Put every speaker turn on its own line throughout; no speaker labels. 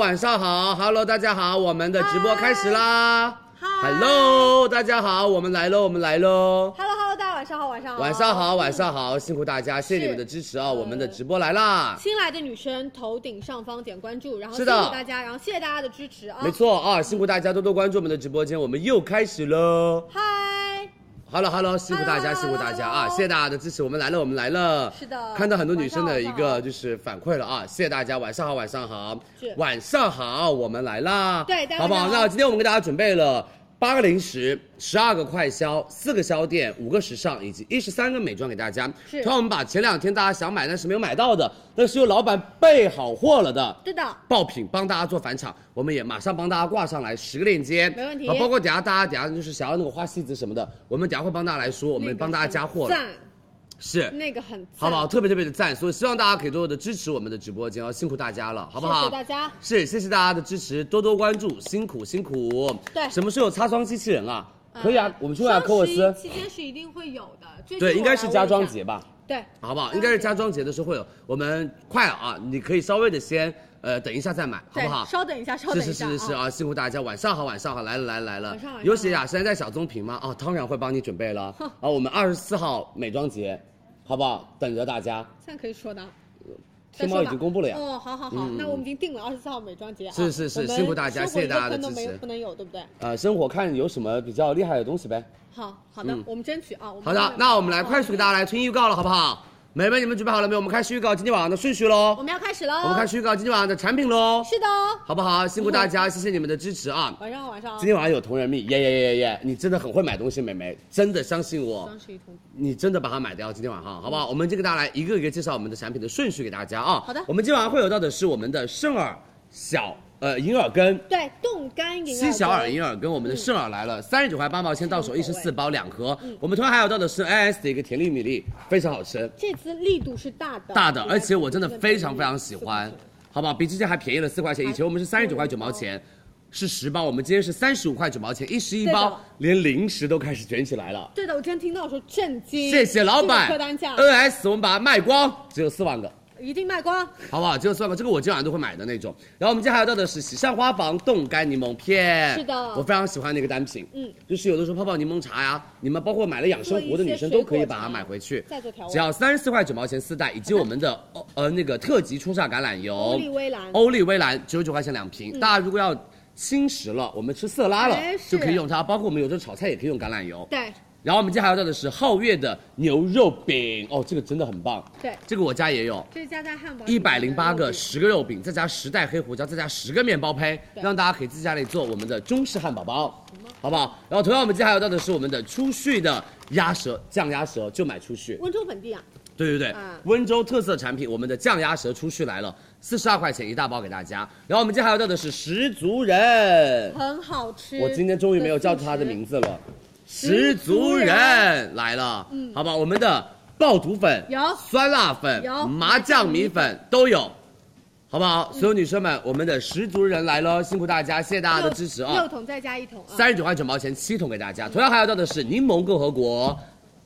晚上好，Hello，大家好，我们的直播开始啦
嗨
！Hello，大家好，我们来喽，我们来喽。
Hello Hello，大家晚上好，晚上好，
晚上。
哦
好，晚上好，辛苦大家，谢谢
是
你们的支持
嗯
啊！我们的直播来啦，
新来的女生头顶上方点关注，然后
是
辛
的
苦大家，然后谢谢大家的支持啊！
没，错啊，辛苦大家多多关注我们的直播间，我们又开始喽。
嗨，
Hello Hello，辛苦大家，
Hello，
辛苦大家啊！
hello
谢谢大家的支持，我们来了，我们来了。
是的
看到很多女生的一
晚上好
个就是反馈了啊，谢谢大家，晚上好，晚上好
是，
晚上好，我们来啦，
对大家
好不好？
晚上好
那今天我们给大家准备了。八个零食，十二个快消，四个销店，五个时尚，以及一十三个美妆给大家。
是
同样我们把前两天大家想买但是没有买到的，但是由老板备好货了的，
是的，
爆品帮大家做返场，我们也马上帮大家挂上来十个链接，
没问题
啊包括等下大家等下就是想要那个花西子什么的，我们等下会帮大家来说，我们帮大家加货了，
赞，
是，
那个很赞，
好不好？？特别特别的赞，所以希望大家可以多多的支持我们的直播间哦，辛苦大家了，好不好？
谢谢大家，
是，谢谢大家的支持，多多关注，辛苦辛苦。
对
什么时候有擦霜机器人啊？可以啊
呃，
我们去问下科沃斯
双，十一期间是一定会有的，最近
对，
我
应该是
来
家
问一
装
下
节，吧。
对，
好不好？应该是家装节的时候会有，我们快了啊，你可以稍微的先呃等一下再买，好
对
不好？
稍等一下，稍等
是
一下，
是是是是
啊，
啊，辛苦大家，晚上好，晚上好，来了来了来了
晚上好晚上，好
有血雅诗在小棕瓶吗？啊，当然会帮你准备 了。啊，我们二十四号美妆节，好不好？等着大家，
现在可以说的啊。
天
再
猫
说
已
吧
经公布了呀。嗯
哦，好好好，那我们已经定了二十四号美妆节啊。
是是是
我们
辛苦大家
收获
谢谢
一个
大家的
坑都
支
没有
持
不能有，对不对？
呃，生活看有什么比较厉害的东西呗。
好好的
嗯，
我们争取啊。我们
好
争
的
取，
那我们来快速给
哦
大家来听预告了，好不好？美们，你们准备好了没有？我们开始预告今天晚上的顺序喽
我。们要开始喽。哦
我们开。始预告今天晚上的产品喽，
是的哦。
好不好？辛苦大家，谢谢你们的支持啊。
晚上好，晚上好。哦
今天晚上有同人蜜，耶耶耶耶耶！你真的很会买东西，美眉，真的相信我。
双十一同
你真的把它买掉，今天晚上好不好？我们就给大家来一个一个介绍我们的产品的顺序给大家啊。
好的
我们今晚上会有到的是我们的圣耳小呃银耳根。
对冻干银耳
西小耳
根
银耳根，我们的圣耳来了，三十九块八毛钱到手，一
嗯
十四包两盒。我们同样还有到的是 AS 的一个甜粒米粒，非常好吃，
这次力度是大的，
大的，
来
而且我真的非常非常喜
是
欢
不是，
好不好？比之前还便宜了四块钱，以前我们是三十九块九毛钱，是十包，我们今天是三十五块九毛钱，一十一
对的
包，连零食都开始卷起来了。
对的，我真听到我说震惊，
谢谢老板呃
这个客单价
，NS 我们把它卖光，只有四万个，
一定卖光，
好不好？只有四万个，这个我今晚上都会买的那种。然后我们今天还有到的是喜善花房冻干柠檬片，
是的
我非常喜欢那个单品，
嗯，
就是有的时候泡泡柠檬茶呀，你们包括买了养生壶的女生都
做一些水
可
果
以把它
茶
买回去，
再做调味
只要三十四块九毛钱四袋，以及我们的哦呃那个特级初榨橄榄油，
欧丽薇兰嗯
欧丽薇兰九十九块钱两瓶，大家如果要。轻食了，我们吃色拉了
哎是
就可以用它，包括我们有时候炒菜也可以用橄榄油。
对，
然后我们今天还要到的是皓月的牛肉饼哦，这个真的很棒。
对
这个我家也有，
这是加在汉堡里
一
面的
百零八
肉
个
饼
十个肉饼，再加十袋黑胡椒，再加十个面包胚，
对
让大家可以自己家里做我们的中式汉堡包，好不好？然后同样我们今天还有到的是我们的初旭的鸭舌酱鸭舌，就买初旭。
温州本地啊，
对对对，
嗯
温州特色产品，我们的酱鸭舌出去来了，四十二块钱一大包给大家。然后我们今天还有到的是十足人，
很好吃，
我今天终于没有叫出他的名字了，十足人来了，嗯，好吧，我们的爆肚粉
有
酸辣粉
有嗯
麻酱米粉都有。好不好？所有女生们，我们的十足人来喽！辛苦大家，谢谢大家
六
的支持
六
啊！
桶再加一桶啊，
三十九块九毛钱七桶给大家。同样还有到的是柠檬共和国，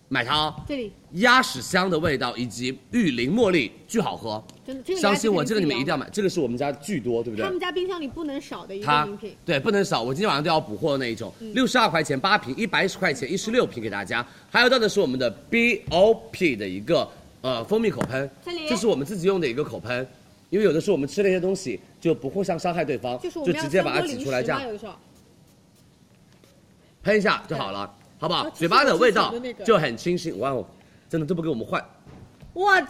买它哦！
这里
鸭屎香的味道以及玉林茉莉巨好喝，
真的这个
相信我，这个你们一定
要，
要买，这个是我们家巨多，对不对
啊他？们家冰箱里不能少的一个
它
饮品，嗯
对不能少，我今天晚上都要补货的那一种，六十二块钱八瓶，一百一十块钱一十六瓶给大家。还有到的是我们的 BOP 的一个呃蜂蜜口喷
这里，
这是我们自己用的一个口喷，因为有的时候我们吃了一些东西就不互相伤害对方，
就是我
就
们要
直接把它
当
挤
零
出来，
食
这样
嘛有的时候
喷一下就好了，好不好
哦？这是
嘴巴的
我之
味
前
道
的那个
就很清新，哇哦，真的都不给我们换，
我真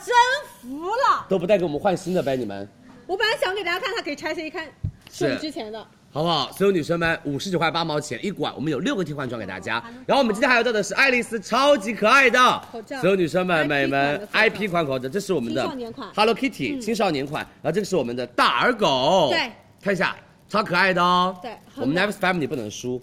服了，
都不带给我们换新的呗，你们。
我本来想给大家看，它可以拆卸一看，是我们
是
之前的，
好不好？所有女生们，五十九块八毛钱一管，我们有六个替换装给大家。然后我们今天还有到的是爱丽丝超级可爱的
口罩
所有女生们、
IP
美们
款的口罩
，IP 款口罩，这是我们的
青少年款嗯
Hello Kitty 青少年款，然后这个是我们的大耳狗，
对，
看一下，超可爱的哦。
对很
我们
可
Next Family 不能输，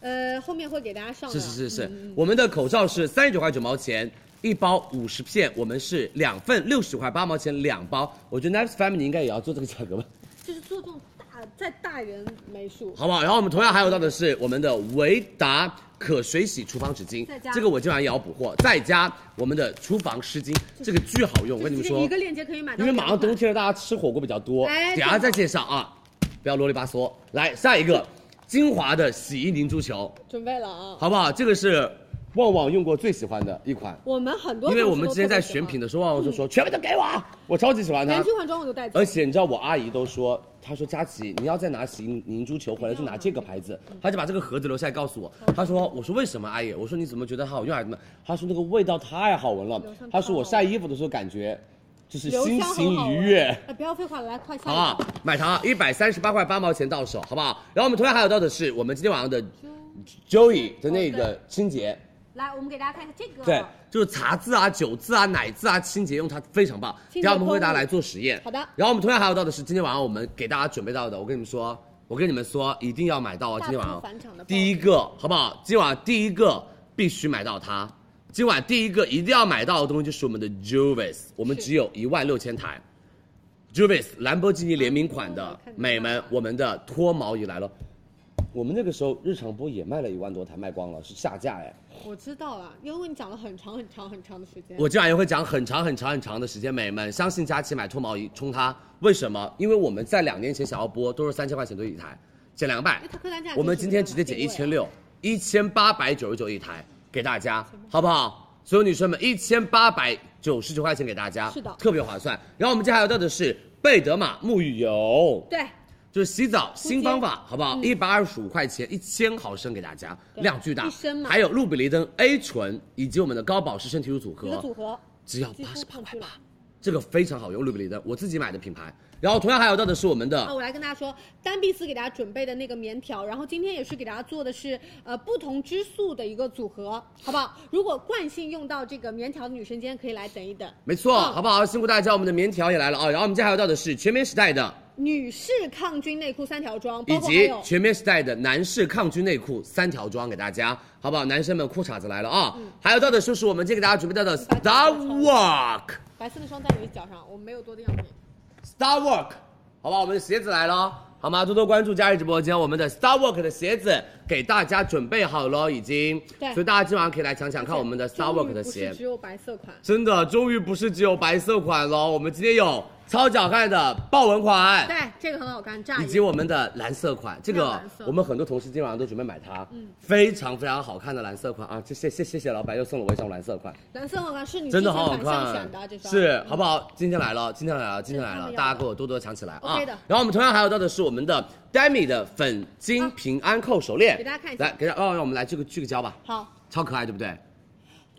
呃，后面会给大家上的，
是
嗯
是是是，我们的口罩是三十九块九毛钱。一包五十片，我们是两份六十块八毛钱两包。我觉得 Next Family 应该也要做这个价格吧。
就是做这种大在大人美术，
好不好？然后我们同样还有到的是我们的维达可水洗厨房纸巾
再加，
这个我今晚也要补货，再加我们的厨房湿巾，这个巨好用，我跟你们
就是这个
说
一个，链接可以买到
因
两
为
款，
马上冬天了，大家吃火锅比较多，
哎
等下再介绍啊。不要啰里吧嗦。来下一个，精华的洗衣凝珠球，
准备了啊。
好不好？这个是旺旺用过最喜欢的一款，
我们很多
因
同
为
事
我们
都
之前
特
在
别喜
选
欢
品的时候，旺旺就
嗯
说全部都给我啊，我超级喜欢它
连。去换装我都带走。
而且你知道我阿姨都说，她说佳琪，你要再拿洗衣凝珠球回来就拿这个牌子，她就把这个盒子留下来告诉我。她说，我说为什么阿姨？我说你怎么觉得它好用还是怎么？她说那个味道太好闻了
留香。
她说我
太好
晒
闻
衣服的时候感觉，就是
留
心
香很好
情愉
闻
悦。
哎，不要废话了，来快下
好
一
不
个。
好？买它一百三十八块八毛钱到手，好不好？然后我们同样还有到的是我们今天晚上的 Joey 的那个清洁，
来，我们给大家看一下这个。
对，就是茶渍啊、酒渍啊、奶渍啊，清洁用它非常棒。
清洁
等一下我们会给
风
大家
味
来做实验。
好的
然后我们同样还有到的是今天晚上我们给大家准备到的，我跟你们说，我跟你们说一定要买到啊！今天晚
大
上
出返场的包
第一个好不好？今晚第一个必须买到它。今晚第一个一定要买到的东西就是我们的 Juvis，我们
是
只有一万六千台。Juvis 兰博基尼联名款的
啊看到了
美们，我们的脱毛仪来了。我们那个时候日常播也卖了一万多台，卖光了，是下架哎。
我知道了，因为你讲了很长很长很长的时间。
我今晚也会讲很长很长很长的时间，美们，相信佳琪买脱毛仪冲它，为什么？因为我们在两年前想要播都是三千块钱对一台，减两百
因为它客单价就是
我们今天直接减一
哎
千六，一千八百九十九一台给大家，好不好？所有女生们，一千八百九十九块钱给大家，
是的
特别划算。然后我们接下来要到的是贝德玛沐浴油，
对，
就是洗澡新方法，好不好？一百二十五块钱，一千毫升给大家，
嗯对
量巨大。
一升嘛
还有露比雷登 A 醇以及我们的高保湿身体乳组合，
一个组合，
只要
几
八
乎
十八
看
块
出来
八。，这个非常好用，露比雷登，我自己买的品牌。然后同样还有到的是我们
啊，
的
我来跟大家说，丹碧丝给大家准备的那个棉条，然后今天也是给大家做的是呃不同支数的一个组合，好不好？如果惯性用到这个棉条的女生，今天可以来等一等。
没错，
嗯
好不好？辛苦大家，我们的棉条也来
哦
了啊。然后我们接下来要到的是全棉时代的，
女士抗菌内裤三条装，包
以
括还
及
有
全棉时代的男士抗菌内裤三条装给大家，好不好？男生们裤衩子来了啊。
嗯
还有到的就是我们今天给大家准备到的
把这个穿
Star Walk。
白色的霜在你的脚上，我没有多的样子。
Star Work，好吧，我们的鞋子来了哦，好吗？多多关注佳怡直播间，我们的 Star Work 的鞋子给大家准备好了，已经。
对
所以大家今晚上可以来抢抢看我们的 Star
终于
Work 的
不是
鞋。
只有白色款，
真的，终于不是只有白色款了，我们今天有超脚汗的豹纹款。
对，这个很好看，炸
以
一
及我们的蓝色款，这
亮
个
蓝色嗯
我们很多同事今晚上都准备买它，非常非常好看的蓝色款啊！这谢谢谢谢老板又送了我一双蓝色款，
蓝色很好看，是你
真的好好
之前反向选的
看
啊这，双
是好不好？今天来了，今天来了，今天来
他
了，
们要的
大家给我多多抢起来啊
OK 的！
然后我们同样还有到的是我们的 Demi 的粉金平安扣手链，
给大家看一下
来给大家哦，让我们来这个聚个焦吧，
好。
超可爱，对不对？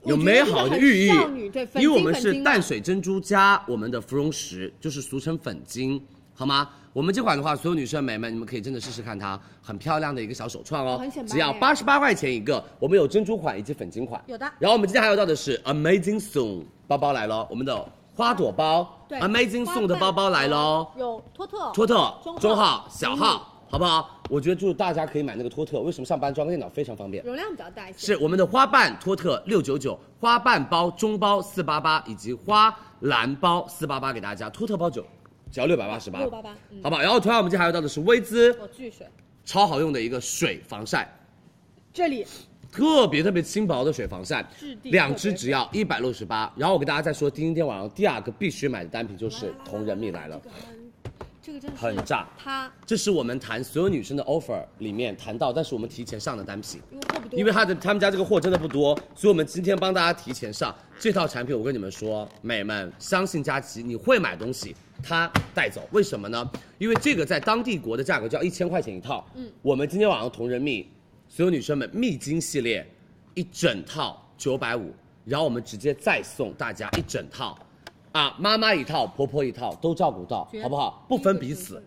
我
有
觉得
美
这个
好的
很
寓意
少女对，粉
因为我
晶
们
粉啊
是
晶
淡
嘛
水珍珠加我们的芙蓉石，就是俗称粉晶，好吗？我们这款的话，所有女生美们，你们可以真的试试看它，很漂亮的一个小手串哦
很显，白
只要八十八块钱一个。我们有珍珠款以及粉晶款，
有的
然后我们今天还有到的是 Amazing Soon 包包来了，我们的花朵包
对
，Amazing
花
Soon 的
瓣
包包来了哦。
有托特，
托特
中、号嗯
中号、小
迷你
号，好不好？我觉得就是大家可以买那个托特，为什么上班装个电脑非常方便？
容量比较大一些，
是我们的花瓣托特六九九，花瓣包中包四八八，以及花篮包四八八给大家，托特包九，只要六百八十八，
688嗯
好吧。然后同样我们今天还有到的是薇姿，
我巨水，
超好用的一个水防晒，
这里
特别特别轻薄的水防晒
质，地
两
特
支
别
只要一百六十八。然后我给大家再说，今天晚上第二个必须买的单品就是同人蜜来了。
这个很，这个真的是
很炸
它
这是我们谈所有女生的 offer 里面谈到，但是我们提前上的单品，
因为货不多，
因为他的他们家这个货真的不多，所以我们今天帮大家提前上这套产品。我跟你们说，美们，相信佳琪，你会买东西，她带走。为什么呢？因为这个在当地国的价格就要一千块钱一套。嗯，我们今天晚上同人蜜，所有女生们蜜精系列一整套九百五，然后我们直接再送大家一整套，啊，妈妈一套，婆婆一套，都照顾到
绝，
好不好？不分
第
彼
一个
此
成，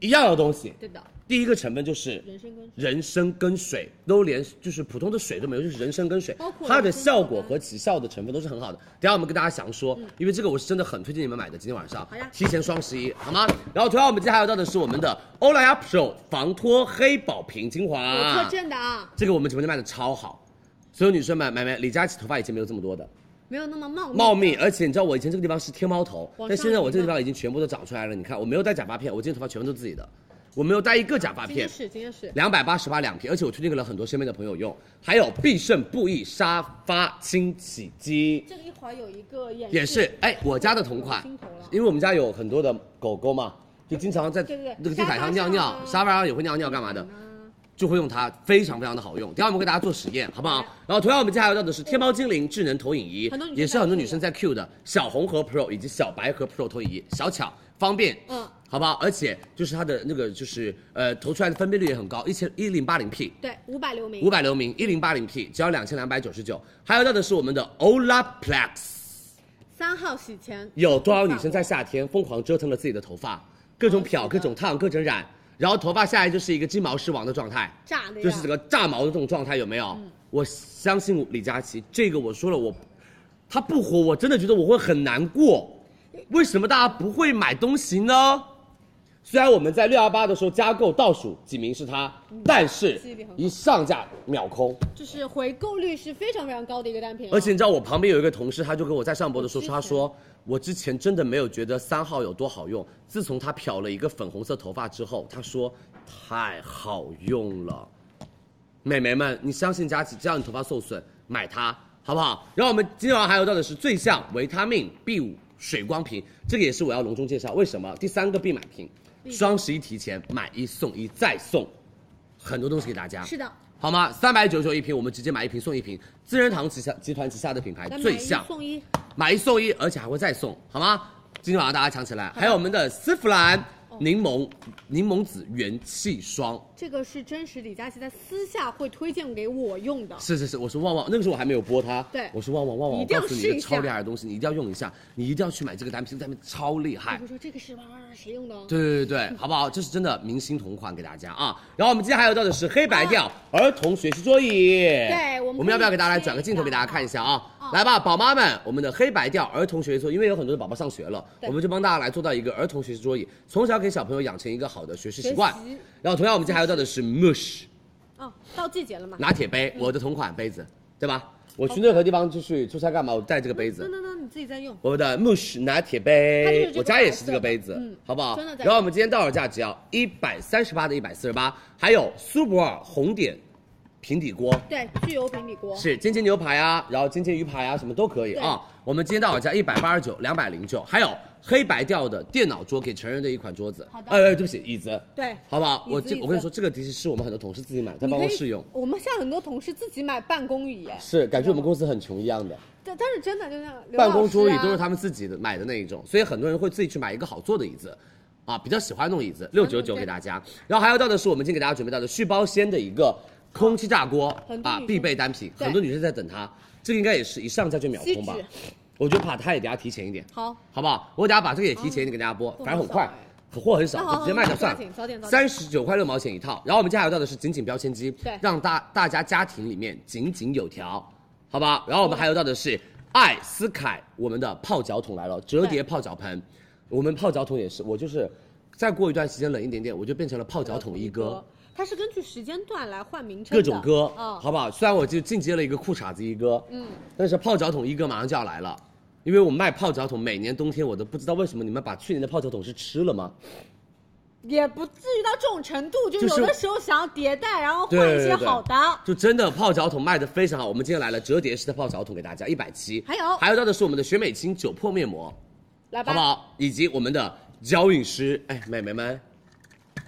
一样的东西。
对的，
第一个成分就是
人参跟
人参跟水都连就是普通的水都没有，就是人参跟水
包，括
它的
人参
效果和起效的成分都是很好的。等一下我们跟大家详说，因为这个我是真的很推荐你们买的，今天晚上
嗯好呀
提前双十一好吗？然后同样我们今天还有到的是我们的欧莱雅 Pro 防脱黑宝瓶精
有
华
特，证的啊，
这个我们直播间卖的超好，所有女生们买买，李佳琦头发以前没有这么多的，
没有那么茂密
茂密，而且你知道我以前这个地方是天猫头，
往上
但现在我这个地方已经全部都长出来了。你看我没有戴假发片，我今天头发全部都自己的，我没有戴一个假发
今
片
天，是今天是
两百八十八两瓶，而且我推荐给了很多身边的朋友用。还有必胜布艺沙发清洗机，
这个一会儿有一个演
也是哎我家的同款
心头了，
因为我们家有很多的狗狗嘛，就经常在
对对对
那个地毯
沙发
上尿尿
上，啊
沙发上也会尿尿干嘛的，
啊
就会用它，非常非常的好
嗯
用。等一下我们给大家做实验，好不好？然后同样我们接下来要到的是天猫精灵智能投影仪
很多女，生
也是很多女生
在
在 Q 的小红盒 Pro 以及小白盒 Pro 投影仪，小巧方便，
嗯，
好不好？而且就是它的那个就是呃投出来的分辨率也很高，一千一零八零 P。
对，五百流明，
五百流明，一零八零 P，只要两千两百九十九。还有到的是我们的 Olaplex，
三号洗前
有多少女生在夏天疯狂折腾了自己的头发，各种漂、各种烫、各种染，然后头发下来就是一个金毛狮王的状态，
炸的呀，嗯
就是整个炸毛的这种状态，有没有？我相信李佳琦，这个我说了我，他不火，我真的觉得我会很难过。为什么大家不会买东西呢？虽然我们在六幺八的时候加购倒数几名是它，但是
记忆力嗯很好
一上架秒空。
就是回购率是非常非常高的一个单品、哦，
而且你知道我旁边有一个同事，他就跟我在上播的时候说，
我
他
之前
说我之前真的没有觉得三号有多好用，自从他漂了一个粉红色头发之后，他说太好用了。美眉们，你相信佳琪，只要你头发受损，买它好不好？然后我们今天晚上还有到的是最像维他命 B 五水光瓶，这个也是我要隆重介绍。为什么？第三个必买品，双十一提前买一送一再送，很多东西给大家。
是的，
好吗？三百九十九一瓶，我们直接买一瓶送一瓶。资生堂旗下集团旗下的品牌
来买
最
一
像，
送一，
买一送一，而且还会再送，好吗？今天晚上大家抢起来。还有我们的丝芙兰
哦
柠檬柠檬紫元气霜，
这个是真实李佳琦在私下会推荐给我用的，
是是是，我说旺旺，那个时候我还没有播它，
对
我说旺旺旺旺，
你
我
一定要
告诉你
试
一
一
个
下
超厉害的东西，你一定要用一下，你一定要去买这个单品，这个单品超厉害
我。会说这个是哇谁用的哦？
啊对对对对，好不好？这是真的明星同款给大家啊。然后我们今天还有到的是黑白调儿童学习桌椅，
啊对我们可以
要不要给大家来转个镜头给大家看一下啊？
嗯
来吧，宝妈们，我们的黑白调儿童学习桌，因为有很多的宝宝上学了，
对
我们就帮大家来做到一个儿童学习桌椅，从小给小朋友养成一个好的学习习惯
学习。
然后同样我们今天还有到的是 Mush
哦，到季节了嘛？
拿铁杯，
嗯
我的同款杯子，对吧？我去任何地方就是出差干嘛，我带这个杯子
那。那那你自己再用，
我们的慕氏拿铁
它就是
杯
这，个
我家也是这个杯子，
白色的嗯
好不好？
真的在
然后我们今天到手价只要一百三十八的一百四十八，还有苏泊尔红点平底锅，
对，具有平底锅，
是煎煎牛排啊，然后煎煎鱼排啊，什么都可以
对
啊。我们今天到手价一百八十九、两百零九，还有黑白调的电脑桌，给成人的一款桌子。
好的
哎哎，对不起，椅子。
对
好不好？
椅子
我这
椅子
我跟你说，这个其实是我们很多同事自己买，在办公室用，
你可以。我们现在很多同事自己买办公椅耶，
是感觉我们公司很穷一样的。
但但是真的就像刘
办公
老师
桌椅
啊
都是他们自己的买的那一种，所以很多人会自己去买一个好坐的椅子，啊，比较喜欢那种椅子，六
嗯
九九给大家。然后还有到的是我们今天给大家准备到的旭包鲜的一个空气炸锅
哦很多女
啊
生，
必备单品，
对
很多女生在等它，这个应该也是一上架就秒空吧
锡纸？
我觉得把它也给大家提前一点，
好，
好不好？我等下把这个也提前一点给大家播，
嗯
反正很
货很
快
少哎。
货很少，
那好
就直接卖掉算
好好早点
了。
早
三
点
十九块六毛钱一套，然后我们接下来到的是紧紧标签机，
对
让大大家家庭里面井井有条，好吧？然后我们还有到的是爱思凯，我们的泡脚桶来了，折叠泡脚盆，我们泡脚桶也是，我就是再过一段时间冷一点点，我就变成了泡脚桶一哥，，
它是根据时间段来换名称的，
各种哥，
嗯，
好不好？虽然我就进阶了一个裤衩子一哥，
嗯，
但是泡脚桶一哥马上就要来了。因为我卖泡脚桶，每年冬天我都不知道为什么你们把去年的泡脚桶是吃了吗？
也不至于到这种程度，就
就是
有的时候想要迭代，然后换
对
一
对
些
对
好的，
就真的泡脚桶卖的非常好。我们今天来了折叠式的泡脚桶给大家，一百七。
还有
还有到的是我们的雪美清酒破面膜，
来吧，
好不好？以及我们的娇韵诗，哎，美眉们，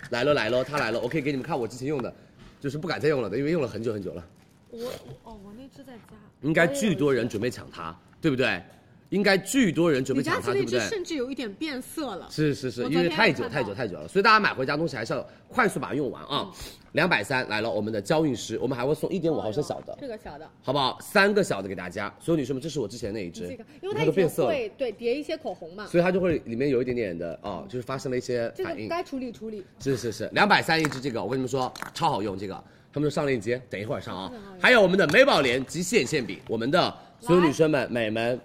来了来了，它来了，我可以给你们看我之前用的，就是不敢再用了的，因为用了很久很久了，
我我哦，我那只在家，
应该巨多人准备抢它，对不对？应该巨多人准备
李
抢
佳琦
它，对
那
不
只
对？
甚至有一点变色了，
是是是，
我
因
昨
为
天
太
有
久
看
太
到嗯
久太久了，所以大家买回家东西还是要快速把它用完啊。两百三来了，我们的娇韵诗，我们还会送一点五毫升小的，
哦这个小的。
好不好？三个小的给大家，所有女生们，这是我之前那一支
这个，，因
你
为它
看
以
都变
前
色了，
会对叠一些口红嘛，
所以它就会里面有一点点的哦，就是发生了一些
这
反
个
应。
该处理处理。
是是是，两百三一支这个，我跟你们说超好用，这个他们说上链接，等一会儿上啊
真的好。用
还有我们的美宝莲极限线笔，我们的所有女生们、美们，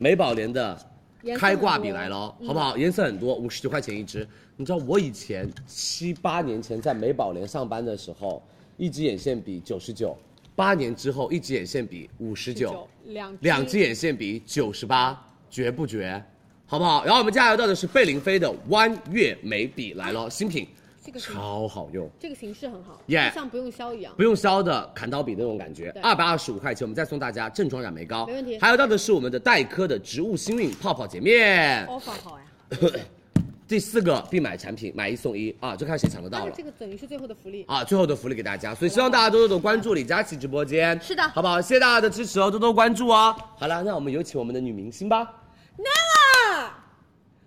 美宝莲的
颜色
开
很多
挂笔来了哦，好不好？颜色很多，五十九块钱一支。你知道我以前七八年前在美宝莲上班的时候，一支眼线笔九十九，八年之后一支眼线笔五十九。
两
两支眼线笔九十八，绝不绝？好不好？然后我们接下来到的是贝玲妃的弯月眉笔来了，哦新品，
这个是
超好用，
这个形式很好
Yeah
就像不用削一样。
不用削的砍刀笔的那种感觉
对。
二百二十五块钱，我们再送大家正装染眉膏，
没问题
还有到的是我们的黛珂的植物星韵泡泡洁面，
offer 好呀，
第四个必买产品，买一送一啊，就看谁抢得到
啊
了。
这个等于是最后的福利。
啊，最后的福利给大家，所以希望大家多多关注李佳琦直播间，
是的
好不好？谢谢大家的支持哦，多多关注哦。好啦，那我们有请我们的女明星吧
啊，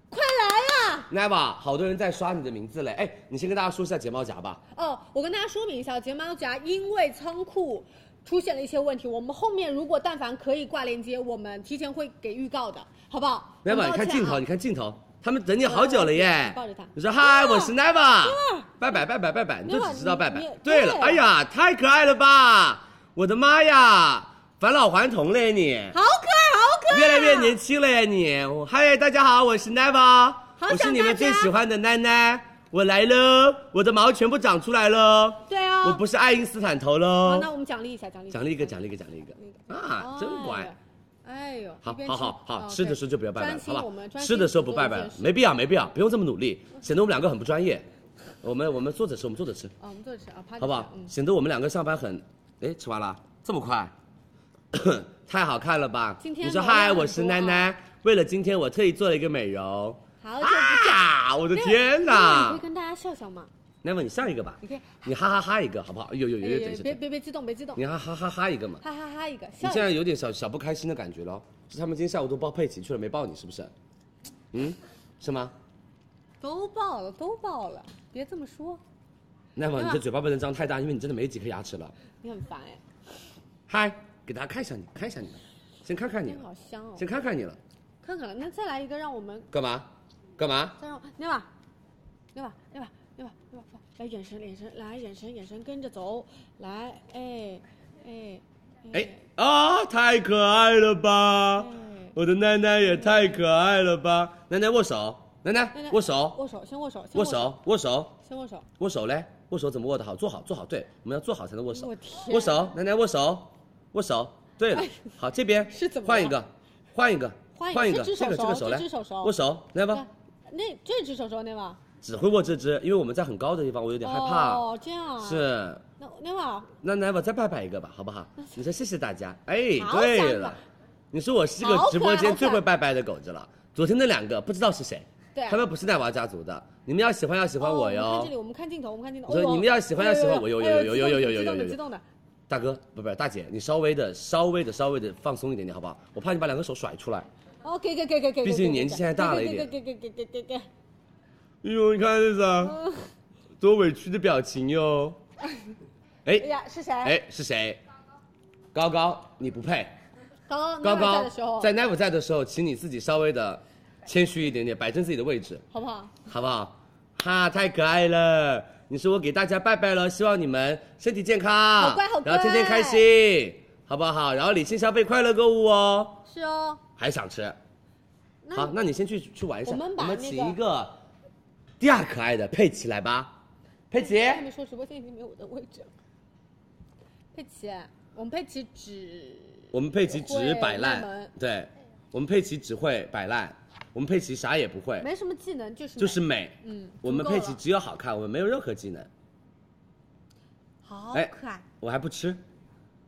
快来呀！
，Neva，好多人在刷你的名字嘞，哎，你先跟大家说一下睫毛夹吧，
哦，我跟大家说明一下，睫毛夹因为仓库出现了一些问题，我们后面如果但凡可以挂链接，我们提前会给预告的，好不好
n e v
很
a 你
抱
看
歉
镜头，
啊
你看镜头，他们等你好久了耶。
抱着他啊
你说嗨，
哇
我是 Neva，
哇
拜拜拜拜拜拜，你就只知道拜拜
啊你你。
对了，
对
哎呀，太可爱了吧！我的妈呀，返老还童嘞你，
好可爱，好啊可爱，
越来越年轻了呀你。我嗨，大家好，我是 Neva，
好
我是
想
你们
大
最
家
喜欢的奶奶，我来喽，我的毛全部长出来喽，
对啊，
我不是爱因斯坦头
好，
喽。
那我们奖励一下，奖励一
哦
下
奖励一个，奖励一个，奖励一
那
个
个
啊，真乖。。
哎呦，
好
一边
好
吃
好好，
哦
吃的
对
时候就不要拜拜
专
了，
心
好
我
吧
们？专
吃的
心
时候
做
不
一
拜拜
件
了，
事
没必要，没必要，不用这么努力，显得我们两个很不专业。我们我们坐着吃，我们坐着吃，
哦，我们坐着吃啊，趴着吃
好不好？
嗯，
显得我们两个上班很，哎，吃完了，这么快， 太好看了吧？
今天
你说
流量
嗨，
很
我是
多啊
奶奶，为了今天我特意做了一个美容。
好久不见。
啊！我的
那个
天
那个你
哪
可以！跟大家笑笑嘛，
那么你上一个吧，
你可以，哎
你哈哈哈一个好不好？有有有有，等一下，等
别
一下
别别激动，别激动，
你哈哈哈哈一个嘛。
哈哈哈一个
你
笑一
现
下。
在有点小小不开心的感觉咯，是他们今天下午都抱佩奇去了，没抱你是不是？嗯，是吗？
都爆了，都爆了，别这么说，
那么
嗯
你的嘴巴不能张太大，因为你真的没几颗牙齿了。
你很烦哎，
嗨，给大家看一下你，看一下你，先看看你
真
了，
好香哦
先。看看你了，
看看了，那再来一个，让我们
干嘛？干嘛？
再让我那吧，那吧，那吧，那吧，那吧，来眼神，眼神，来眼神，眼神跟着走，来，哎，哎，
哎啊，太可爱了吧！
哎
我的奈奈也太可爱了吧！奈奈握手，奈
奶
奈
奶
握手，
握手，先握手，先
握，手，握手，
先握手。
握手嘞，握手怎么握的好？坐好，坐好，对，我们要坐好才能握手。
我天哎
握手，奶奶握手，握手。对了，好，这边
是怎么了
换一个，换一个，
换一个
换一个，
这只手
这个这
手
个手
这
来
只手手
握手，来吧，
那这只手手那吧，
只会握这只，因为我们在很高的地方，我有点害怕。
哦，这样啊。。
是，
那那吧，
那奶吧，再拜拜一个吧，好不好？你说谢谢大家。哎，
好
对
想
了
法，
你说我是这个
好可爱
直播间
好可爱
最会拜拜的狗子了。昨天那两个不知道是谁，
对啊
他们不是奈娃家族的，你们要喜欢要喜欢
哦
我
们看
哟
这。里，我们看镜头，我们看镜头。
我说
哦
你们要喜欢要喜欢我有有有有有有有有
激动的
有有
激动的。
大哥，不不，大姐，你稍微的、稍微的、稍微的放松一点点，好不好？我怕你把两个手甩出来。
哦，给给给给给。
毕竟年纪现在大了一点
给给给给给给给。
哎呦，你看这是啊，
嗯
多委屈的表情 哟。
哎
哎
呀，是谁？，
哎，是谁？高高，你不配。
刚
高
刚
高
在的时候，
在 Never 在的时候，请你自己稍微的谦虚一点点，摆正自己的位置，
好不好？
好不好？哈，太可爱了！你说我给大家拜拜了，希望你们身体健康，
好乖好乖
然后天天开心，好不好？然后理性消费，快乐购物哦。
是哦。
还想吃？
那
好，那你先去去玩一下。
我们把那个
请一个第二可爱的佩奇来吧，佩奇。
还没说直播间已经没有我的位置了。佩奇，我们佩奇只
我们佩奇只摆
会卖萌
烂，对，我们佩奇只会摆烂，我们佩奇啥也不会，
没什么技能，就是
就是美。
嗯，
我们
足够
佩
了
奇只有好看，我们没有任何技能。
好
哎
可爱。
我还不吃，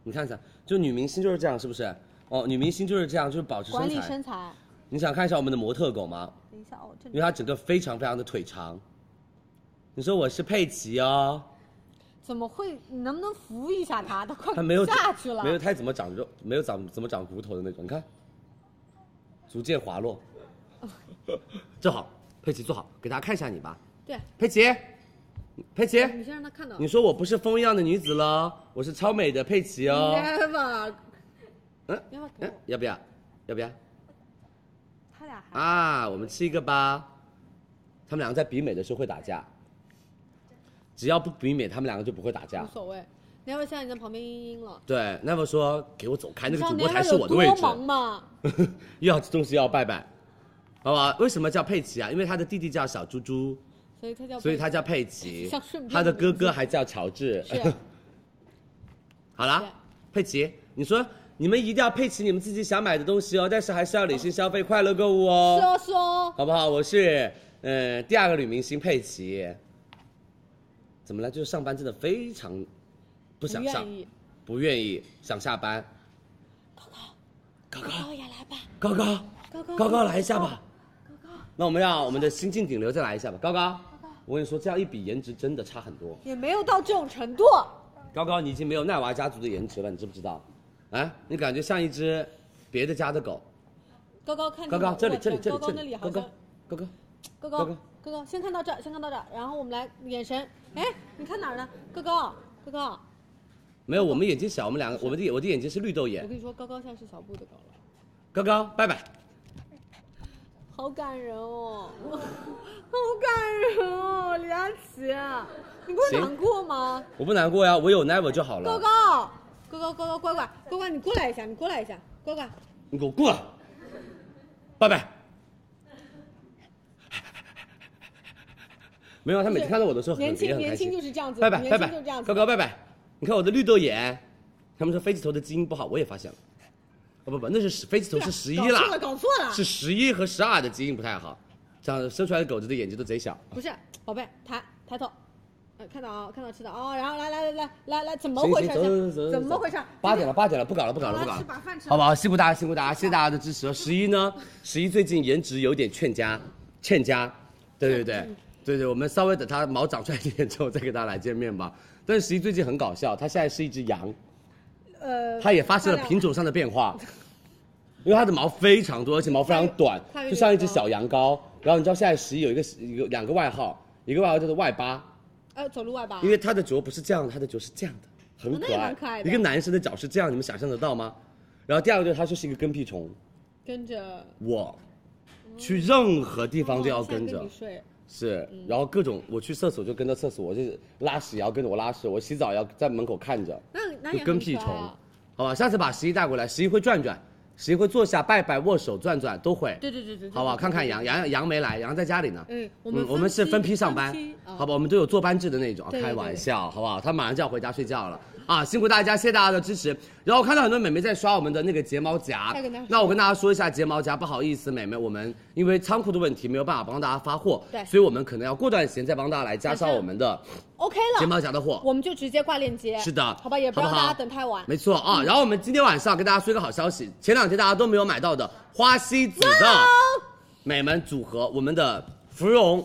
你看看，就女明星就是这样，是不是？哦，女明星就是这样，就是保持
管
身
理
材。
身材。
你想看一下我们的模特狗吗？
等一下哦，这
因为
里
它整个非常非常的腿长。你说我是佩奇哦，
怎么会？你能不能扶一下他？他 快
它没有
下去了。
没有它怎么长肉，没有长怎么长骨头的那种，你看，逐渐滑落。
哦
正好，佩奇坐好，给大家看一下你吧，
对，
佩奇，佩奇，
你先让他看到。
哎你说我不是风一样的女子了，我是超美的佩奇哦。
Never，
嗯
要不要给
嗯
我？，
要不要？要不要？
他俩还
啊，我们吃一个吧。他们两个在比美的时候会打架，只要不比美，他们两个就不会打
无
架。
所谓。Never 现在已经旁边嘤嘤了。
对，那么说给我走开，哎那
你
个主播
知道 Never
台是
有
我的位
多
置。
忙吗？
要吃东西要拜拜，好不好？为什么叫佩奇啊？因为他的弟弟叫小猪猪，
所以他叫
所以他叫佩奇
像顺。便
他的哥
名字
哥还叫乔治。
是
好啦，佩奇，你说你们一定要配齐你们自己想买的东西哦，但是还是要理性消费，快乐购物哦。
说说
好不好？我是呃第二个女明星佩奇。怎么了？就是上班真的非常不想上
愿，意。
不愿意想下班。
高高也来吧，
高高，
高高
高高来一下吧。
高高
那我们让我们的新晋顶流再来一下吧，高高。我跟你说，这样一比，颜值真的差很多。
也没有到这种程度。
高高，你已经没有奈娃家族的颜值了，你知不知道？哎，你感觉像一只别的家的狗。
高高看
高高，这里这里这
高
里
高
这
那
里，
里
高
好
高
像，
高高，
高
高
高
高
高高，先看到这儿，先看到这儿，然后我们来眼神，哎，你看哪儿呢？高高高高，
没有，我们眼睛小，我们两个，我们的眼我的眼睛是绿豆
我
眼。
跟你说，高高现在是小布的高了。
高高，拜拜。
好感人哦， 好感人哦，李佳琦，你不会
行嗯
难过吗？
我不难过呀，我有 never 就好了。
高，高，高高，高高，乖乖，乖乖，你过来一下，你过来一下，乖乖，
你给我过来，拜 拜。没有，他每次看到我的时候很
年
也
轻
很开
年
心
轻就是这 样子，
拜拜拜
年轻就
拜
是这样，子。
高高拜拜。你看我的绿豆眼，他们说飞机头的基因不好，我也发现了。哦不不，那是十飞机头是十一
啊搞错了，搞错了，
是十一和十二的基因不太好，长生出来的狗子的眼睛都贼小。
不是宝贝，抬抬头。呃看到啊，看到吃的啊，然后来来来来来来，怎么
行
回
行
事？
走走走走走
怎么回事？啊
八点了，八点了，不搞了，不搞了，
好
不
了
搞了
吃把饭，吃了
好不好？辛苦大家，辛苦大家，谢谢大家的支持。哦十一呢，十一最近颜值有点欠佳，欠佳，对对对，
嗯
对对，我们稍微等它毛长出来一点之后再给大家来见面吧。但是十一最近很搞笑，它现在是一只羊，
呃，
它也发生了品种上的变化，因为它的毛非常多，而且毛非常短
跨越，
就像一只小羊羔。然后你知道现在十一有一个一个两个外号，一个外号叫做外八，
呃，走路外八，
因为它的脚不是这样，它的脚是这样的，很
哦那
可
也
爱。
蛮可爱的
一个男生的脚是这样，你们想象得到吗？然后第二个就是它就是一个跟屁虫，
跟着
我去任何地方都要
哦现在
跟着，
你睡，
是。
嗯
然后各种我去厕所就跟着厕所，我就拉屎也要跟着我拉屎，我洗澡也要在门口看着，
那那也
就
很
跟屁
可爱
虫
啊。
好吧，下次把十一带过来，十一会转转，十一会坐下拜拜、握手、转转都会。
对对对对，对
好不好？看看。
对对
杨杨杨没来，杨在家里呢。
嗯我们
我们是分
分
批
批
上班
分批，啊
好吧？我们都有坐班制的那种，啊
对对
开
对
玩
对
笑，好不好？他马上就要回家睡觉了啊！辛苦大家，谢谢大家的支持。然后我看到很多美眉在刷我们的那个睫毛夹
快跟大家，说
那我跟大家说一下睫毛夹，不好意思，美眉，我们因为仓库的问题没有办法帮大家发货，
对
所以我们可能要过段时间再帮大家来加上我们的
OK
睫
了，
毛夹的货。
我们就直接挂链接。
是的，
哎好吧，也不让
好
大
好
家等太晚。嗯
没错啊，然后我们今天晚上跟大家说一个好消息，前两天大家都没有买到的花西子的美们组合，我们的芙蓉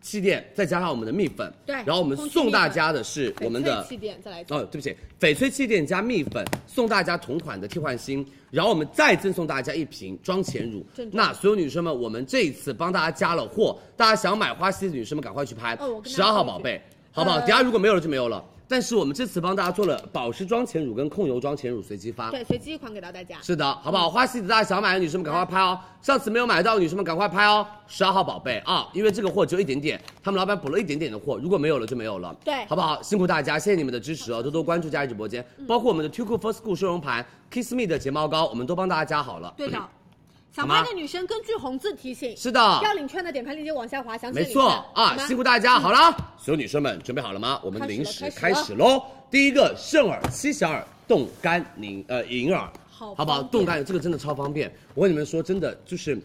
气垫，再加上我们的蜜粉，
对
然后我们送大家的是我们的
翡翠气垫再来一次，
哦，对不起，翡翠气垫加蜜粉送大家同款的替换芯，然后我们再赠送大家一瓶妆前乳
正。装
那所有女生们，我们这一次帮大家加了货，大家想买花西的女生们赶快去拍
哦我，跟大家
十
说一句
二、号宝贝，好不好？
呃
等下如果没有了就没有了。但是我们这次帮大家做了保湿妆前乳跟控油妆前乳随机发。
对，随机一款给到大家。
是的，好不
嗯
好？花西子大家想买的女生们赶快拍哦，上次没有买到的女生们赶快拍哦，十二号宝贝啊，因为这个货只有一点点，他们老板补了一点点的货，如果没有了就没有了，
对
好不好？辛苦大家，谢谢你们的支持哦，多多关注佳怡直播间，包括我们的 Too Cool for School 收容盘、Kiss Me 的睫毛膏，我们都帮大家加好了。
对的，想
吗
拍的女生根据红字提醒，
嗯是的，
要领券的点开链接往下滑，详细
没
领券
错啊，辛苦大家。好了，所有女生们准备好了吗？我们
嗯开始
零
了
食
开
开
始了
始喽。第一个圣耳、西小耳、冻干银呃银耳，不
好
好？
方便
冻干这个真的超方便。我跟你们说，真的就是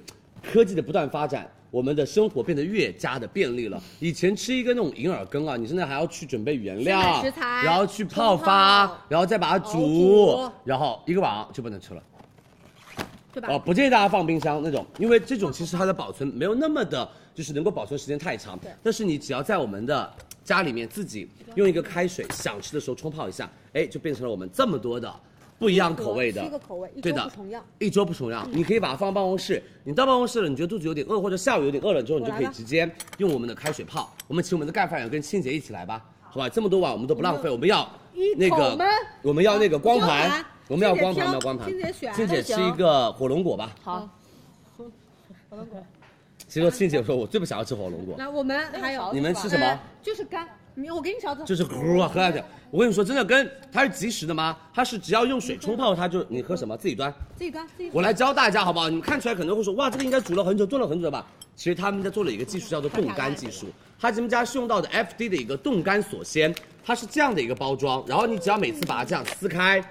科技的不断发展。我们的生活变得越加的便利了。以前吃一个那种银耳羹啊，你真的还要去准备原
去
料
买食材
然后去泡
冲泡
发，然后再把它煮
熬煮，
然后一个晚上就不能吃了。
对吧
哦，？不建议大家放冰箱那种，因为这种其实它的保存没有那么的，就是能够保存时间太长。但是你只要在我们的家里面自己用一个开水，想吃的时候冲泡一下，哎，就变成了我们这么多的不一样口味的。
七个口味，一
对
周
的
不重样。
一周不重样，你可以把它放办公室。你到办公室了，你觉得肚子有点饿，或者下午有点饿了之后，你就可以直接用我们的开水泡。我们请我们的盖饭友跟清姐一起来吧，好吧？这么多碗我们都不浪费，我们要
一
那
口
个
吗，
我们要那个光
光
盘
盘，
我们要光盘，我
清姐挑
们要光盘。
清姐选
清姐
都行
吃一个火龙果吧。
好，
其实庆姐说，我最不想要吃火龙果，
来，我们还有
你们吃什么
呃就是干，你我给你勺子，
就是呼啊喝下去。我跟你说，真的跟它是即食的吗？它是只要用水冲泡，它就你喝什么自己端。
自己端，自己端。
我来教大家好不好？你们看出来可能会说，哇，这个应该煮了很久，炖了很久的吧？其实他们家做了一个技术叫做冻干技术，他们家是用到的 FD 的一个冻干锁鲜，它是这样的一个包装，然后你只要每次把它这样撕开，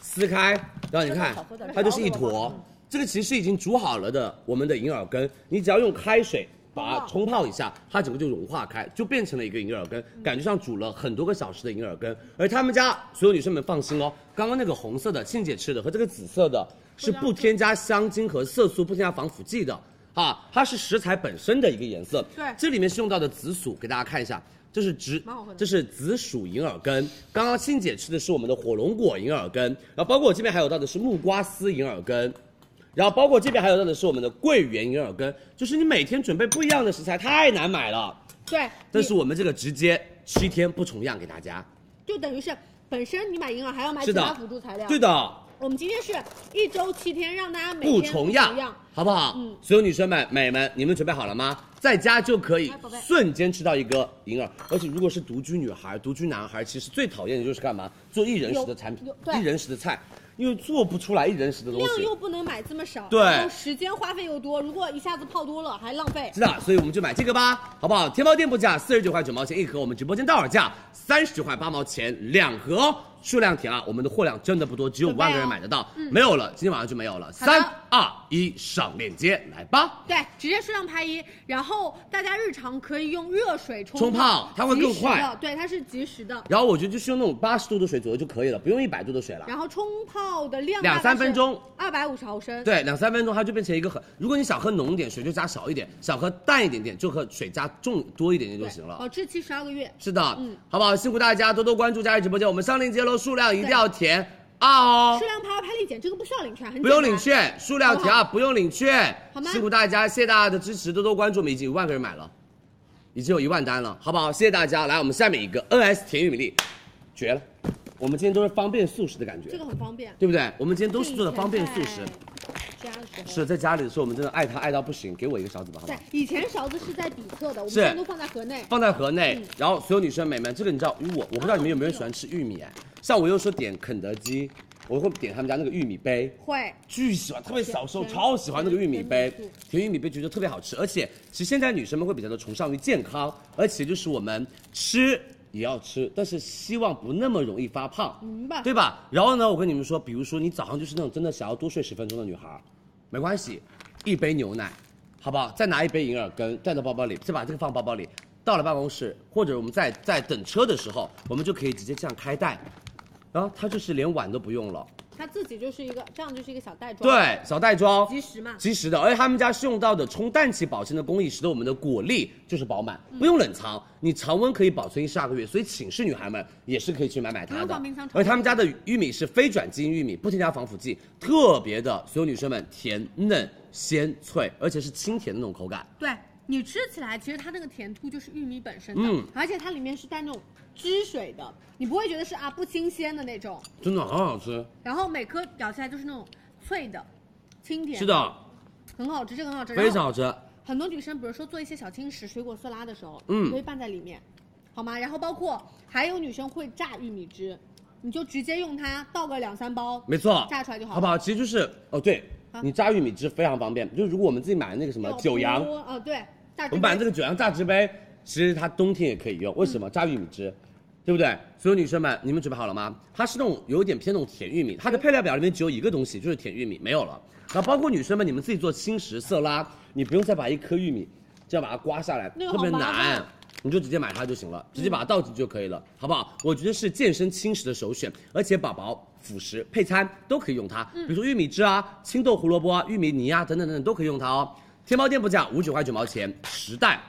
撕开，然后你看，它就是一坨。这个其实已经煮好了的我们的银耳羹，你只要用开水把它冲泡一下，它整个就融化开，就变成了一个银耳羹，感觉像煮了很多个小时的银耳羹。而他们家所有女生们放心哦，刚刚那个红色的庆姐吃的和这个紫色的是不添加香精和色素、不添加防腐剂的。啊，它是食材本身的一个颜色。
对
这里面是用到的紫薯，给大家看一下，这是植
蛮好喝的，
这是紫薯银耳根。刚刚欣姐吃的是我们的火龙果银耳根，然后包括我这边还有到的是木瓜丝银耳根。然后包括这边还有到的是我们的桂圆银耳根，就是你每天准备不一样的食材太难买了，
对，
但是我们这个直接七天不重样给大家，
你就等于是本身你买银耳还要买
是
其
的
他辅助材料。
对的，
我们今天是一周七天，让大家每
不
天
重样，好不好？
嗯
所有女生们、美们，你们准备好了吗？在家就可以
哎宝贝
瞬间吃到一个银耳，而且如果是独居女孩、独居男孩，其实最讨厌的就是干嘛？做一人食的产品
有有，对
一人食的菜，因为做不出来一人食的东
量
西。
又不能买这么少，
对
然后时间花费又多，如果一下子泡多了还浪费。
知道，所以我们就买这个吧，好不好？天猫店铺价四十九块九毛钱一盒，我们直播间到手价三十块八毛钱两盒哦，数量填啊，我们的货量真的不多，只有五万个人买得到，没有了，今天晚上就没有了。
哦嗯的
三二一，上链接来吧。
对，直接数量拍一，然后大家日常可以用热水冲
冲泡它会更
及时的
快
对，它是及时的。
然后我觉得就是用那种八十度的水左右就可以了，不用一百度的水了。
然后冲泡的量
两三分钟，
二百五十毫升。
对，两三分钟它就变成一个很，如果你想喝浓一点，水就加少一点；想喝淡一点点，就喝水加重多一点点
对，
就行了。
保质期十二个月。
是的，
嗯
好不好？辛苦大家多多关注佳怡直播间，我们上链接喽，数量一定要填二哦
数，量拍二拍立减，这个不需要领券，很
不用
简单
领。券，数量填二，不用领券，
好吗
辛苦大家，谢谢大家的支持，多多关注，我们已经一万个人买了，已经有一万单了，好不好？谢谢大家，来，我们下面一个 NS 甜玉米粒，绝了，我们今天都是方便速食的感觉，
这个很方便，
对不对？我们今天都是做的方便速食。。
这样子。
是在家里的时候，我们真的爱它爱到不行，给我一个勺子吧，好不
对
好？，
以前勺子是在底侧的，我们
是
现在都放在盒内。
放在盒内，然后所有女生美们，这个你知道，因为我我不知道你们有没有人喜欢吃玉米哎，像我有时候点肯德基，我会点他们家那个玉米杯，
会，
巨喜欢，特别小时候
甜
超喜欢那个玉米杯
甜米醋，
甜玉米杯觉得特别好吃，而且其实现在女生们会比较的崇尚于健康，而且就是我们吃也要吃，但是希望不那么容易发胖，
明白
对吧？然后呢，我跟你们说，比如说你早上就是那种真的想要多睡十分钟的女孩儿，没关系，一杯牛奶，好不好？再拿一杯银耳羹，带到包包里，再把这个放包包里。到了办公室，或者我们在在等车的时候，我们就可以直接这样开袋，然后它就是连碗都不用了，
它自己就是一个这样，就是一个小袋装。，
对，小袋装，
及时嘛。
及时的，而且他们家是用到的冲淡气保鲜的工艺，使得我们的果粒就是饱满，
嗯
不用冷藏，你常温可以保存一十二个月，所以寝室女孩们也是可以去买买它
不用
的
放冰箱。
而且他们家的玉米是非转基因玉米，不添加防腐剂，特别的，所有女生们甜嫩鲜脆，而且是清甜的那种口感。
对你吃起来，其实它那个甜度就是玉米本身的，
嗯
而且它里面是带那种汁水的，你不会觉得是啊不新鲜的那种。
真的很好吃，
然后每颗咬下来就是那种脆的、清甜，
是，的，
很好吃，这个很好吃。
非常好吃。
很多女生，比如说做一些小轻食、水果色拉的时候，
嗯
可以拌在里面，好吗？然后包括还有女生会榨玉米汁，你就直接用它倒个两三包，
没错，
炸出来就好
好不好？其实就是哦，对
啊，
你榨玉米汁非常方便，就是如果我们自己买的那个什么
要
九阳，
多哦，对，榨汁
我们把这
个
个九阳榨汁杯，其实它冬天也可以用，为什么？榨玉米汁，对不对？所有女生们，你们准备好了吗？它是那种有点偏那种甜玉米，它的配料表里面只有一个东西，就是甜玉米，没有了。然后包括女生们，你们自己做轻食色拉，你不用再把一颗玉米这样把它刮下来，
那个
特别
好麻烦
难。你就直接买它就行了，直接把它倒进去就可以了，好不好？我觉得是健身轻食的首选，而且宝宝辅食配餐都可以用它，
嗯
比如说玉米汁啊、青豆胡萝卜啊、玉米泥啊等等等等都可以用它哦。天猫店铺价五九块九毛钱，十袋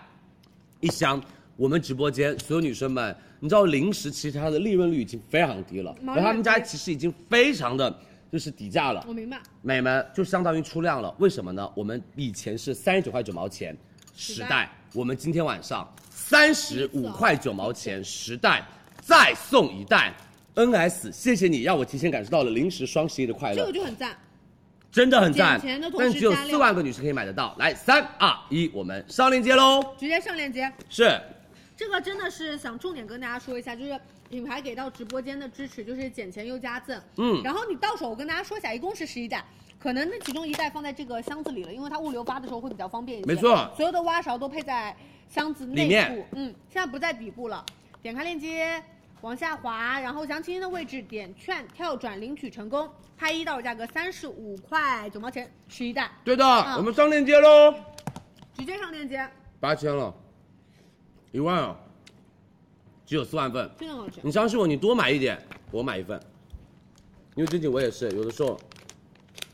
一箱。我们直播间所有女生们，你知道零食其实它的利润率已经非常低了，
毛
然
利
后他们家
很低
其实已经非常的就是底价了，
我明白，
美们就相当于出量了，为什么呢？我们以前是三十九块九毛钱十
袋
袋，我们今天晚上三十五块九毛钱十袋，再送一袋。NS，谢谢你让我提前感受到了零食双十一的快
这个
乐，
就很赞。
真的很赞
捡钱的。同时
但只有
加料
四万个女生可以买得到。来，三二一，我们上链接喽！
直接上链接，
是，
这个真的是想重点跟大家说一下，就是品牌给到直播间的支持，就是减钱又加赠。
嗯
然后你到手，我跟大家说一下，一共是十一袋，可能那其中一袋放在这个箱子里了，因为它物流发的时候会比较方便一些。
没错
所有的挖勺都配在箱子内
里
部，
面
嗯，现在不在底部了。点开链接，往下滑，然后详情页的位置点券跳转领取成功，拍一到手价格三十五块九毛钱，十一袋，
对的，
嗯
我们上链接喽！
直接上链接，
八千了，一万啊，只有四万份。
真的很好吃。
你相信我，你多买一点，我买一份。因为最近我也是，有的时候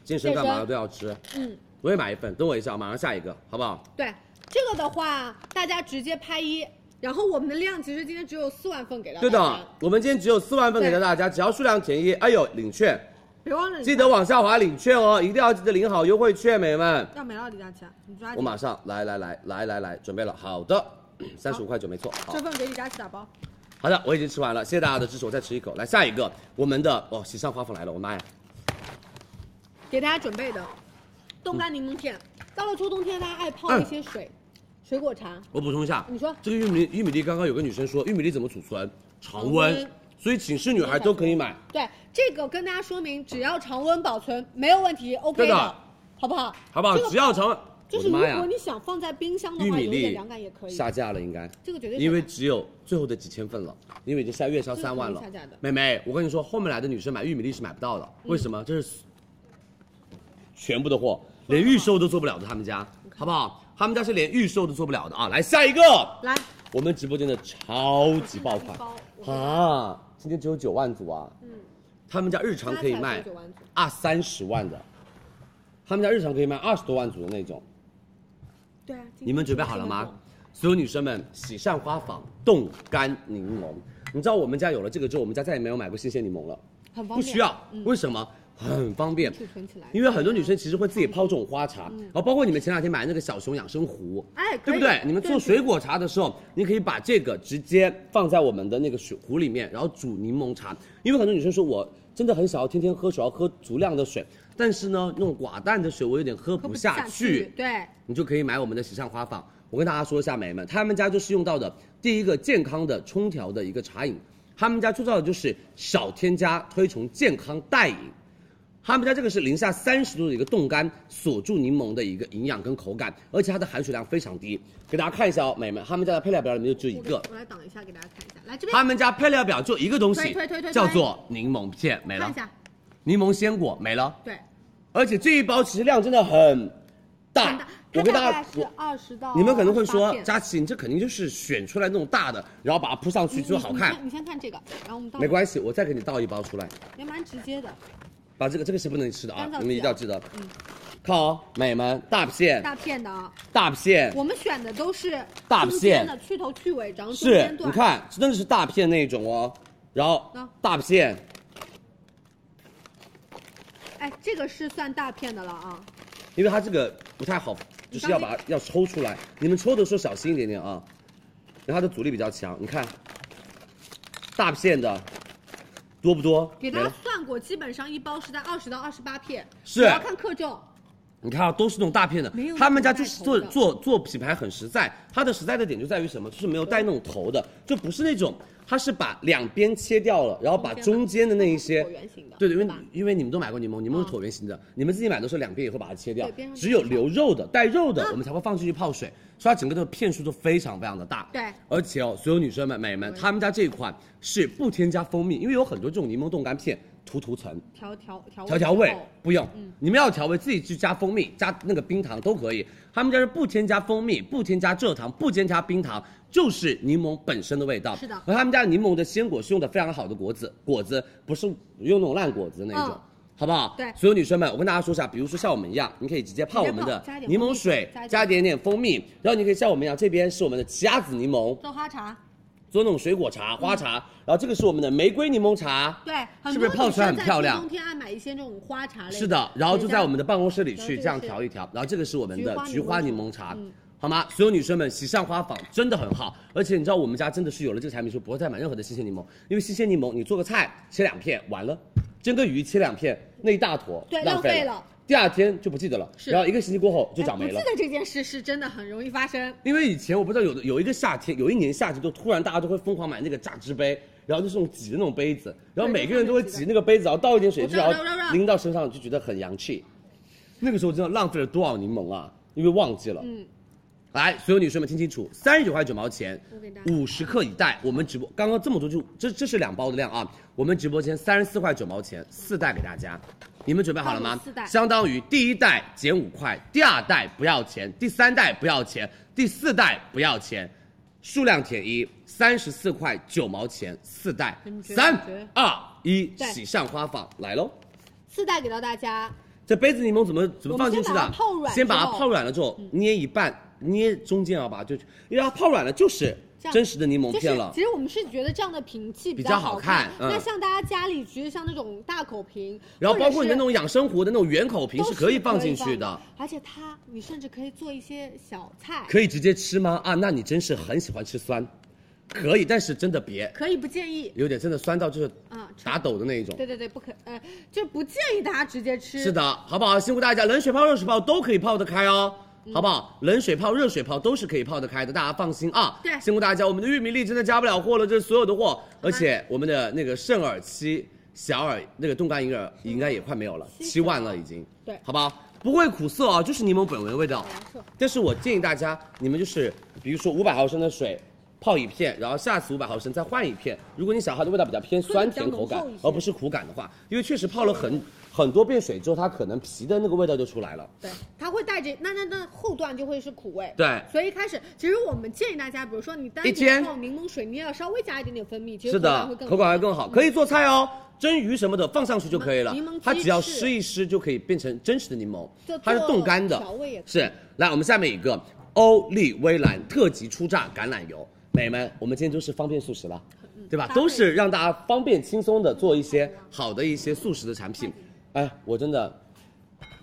健身干嘛
健身
都要吃，
嗯，
我也买一份，等我一下，马上下一个，好不好？
对，这个的话大家直接拍一，然后我们的量其实今天只有四万份给到
对
大
的
家，，
我们今天只有四万份给到大家，只要数量填一，哎呦，领券，
别忘了你
记得往下滑领券哦，一定要记得领好优惠券，美们。
要没了李佳琦，你抓
我
紧，
马上来来来来来来，准备了，好的，三十五块九没错，好
这。份给李佳琦打包。
好的，我已经吃完了，谢谢大家的支持，我再吃一口。来下一个，我们的哦，喜上花粉来了，我妈呀！
给大家准备的冻干柠檬片。到了秋冬天，大家爱泡一些
嗯
水、水果茶。
我补充一下，
你说
这个玉米玉米粒，刚刚有个女生说玉米粒怎么储存？常
常
温
温，
所以寝室女孩都可以买。
对，这个跟大家说明，只要常温保存没有问题，OK
对的
好不好？
好不好？
这个
只要常温，
就是如
我的妈呀
果你想放在冰箱的
玉
话，
米
有一点
粒
凉感也可以。
下架了，应该
这个绝对
因为只有最后的几千份了，因为已经下月销三万了
这个肯定下架的。嗯
妹妹，我跟你说，后面来的女生买玉米粒是买不到的，为什么？这是全部的货，连预售都做不了的，他们家好不好？他们家是连预售都做不了的啊！来下一个，
来，
我们直播间的超级爆款
包我
啊！今天只有九万组啊，
嗯，
他们家日常可以
大家才
卖
九万左右
二三十万的，他们家日常可以卖二十多万组的那种。
对啊，今
你们准备好了吗？所有女生们，喜善花坊冻干柠檬，你知道我们家有了这个之后，我们家再也没有买过新鲜柠檬了，
很方便，
不需要，
嗯，
为什么？很方便，
储存起来。
因为很多女生其实会自己泡这种花茶，然后包括你们前两天买的那个小熊养生壶，
哎嗯可
对不
以
对？你们做水果茶的时候，你可以把这个直接放在我们的那个水壶里面，然后煮柠檬茶。因为很多女生说我真的很想要天天喝水，要喝足量的水，但是呢，那种寡淡的水我有点喝
喝
不
下
下去。
对，
你就可以买我们的时尚花坊。我跟大家说一下，美眉们，他们家就是用到的第一个健康的冲调的一个茶饮，他们家做到的就是少添加，推崇健康代饮。他们家这个是零下三十度的一个冻干，锁住柠檬的一个营养跟口感，而且它的含水量非常低。给大家看一下哦，美眉们，他们家的配料表里面就只有一
我
个
给，我来挡一下，给大家看一下。来这边
他们家配料表就一个东西
推推推推，
叫做柠檬片，没
看
了
一，下，
柠檬鲜果没了，
对，
而且这一包其实量真的很
很
大
大，
我
它
跟
大
大家
概是二十到28片，哦
你们可能会说，佳琪，你这肯定就是选出来那种大的，然后把它铺上去就好看。
你你先。你先看这个，然后我们倒。
没关系，我再给你倒一包出来，
系，也蛮直接的。
把这个这个是不能吃的啊
干燥，剂啊
你们一定要记得。
嗯，
看哦，美们，大片，
大片的啊，
大片
我们选的都是
大
中间
片
的，去头去尾，然后中
是
间，段。
你，看，真的是大片那种哦。然后
啊
大片，
哎，这个是算大片的了啊。
因为它这个不太好，就是要把它要抽出来。你们抽的时候小心一点点啊，然后它的阻力比较强。你看，大片的多不多？
给
没
大家
了
算过，基本上一包是在二十到二十八片，
是
主要看克重。
你看啊，都是那种大片的
没有，
他们家就是
那种
做
带头的
做做品牌很实在，它的实在的点就在于什么？就是没有带那种头的，就不是那种，它是把两边切掉了，然后把中间的那一些
椭，圆形的，
对对，因
对
为
吧
因为你们都买过柠檬，柠檬是
嗯
椭圆形的，你们自己买的时候两边也会把它切掉
对边上，
只有留肉的带肉
嗯
的，我们才会放进去泡水，所以它整个的片数都非常非常的大。
对
而且哦，所有女生们、美们，他们家这一款是不添加蜂蜜，因为有很多这种柠檬冻干片涂涂层。
调调调嗯
调调味不用，你们要调味自己去加蜂蜜、加那个冰糖都可以。他们家是不添加蜂蜜、不添加蔗糖、不添加冰糖，就是柠檬本身的味道。
是的
而他们家的柠檬的鲜果是用的非常好的果子，果子不是用那种烂果子那种。
嗯
好不好？
对
所有女生们，我跟大家说一下，比如说像我们一样，你可以直接泡我们的
直接泡加一点
柠檬水
蜂蜜，
加一点点蜂蜜，然后你可以像我们一样，这边是我们的奇亚籽柠檬，
做花茶，
做那种水果茶、花茶，
嗯
然后这个是我们的玫瑰柠檬茶，
对，很
是
多
不是泡出来很
女生在
漂亮
秋冬天爱买一些这种花茶类的。
是的，然后就在我们
的
的办公室里
然后这
去
个
这样
是
调一调。然后这个是我们的
菊
菊
花
花
柠
柠
檬
檬
茶
茶
嗯，
好吗？所有女生们，喜上花坊真的很好，而且你知道我们家真的是有了这个产品之后，不会再买任何的新鲜柠檬，因为新鲜柠檬你做个菜切两片完了，蒸个鱼切两片那一大坨
对
浪
浪费
了
了，
第二天就不记得了，
是哎
然后一个星期过后就长
我
霉
记
了。
得这件事是真的很容易发生。
因为以前我不知道有的有一个夏天，有一年夏天就突然大家都会疯狂买那个榨汁杯，然后就是那种挤的那种杯子，然后每个人都会挤那个杯子，然后倒一点水去，
我知道
然
知道知道
后淋到身上就觉得很洋气。那个时候真的浪费了多少柠檬啊！因为忘记了。
嗯，
来，所有女生们听清楚，三十九块九毛钱
我给大，家
五十克一袋。我们直播刚刚这么多就这这是两包的量啊，我们直播间三十四块九毛钱四袋给大家，你们准备好了
到
吗
底四？袋
相当于第一袋减五块，第二袋不要钱，第三袋不要钱，第四袋不要钱，数量填一，三十四块九毛钱四袋
真，绝
三
绝
二一，
对
喜上花坊来喽！
四袋给到大家，
这杯子柠檬怎么怎么放进去
我们
的
先把它泡软？
先把它
之后
泡软了之后，捏一半，捏中间啊吧，就因为它泡软了就是
这样
真实的柠檬
就是
片了
其。实我们是觉得这样的瓶器
比较
较
好
看。
看嗯
那像大家家里其实像那种大口瓶，
然后包括
或者
你
是
的那种养生壶的那种圆口瓶
都
是
是
可以放进去
的
的，，
而且它你甚至可以做一些小菜，
可以直接吃吗？啊，那你真是很喜欢吃酸，可以，但是真的别
可以不建议
有点真的酸到就是
啊。吃
打抖的那一种。
对对对，不可呃，就不建议大家直接吃。
是的，好不好？辛苦大家，冷水泡、热水泡都可以泡得开哦。
嗯
好不好？冷水泡、热水泡都是可以泡得开的，大家放心啊。
对
辛苦大家，我们的玉米粒真的加不了货了，这是所有的货，而且我们的那个圣耳七、小耳那个冻干银耳应该也快没有了，
七
七万了已经。
对嗯
好不好？不会苦涩啊，就是柠檬本源味道
没错。
但是我建议大家，你们就是比如说五百毫升的水。泡一片，然后下次五百毫升再换一片。如果你想它的味道比较偏酸甜口感
会比较浓厚一，些
而不是苦感的话，因为确实泡了很很多遍水之后，它可能皮的那个味道就出来了。
对，它会带着那那那后段就会是苦味。
对
所以一开始其实我们建议大家，比如说你单
一
独
天
泡柠檬水，你也要稍微加一点点蜂蜜，其
是
实口感
的
会更，
口感会
好
更好，可以做菜哦。蒸鱼什么的放上去就可以了
柠檬，
它
鸡
只要
翅
湿一湿就可以变成真实的柠檬
就，
它是
做
冻干的
调味也可以。
是，来我们下面一个欧丽薇兰特级初榨橄榄油，美们，我们今天都是方便素食了，对吧？
搭配
都是让大家方便轻松的做一些好的一些素食的产品。哎，我真的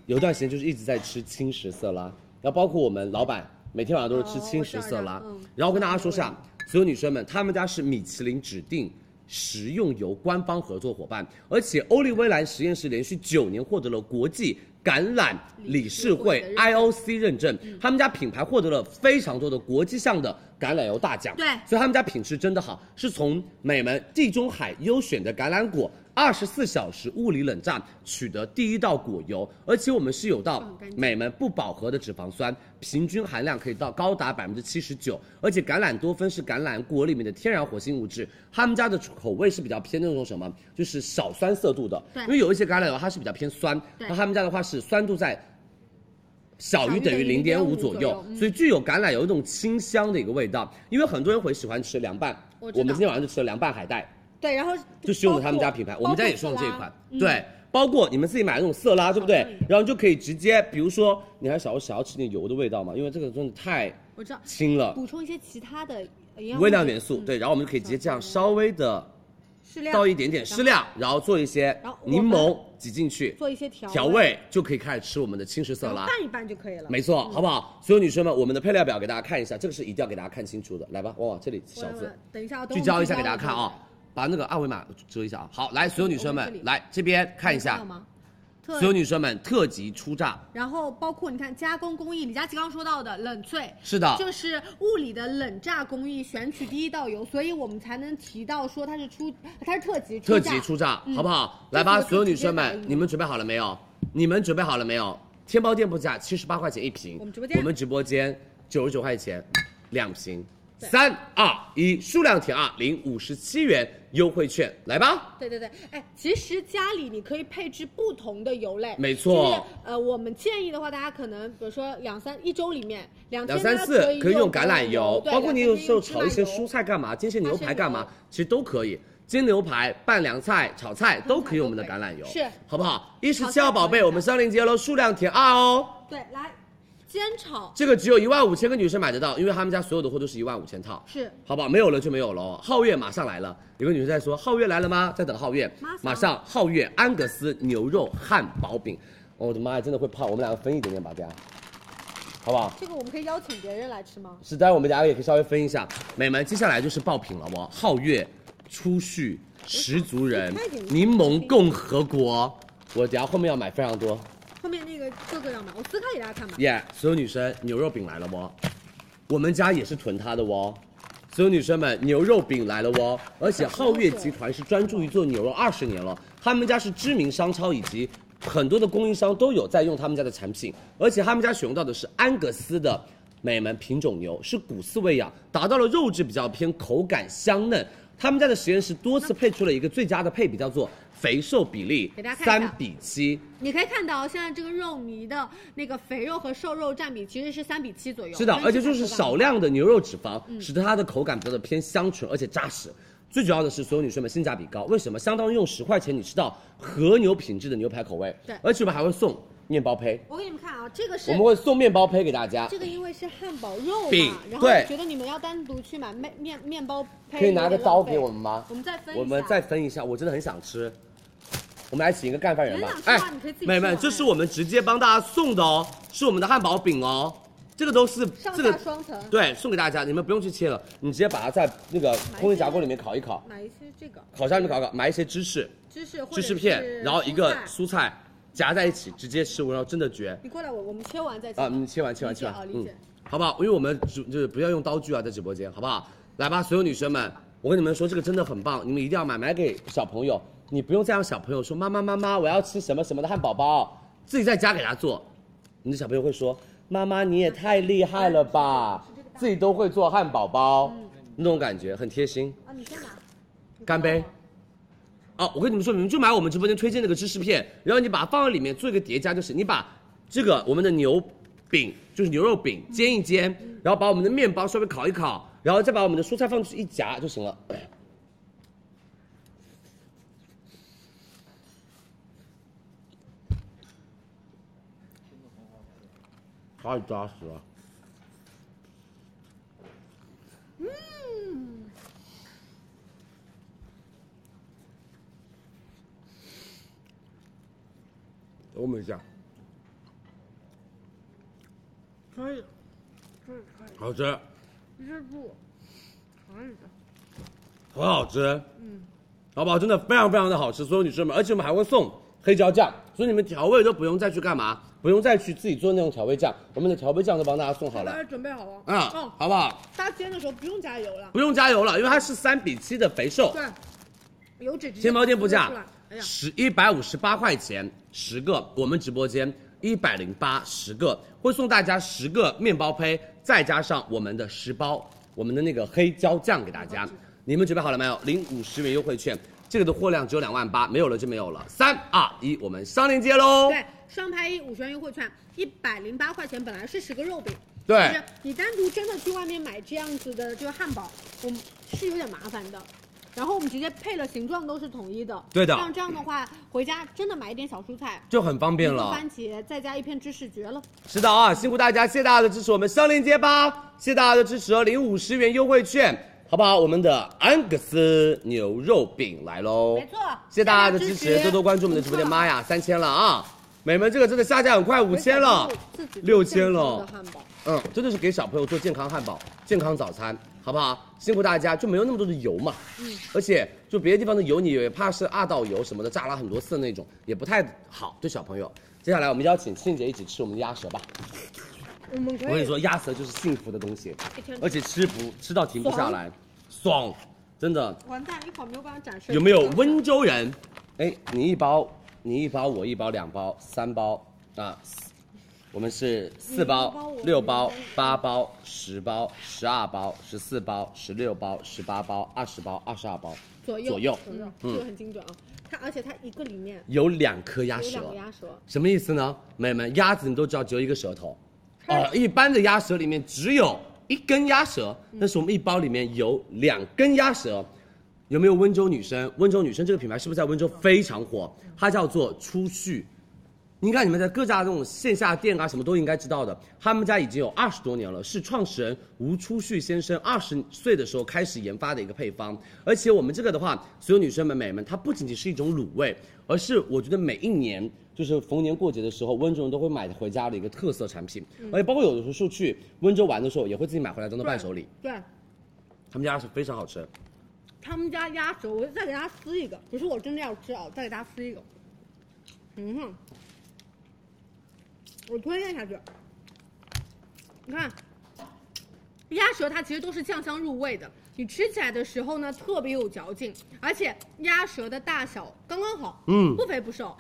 有一段时间就是一直在吃轻食色拉，然后包括我们老板每天晚上都是吃轻食色拉。
哦我知道嗯
然后跟大家说下，所有女生们，他们家是米其林指定。食用油官方合作伙伴，而且欧丽薇兰实验室连续九年获得了国际橄榄理事会
理事会的认证
IOC 认证，
嗯
他们家品牌获得了非常多的国际上的橄榄油大奖。
对
所以他们家品质真的好，是从美门地中海优选的橄榄果，二十四小时物理冷榨取得第一道果油，而且我们是有到
很干净
美门不饱和的脂肪酸，平均含量可以到高达百分之七十九，而且橄榄多酚是橄榄果里面的天然活性物质，他们家的口味是比较偏那种什么，就是少酸涩度的，
对
因为有一些橄榄油它是比较偏酸，
对
那他们家的话是酸度在小于等于零点五
0.5
左
左
右
右，嗯
所以具有橄榄油一种清香的一个味道。因为很多人会喜欢吃凉拌，我
我
们
知
今
道
天晚上就吃了凉拌海带，
对，然后
就是用的
包
他们家
括
品牌，
包
我们家
括
也是用
色
这一
拉
款，
嗯啊
对。包括你们自己买的那种色拉，对不对
好像也有？
然后你就可以直接，比如说，你还想想要吃点油的味道嘛，因为这个真的太
我知道，
轻了，
补充一些其他的营养
微量元素，
嗯
对。然后我们就可以直接这样稍微的
适量
倒一点点适量，然后做一些
然后我
柠
们
檬挤进去，
做一些调
调味就可以开始吃我们的轻食色
然
拉
后。拌一拌就可以了。嗯
没错，好不好？所有女生们，我们的配料表给大家看一下，这个是一定要给大家看清楚的。来吧，往往这里
我
小字，
等一下啊，等我
聚
们
焦一下给大家
了
看
就
啊，把那个二维码遮一下啊。好，来，所有女生
我们
们
这，里
来这边看一下
能看到，吗？
所有
特，
女生们特级初榨，
然后包括你看加工工艺，李佳琦刚刚说到的冷萃，
是的，
就是物理的冷榨工艺选取第一道油，所以我们才能提到说它是出，它是特级出
特
价
级出榨，
嗯
好不好？
这
来吧，
次就
所有女
直接
生
打
们
一，个
你们准备好了没有？你们准备好了没有？天猫店铺价七十八块钱一瓶，
我们直播间
我们直播间九十九块钱两瓶。
对
三二一，数量填二，领五十七元优惠券，来吧！
对对对，哎，其实家里你可以配置不同的油类，
没错
就是呃，我们建议的话，大家可能比如说两三一周里面两
两
天
三
大家
次
可以
可以用
用
橄榄油，
对
包括你有时候炒一些
两天可以
蔬
用芝麻油
菜干嘛，煎些牛排干嘛
花生，
其实都可以。煎牛排、拌凉菜、炒菜都可以用
嗯
我们的橄榄油，
是
好不好？一十
炒
七
菜
号宝贝，
可以的
我们上链接喽，数量填二哦。
对，来煎炒
这个只有一万五千个女生买得到，因为他们家所有的货都是一万五千套，
是
好不好？没有了就没有了。哦。皓月马上来了，有个女生在说皓月来了吗？在等皓月
马上，
马上皓月安格斯牛肉汉堡饼，哦我的妈呀，真的会胖，我们两个分一点点吧，这样，好不好？
这个我们可以邀请别人来吃吗？
是，待会我们大家也可以稍微分一下。美们，接下来就是爆品了，我皓月、初旭、十足人
你快点、
柠檬共和国，我等下后面要买非常多。
后面那个这个要吗？我撕开给大家看吧。
耶所有女生牛肉饼来了哦，我们家也是囤它的哦。所有女生们，牛肉饼来了哦！而且皓月集团是专注于做牛肉二十年了，他们家是知名商超以及很多的供应商都有在用他们家的产品，而且他们家选用到的是安格斯的美门品种牛，是骨饲喂养，达到了肉质比较偏口感香嫩。他们家的实验室多次配出了一个最佳的配比，叫做肥瘦比例
给大家看一
三
下
比七，
你可以看到现在这个肉泥的那个肥肉和瘦肉占比其实是三比七左右。
是的，
跟
而且就
这
是
个
少量的牛肉脂肪，
嗯
使得它的口感比较的偏香醇，而且扎实。最主要的是，所有女生们性价比高，为什么？相当于用十块钱你吃到和牛品质的牛排口味，
对
而且我们还会送面包胚，
我给你们看啊，这个是
我们会送面包胚给大家，
这个因为是汉堡肉嘛
饼，
然后
对
我觉得你们要单独去买面面面包胚，
可以拿个刀给我
们，
们吗？
我们
我们再
再分一下，
分一下，我真的很想吃。我们来请一个干饭人吧
你。们想
哎
吃的话你可以自己，吃
美们，
哎
这是我们直接帮大家送的哦，是我们的汉堡饼哦，这个都是
上
这个
下双层，
对，送给大家，你们不用去切了，你直接把它在那个空气炸锅里面烤一烤，
买一些这个
烤箱里面烤一烤，买一些芝士、
芝士或
芝
者
士
是
片，然后一个
蔬
蔬
菜
菜夹在一起直接吃，我然后真的绝
你过来，我我们切完再切
啊！你切完切完
理解
切完
啊，理
嗯
解，
好不好？因为我们主就是不要用刀具啊，在直播间，好不好？来吧，所有女生们，我跟你们说，这个真的很棒，你们一定要买，买给小朋友，你不用再让小朋友说妈妈妈妈，我要吃什么什么的汉堡包，自己在家给他做，你的小朋友会说妈妈你也太厉害了吧，自己都会做汉堡包，那种感觉很贴心。
啊，你先拿，你
干杯
过来。
哦，我跟你们说，你们就买我们直播间推荐那个芝士片，然后你把它放在里面做一个叠加，就是你把这个我们的牛饼，就是牛肉饼煎一煎，然后把我们的面包稍微烤一烤，然后再把我们的蔬菜放进去一夹就行了。太扎实了。等我们一下。
可以，这也可以，
好吃，
一致不，可以的，
很好吃，嗯，好不好？真的非常非常的好吃，所有女生们，而且我们还会送黑椒酱，所以你们调味都不用再去干嘛，不用再去自己做那种调味酱，我们的调味酱都帮大家送好了
大，家准备好了，
啊、
哦，
好不好？
大家煎的时候不用加油了，
不用加油了，因为它是三比七的肥瘦，
对，油脂直接
天猫店铺价
出来哎呀，
十一百五十八块钱十个，我们直播间一百零八十个，会送大家十个面包胚，再加上我们的十包我们的那个黑椒酱给大家。你们准备好了没有？领五十元优惠券，这个的货量只有两万八，没有了就没有了。三二一，我们上链接喽！
对，双拍一五十元优惠券，一百零八块钱，本来是十个肉饼，
对
就是你单独真的去外面买这样子的这个汉堡，我们是有点麻烦的。然后我们直接配了形状都是统一的，
对的
像这样的话，回家真的买一点小蔬菜，
就很方便
一个
了。
番茄，再加一片芝士，绝了。
是的啊，辛苦大家，谢谢大家的支持，我们上链接吧，谢谢大家的支持哦，领五十元优惠券，好不好？我们的安格斯牛肉饼来喽，
没错
谢谢大家的
谢谢
支
支
持，
持
多多关注我们的直播间，
没错
妈呀，三千了啊！美们，这个真的下架很快，五千了
回家之后自己，
六千
做
了
的，汉堡，
嗯，真的是给小朋友做健康汉堡、健康早餐，好不好？辛苦大家，就没有那么多的油嘛。嗯。而且就别的地方的油，你也怕是二道油什么的，炸了很多次那种，也不太好对小朋友。接下来我们邀请庆姐一起吃我们的鸭舌吧。
我们
我
可
跟你
以
说，鸭舌就是幸福的东西
哎真，的
而且吃不吃到停不下来，爽，真的。
完蛋，一会儿没有办法展示。
有没有温州人？哎，你一包，你一包，我一包，两包，三包啊，四我们是四
你一包
包
我、一包
六包、八包、十包、十二包、十四包、十六包、十八包、二十包、二十二包
左右
左右，
嗯，这
嗯
个很精准啊。它而且它一个里面
有两颗鸭
有
舌
两。个鸭舌，
什么意思呢？美们，鸭子你都知道只有一个舌头，
是
哦，一般的鸭舌里面只有一根鸭舌，但是我们一包里面有两根鸭舌。有没有温州女生？温州女生这个品牌是不是在温州非常火？它叫做初旭，应该你们在各家这种线下店啊什么都应该知道的。他们家已经有二十多年了，是创始人吴初旭先生二十岁的时候开始研发的一个配方。而且我们这个的话，所有女生们、美们，它不仅仅是一种卤味，而是我觉得每一年就是逢年过节的时候，温州人都会买回家的一个特色产品。而且包括有的时候去温州玩的时候，也会自己买回来当做伴手礼。
对，
他们家是非常好吃，
他们家鸭舌，我再给大家撕一个，不是我真的要吃啊，我再给大家撕一个。嗯哼，我推荐下去。你看，鸭舌它其实都是酱香入味的，你吃起来的时候呢特别有嚼劲，而且鸭舌的大小刚刚好，
嗯
不肥不瘦。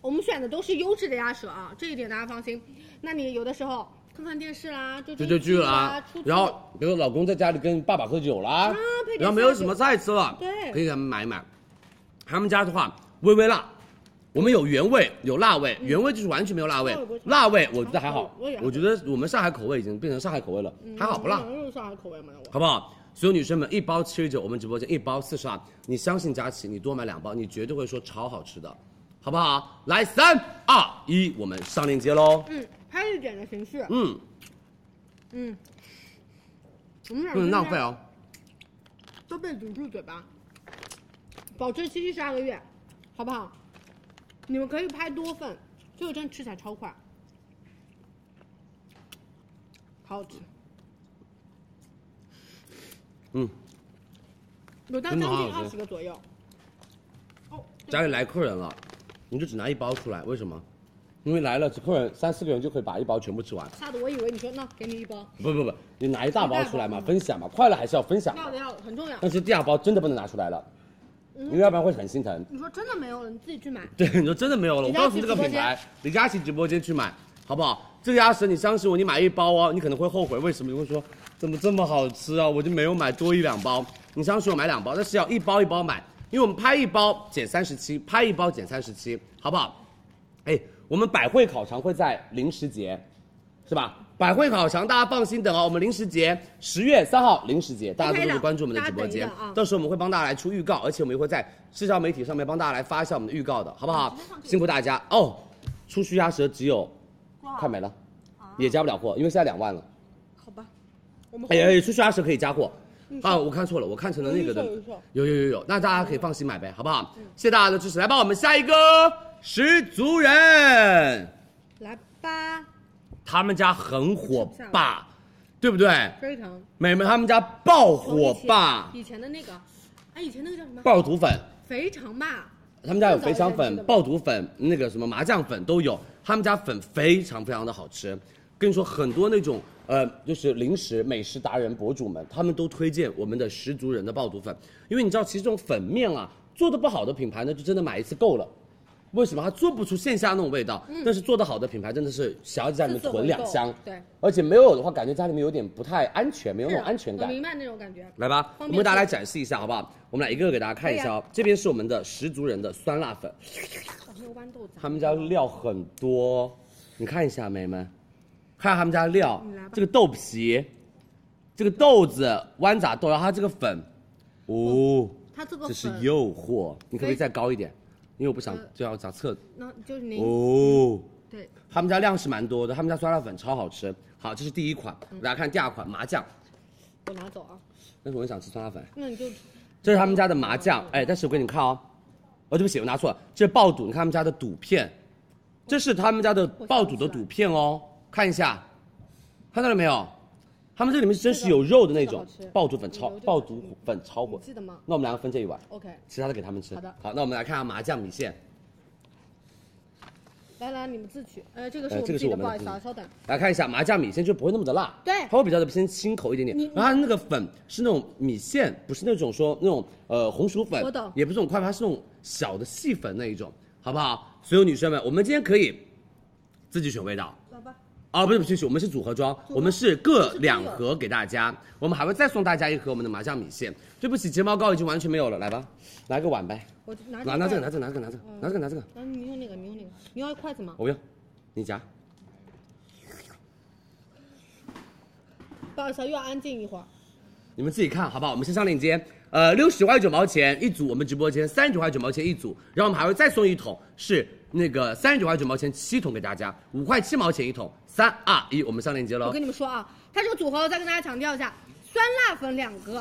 我们选的都是优质的鸭舌啊，这一点大家放心。那你有的时候看看电视啦，追
追追
追
剧
啦
啦，
出去啊
然后比如说老公在家里跟爸爸喝酒啦，
配点
然后没有什么菜吃了，
对
可以给他们买一买。他们家的话，微微辣，我们有原味，有辣味，原味就是完全没有辣味
那我嗯不，尝
辣味我觉得还好
我也，还好
我觉得我们上海口味已经变成上海口味了，还好不辣，
嗯又是上海口味嘛，我
好不好？所有女生们，一包七十九，我们直播间一包四十二，你相信佳琪，你多买两包，你绝对会说超好吃的，好不好？来，三二一，我们上链接喽。
嗯，拍一点的形式，
嗯，
嗯，我们俩
不能浪费
今天
哦。
都被堵住嘴巴，保质期是十二个月，好不好？你们可以拍多份，这个真的吃起来超快，好好吃。
嗯，
有到
真
将
的好
近
好
二
吃
十个左右。哦，
家里来客人了，你就只拿一包出来，为什么？因为来了客人三四个人就可以把一包全部吃完。
吓得我以为你说那给你一包，
不不不，你拿一大包出来嘛，
一大包
分享嘛，快乐还是要分享。
那得要很重要。
但是第二包真的不能拿出来了，
嗯
因为要不然会很心疼。
你说真的没有了，你自己去买。
对， 你说真的没有了，我
李佳琦
告诉你这个品牌，李佳琦直播间去买，好不好？这个鸭舌，你相信我，你买一包哦，你可能会后悔，为什么？你会说怎么这么好吃啊？我就没有买多一两包。你相信我，买两包，但是要一包一包买，因为我们拍一包减三十七，拍一包减三十七，好不好？哎，我们百汇烤肠会在零食节，是吧？百汇烤肠，大家放心等哦，我们零食节十月三号零食节，大家
OK
多
的
多关注我们的
大
直
家
播
等一
间
等啊，
到时候我们会帮大家来出预告，而且我们也会在社交媒体上面帮大家来发一下我们的预告的，好不好？辛苦大家哦。出虚鸭舌只有快没了，也加不了货，因为现在两万了。
啊好吧，我们嗯
哎哎，出虚鸭舌可以加货
预。售
啊，我看错了，我看成了那个的
有预售有预售，
有有有有，那大家可以放心买呗，好不
嗯
好？谢谢大家的支持，来吧，我们下一个十足人。
来吧，
他们家很火吧，对不对？
非常
美们他们家爆火吧，
以前的那个，哎，以前那个叫什么？
爆肚粉，
肥肠吧，
他们家有肥肠粉
更早以前吃的、吧
爆肚粉、那个什么麻酱粉都有，他们家粉非常非常的好吃。跟你说，很多那种呃，就是零食美食达人博主们，他们都推荐我们的十足人的爆肚粉，因为你知道，其实这种粉面啊，做的不好的品牌呢，就真的买一次够了。为什么它做不出线下那种味道？但是做的好的品牌真的是小姐在里面
自自
囤
回
两
购
箱，
对，
而且没有的话，感觉家里面有点不太安全，没有那
是啊
种安全感
我。明白那种感觉。
来吧，我
方便
们给大家来展示一下，好不好？我们俩一个个给大家看一下哦。这边是我们的十足人的酸辣粉，
哦那个豌豆啊杂
他们家料很多，你看一下，美们，看下他们家料
你来吧，
这个豆皮，这个豆子豌杂豆，然后它这个粉，哦，
它这个
这是
粉，
诱惑，你可不可以
哎
再高一点？因为我不想
呃
这样砸侧，
那就是您、
哦。
对，
他们家量是蛮多的，他们家酸辣粉超好吃。好，这是第一款，给大家看第二款麻酱，
我拿走啊，
但是我很想吃酸辣粉。
那你就
这是他们家的麻酱，哎，但是我给你看哦，哦，对不起，我拿错了，这是爆肚，你看他们家的肚片，这是他们家的爆肚的肚片哦，看一下，看到了没有？他们这里面是真是有肉的那种
这个好吃
爆肚粉超
有肉
爆肚粉超火
你，记得吗
那我们两个分这一碗，
？OK，
其他的给他们吃。
好的
好，那我们来看下麻酱米线，
来来，你们自取。呃，这个是
呃
我
这个
们自己
是
的，
我
不
们的
好意思啊，稍等。
来看一下麻酱米线就不会那么的辣，
对
它会比较的偏清口一点
你
点。然后它那个粉是那种米线，不是那种说那种呃红薯粉，
我懂
也不是那种快粉，它是那种小的细粉那一种，好不好？所有女生们，我们今天可以自己选味道。
来吧，
啊，不是，不是，我们是组合装，我们是各两盒给大家，我们还会再送大家一盒我们的麻酱米线。对不起，睫毛膏已经完全没有了，来吧，拿个碗呗，
我就拿
拿拿这个，拿
拿，
这个，拿这个，拿这个，拿这个，拿这个，
拿你用那个，你用那个，你要筷子吗？
我要，你夹。
不好意思啊，又要安静一会儿。
你们自己看好不好？我们先上链接，呃，六十九块九毛钱一组，我们直播间三十九块九毛钱一组，然后我们还会再送一桶，是那个三十九块九毛钱七桶给大家，五块七毛钱一桶。三二一，我们上链接
我
喽
跟。你们说啊，它这个组合我再跟大家强调一下：酸辣粉两个，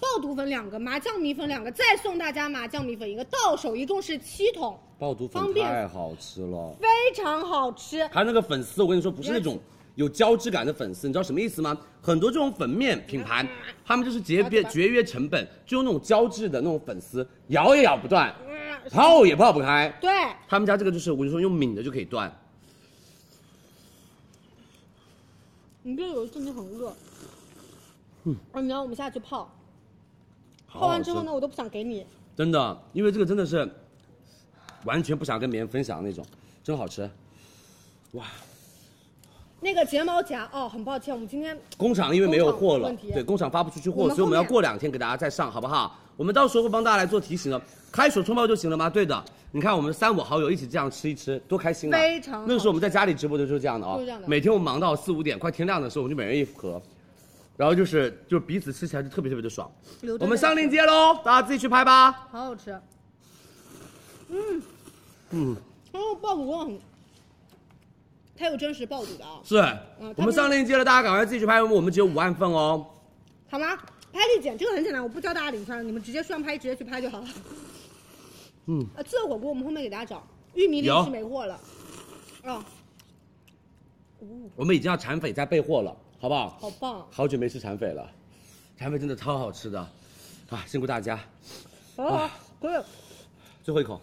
爆肚粉两个，麻酱米粉两个，再送大家麻酱米粉一个，到手一共是七桶，
爆肚
方便
好吃了，
非常好吃。
它那个粉丝，我跟你说，不是那种有胶质感的粉丝，你知道什么意思吗？很多这种粉面品牌，他们就是节约节约成本，就用那种胶质的那种粉丝，咬也咬不断，泡也泡不开。
对，
他们家这个就是我跟你说，用抿的就可以断。
你这有一阵子很饿，嗯，啊，你让我们下去泡，泡完之后呢，我都不想给你。
真的，因为这个真的是完全不想跟别人分享的那种，真好吃。哇，
那个睫毛夹哦，很抱歉，我们今天
工厂因为没有货了
工厂有问题，啊
对，工厂发不出去
我
货，
们
所以我们
后
要
面
过两天给大家再上，好不好？我们到时候会帮大家来做提醒的。开手冲泡就行了吗？对的，你看我们三五好友一起这样吃一吃，多开心啊！
非常好
那个时候我们在家里直播的就是这样的啊、
就是这样的
每天我们忙到四五点，快天亮的时候，我们就每人一盒，然后就是就彼此吃起来就特别特别的爽。
留着
我们上
那
链接喽，大家自己去拍吧。
个好好吃，嗯然后爆肚很，它有真实爆肚的啊，
是，我们上链接了，大家赶快自己去拍，我们只有五万份哦。
好吗？拍立减这个很简单，我不教大家领穿，你们直接上拍直接去拍就好了。
嗯，
呃，自热火锅我们后面给大家找，玉米粒
有
是没货了。哦，哦，
我们已经要馋匪在备货了，好不好？
好棒！
好久没吃馋匪了，馋匪真的超好吃的，啊，辛苦大家。
哦，可以。
最后一口，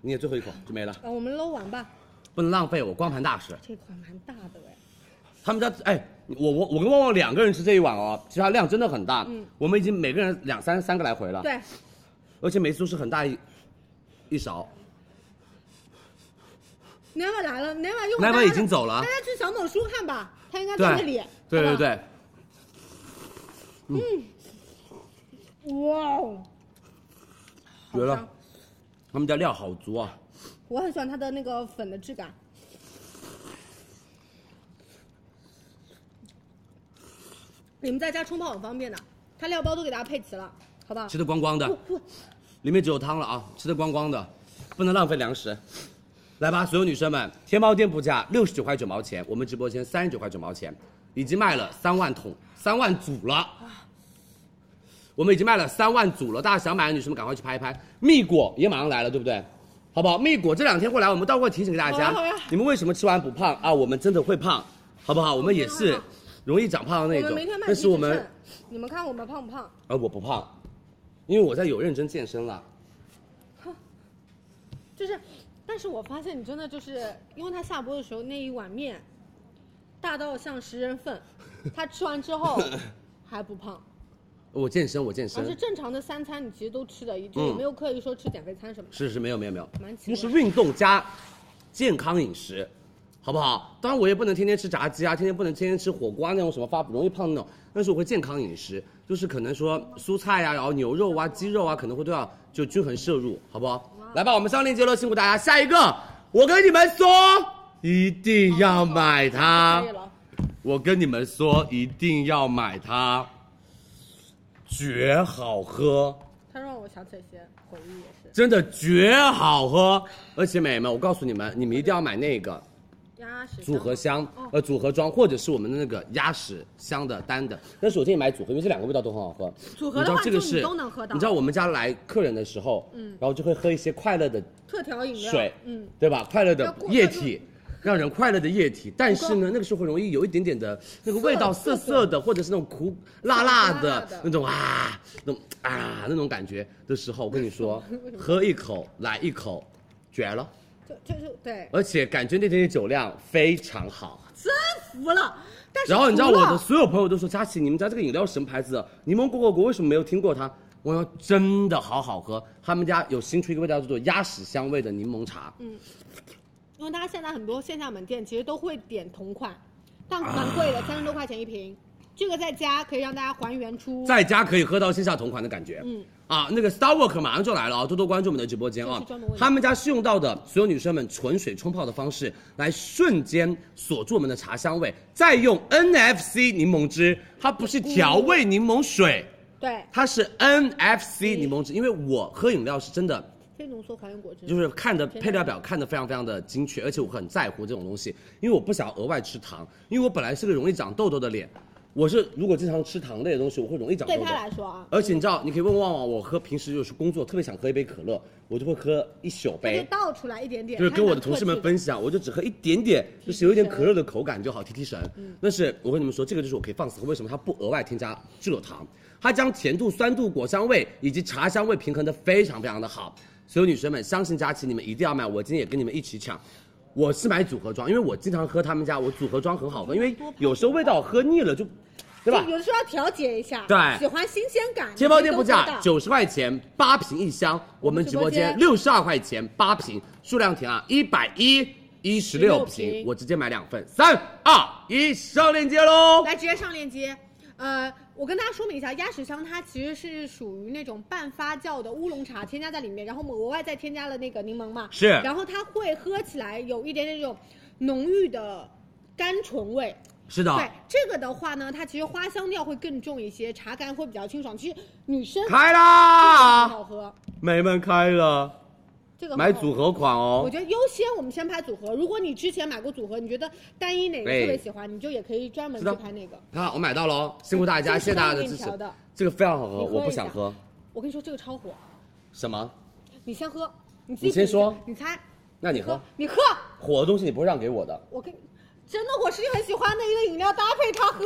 你也最后一口就没了，
呃，我们搂完吧，
不能浪费我光盘大吃。
这款蛮大的哎。
他们家哎，我我我跟旺旺两个人吃这一碗哦，其实它量真的很大。
嗯
我们已经每个人两三三个来回了，
对，
而且每次都是很大一一勺。
奶爸来了，奶爸一会儿
奶
大
爸
家
已经走了
大，家去小某书看吧，他应该在那
对
里。
对
好
对
吧。
对，
哇哦，好
绝了
香！
他们家料好足啊，
我很喜欢它的那个粉的质感。你们在家冲泡很方便的，它料包都给大家配齐了，好不好
吃？的光光的。
不不
里面只有汤了啊，吃的光光的，不能浪费粮食。来吧，所有女生们，天猫店铺价六十九块九毛钱，我们直播间三十九块九毛钱，已经卖了三万桶，三万组了。我们已经卖了三万组了，大家想买的女生们赶快去拍一拍。蜜果也马上来了，对不对？好不好？蜜果这两天会来，我们到会提醒给大家
好呀好呀。
你们为什么吃完不胖啊？我们真的会胖，好不好？我们也是容易长胖的那
我
种
们明天，卖
但
体
是
脂
我们
秤，你们看我们胖不胖？
呃，我不胖，因为我在有认真健身了。
就是，但是我发现你真的就是，因为他下播的时候那一碗面，大到像十人份，他吃完 之后还不胖，
我健身，我健身
而。是正常的三餐你其实都吃的，就也没有刻意说吃减肥餐什么的。
嗯是是，没有没有没有
蛮，奇
就
怪
是运动加健康饮食，好不好？当然我也不能天天吃炸鸡啊，天天不能天天吃火锅啊那种什么发容易胖那种，但是我会健康饮食，就是可能说蔬菜呀、然后牛肉啊、鸡肉啊，可能会都要就均衡摄入，好不好？
哦
来吧，我们上链接了，辛苦大家。下一个，我跟你们说，一定要买它
可以。了，
我跟你们说，一定要买它，绝好喝。
他让我想起了一些回忆，也是。
真的绝好喝，而且美们，我告诉你们，你们一定要买那个
鸭屎
组合香
哦，
呃，组合装，或者是我们的那个鸭屎香的单的。但是我建议买组合，因为这两个味道都很好喝。
组合
你
的
知道
话
这个
就是
是
你都能喝到
你知道我们家来客人的时候，
嗯
然后就会喝一些快乐的
特调饮料，
水，
嗯，
对吧？快乐的
要过
液体，让人快乐的液体。但是呢，那个时候会容易有一点点的那个味道，涩
涩涩
涩的，或者是那种苦辣辣
辣辣
的
的
那种啊，那种啊那种感觉的时候，我跟你说
为什，么
喝一口来一口，绝了！
就就就对，
而且感觉那天的酒量非常好。
真服了。但是
然后你知道
除
我
了
的所有朋友都说，佳琪，你们家这个饮料是什么牌子的？柠檬果果果为什么没有听过它？我说真的好好喝，他们家有新出一个味道叫做鸭屎香味的柠檬茶，
因为大家现在很多线下门店其实都会点同款，但
啊
蛮贵的，三十多块钱一瓶。这个在家可以让大家还原出
在家可以喝到线下同款的感觉。
嗯
啊，那个 Star Work 马上就来了啊，多多关注我们的直播间
这
啊
是专门为。你
他们家是用到的所有女生们纯水冲泡的方式，来瞬间锁住我们的茶香味，再用 NFC 柠檬汁，它不是调味柠檬水，
对，
它是 NFC
嗯
柠檬汁，因为我喝饮料是真的。
非浓缩还原果汁，
就是看的配料表看的非常非常的精确，而且我很在乎这种东西，因为我不想额外吃糖，因为我本来是个容易长痘痘的脸，我是如果经常吃糖类的东西，我会容易长痘
对
痘
他。来说啊，
而且你知道，你可以问旺旺，我喝平时就是工作特别想喝一杯可乐，我就会喝一小
他就
杯，
倒出来一点点，
就是跟我的
还蛮
同
克
事
制
们
的
分享，我就只喝一点点，就是有一点可乐的口感就好，提提神。但是我跟你们说，这个就是我可以放肆喝，为什么它不额外添加蔗糖？它将甜度、酸度、果香味以及茶香味平衡的非常非常的好。所有女生们，相信佳琪，你们一定要买，我今天也跟你们一起抢。我是买组合装，因为我经常喝他们家，我组合装很好喝，因为有时候味道喝腻了就，对吧
就？有的时候要调节一下，
对
喜欢新鲜感，
天猫店铺
你
价
都知道
九十块钱八瓶一箱，我们直播间
直
六十二块钱八瓶，数量填啊，一百一一十六瓶，
瓶
我直接买两份。三二一，上链接喽！
来直接上链接。呃，我跟大家说明一下，鸭屎香它其实是属于那种半发酵的乌龙茶，添加在里面，然后我们额外再添加了那个柠檬嘛，
是
然后它会喝起来有一点点这种浓郁的甘醇味。
是的，
对这个的话呢，它其实花香调会更重一些，茶感会比较清爽。其实女生
开
很
啦，
好喝，
美们开了，
这个很
买
好
组合款哦。
我觉得优先我们先拍组合。如果你之前买过组合，你觉得单一哪个
哎
特别喜欢，你就也可以专门
是的
去拍那个。
看，我买到了哦，辛苦大家，
这
谢谢
是
大家
帮
的
你
支持
调的。
这个非常好喝，
你喝
我不
一下
想喝。
我跟你说，这个超火，
什么？
你先喝，你自己
你先
品
说
你猜，
那你
你
喝。，
你喝，
火的东西你不会让给我的，
我跟，真的我是很喜欢的一个饮料搭配它喝，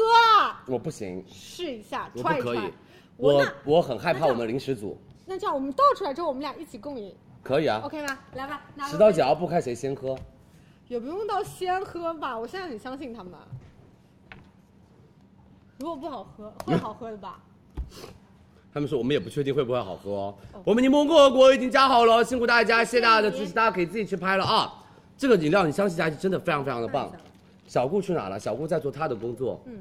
我不行，
试一下，
我
踹
不
一
可
踹
以。。我
那
我很害怕
那
我们零食组。
那这样我们倒出来之后，我们俩一起共饮
可以啊，
，OK 吗？来吧，拿
十刀剪刀布看谁先喝。
也不用到先喝吧，我现在很相信他们。如果不好喝，会好喝的吧？
他们说我们也不确定会不会好喝哦。我们柠檬共和国已经加好了，辛苦大家，谢谢大家的
嗯
支持，大家可以自己去拍了啊。这个饮料你相信佳琪真的非常非常的棒
看一下。
小顾去哪了？小顾在做他的工作。
嗯。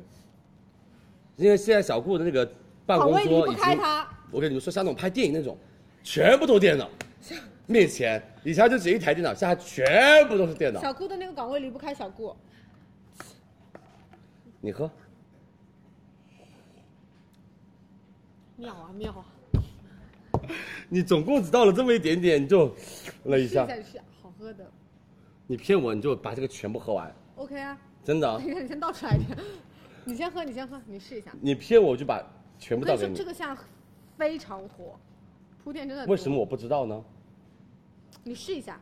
因为现在小顾的那个办
好
公
位离
桌
不
已
开
经，
它。
我跟你们说，像那种拍电影那种，全部都电脑，面前以前就只有一台电脑，现在全部都是电脑。
小顾的那个岗位离不开小顾，
你喝，
妙啊妙啊！
你总共只倒了这么一点点，你就了一
试
下
一，下试，好喝的
你骗我，你就把这个全部喝完，
，OK 啊。
真的啊。
等一下，你先倒出来一点， 你先喝，你先喝，你试一下。
你骗我，我就把全
我
部倒
跟你
给
说，
你。
这个项非常火，铺垫真的。
为什么？我不知道呢？
你试一下，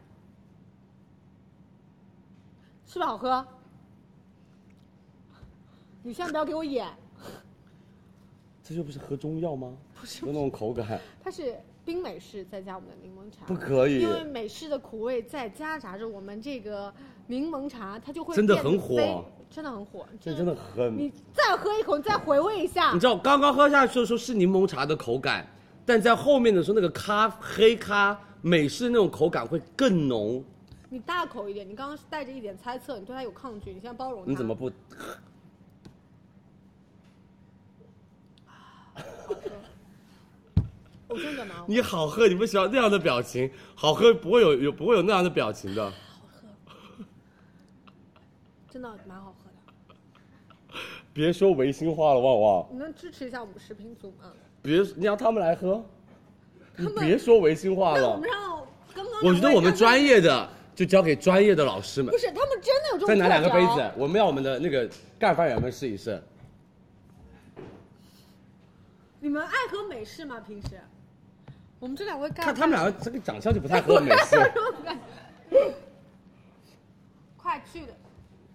是不是好喝？你先不要给我演，
这就不是喝中药吗？
不是
有那种口感，
它是冰美式，再加我们的柠檬茶。
不可以
因。为美式的苦味再夹杂着我们这个柠檬茶，它就会
真的
变得
很火
非，真的很火，
这真的很，
你再喝一口，你再回味一下
你，知道刚刚喝下去的时候是柠檬茶的口感，但在后面的时候那个咖黑咖美式那种口感会更浓。
你大口一点。你刚刚是带着一点猜测，你对它有抗拒，你现在包容它。
你怎么不？
我真的吗？
你好喝，你不喜欢那样的表情，好喝不会有有不会有那样的表情的。
真的蛮好喝的。
别说违心话了，旺旺，
你能支持一下我们食品组吗？
别你让他们来喝，你别说违心话
那我
了
们。让刚刚
我觉得我们专
业
业的就交给专业的老师们
不。是他们真的有这种
再拿两个
特哦
杯
调
子，我们要我们的那个干饭员们试一试。
你们爱喝美式吗？平时？我们这两位干
看他们两个这个长相就不太合美 式。
快去的，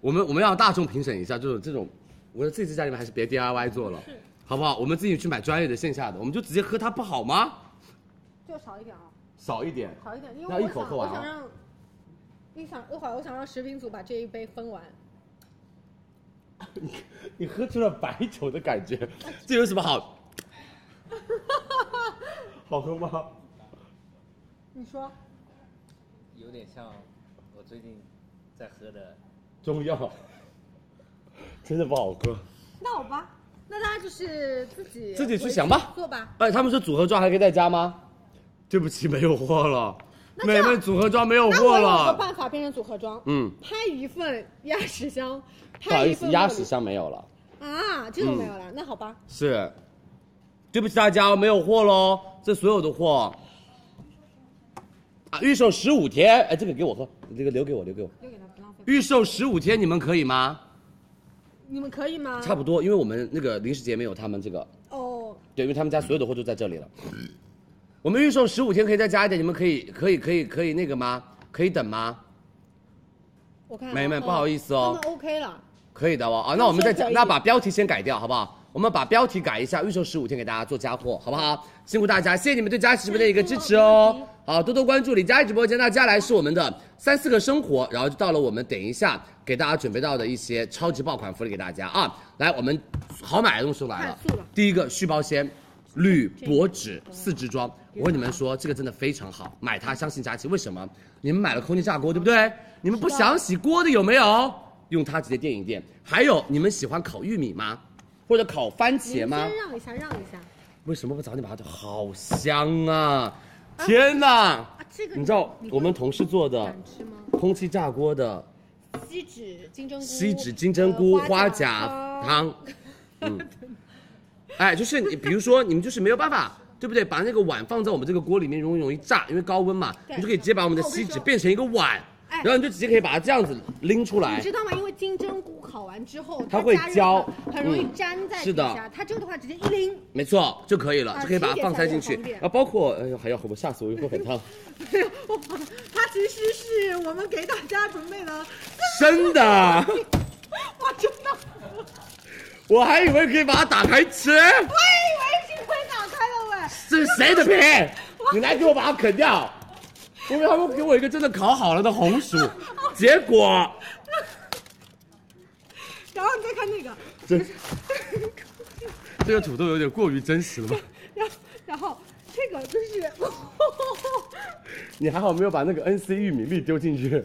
我们我们让大众评审一下，就是这种，我说这次家里面还是别 DIY 做 了，好不好？我们自己去买专业的线下的，我们就直接喝它不好吗？
就少一点啊，
少一点，
少一点，因为
那
我
一
想
口喝完
我想
啊。
让，你想一会儿我想让食品组把这一杯分完。
你喝出了白酒的感觉，这有什么 好？好喝吗？
你说
有点像我最近在喝的，
中药，真的不好喝。
那好吧，那大家就是自己
自己去
回
想吧
做吧。
哎，他们说组合装还可以在家吗？对不起，没有货了。
那这
美
样
们组合装没有
那我
货
有一个
了。
办法变成组合装，
嗯，
拍一份鸭屎香，
不好
拍
意
一
思，
份
鸭
茉莉
屎香没嗯有了。
啊，这种没有了，那好吧，
是，对不起大家，没有货喽。这所有的货啊，预售十五天。哎，这个给我喝，这个留给我，留给我。
就给他不浪费。
预售十五天，你们可以吗？
你们可以吗？
差不多，因为我们那个零食节没有他们这个，
哦，
对，因为他们家所有的货都在这里了。我们预售十五天，可以再加一点，你们可以，可以，可以，可以那个吗？可以等吗？
我看啊
妹妹
嗯
不好意思哦
那么 OK 了，
可以的哦啊，
那
那我们再
是可
讲，
以
那把标题先改掉好不好？我们把标题改一下，预售十五天给大家做加货，好不好？辛苦大家，谢谢你们对佳琦直播间的一个支持哦。好，多多关注李佳琦直播间，那接下来是我们的三四个生活，然后就到了我们等一下给大家准备到的一些超级爆款福利给大家啊。来，我们好买的东西都来了
快速了，
第一个续包鲜。铝箔纸四支装，我跟你们说，这个真的非常好，买它相信佳琦。为什么？你们买了空气炸锅，对不对？你们不想洗锅的有没有？用它直接垫一垫。还有，你们喜欢烤玉米吗？或者烤番
您
茄吗
先？让一下，让一下
为什么不早点把它做？好香啊！天哪！
啊，这个
你知道我们同事做的
敢吃吗？
空气炸锅的
锡纸金针菇，
锡纸金针菇
呃
花甲
汤，
汤，嗯，哎，就是你，比如说你们就是没有办法对不对？把那个碗放在我们这个锅里面，容易容易炸，因为高温嘛，
对
你就可以直接把我们的
哦我跟
锡
你
纸
说
变成一个碗，
哎
然后你就直接可以把它这样子拎出来
你知。道吗？因为金针菇烤完之后，
它会
加热
焦
了很容易
嗯
粘在
是
底
的
下。它这个的话直接一拎，
没错，就可以了，
啊
就可以把它放塞进去
清洁菜也很方便
啊。包括哎呦，还要我吓死我，一会儿很烫。
它其实是我们给大家准备的，
真 的，
哇，真的，
我还以为可以把它打开吃，
我以为是会打开的喂。
这是谁的皮？你来给我把它啃掉。因为他们给我一个真的烤好了的红薯，结果
然后你再看那个，
这这个土豆有点过于真实了吧？
然后然后这个就是，
你还好没有把那个 NC 玉米粒丢进去，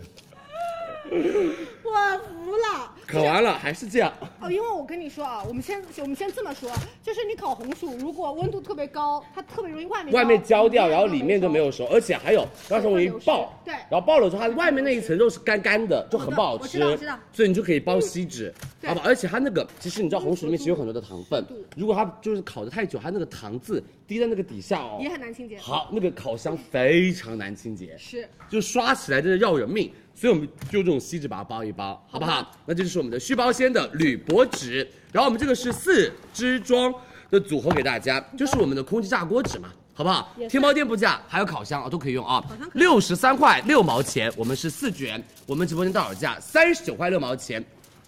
我服了。
烤完了还是这样。
哦，因为我跟你说啊，我们先我们先这么说，就是你烤红薯，如果温度特别高，它特别容易外面
外面焦掉，
里
然后里面就没有熟，而且还有刚才我一爆，
对
然后爆了之后，它外面那一层肉是干干的，就很不好吃
我知道我知道，嗯
所以你就可以包锡纸，
对嗯
好吧？而且它那个，其实你知道红薯里面其实有很多的糖分，如果它就是烤的太久，它那个糖渍滴在那个底下哦，
也很难清洁。
好，那个烤箱非常难清洁，
是，
就刷起来真的要人命，所以我们就用这种锡纸把它包一包，好不好？那这就是我们的旭包鲜的铝箔纸，然后我们这个是四支装的组合给大家，就是我们的空气炸锅纸嘛，好不好？天猫店铺价还有烤箱啊都可以用啊，六十三块六毛钱，我们是四卷，我们直播间到手价三十九块六毛钱。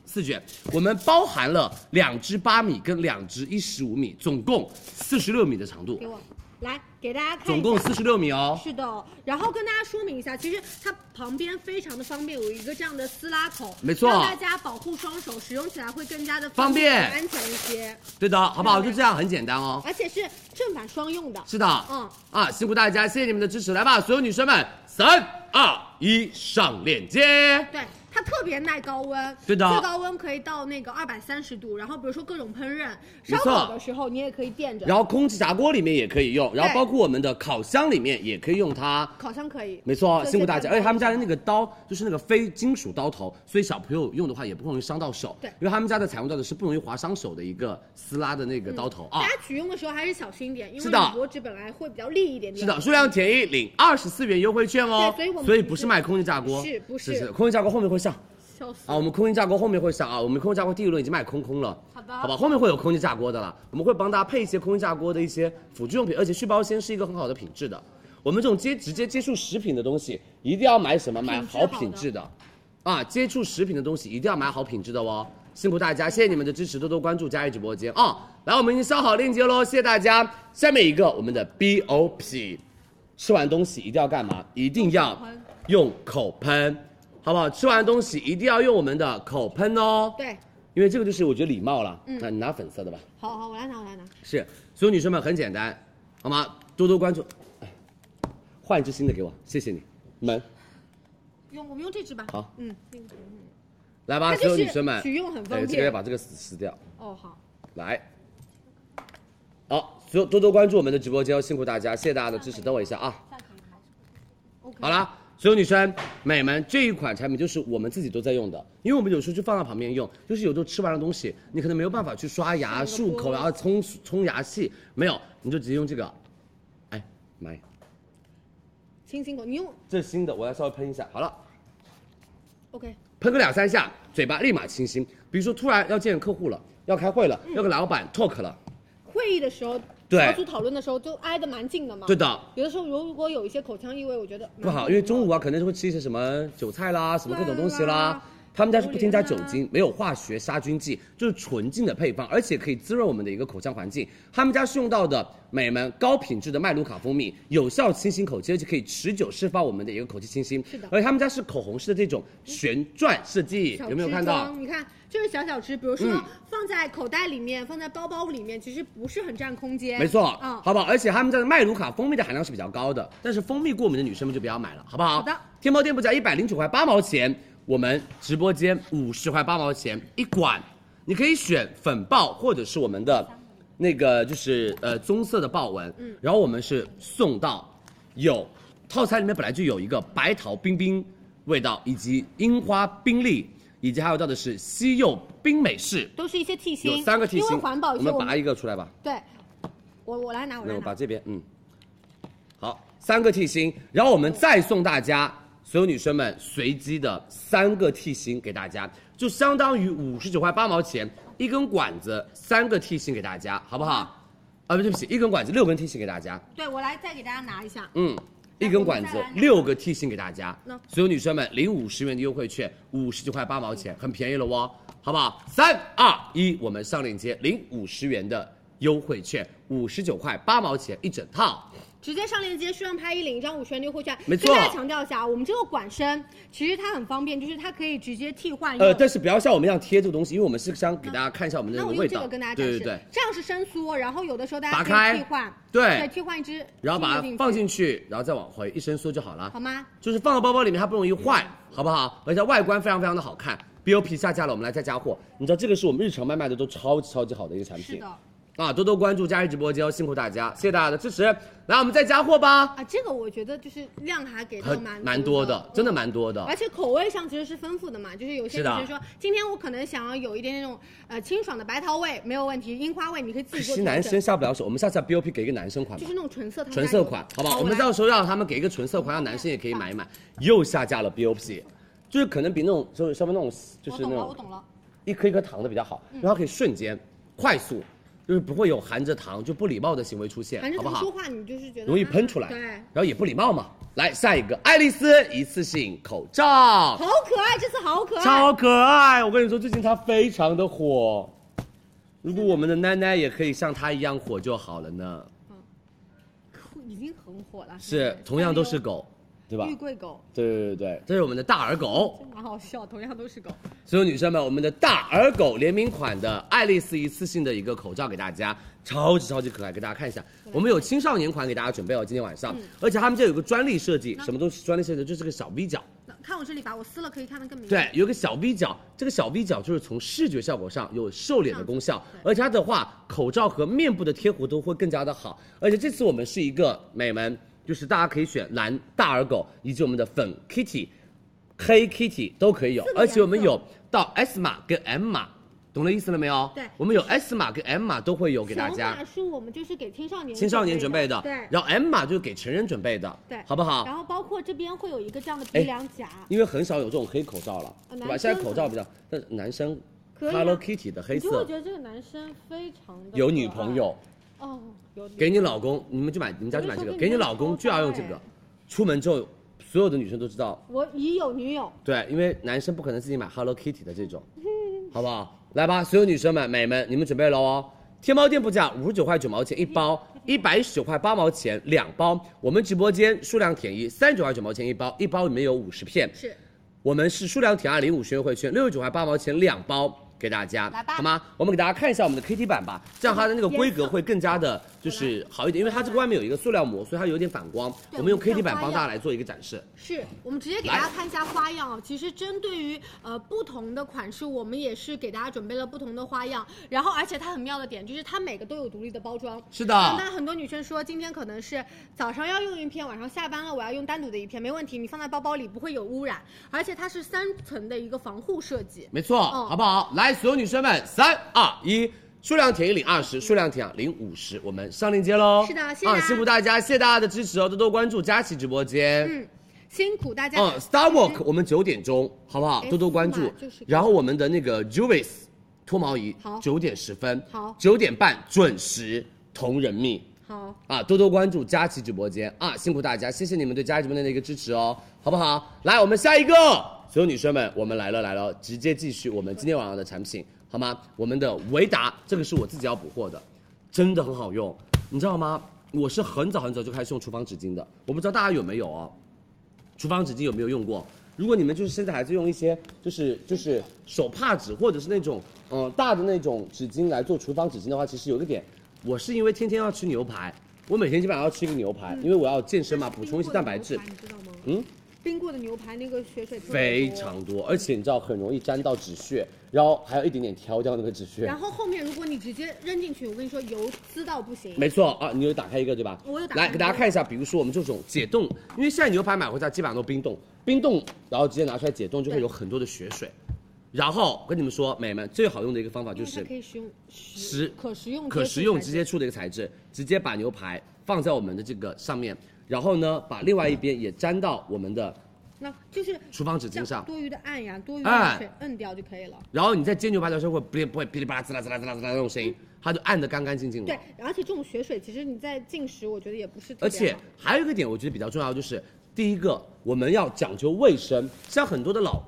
四卷，我们包含了两支八米跟两支一十五米，总共四十六米的长度
给，我来给大家看一下。
总共四十六米哦。
是的，然后跟大家说明一下，其实它旁边非常的方便，有一个这样的撕拉口，
没错
让大家保护双手，使用起来会更加的
方便
安全一些，
对的，好不好？就这样，很简单哦。
而且是正反双用的。
是的，
嗯
啊，辛苦大家，谢谢你们的支持，来吧，所有女生们，三二一，上链接。
对，它特别耐高温，
对的
最高温可以到那个二百三十度。然后比如说各种烹饪、
没
烧
错
烤的时候，你也可以垫着。
然后空气炸锅里面也可以用，然后
对
包括我们的烤箱里面也可以用它。
烤箱可以，
没错，
这
辛苦大家。哎
这
而且他们家的那个刀就是那个非金属刀头，所以小朋友用的话也不容易伤到手。
对
因为他们家的采用到的是不容易划伤手的一个撕拉的那个刀头、啊。
大家取用的时候还是小心一点，因为
是的
铝箔纸本来会比较利一点点。
是的，数量填一领二十四元优惠券哦。
对所以我们
不是卖空气炸锅，
是不是
是空气炸锅后面会上
笑死
啊，我们空气炸锅后面会上啊，我们空气炸锅第一轮已经卖空空了，
好的
好吧，后面会有空气炸锅的了，我们会帮大家配一些空气炸锅的一些辅助用品，而且旭包鲜是一个很好的品质的，我们这种接直接接触食品的东西，一定要买什么买
品质
好
好
品
的
质的，啊，接触食品的东西一定要买好品质的哦。辛苦大家，谢谢你们的支持，多多关注佳怡直播间啊、来，我们已经上好链接喽，谢谢大家。下面一个我们的 BOP，吃完东西一定要干嘛？一定要用口喷，好不好？吃完东西一定要用我们的口喷哦。
对，
因为这个就是我觉得礼貌了。嗯，你拿粉色的吧。
好好，我来拿，我来拿。
是，所有女生们很简单，好吗？多多关注。哎换一支新的给我，谢谢你们。
用我们用这支吧。
好
嗯，
来吧，
它
所
就
有
是
女生们，
取用很方
哎
便
这个要把这个撕撕掉。
哦好，
来，好，所有多多关注我们的直播间哦，辛苦大家，谢谢大家的支持。等我一下啊。好啦，所有女生美们，这一款产品就是我们自己都在用的，因为我们有时候就放到旁边用，就是有时候吃完了东西，你可能没有办法去刷牙、漱口，然后冲冲牙器，没有，你就直接用这个。哎，妈呀，
清新口，你用
这是新的，我来稍微喷一下。好了。
OK。
喷个两三下，嘴巴立马清新。比如说，突然要见客户了，要开会了，要跟老板 talk 了，
会议的时候，
对
小组讨论的时候就挨得蛮近的嘛。
对。的，
有的时候如果有一些口腔异味，我觉得蛮
不好，因为中午啊，可能就会吃一些什么韭菜啦，什么各种东西
对
啦
啦。
他们家是不添加酒精，没有化学杀菌剂，就是纯净的配方，而且可以滋润我们的一个口腔环境。他们家是用到的美们高品质的麦卢卡蜂蜜，有效清新口气，而且可以持久释放我们的一个口气清新。
是的
而且他们家是口红式的这种旋转设计，
小
有没有
支
看到
装？你看，就是小小支，比如说
嗯
放在口袋里面，放在包包里面，其实不是很占空间。
没错，
嗯，
好不好？而且他们家的麦卢卡蜂蜜的含量是比较高的，但是蜂蜜过敏的女生们就不要买了，好不好？
好的。
天猫店铺价一百零九块八毛钱，我们直播间五十块八毛钱一管，你可以选粉豹或者是我们的那个就是呃棕色的豹纹，嗯，然后我们是送到有套餐里面本来就有一个白桃冰冰味道，以及樱花冰粒，以及还有到的是西柚冰美式，
都是一些替
有
芯，
三个替芯，
因为环
我
保，所以
们
我
拔
们
一个出来吧。
对。我我来拿，我
那
来
我把
拿。
这边，嗯，好，三个替芯，然后我们再送大家所有女生们随机的三个替芯给大家，就相当于五十九块八毛钱一根管子，三个替芯给大家，好不好？啊，不对不起，一根管子六根替芯给大家，
对，我来再给大家拿一下。
嗯，一根管子
那我们再来拿
六个替芯给大家
那，
所有女生们领五十元的优惠券，五十九块八毛钱，很便宜了哦，好不好？三二一，我们上链接领五十元的优惠券，五十九块八毛钱一整套。
直接上链接，数量拍一领一张五十元优惠券。
没错
跟大家强调一下，我们这个管身其实它很方便，就是它可以直接替换用。
呃，但是不要像我们一样贴这个东西，因为我们是想给大家看一下我们的
哎那
那
我
个
用
味
这
道。
个跟大家展
对
示，
对对，
这样是伸缩，然后有的时候大
打
家
开
可以替换，
对
对，替换一只，
然后把它
进
放
去，
进去，然后再往回一伸缩就好了。
好吗？
就是放到包包里面，它不容易坏，好不好？而且它外观非常非常的好看。BOP 下架了，我们来再加货。你知道这个是我们日常卖卖的都超级超级好的一个产
是
品
的，
啊！多多关注佳怡直播间哦，辛苦大家，谢谢大家的支持。来，我们再加货吧，
啊，这个我觉得就是量还给到
很
蛮
蛮
多
多
嗯
的，真的蛮多的
而。且口味上其实是丰富的嘛，就是有
是
些女
的
生说，今天我可能想要有一点那种呃清爽的白桃味，没有问题，樱花味你可以自
可
己做
惜
调整。
男生下不了手，我们下次把 BOP 给一个男生款吧
就是。那种纯色，他们
纯
家
色
有
款，嗯好不好？
好
我们
来
到时候让他们给一个纯色款，让男生也可以买一买。又下架了 BOP，就是可能比那种就是稍微那种就是那
我懂了，我
种
懂了。
一颗一颗糖的比较好，然后可以瞬间快速，就是不会有含着糖就不礼貌的行为出现
反，正
好
怎
不
么说
好？
话，你就是觉得
容易
啊
喷出来，
对，
然后也不礼貌嘛。来下一个，爱丽丝一次性口罩，
好可爱，这次好可爱，
超可爱！我跟你说，最近它非常的火。如果我们的奶奶也可以像它一样火就好了呢。
已经很火了。
是，同样都是狗，对吧？
玉桂狗，
对对对对，这是我们的大耳狗。
真蛮好笑，同样都是狗。
所有女生们，我们的大耳狗联名款的爱丽丝一次性的一个口罩给大家，超级超级可爱，给大家看一下。我们有青少年款给大家准备哦，今天晚上，而且他们这有个专利设计，什么东西专利设计？就是个小 V 角，
那看我这里吧，我撕了可以看得更明
对
显。，
有个小 V 角，这个小 V 角就是从视觉效果上有瘦脸的功效，
嗯
而且它的话，口罩和面部的贴合都会更加的好。而且这次我们是一个美们，就是大家可以选蓝大耳狗以及我们的粉 Kitty、黑 Kitty 都可以有
四，个
而且我们
颜色
有到 S 码跟 M 码，懂了意思了没有？
对
我们有 S 码跟 M 码都会有给大
小
家
码。数我们就是给青少年
青少年准备的，
对。
然后 M 码就是给成人准备的，
对
好不好？
然后包括这边会有一个这样的
哎
鼻梁夹，
因为很少有这种黑口罩了，
呃
对
男
吧？现在
生
口罩比较，但是男生
可以啊
Hello Kitty 的黑
你就会
色
觉得这个男生非常的
有女朋友，
哦，有女
给你老公，你们就买，你们家就买这个，给你老公就要用这
哎
个，出门之后所有的女生都知道，
我已有女友，
对，因为男生不可能自己买 Hello Kitty 的这 种，好不好？来吧，所有女生们、美们，你们准备了哦。天猫店铺价五十九块九毛钱一 包，一百十九块八毛钱两包。我们直播间数量填一，三十九块九毛钱一包，一包里面有五十片。
是
我们是数量填二零五十优惠券，六十九块八毛钱两包给大家，
来吧
好吗？我们给大家看一下我们的 KT 版吧，这样它的那个规格会更加的，就是好一点，因为它这个外面有一个塑料膜，所以它有点反光。
对
我们用
我们这样
KT 版
花
帮
样
大家来做一个展示。
是，我们直接给大家看一下花样啊。其实针对于呃不同的款式，我们也是给大家准备了不同的花样。然后，而且它很妙的点就是它每个都有独立的包装。
是的，
那很多女生说，今天可能是早上要用一片，晚上下班了我要用单独的一片，没问题，你放在包包里不会有污染，而且它是三层的一个防护设计。
没错，
嗯
好不好？来，所有女生们，三二一，数量填一领二十，数量填领五十，我们上链接喽。
是的谢谢大
啊，
家
辛苦大家，谢谢大家的支持哦，多多关注佳琦直播间。
嗯，辛苦大家。
嗯，Star Walk 我们九点钟，好不好？
哎
多多关注
驸马就是。
然后我们的那个 Juvis 脱毛仪
好，
九点十分，
好
九点半准时同人蜜
好，
啊！多多关注佳琦直播间啊！辛苦大家，谢谢你们对佳琦直播间的一个支持哦，好不好？来，我们下一个，所有女生们，我们来了来了，直接继续我们今天晚上的产品，好吗？我们的维达，这个是我自己要补货的，真的很好用，你知道吗？我是很早很早就开始用厨房纸巾的，我不知道大家有没有哦。厨房纸巾有没有用过？如果你们就是现在还在用一些就是就是手帕纸或者是那种嗯、呃大的那种纸巾来做厨房纸巾的话，其实有一个点，我是因为天天要吃牛排，我每天基本上要吃一个牛排，因为我要健身嘛，补充一些蛋白质，
你知道吗？
嗯，
冰过的牛排那个血水特别多
非。常多，而且你知道很容易沾到纸屑，然后还有一点点挑掉那个纸屑
然。后后面如果你直接扔进去，我跟你说油滋到不行。
没错啊，你有打开一个对吧？
我有打开
来给大家看一下，比如说我们这种解冻，因为现在牛排买回家基本上都冰冻，冰冻然后直接拿出来解冻就会有很多的血水，然后我跟你们说，美们最好用的一个方法就
因为
是
它可以食用食
食
可食用
可
接
食
触
用
材
直
质
接触的一个材质，直接把牛排放在我们的这个上面，然后呢，把另外一边也粘到我们的
那就是
厨房纸
这
巾
样
上，
多余的按呀，多余
哎
的水摁掉就可以了。
然后你在煎牛排的时候会不不会噼里啪啦滋啦滋啦滋啦滋啦那种声音，它就按的干干净净了。
对，而且这种血水其实你在进食，我觉得也不是特别
而且
好
还有一个点，我觉得比较重要，就是第一个，我们要讲究卫生。像很多的老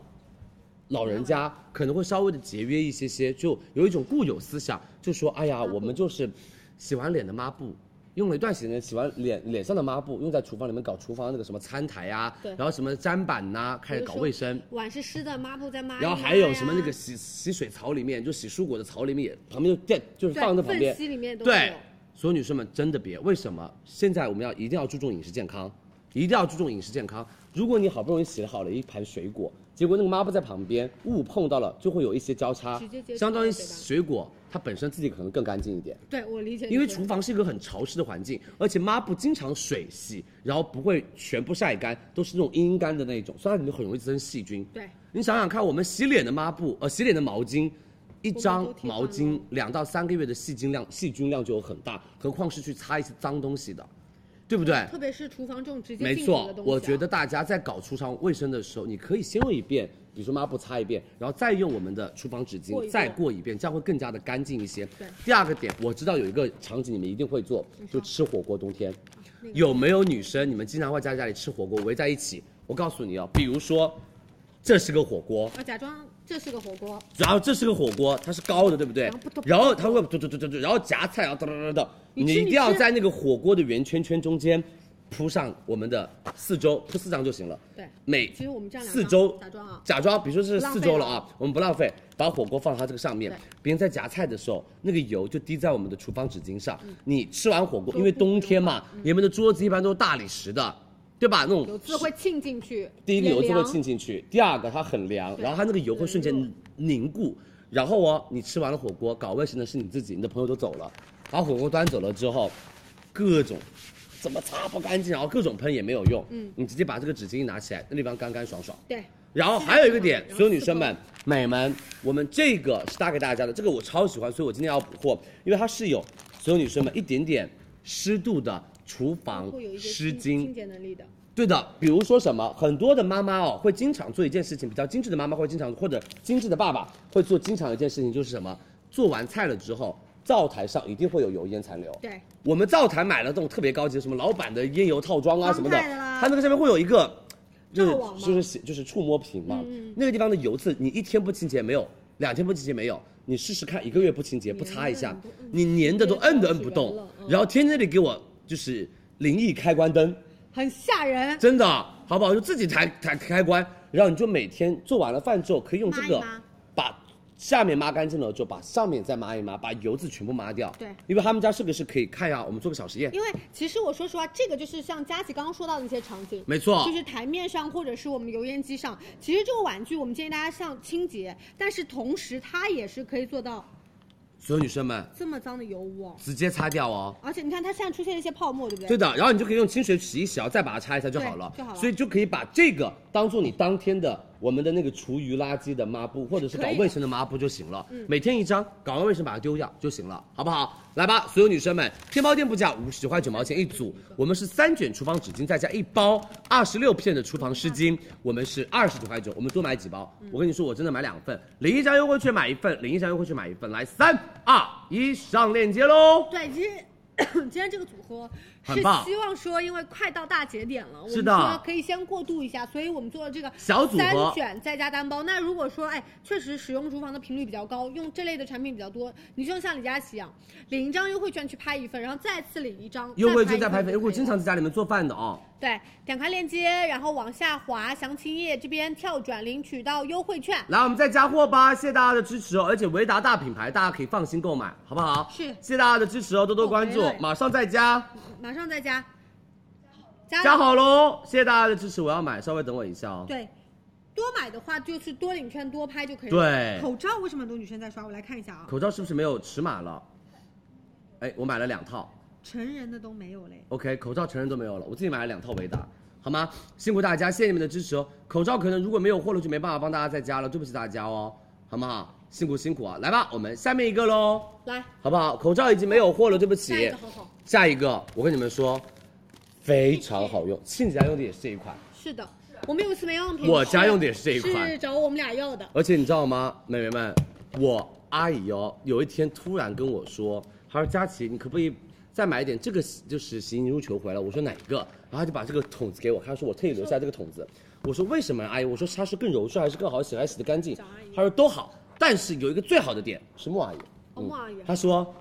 老人家可能会稍微的节约一些些，就有一种固有思想，就说哎呀，我们就是洗完脸的抹布。用了一段时间，洗完脸脸上的抹布用在厨房里面搞厨房那个什么餐台呀、
对
然后什么砧板呐、开始搞卫生，
碗是湿的，抹布再抹一抹呀。
然后还有什么那个洗洗水槽里面，就洗蔬果的槽里面也旁边就垫，就是
对
放在旁边，
缝隙里面都会
对
有。，
所有女生们真的别，为什么现在我们要一定要注重饮食健康，一定要注重饮食健康。如果你好不容易洗了好了一盘水果，结果那个抹布在旁边误碰到了，就会有一些交叉
直接接，触
相当于
到嘴巴
水果它本身自己可能更干净一点。
对我理解你说的。
因为厨房是一个很潮湿的环境，而且抹布经常水洗，然后不会全部晒干，都是那种阴干的那种，所以它里面很容易滋生细菌。
对，
你想想看，我们洗脸的抹布，呃，洗脸的毛巾，一张
我们都替换
毛
了
巾两到三个月的细菌量，细菌量就有很大，何况是去擦一些脏东西的，对不对？
特别是厨房这种直接
没
进口
错
的东西、啊，，
我觉得大家在搞厨房卫生的时候，你可以先用一遍，比如说抹布擦一遍，然后再用我们的厨房纸巾
过一过
再过一遍，这样会更加的干净一些。
对
第二个点，我知道有一个场景你们一定会做，就吃火锅。冬天、
啊那个
有没有女生你们经常会在家里吃火锅，围在一起？我告诉你哦，比如说这是个火锅，
啊，假装这是个火锅，
然后这是个火锅，它是高的，对不对
然后不咚？
然后它会嘟嘟嘟嘟嘟，然后夹菜，然啊后哒哒哒哒，
你
你
吃
一定要
你吃
在那个火锅的圆圈圈中间铺上我们的四周，铺四张就行了。
对，
每
其实我们这样两
四
张
周
假装啊
假装，比如说这是
浪
四
费
周了
了
啊，我们不浪费，把火锅放到它这个上面
对，
别人在夹菜的时候，那个油就滴在我们的厨房纸巾上。你吃完火锅，
嗯桌
因为
布
冬天嘛，你们的桌子一般都是大理石的，对吧？那种
油渍会沁进去，
第一个
也
油脂会
凉
沁进去，第二个它很凉，
对
然后它那个油会瞬间凝固。然后哦，你吃完了火锅，搞卫生的是你自己，你的朋友都走了，把火锅端走了之后，各种怎么擦不干净，然后各种喷也没有用，
嗯
你直接把这个纸巾一拿起来，那地方干干爽爽。
对，
然后还有一个点
然，后
所有女生们、美们，我们这个是搭给大家的，这个我超喜欢，所以我今天要补货，因为它是有所有女生们一点点湿度的厨房
会有一些
湿
清
巾
清洁能力的，
对的，比如说什么，很多的妈妈哦会经常做一件事情，比较精致的妈妈会经常，或者精致的爸爸会做经常一件事情，就是什么，做完菜了之后，灶台上一定会有油烟残留。
对，
我们灶台买了这种特别高级的，什么老板的烟油套装啊什么的
装菜的啦，
它那个上面会有一个，就是
罩网吗
就是洗就是触摸屏嘛，那个地方的油渍，你一天不清洁没有，两天不清洁没有，你试试看，一个月不清嗯洁不擦一下，你粘的都摁都摁不动，然后天天得给我就是灵异开关灯。
很吓人。
真的，好不好？就自己抬抬开关，然后你就每天做完了饭之后，可以用这
抹一
个
抹
把下面抹干净了之后，把上面再抹一抹，把油渍全部抹掉。
对
因为他们家这个是可以看呀，我们做个小实验。
因为其实我说实话，这个就是像佳琪刚刚说到的那些场景，
没错
就是台面上或者是我们油烟机上。其实这个碗具我们建议大家像清洁，但是同时它也是可以做到
所有女生们
这么脏的油污哦。
直接擦掉哦。
而且你看它现在出现了一些泡沫，对不对？
对的，然后你就可以用清水洗一洗，啊然后再把它擦一下就好了。
对就好了
所以就可以把这个当做你当天的我们的那个厨余垃圾的抹布，或者是搞
可以的嗯
卫生的抹布就行了。每天一张，搞完卫生把它丢掉就行了，好不好？来吧，所有女生们，天猫店铺价五十九块九毛钱一组，我们是三卷厨房纸巾再加一包二十六片的厨房湿巾，我们是二十九块九，我们多买几包。我跟你说，我真的买两份，领一张优惠券买一份，领一张优惠券买一份。来，三二一，上链接喽！
对，其实 今天这个组合是
很棒
希望说，因为快到大节点了，
是
我
的
们说可以先过渡一下，所以我们做了这个
小组合
三卷再加单包。那如果说哎，确实使用厨房的频率比较高，用这类的产品比较多，你就像李佳琦一样，领一张优惠券去拍一份，然后再次领一张
优惠券再拍
一份
份，优
就可以
惠
了
经常在家里面做饭的哦。
对，点开链接，然后往下滑详情页这边跳转领取到优惠券。
来，我们再加货吧，谢谢大家的支持哦！而且维达大品牌，大家可以放心购买，好不好？
是
谢谢大家的支持哦，多多关注
哦没嗯了，
马上再加，
马上再加，加
加好喽！谢谢大家的支持，我要买，稍微等我一下哦。
对，多买的话就是多领券多拍就可以了。
对，
口罩为什么很多女生在刷？我来看一下啊，
口罩是不是没有尺码了？哎，我买了两套
成人的都没有嘞。
，OK，口罩成人都没有了，我自己买了两套维达，好吗？辛苦大家，谢谢你们的支持哦。口罩可能如果没有货了，就没办法帮大家再加了，对不起大家哦。好不好？辛苦辛苦啊！来吧，我们下面一个喽，
来，
好不好？口罩已经没有货了，对不起。
下一个好好。
下一个，我跟你们说，非常好用，亲子家用的也是这一款。
是的，我们有一次没样品，
我家用的也是这一款
是找我们俩要的。
而且你知道吗，妹妹们，我阿姨哦，有一天突然跟我说，她说佳琪，你可不可以再买一点这个就是洗凝珠球回来？我说哪个？然后她就把这个桶子给我，她说我特意留下这个桶子。我说为什么呀，阿姨？我说它是更柔顺还是更好洗，还是洗的干净？她说都好，但是有一个最好的点是木阿姨。嗯
哦木阿姨啊
她说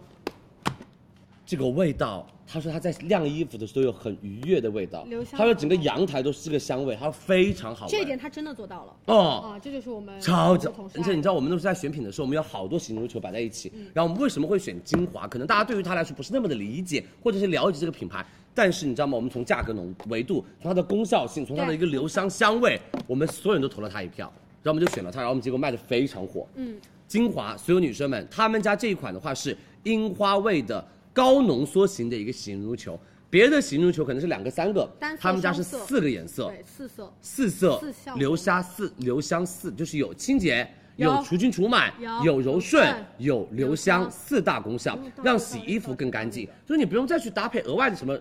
这个味道，她说她在晾衣服的时候有很愉悦的味道
留香。
她说整个阳台都是这个香味，她说非常好闻。
这一点他真的做到了
哦
啊，这就是我们
超级
级，
而且你知道我们那时候在选品的时候，我们有好多洗凝球摆在一起。
嗯
然后我们为什么会选精华？可能大家对于它来说不是那么的理解，或者是了解这个品牌。但是你知道吗？我们从价格浓维度，从它的功效性，从它的一个留香香味，我们所有人都投了它一票。然后我们就选了它，然后我们结果卖的非常火。嗯，精华，所有女生们，她们家这一款的话是樱花味的高浓缩型的一个洗凝球，别的洗凝球可能是两个三个
单，色
他们家是
双色
四个颜色。
对四色，
四色
四效
留香四留香四，就是有清洁。
有
有除菌除螨，
有
有柔顺
柔顺，
有留
留
香
香
四大功效，让洗衣服更干净。就是你不用再去搭配额外的什么，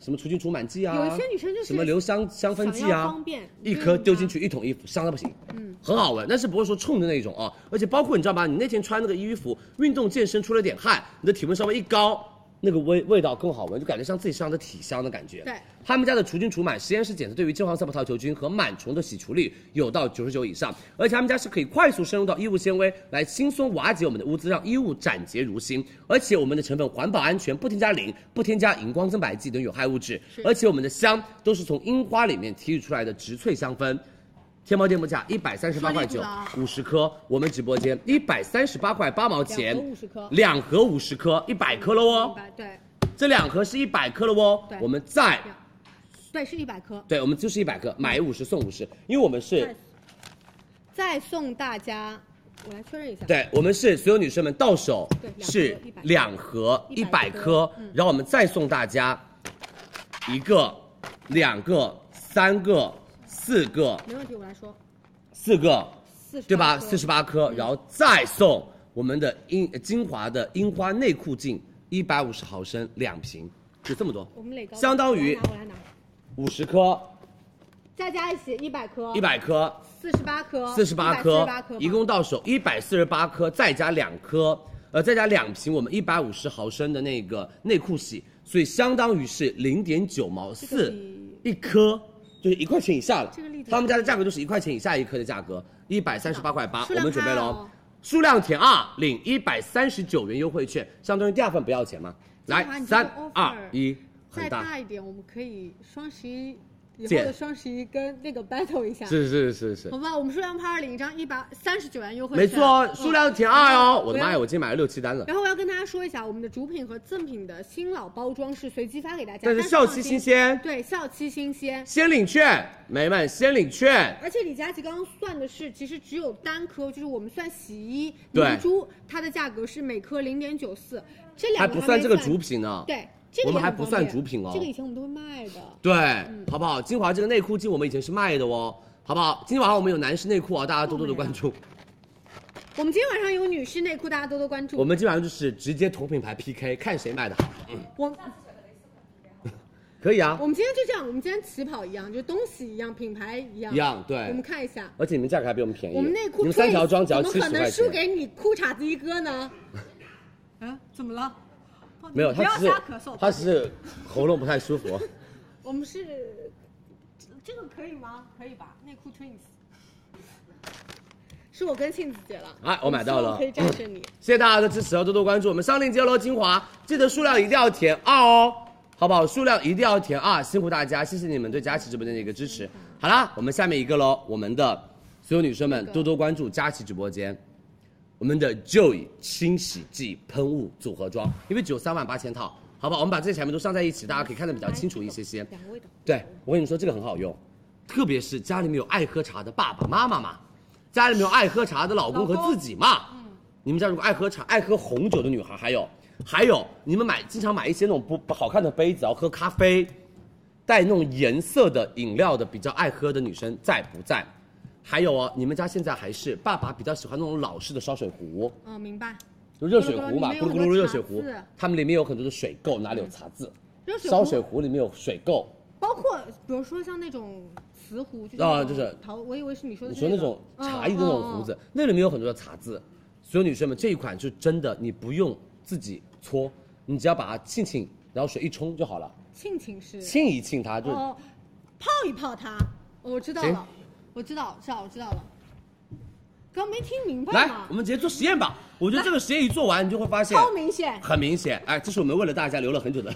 什么除菌除螨剂啊，
有一些女生就是
什么留香香氛剂
想要
啊，
方便
一颗丢进去一桶衣服，香到不行，嗯，很好闻，但是不会说冲的那种啊。而且包括你知道吗？你那天穿那个衣服，运动健身出了点汗，你的体温稍微一高，那个味味道更好闻，就感觉像自己身上的体香的感觉。
对
他们家的除菌除螨实验室检测对于金黄色葡萄球菌和螨虫的洗除率有到九十九以上，而且他们家是可以快速深入到衣物纤维，来轻松瓦解我们的污渍，让衣物斩洁如新。而且我们的成分环保安全，不添加磷，不添加荧光增白剂等有害物质，而且我们的香都是从樱花里面提取出来的植萃香氛。天猫店铺价一百三十八块
说
九
那个啊，
五十颗；我们直播间一百三十八块八毛钱，
两盒50颗
两盒五十颗，一百颗了
明
哦。
白对
这两盒是一百克了哦
对。
我们再
对是一百颗，
对，我们就是一百克，买五十送五十，因为我们是
再再送大家，我来确认一下，
对，我们是所有女生们到手
对两盒
是
100
两盒一百
100
颗
颗嗯，
然后我们再送大家一个、两个、三个、四个、
没问题，我来说
四个，
四十
对吧？四十八颗，然后再送我们的樱呃精华的樱花内裤净一百五十毫升两瓶，就这么多，
我们垒高
相当于
我来拿我来拿，
五十颗、
再加一起一百颗，
一百颗、
四十八颗，
四十八颗
148颗，吧
一共到手一百四十八颗，再加两颗，呃，再加两瓶我们一百五十毫升的那个内裤洗，所以相当于是零点九毛
这个
四
比
一颗，就是一块钱以下了。
这个力度
他们家的价格就是一块钱以下一颗的价格，一百三十八块八，
数
我
量
们准备
拍
了
哦
哦。数量填二，领一百三十九元优惠券，相当于第二份不要钱嘛。来
精华，你这个
三
offer
二一，很
再
大，
大一点，我们可以双十一以后
见
的双十一跟那个 battle 一下，
是是是是
好，吧？我们数量拍二领一张一百三十九元优惠
没
券，
错哦，
嗯
数量填二哦。我的妈
不
呀，
要
我今天买了六七单了。
然后我要跟大家说一下，我们的主品和赠品的新老包装是随机发给大家，
但是效期新鲜
对，效期新鲜。
先领券，美们先领券，
而且李佳琦刚刚算的是，其实只有单颗，就是我们算洗衣
对
明珠，它的价格是每颗零点九四，这两
还
个
不
没
算这个主，品呢。
对，这个
我们
也
还
很
不
方
算
便
主品哦
这个以前我们都会卖的，
对，
嗯
好不好？精华这个内裤净我们以前是卖的哦，好不好？今天晚上我们有男士内裤啊，大家多多的关注。
我们今天晚上有女士内裤，大家多多关注。
我们今晚上就是直接同品牌 PK，看谁卖的好，嗯
我
可以啊
嗯我，们今天就这样，我们今天起跑一样，就东西一样，品牌一样，
一样对
我们看一下，
而且你们价格还比我们便宜。
我们内裤
你们三条
Trace
装只要七
怎么
十
可
块
能输
钱。
给你裤衩子一哥呢？
啊，怎么了？哦
没有，
你不
他
要
只是
瞎咳嗽。
他只是喉咙不太舒服。
我们是
这个可以吗？可以吧？内裤 twins。
是我跟杏子姐了，
哎我买到了
希望可以战胜你。
谢谢大家的支持哦，多多关注我们上链接喽，精华记得数量一定要填二哦，好不好？数量一定要填二，辛苦大家，谢谢你们对佳琦直播间的一个支持。好啦，我们下面一个喽，我们的所有女生们多多关注佳琦直播间，我们的 Joy 清洗剂喷雾组合装，因为只有三万八千套，好吧？我们把这些产品都上在一起，大家可以看得比较清楚一些些。
两位的，
对我跟你说，这个很好用，特别是家里面有爱喝茶的爸爸妈妈嘛，家里面有爱喝茶的老公和自己嘛。
嗯
你们家如果爱喝茶、爱喝红酒的女孩，还有还有，你们买经常买一些那种不不好看的杯子，然后喝咖啡，带那种颜色的饮料的比较爱喝的女生在不在？还有哦，你们家现在还是爸爸比较喜欢那种老式的烧水壶，
嗯，明白。
就热水壶嘛，咕
咕噜
噜
咕
咕
噜
噜噜
里面有很多
热水壶
茶渍，嗯
它们里面有很多的水垢，哪里有茶渍？
热水壶
烧水壶里面有水垢，
包括比如说像那种瓷壶，就是
啊
那种
就是
陶，我以为是你说的
你
是
说那种
种
茶艺的那种壶，
嗯嗯
子，那里面有很多的茶渍。所有女生们，这一款就真的你不用自己搓，你只要把它沁沁，然后水一冲就好了，
嗯沁沁是
沁一沁它就
哦，泡一泡它，哦我知道
行
了，我知道，是啊，我知道了。刚没听明白
来
嘛，
我，们直接做实验吧。我觉得这个实验一做完，你就会发现
超明显。
很明显。哎，这是我们为了大家留了很久的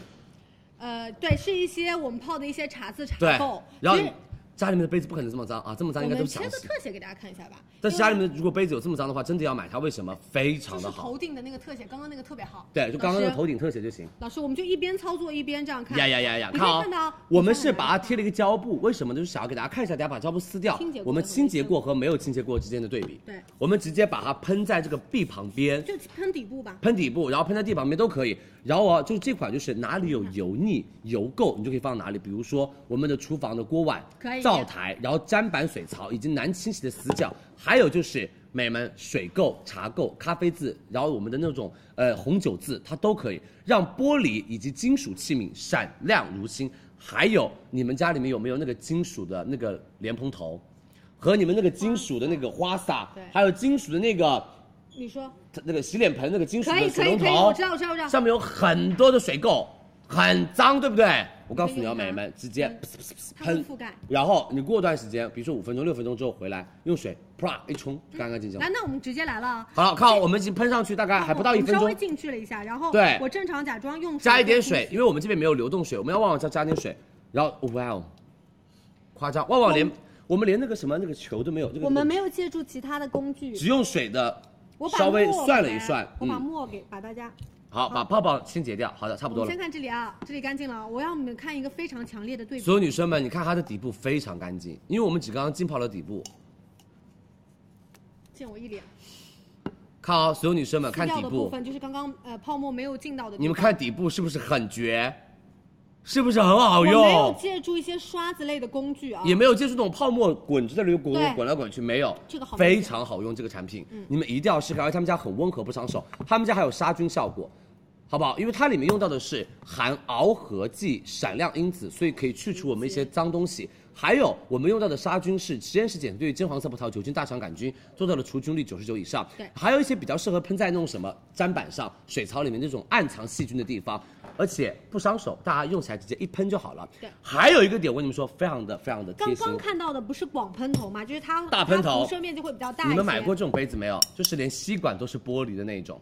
呃，对，是一些我们泡的一些茶渍、茶
对
垢。。
然后
其
你
实
家里面的杯子不可能这么脏啊，这么脏
我
应该
们
都是
切
常
个
识。
特写给大家看一下吧。
但是家里
因为
面如果杯子有这么脏的话，真的要买它，为什么？非常
就是
的好
头。顶的那个特写，刚刚那个特别好。
对，就刚刚
老
那
师
个头顶特写就行。
老师，我们就一边操作一边这样看。
呀呀呀呀！
你可以
看啊
看到，
我们是把它贴了一个胶布，为什么呢？就是想要给大家看一下，大家把胶布撕掉
清洁，过
我们
的
清洁过和没有清洁过之间的对比。
对，
我们直接把它喷在这个壁旁边，
就喷底部吧。
喷底部，然后喷在地旁边都可以。然后啊，就是这款就是哪里有油腻、油垢，你就可以放哪里。比如说我们的厨房的锅碗
可以、
灶台，然后砧板、水槽以及难清洗的死角，还有就是美们水垢、茶垢、咖啡渍，然后我们的那种呃红酒渍，它都可以让玻璃以及金属器皿闪亮如新。还有你们家里面有没有那个金属的那个莲蓬头，和你们那个金属的那个花洒
对，
还有金属的那个。
你说
它那个洗脸盆那个金属
可以
的水
可以
龙
可
头，
以我知道我知道我知道
上面有很多的水垢，很脏，对不对？我告诉你啊，
可以用它
美们，直接
嗯
噗噗噗噗
它会
喷
覆盖。
然后你过段时间，比如说五分钟、六分钟之后回来，用水啪一冲，干干净净了
来，。那我们直接来了啊。
好了，看好，我们已经喷上去，大概还不到一分
我们稍
钟
微，进去了一下，然后
对
我正常假装用
加一点水，，因为我们这边没有流动水，我们要旺旺加加点水。然后哇哦，夸张，旺旺连我们连那个什么那个球都没有，这个
我们没有借助其他的工具，
只用水的
我，把
稍微
墨
涮了
给
一涮，
我把
嗯，
墨给把大家。
好，把泡泡清洁掉，好的，差不
我
多
们
了
先。看这里啊，这里干净了，我让你们看一个非常强烈的对比。
所有女生们，你看它的底部非常干净，因为我们只刚刚浸泡了底部。
溅我一脸。
看啊、所有女生们
撕
看
掉
底
的部
部，
分就是刚刚呃泡沫没有进到的。
你们看，底部是不是很绝？是不是很好
我没有
用？
借助一些刷子类的工具啊。
也没有接触那种泡沫滚着在里面滚
对
滚来滚去，没有，
这个好嗯
非常好用这个产品，你们一定要试看，而且他们家很温和不伤手，他们家还有杀菌效果，好不好？因为它里面用到的是含螯合剂闪亮因子，所以可以去除我们一些脏东西。还有我们用到的杀菌是实验室检测对于金黄色葡萄球菌、大肠杆菌做到了除菌率九十九以上。
对
还有一些比较适合喷在那种什么砧板上、水槽里面那种暗藏细菌的地方，而且不伤手，大家用起来直接一喷就好了。
对
还有一个点我跟你们说，非常的非常的贴
刚
心。
刚看到的不是广喷头嘛，就是它
大喷头
它辐射面积会比较大一些。
你们买过？这种杯子没有？就是连吸管都是玻璃的那种，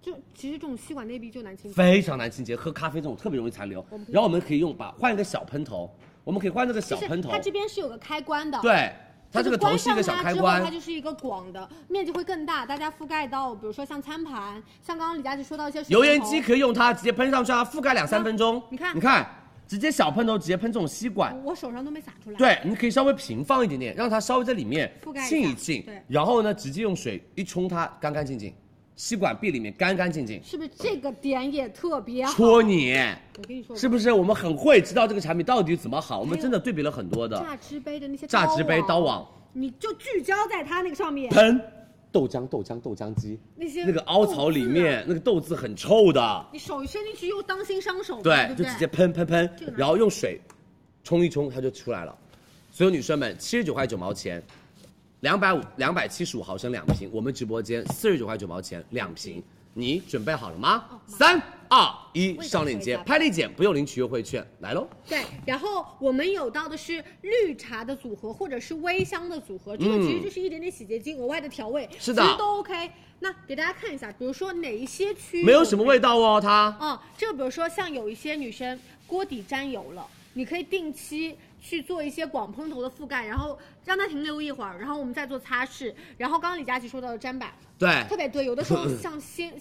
就其实这种吸管内壁就难清洁。
非常难清洁。喝咖啡这种特别容易残留。然后我们可以用把换一个小喷头，我们可以换那个小
就是
喷头
它。这边是有个开关的。。
对，它这个头
关
是一
上
个小
它
开
之后，它
关
就。是一个广的，面积会更大，大家覆盖到，比如说像餐盘，像刚刚李佳琦说到一些水
油烟
龙头
机，可以用它直接喷上去，让它覆盖两三分钟。
你看嗯
你看，直接小喷头直接喷这种吸管。
我手上都没洒出来。，
对，你可以稍微平放一点点，让它稍微在里面
覆盖一下
浸一浸
对，
然后呢，直接用水一冲它，干干净净，吸管壁里面干干净净。
是不是这个点也特别好？
戳你，
我跟你说，
是不是？我们很会知道这个产品到底怎么好，我们真的对比了很多的
榨汁杯的那些
榨汁杯、
网
刀网、
你就聚焦在它那个上面，
喷、豆浆、豆浆、豆浆机，
那些
那个凹槽里
豆字啊，
面那个豆子很臭的，
你手一伸进去又担心伤手嘛，
对，
对不
就
对，
直接喷喷喷
这个，呢
然后用水冲一冲，它就出来了。所有女生们，七十九块九毛钱，两百五两百七十五毫升两瓶，我们直播间四十九块九毛钱两瓶，你准备好了吗？三二一，
道
上链接，
回家
拍立减不用领取优惠券，来喽！
对。然后我们有到的是绿茶的组合，或者是微香的组合，这个
嗯
其实就是一点点洗洁精额外的调味，
是的
其实都 OK。那给大家看一下，比如说哪一些区域
没有什么味道哦，它。
嗯，这个比如说像有一些女生锅底沾油了，你可以定期去做一些广喷头的覆盖，然后让它停留一会儿，然后我们再做擦拭。然后刚刚李佳琦说到的砧板，
对，
特别对，有的 时候像鲜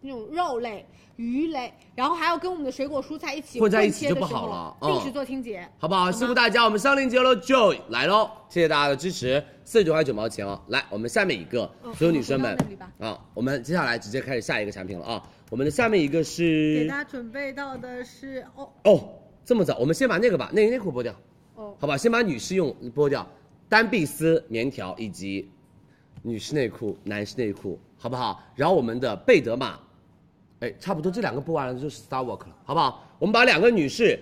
那种肉类、鱼类，然后还要跟我们的水果蔬菜一起
混在一
切
起
的
就不
时
好
候
了
定
嗯
时做清洁。
好不好？
吗
辛苦大家，我们上链接喽，Joy 来喽，谢谢大家的支持，四十九块九毛钱哦。来，我们下面一个，
嗯
所有女生
我
们
们回到
啊，我们接下来直接开始下一个产品了啊。我们的下面一个
给
是
大家准备到的是哦
哦，这么早，我们先把那个吧，内内裤剥掉，
哦，
好吧？先把女士用剥掉，单碧丝棉条以及女士内裤、男士内裤，好不好？然后我们的贝德玛，哎，差不多这两个播完了就是 Star Walk 了，好不好？我们把两个女士，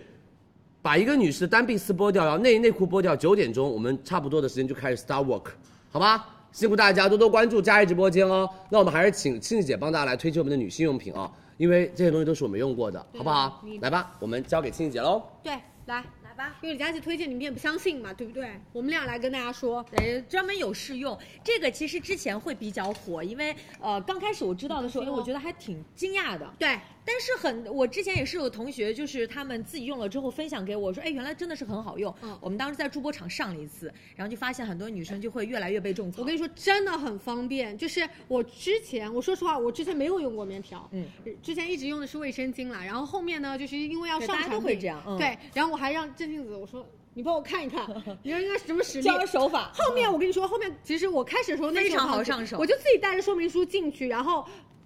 把一个女士的单臂丝剥掉，然后内衣内裤剥掉，九点钟我们差不多的时间就开始 Star Walk，好吧？辛苦大家多多关注佳怡直播间哦。那我们还是请庆子姐帮大家来推荐我们的女性用品啊、因为这些东西都是我们用过的，好不好
啊你？
来吧，我们交给庆子姐喽。
对，来。
来吧。
因为李佳琦推荐你们也不相信嘛，对不对？我们俩来跟大家说，
呃，专门有试用这个，其实之前会比较火，因为呃，刚开始我知道的时候，哎我觉得还挺惊讶的。
对，
但是很，我之前也是有同学，就是他们自己用了之后分享给我说，哎，原来真的是很好用。
嗯
我们当时在助播场上了一次，然后就发现很多女生就会越来越被种草。
我跟你说，真的很方便。就是我之前，我说实话，我之前没有用过棉条，
嗯，
之前一直用的是卫生巾啦。然后后面呢，就是因为要
对
上
大家
产
都会
品
这样嗯
对，然后我还让郑镜子，我说你帮我看一 看，你说应该什么实力
教？了手法，
后面我跟你说，后面其实我开始的时候那
非
种
常好
方式
上手
我就自己带着说明书进去，然后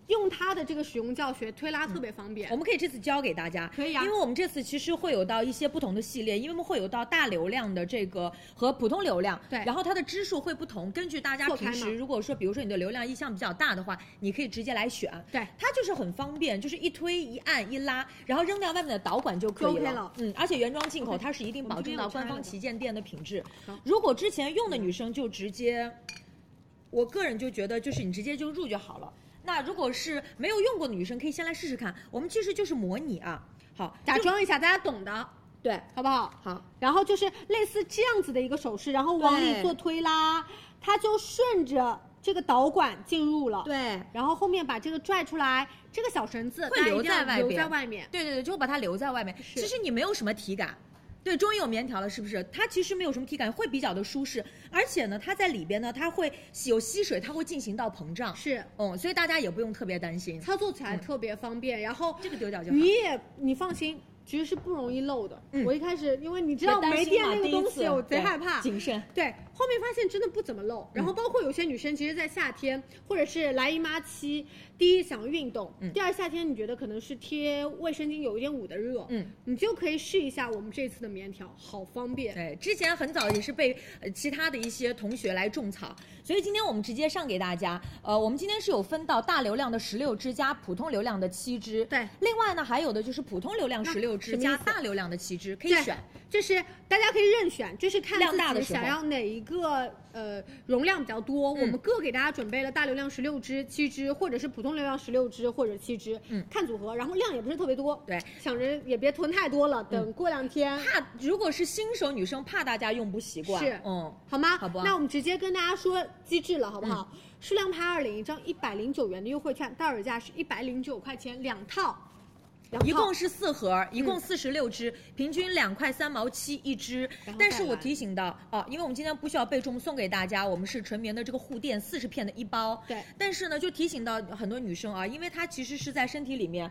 用它的这个使用教学推拉特别方便。
我们可以这次教给大家，
可以啊
因为我们这次其实会有到一些不同的系列，因为我们会有到大流量的这个和普通流量，
对
然后它的支数会不同，根据大家
错开
平
嘛
时如果说，比如说你的流量意向比较大的话，你可以直接来选，
对
它就是很方便，就是一推一按一拉，然后扔掉外面的导管就可以
就 OK
了，
了
嗯，而且原装进口
OK，
它是一定
我们
保
这边
证到
有拆
官方
了的
旗舰店的品质
好，
如果之前用的女生就直接。我个人就觉得，就是你直接就入就好了。那如果是没有用过的女生，可以先来试试看。我们其实就是模拟啊，好，
假
就
装一下，大家懂的，
对，
好不好？
好，
然后就是类似这样子的一个手势，然后往里
对
做推拉，它就顺着这个导管进入了。，
对，
哎
然后后面把这个拽出来，这个小绳子
会
大家一
留
定要
在外
留
边
在外面。
对对对，就把它留在外面。
是
其实你没有什么体感。对，终于有棉条了，是不是？它其实没有什么体感，会比较的舒适，而且呢，它在里边呢，它会有吸水，它会进行到膨胀，
是，
嗯，所以大家也不用特别担心，
操作起来特别方便。然后
这个丢掉就好。
你也你放心，其实是不容易漏的。
嗯
我一开始因为你知道没电那个东西，我贼害怕。
谨慎。
对，后面发现真的不怎么
嗯
漏。然后包括有些女生，其实，在夏天或者是来姨妈期，第一想运动，
嗯
第二夏天你觉得可能是贴卫生巾有一点捂的热，
嗯，
你就可以试一下我们这次的棉条，好方便。
对，之前很早也是被呃其他的一些同学来种草，所以今天我们直接上给大家。呃，我们今天是有分到大流量的十六支加普通流量的七支，
对。
另外呢，还有的就是普通流量十六
那
支
什么
加
意思
大流量的七支，可以
对
选。
就是大家可以任选，就是看
量大
自
的
己
时候嗯
想要哪一个呃容量比较多。我们各给大家准备了大流量十六支、七支，或者是普通流量十六支或者七支，
嗯
看组合。然后量也不是特别多，
对，嗯
想着也别囤太多了，等过两天。
怕如果是新手女生，怕大家用不习惯，
是
嗯，
好吗？
好吧嗯
那我们直接跟大家说机制了，好不好？数量拍二领一张一百零九元的优惠券，到手价是一百零九块钱两套，两套
一共是四盒，
嗯
一共四十六支，平均两块三毛七一支
然后。
但是
再来
我提醒到哦，因为我们今天不需要备注，我们送给大家，我们是纯棉的这个护垫四十片的一包。
对
但是呢，就提醒到很多女生啊，因为它其实是在身体里面。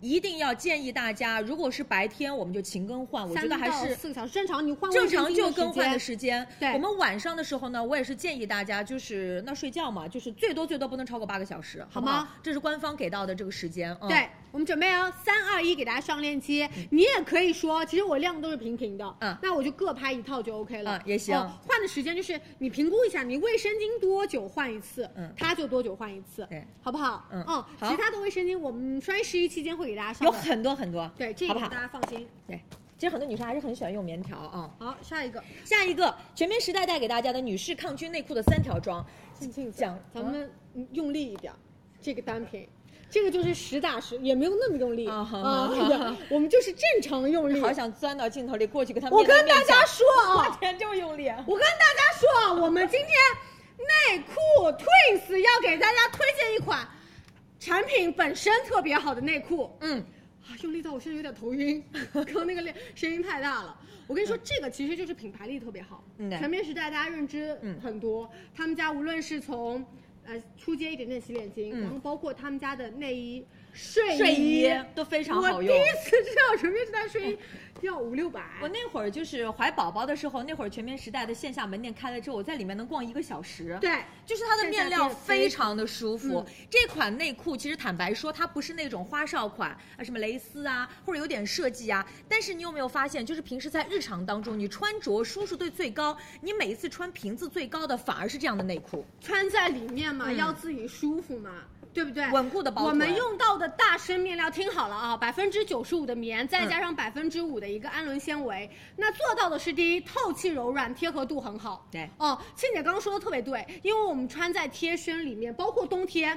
一定要建议大家，如果是白天我们就勤更换，我觉
三
得还
到
是
四个小时正常，你换
正
卫生
常
巾
就更
的
换的
间
时间。
对
我们晚上的时候呢，我也是建议大家，就是那睡觉嘛，就是最多最多不能超过八个小时，好不
好吗？
这是官方给到的这个时间。嗯、
对，我们准备哦，三二一，给大家上链接。你也可以说，其实我量都是平平的，
嗯
那我就各拍一套就 OK 了，
嗯也行
哦换的时间就是你评估一下，你卫生巾多久换一次，
嗯
它就多久换一次，
对，
好不好？
嗯
哦，
好
其他的卫生巾我们双十一期间会给大家上
有
的，
很多很多，
对，这
好
个
不
大
好？
家放心。
对，其实很多女生还是很喜欢用棉条啊、
好，下一个，
下一个，全棉时代带给大家的女士抗菌内裤的三条装，
静静
讲嗯
咱们嗯用力一点，这个单品。这个就是实打实，也没有那么用力
啊好
啊
好
也 我们就是正常用力。
好想钻到镜头里过去跟她
嗯我
面对
跟
面
大家
讲
说啊，
我天，这么用力啊！
我跟大家说，我们今天内裤 Twins 要给大家推荐一款产品本身特别好的内裤。
嗯，
啊，用力到我现在有点头 晕，刚刚那个力声音太大了。我跟你说，这个其实就是品牌力特别好。
嗯对
全面时代大家认知
嗯
很多，他们家无论是从呃出街一点点洗脸巾，
嗯
然后包括他们家的内衣、睡
睡衣
衣。
都非常
我
好
第
用。
一次知道什么是带睡衣，要五六百。
我那会儿就是怀宝宝的时候，那会儿全棉时代的线下门店开了之后，我在里面能逛一个小时。
对，
就是它的面料
线下店
非常的嗯舒服。这款内裤其实坦白说，它不是那种花哨款啊，什么蕾丝啊，或者有点设计啊。但是你有没有发现，就是平时在日常当中，你穿着舒适度最高，你每一次穿频次最高的反而是这样的内裤，
穿在里面嘛，
嗯
要自己舒服嘛，对不对？
稳固的包
我
臀
们用到的大深面料，听好了啊，百分之九十五的棉，再
嗯
加上百分之五的一个氨纶纤维，那做到的是第一，透气柔软，贴合度很好。
对
哦，倩姐刚刚说的特别对，因为我们穿在贴身里面，包括冬天。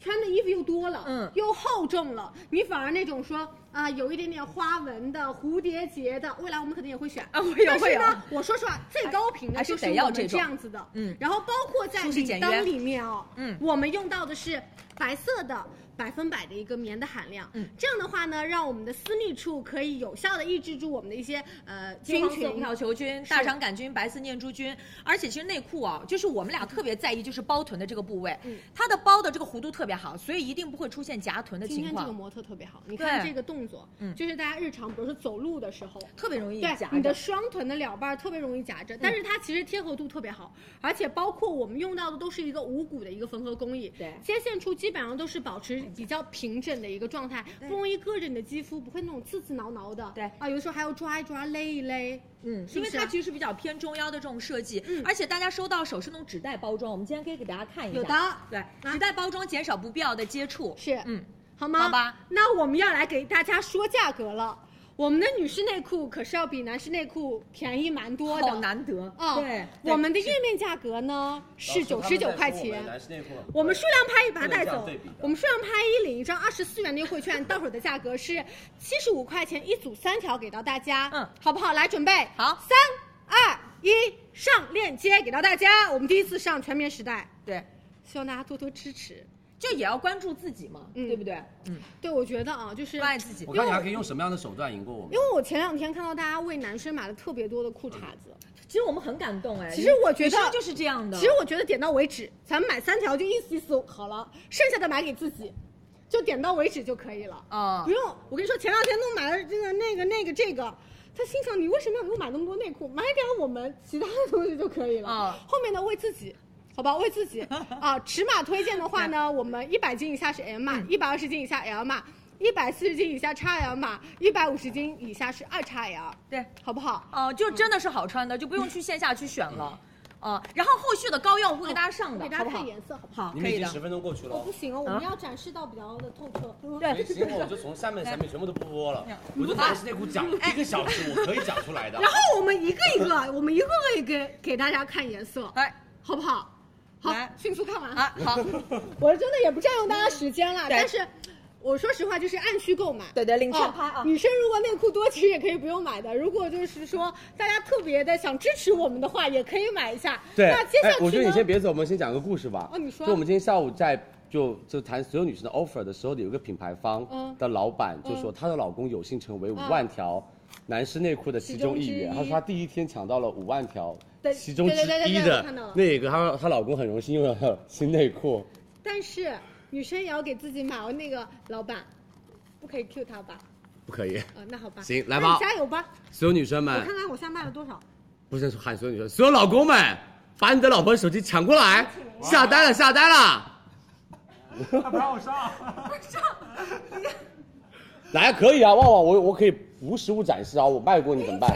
穿的衣服又多了，
嗯
又厚重了，你反而那种说啊、有一点点花纹的、蝴蝶结的，未来我们肯定也会选
啊会有
但
会
是
有
呢，我说实话，最高频
还
的
是
就是
得要
我们
这
这
种
样子的，
嗯
然后包括在
舒适简
礼
约
裆里面哦，
嗯
我们用到的是白色的百分百的一个棉的含量，
嗯，
这样的话呢，让我们的私密处可以有效的抑制住我们的一些呃
金
菌
黄色葡
群。
萄球菌、大肠杆菌、白丝念珠菌，而且其实内裤啊，就是我们俩特别在意，就是包臀的这个部位，
嗯
它的包的这个弧度特别好，所以一定不会出现夹臀的
今
情
天这个
况，
模特特别好，你看
对
这个动作，
嗯
就是大家日常，比如说走路的时候，
特别容易夹
对
着。
你的双臀的两半儿特别容易夹着，但是它其实贴合度特别好，
嗯
而且包括我们用到的都是一个无骨的一个缝合工艺，
对
接线处基本上都是保持比较平整的一个状态，不容易硌着你的肌肤，不会那种刺刺挠挠的，
对
啊，有时候还要抓一抓勒一勒，
嗯，
是不
因为
是
它
啊
其实是比较偏中腰的这种设计，
嗯
而且大家收到手是那种纸袋包装，我们今天可以给大家看一下。
有的，
对，纸袋包装减少不必要的接触。
是，
嗯，
好吗？
好吧。
那我们要来给大家说价格了，我们的女士内裤可是要比男士内裤便宜蛮多的，
好难得。
哦，
对，
我们的页面价格呢是九十九块钱。
男士内裤了
我们数量拍一把它带
不能这样
走
对比的，
我们数量拍一领一张二十四元的优惠券，到手的价格是七十五块钱一组，三条给到大家，
嗯，
好不好？来准备，
好
三二一，上链接给到大家。我们第一次上全棉时代，
对，
希望大家多多支持。
就也要关注自己嘛，
嗯
对不对？嗯，
对，我觉得啊，就是
关爱自己
我。看你还可以用什么样的手段赢过我们
因？为我前两天看到大家为男生买了特别多的裤
嗯
衩子，
其实我们很感动哎。
其实我觉得
女生就是这样的。
其实我觉得点到为止，咱们买三条就意思意思好了，剩下的买给自己，就点到为止就可以了。
啊
不，用，我跟你说，前两天都买了这个、那个、那个、这个。他心想：你为什么要给我买那么多内裤？买点我们其他的东西就可以了。
啊
后面的为自己，好吧，为自 己啊。尺码推荐的话呢，我们一百斤以下是 M
嗯
码，一百二十斤以下 L 码，一百四十斤以下 XL 码，一百五十斤以下是二 XL，
对，
好不好？
哦，就真的是好穿的，就不用去线下去选了。啊，然后后续的膏药我会给大家上
我
的，
哦给大家
好不
看
好？
颜色，好不好？
好，
你
可
们已
以
经
的
十。分钟过去
哦，
了
不。行哦，
啊
我们要展示到比较的透彻。
对
行，我就从上面三面全部都不播了，我就男士内裤 讲
哎
一个小时，我可以讲出来的。
然后我们一个一个，我们一个个一个给大家看颜色，
哎，
好不好？好
来，
迅速看完。
啊，好，
我真的也不占用大家时间了，
对
但是我说实话，就是按需购买。
对对，领券
哦
拍啊。
女生如果内裤多，其实也可以不用买的。如果就是说大家特别的想支持我们的话，也可以买一下。那接下
哎
去，呢？
我觉得你先别走，我们先讲个故事吧。
哦你说
就我们今天下午在就就谈所有女生的 offer 的时候，有一个品牌方
嗯
的老板就说，她的老公有幸成为五万条男士内裤的其中一员。
其中之一
她说她第一天抢到了五万条
对
其中之
对对
一
对对我
的
看到了
那个，她说她老公很荣幸拥有了新内裤。
但是女生也要给自己买哦。那个老板，不可以 Q 他吧？
不可以，
呃，那好吧。
行来
那
吧
你加油吧！
所有女生
我
们
看看我现在卖了多少。
不是喊所有女生，所有老公们，把你的老婆手机抢过来，下单了，下单了。来可以啊，旺旺，我我可以无实物展示啊，我卖过你怎么办？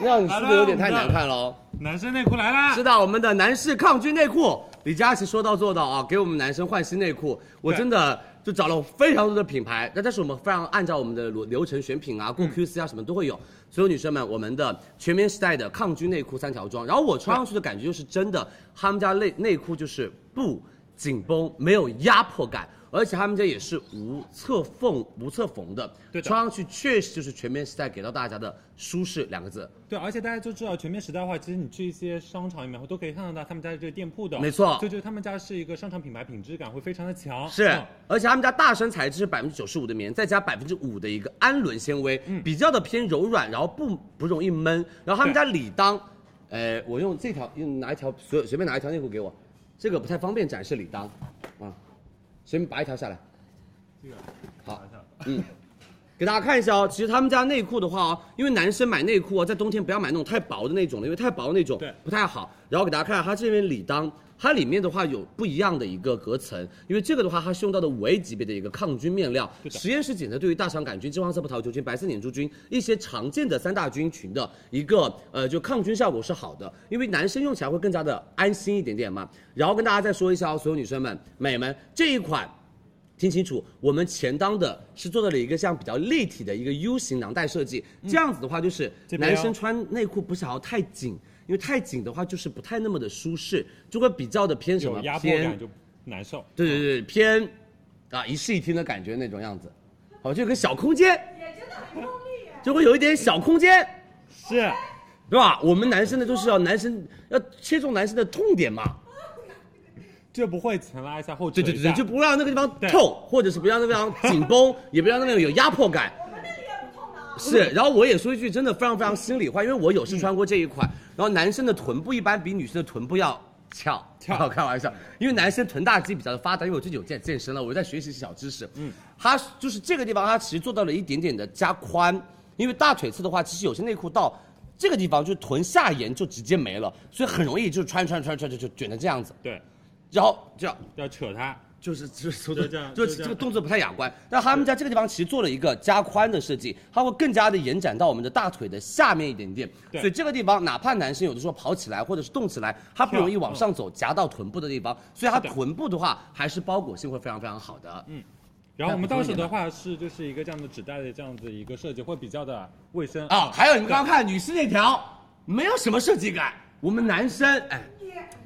那样你是不是有点太难看了哦？
男生内裤来啦！
是的，我们的男士抗菌内裤，李佳琦说到做到啊，给我们男生换新内裤，我真的就找了非常多的品牌，那但是我们非常按照我们的流流程选品啊，
嗯
过 QC 啊什么都会有。所有女生们，我们的全棉时代的抗菌内裤三条装，然后我穿上去的感觉就是真的，他们家内内裤就是不紧绷，没有压迫感。而且他们家也是无侧缝、无侧缝的，
对的
穿上去确实就是全棉时代给到大家的舒适两个字。
对，而且大家都知道，全面时代的话，其实你去一些商场里面都可以看得到他们家的这个店铺的，
没错
所以就是他们家是一个商场品牌，品质感会非常的强。
是
嗯，
而且他们家大身材质是百分之九十五的棉，再加百分之五的一个氨纶纤维，比较的偏柔软，然后不不容易闷。然后他们家里裆，呃，我用这条用拿一条随随便拿一条内裤给我，这个不太方便展示里裆，啊，随便拔一条下来。
嗯
给大家看一下哦，其实他们家内裤的话哦，因为男生买内裤啊，在冬天不要买那种太薄的那种了，因为太薄的那种
对
不太好。然后给大家看一下它这边里裆，它里面的话有不一样的一个隔层，因为这个的话它是用到的五 A 级别的一个抗菌面料。
是的
实验室检测对于大肠杆菌、金黄色葡萄球菌、白色念珠菌一些常见的三大菌群的一个呃就抗菌效果是好的，因为男生用起来会更加的安心一点点嘛。然后跟大家再说一下哦，所有女生们、美们这一款。听清楚，我们前裆的是做到了一个像比较立体的一个 U 型囊袋设计，这样子的话就是
这边哦
男生穿内裤不想要太紧，因为太紧的话就是不太那么的舒适，就会比较的偏什
有
么
压迫
偏
感就难受。
对对对偏啊一室一厅的感觉那种样子，好就有个小空间，就会有一点小空间，
是，
对吧？我们男生的就是要男生要切中男生的痛点嘛，
就不会前拉一下后
对
垂
对
一
对
下
对，就不让那个地方
对
透，或者是不让那个地方紧 绷，也不让那个有压迫感。
啊
是，然后我也说一句真的非常非常心里话，因为我有试穿过这一款，然后男生的臀部一般比女生的臀部要翘，
翘
开玩笑，因为男生臀大肌比较的发达，因为我最近有在健身了，我在学习一些小知识，嗯，它就是这个地方它其实做到了一点点的加宽，因为大腿侧的话，其实有些内裤到这个地方就是臀下沿就直接没了，所以很容易就是穿穿穿穿就就卷成这样子，
对，
然后这样。
要扯它。
就是就是
就这样
就
就这样
这个动作不太雅观。但他们家这个地方其实做了一个加宽的设计，它会更加的延展到我们的大腿的下面一点点。
对
所以这个地方，哪怕男生有的时候跑起来或者是动起来，他不容易往上走，夹到臀部的地方。所以它
嗯是的
臀部的话，还是包裹性会非常非常好的。
然后我们到手的话是就是一个这样的纸袋的这样子一个设计，会比较的卫 生
啊，还有你们刚刚看女士那条，没有什么设计感，我们男生哎，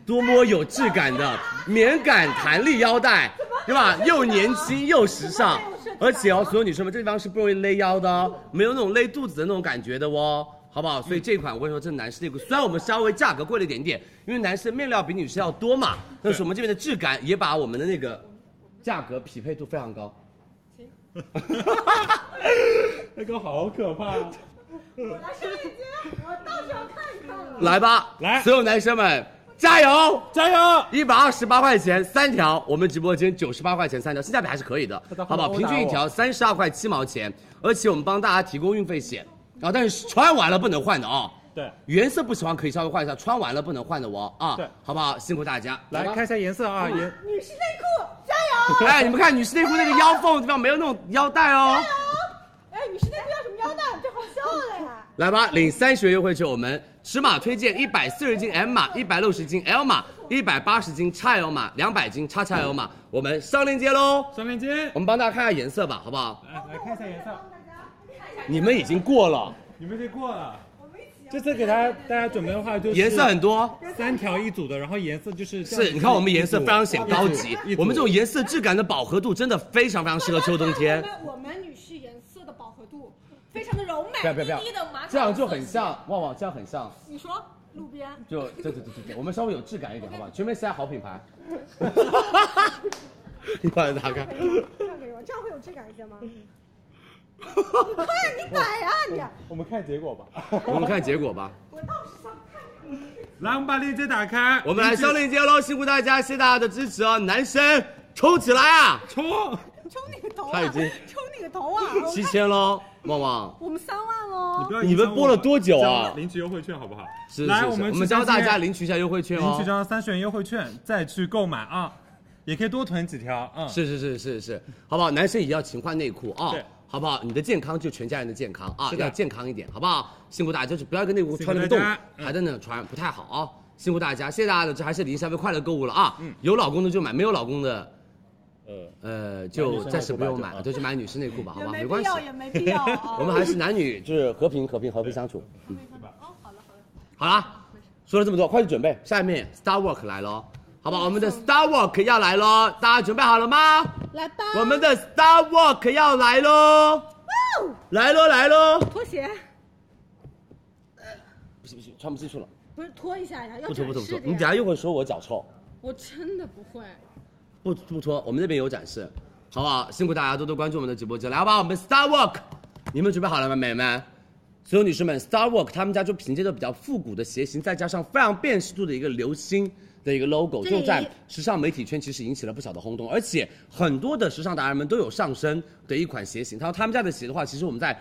多么有质感的棉感弹力腰带，对吧？又年轻又时尚，而且哦，所有女生们这地方是不容易勒腰的哦，没有那种勒肚子的那种感觉的哦。好不好？所以这款我跟你说，这男士内裤虽然我们稍微价格贵了一点点，因为男士面料比女士要多嘛，但是我们这边的质感也把我们的那个价格匹配度非常高。
那个好可怕、啊。
来吧，
来
所有男生们加油！
加油！
一百二十八块钱三条，我们直播间九十八块钱三条，性价比还是可以的，
他在
好
后
不好？平
面殴打哦
均一
我
条三十二块七毛钱，而且我们帮大家提供运费险，啊，但是穿完了不能换的哦。
对，
原色不喜欢可以稍微换一下，穿完了不能换的哦啊，
对
好不好？辛苦大家，
来
吧
看一下颜色啊，颜
女士内裤，加油！
哎，你们看女士内裤那个腰缝地方没有那种腰带哦。
哎，女士内裤要什么腰带？这好笑了呀！
来吧，领三十元优惠券，我们尺码推荐一百四十斤 M 码、一百六十斤 L 码、一百八十斤 XL 码、两百斤 XXL 码，我们上链接喽。
双链接，
我们帮大家看下颜色吧，好不好？
来来看一下颜色，
你们已经过了，
你们这过了。这次给大家大家准备的话就是
颜色很多。
三条一组的，然后颜色就是这样
是，你看我们颜色非常显高级
一组一，组
我们这种颜色质感的饱和度真的非常非常适合秋冬天。
我们女士颜色的饱和度非常的柔美。
不要不要不要
低，的马卡
这样就很像旺旺，这样很像，
你说路边
就对对对对对，我们稍微有质感一点，好不好？全面三好 品牌。你把它 打开。
看给我，这样会有质感一些吗？快，你改
啊
呀、你！
我们看结果吧。
我 们看结果吧。
来，我们把链接打开，
我们来上链接喽，辛苦大家，谢谢大家的支持啊！男生冲起来啊！
冲！
抽你个头啊！
他已经
抽你个 头啊！
七千喽，旺旺。
我们三万喽！
不要
你们播了多久啊
领取优惠券好不好？
是
来，
是是
我们
我
去
们教大
三
家
千
领取一下优惠券
领
哦
取这。张三十元优惠券，再去购买啊，也可以多囤几条，嗯，
是是是是是，好不好？男生也要勤换内裤啊
对，
好不好？你的健康就全家人的健康啊，
是的
要健康一点，好不好？辛苦大家，就是不要一个内裤
辛苦
穿了个洞
大家，嗯
还在那穿，不太好啊。辛苦大家，谢谢大家的支持，还是理性消费，快乐购物了啊！有老公的就买，没有老公的，
呃，
呃，就暂时不用买，嗯对，就买女士内裤吧，好
也
吧？没
没
关
必
系
要，，也没必要
我
哦
啊！
们还是男女就是和平和平和平相处。嗯，好了好了，好了，说了这么多，快去准备，下面 Star Walk 来了哦，好吧？我们的 Star Walk 要来喽，大家准备好了吗？
来吧，
我们的 Star Walk 要来喽！来喽来喽！
拖鞋
不行不行，穿不进去了，
不是拖一下呀，要
不脱不脱
展
不
示
脱，
的
你等
呀。
下一会儿说我脚臭，
我真的不会，
不不脱，我们那边有展示，好不好？辛苦大家多多关注我们的直播间，来吧，我们 Star Walk，你们准备好了吗，美们？所有女士们，Star Walk 他们家就凭借着比较复古的鞋型，再加上非常辨识度的一个流星，的一个 logo，
这
就在
里
时尚媒体圈其实引起了不小的轰动，而且很多的时尚达人们都有上身的一款鞋型。他说他们家的鞋的话，其实我们在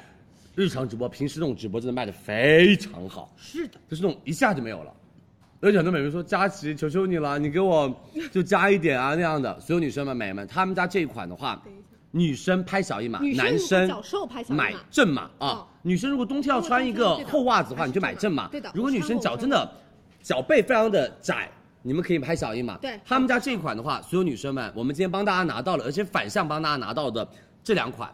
日常直播、平时那种直播真的卖的非常好，
是的，
就是那种一下就没有了。而且很多美眉说：“佳琪，求求你了，你给我就加一点啊那样的。”所有女生们、美们，他们家这一款的话，女生拍小一码，
女生
啊男生
脚瘦拍小一码
买正码
哦
啊。女生如果冬天要穿一个
对的
厚袜子的话，
还是
你就买正码。
哦正码对的
如果女生脚真的脚背非常的窄。你们可以拍小一码。
对
他们家这一款的话，所有女生们，我们今天帮大家拿到了，而且反向帮大家拿到的这两款，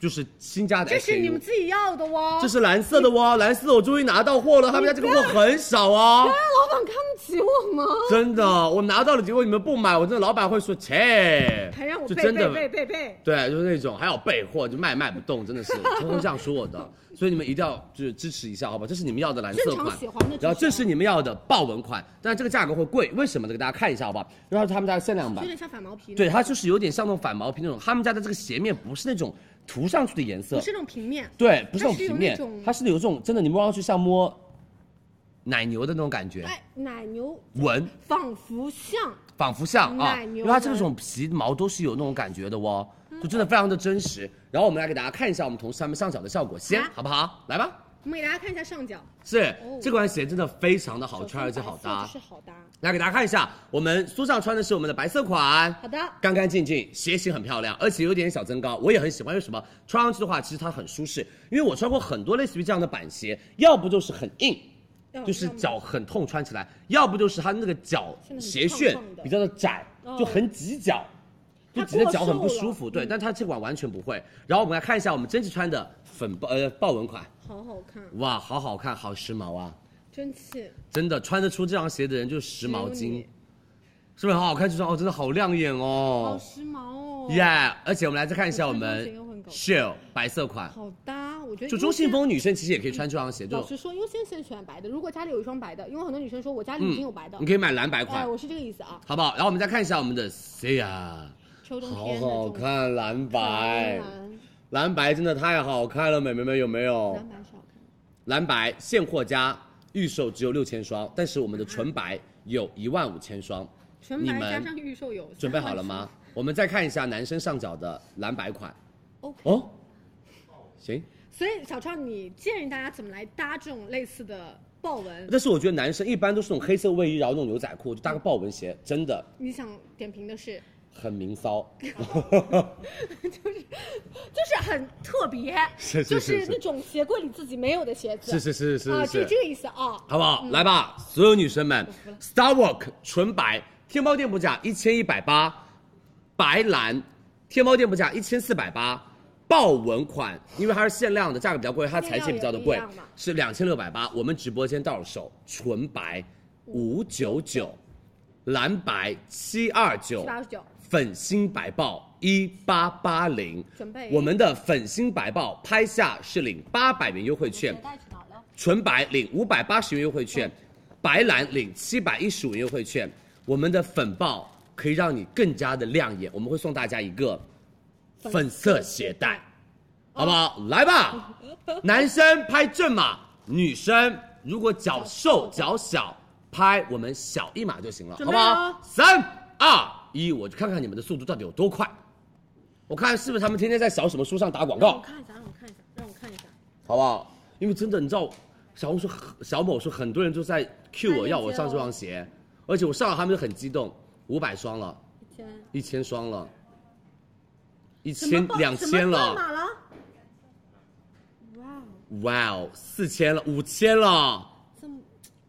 就是新加的 SKU。
这是你们自己要的哦。
这是蓝色的哦，蓝色的我终于拿到货了，他们家这个货很少哦。
老板看不起我吗？
真的，我拿到了，结果你们不买，我真的老板会说切，
还让我
就
背
真
背
的
背背背，
对，就是那种还有备货就卖卖不动，真的 是他会这样说我的，所以你们一定要就是支持一下，好吧？这是你们要的蓝色
正
款
常喜欢的支，持
然后这是你们要的豹纹款，但是这个价格会贵，为什么呢？给大家看一下，好吧？因为它是他们家的限量
有
版，
点像反毛皮，
对，，它就是有点像那种反毛皮那种，他们家的这个鞋面不是那种涂上去的颜色
不，是那种平面，
对，不是
它
那种
是有
平
那
面
种，
它是有这种真的，你摸上去像摸奶牛的那种感觉，
哎，奶牛
纹
仿佛像，
仿佛像啊，
奶牛
因为它这种皮毛都是有那种感觉的哦，就真的非常的真实。然后我们来给大家看一下我们同事他们上脚的效果，先
啊
好不好？来吧，
我们给大家看一下上脚，
是
哦
这款鞋真的非常的好哦穿，而
首
且
先
好
白
搭
色就。是好搭，
来给大家看一下，我们苏尚穿的是我们的白色款，
好的。
干干净净，鞋型很漂亮，而且有点小增高，我也很喜欢。为什么？穿上去的话，其实它很舒适，因为我穿过很多类似于这样的板鞋，要不就是很硬。
哦哎
就是脚很痛，穿起来；要不就是它那个脚
现在很
鞋楦
胖胖的哦
比较的窄，就很挤脚，就
它
挤得
过
脚很不
瘦了嗯
舒服。对，但它这款完全不会。然后我们来看一下我们真实穿的粉豹呃豹纹款，
好好看，
哇，好好看，好时髦啊！
真气，
真的穿得出这双鞋的人就是时髦
只有
精
你，
是不是很好看？这双哦，真的好亮眼
好
哦，
时髦哦，
耶！而且我们来再看一下我
我穿这双鞋又
们
很搞
Shell 白色款，
好搭，我觉得
就
优
中性
先。
风女生其实也可以穿这双鞋，就
老实说，优先先选白的。如果家里有一双白的，因为很多女生说我家里已经有白的，
嗯你可以买蓝白
哎，
款，
我是这个意思啊。
好不好？然后我们再看一下我们的 Sia。
秋冬
好
天那
好
种
看，蓝白，
蓝
蓝白真的太好看了，美眉们有没有？
蓝白是好看，
蓝白现货价预售只有六千双，但是我们的纯白有一万五千双，
纯
你
白
们
加上预售有，
准备好了吗？我们再看一下男生上脚的蓝白款。
OK
哦，行，
所以小畅，你建议大家怎么来搭这种类似的豹纹？
但是我觉得男生一般都是那种黑色卫衣，然后那种牛仔裤，就搭个豹纹鞋，真的
你想点评的是，
很明骚。
就是很特别，
是
就是
是
是那种鞋柜里自己没有的鞋子，
是是是是
啊，
是
就。这个意思啊。
好不好？来吧，所有女生们，Star Walk 纯白天猫店铺价一千一百八，白蓝天猫店铺价一千四百八，豹纹款，因为它是限量的，价格比较贵，它材质比较的贵
面料也不一样嘛，
是两千六百八。我们直播间到手纯白五九九，蓝白七二九，
729
粉星白豹一八八零。
准备
我们的粉星白豹拍下是领八百元优惠
哦
券。
带去哪儿了？
纯白领五百八十元优惠券，白蓝领七百一十五元优惠券。我们的粉豹可以让你更加的亮眼，我们会送大家一个粉色鞋带，好不好？来吧，男生拍正码，女生如果脚瘦脚小，拍我们小一码就行了，好
准
不
备哦
好？三二一，我就看看你们的速度到底有多快。我看是不是他们天天在小什么书上打广告？
让我看一下，让我看一下，让我看一下。
好不好？因为真的，你知道，小红书很小某书很多人都在 Q 我要我上这双鞋，而且我上了他们就很激动，五百双了，
天，
一千双了，一
什么
千
报
两千
什么
啊
了，
断码了？
哇哦，四千了，五千了
这么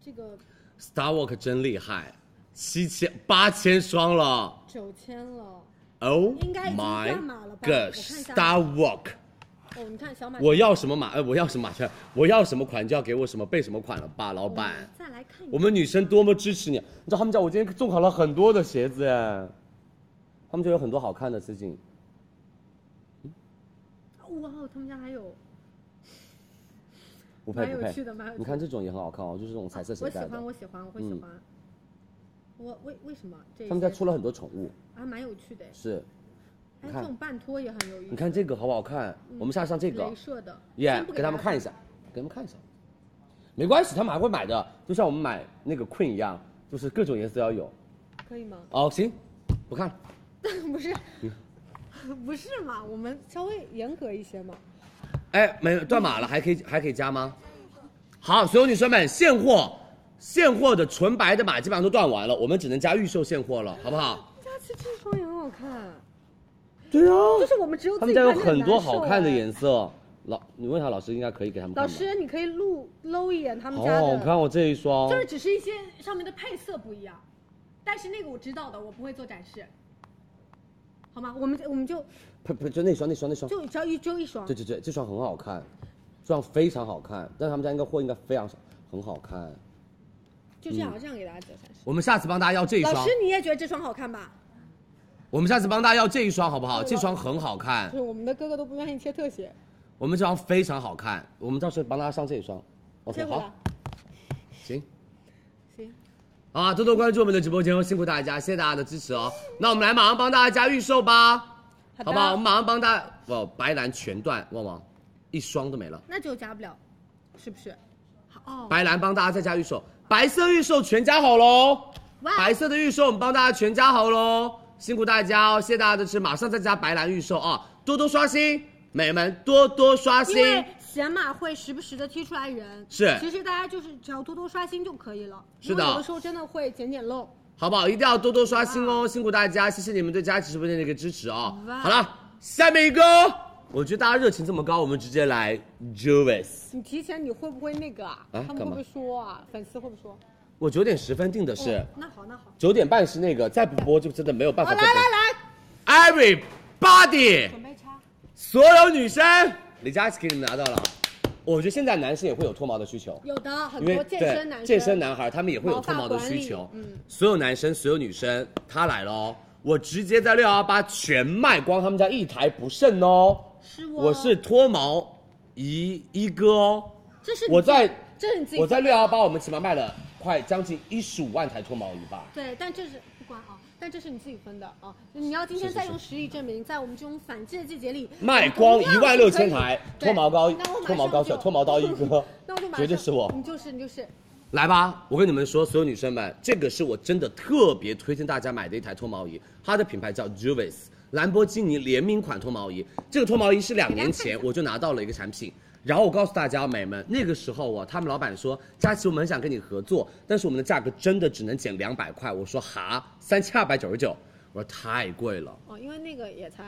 这个
，Star Walk 真厉害，七千八千双了。
九千了，
Oh
应该已经
my
断码了吧
g
我
o
看一
s
下
Star Walk，
哦，你看小马，
我要什么码？呃，我要什么码？我要什么款就要给我什么备什么款了吧，老板。
嗯再来看一
我
下，
们女生多么支持你！啊你知道他们家我今天种好了很多的鞋子哎，他们家有很多好看的丝巾。
哇哦，他们家还有
不配
蛮
不
有
配
趣，的，蛮有趣的。
你看这种也很好看哦，就是这种彩色
我
鞋
喜
带的嗯
欢，。我喜欢，我会喜欢。我为为什么这
他们家
些
出了很多宠物，
还蛮有趣的哎，
是，
哎，
你看
这种半托也很有意思。
你看这个好不好看？我们下上这个
镭，射的，
耶
嗯先，不
给他们
大家
看一下，给他们看一下，没关系，他们还会买的，就像我们买那个 Queen 一样，就是各种颜色要有。
可 以吗？
哦，行，不看了。
不是，
嗯
不是嘛？我们稍微严格一些嘛。
哎，没断码了，还可以还可以加吗？好，所有女生们，现货现货的纯白的码基本上都断完了，我们只能加预售现货了，好不好？
佳琪这双也很好看，
对啊，
就是我们只有
他
自
们
己
家
看
有
着
很多好看的
难受哎。
颜色。老，你问一下老师，应该可以给他们看
老
吧。
师，你可以录搂一眼他们
好
家的。
好看哦，这一双。
就是只是一些上面的配色不一样，但是那个我知道的，我不会做展示，
好吗？我们我们就
呸呸，就那双，那双，那双。
就只要一周一双
对。对对，这双很好看，这双非常好看，但是他们家应该货应该非常少，很好看。
就这样，这样给大家做展示。
我们下次帮大家要这一
老
双
师，，你也觉得这双好看吧？
我们下次帮大家要这一双好不好？这双很好看
就，是我们的哥哥都不愿意切特写，
我们这双非常好看，我们到时候帮大家上这一双。OK，
切回
好
来，。
行。
行。
好啊，多多关注我们的直播间哦，辛苦大家，谢谢大家的支持哦。那我们来马上帮大家加预售吧，好不好？我们马上帮大家，哇，白蓝全断，旺旺，一双都没了。
那就加不了，是不是？
白蓝帮大家再加预售，白色预售全加好喽，白色的预售我们帮大家全加好喽，辛苦大家哦，谢谢大家的支持，马上再加白蓝预售啊，多多刷新，美们多多刷
因
新，
为显码会时不时的踢出来人。
是
其实大家就是只要多多刷新就可以了。
是的
有的时候真的会捡捡漏。
好不好？一定要多多刷新哦，辛苦大家，谢谢你们对佳琦直播间的一个支持啊、好了，下面一个哦，我觉得大家热情这么高，我们直接来 Juvis。
你提前你会不会那个啊？
啊
他
干
们会
嘛
不会说啊？粉丝会不会说？
我九点十分定的是，
哦那好，那好，
九点半是那个，再不播就真的没有办法
好
再
来
播。
来
，Everybody。
来，准备插。
所有女生，李佳琦给你们拿到了啊。我觉得现在男生也会有脱毛的需求，
有的很
因为
多健身男生，
对健身男孩他们也会有脱毛的需求
毛发。管理嗯
所有男生，所有女生，他来了哦，我直接在六幺八全卖光，他们家一台不剩哦。
是我，
我是脱毛一一哥哦，
这是你
我在
这是你自己
我在六幺八我们起码卖了快将近一十五万台脱毛仪吧。
对，但这是不管啊，但这是你自己分的啊。你要今天
是是
再用实力证明，在我们这种反击的季节里，
卖光
同样
一万六千
是可以
台
对
脱毛膏
那我马上
脱毛膏
就
脱毛刀 一哥
那我就马上
绝对是我
你就是你就是，
来吧，我跟你们说，所有女生们，这个是我真的特别推荐大家买的一台脱毛仪，它的品牌叫 Juvis，兰博基尼联名款脱毛仪。这个脱毛仪是两年前我就拿到了一个产品，然后我告诉大家，美们，那个时候啊，他们老板说，佳琪，我们很想跟你合作，但是我们的价格真的只能减两百块。我说哈，三千二百九十九，我说太贵了。
哦，因为那个也才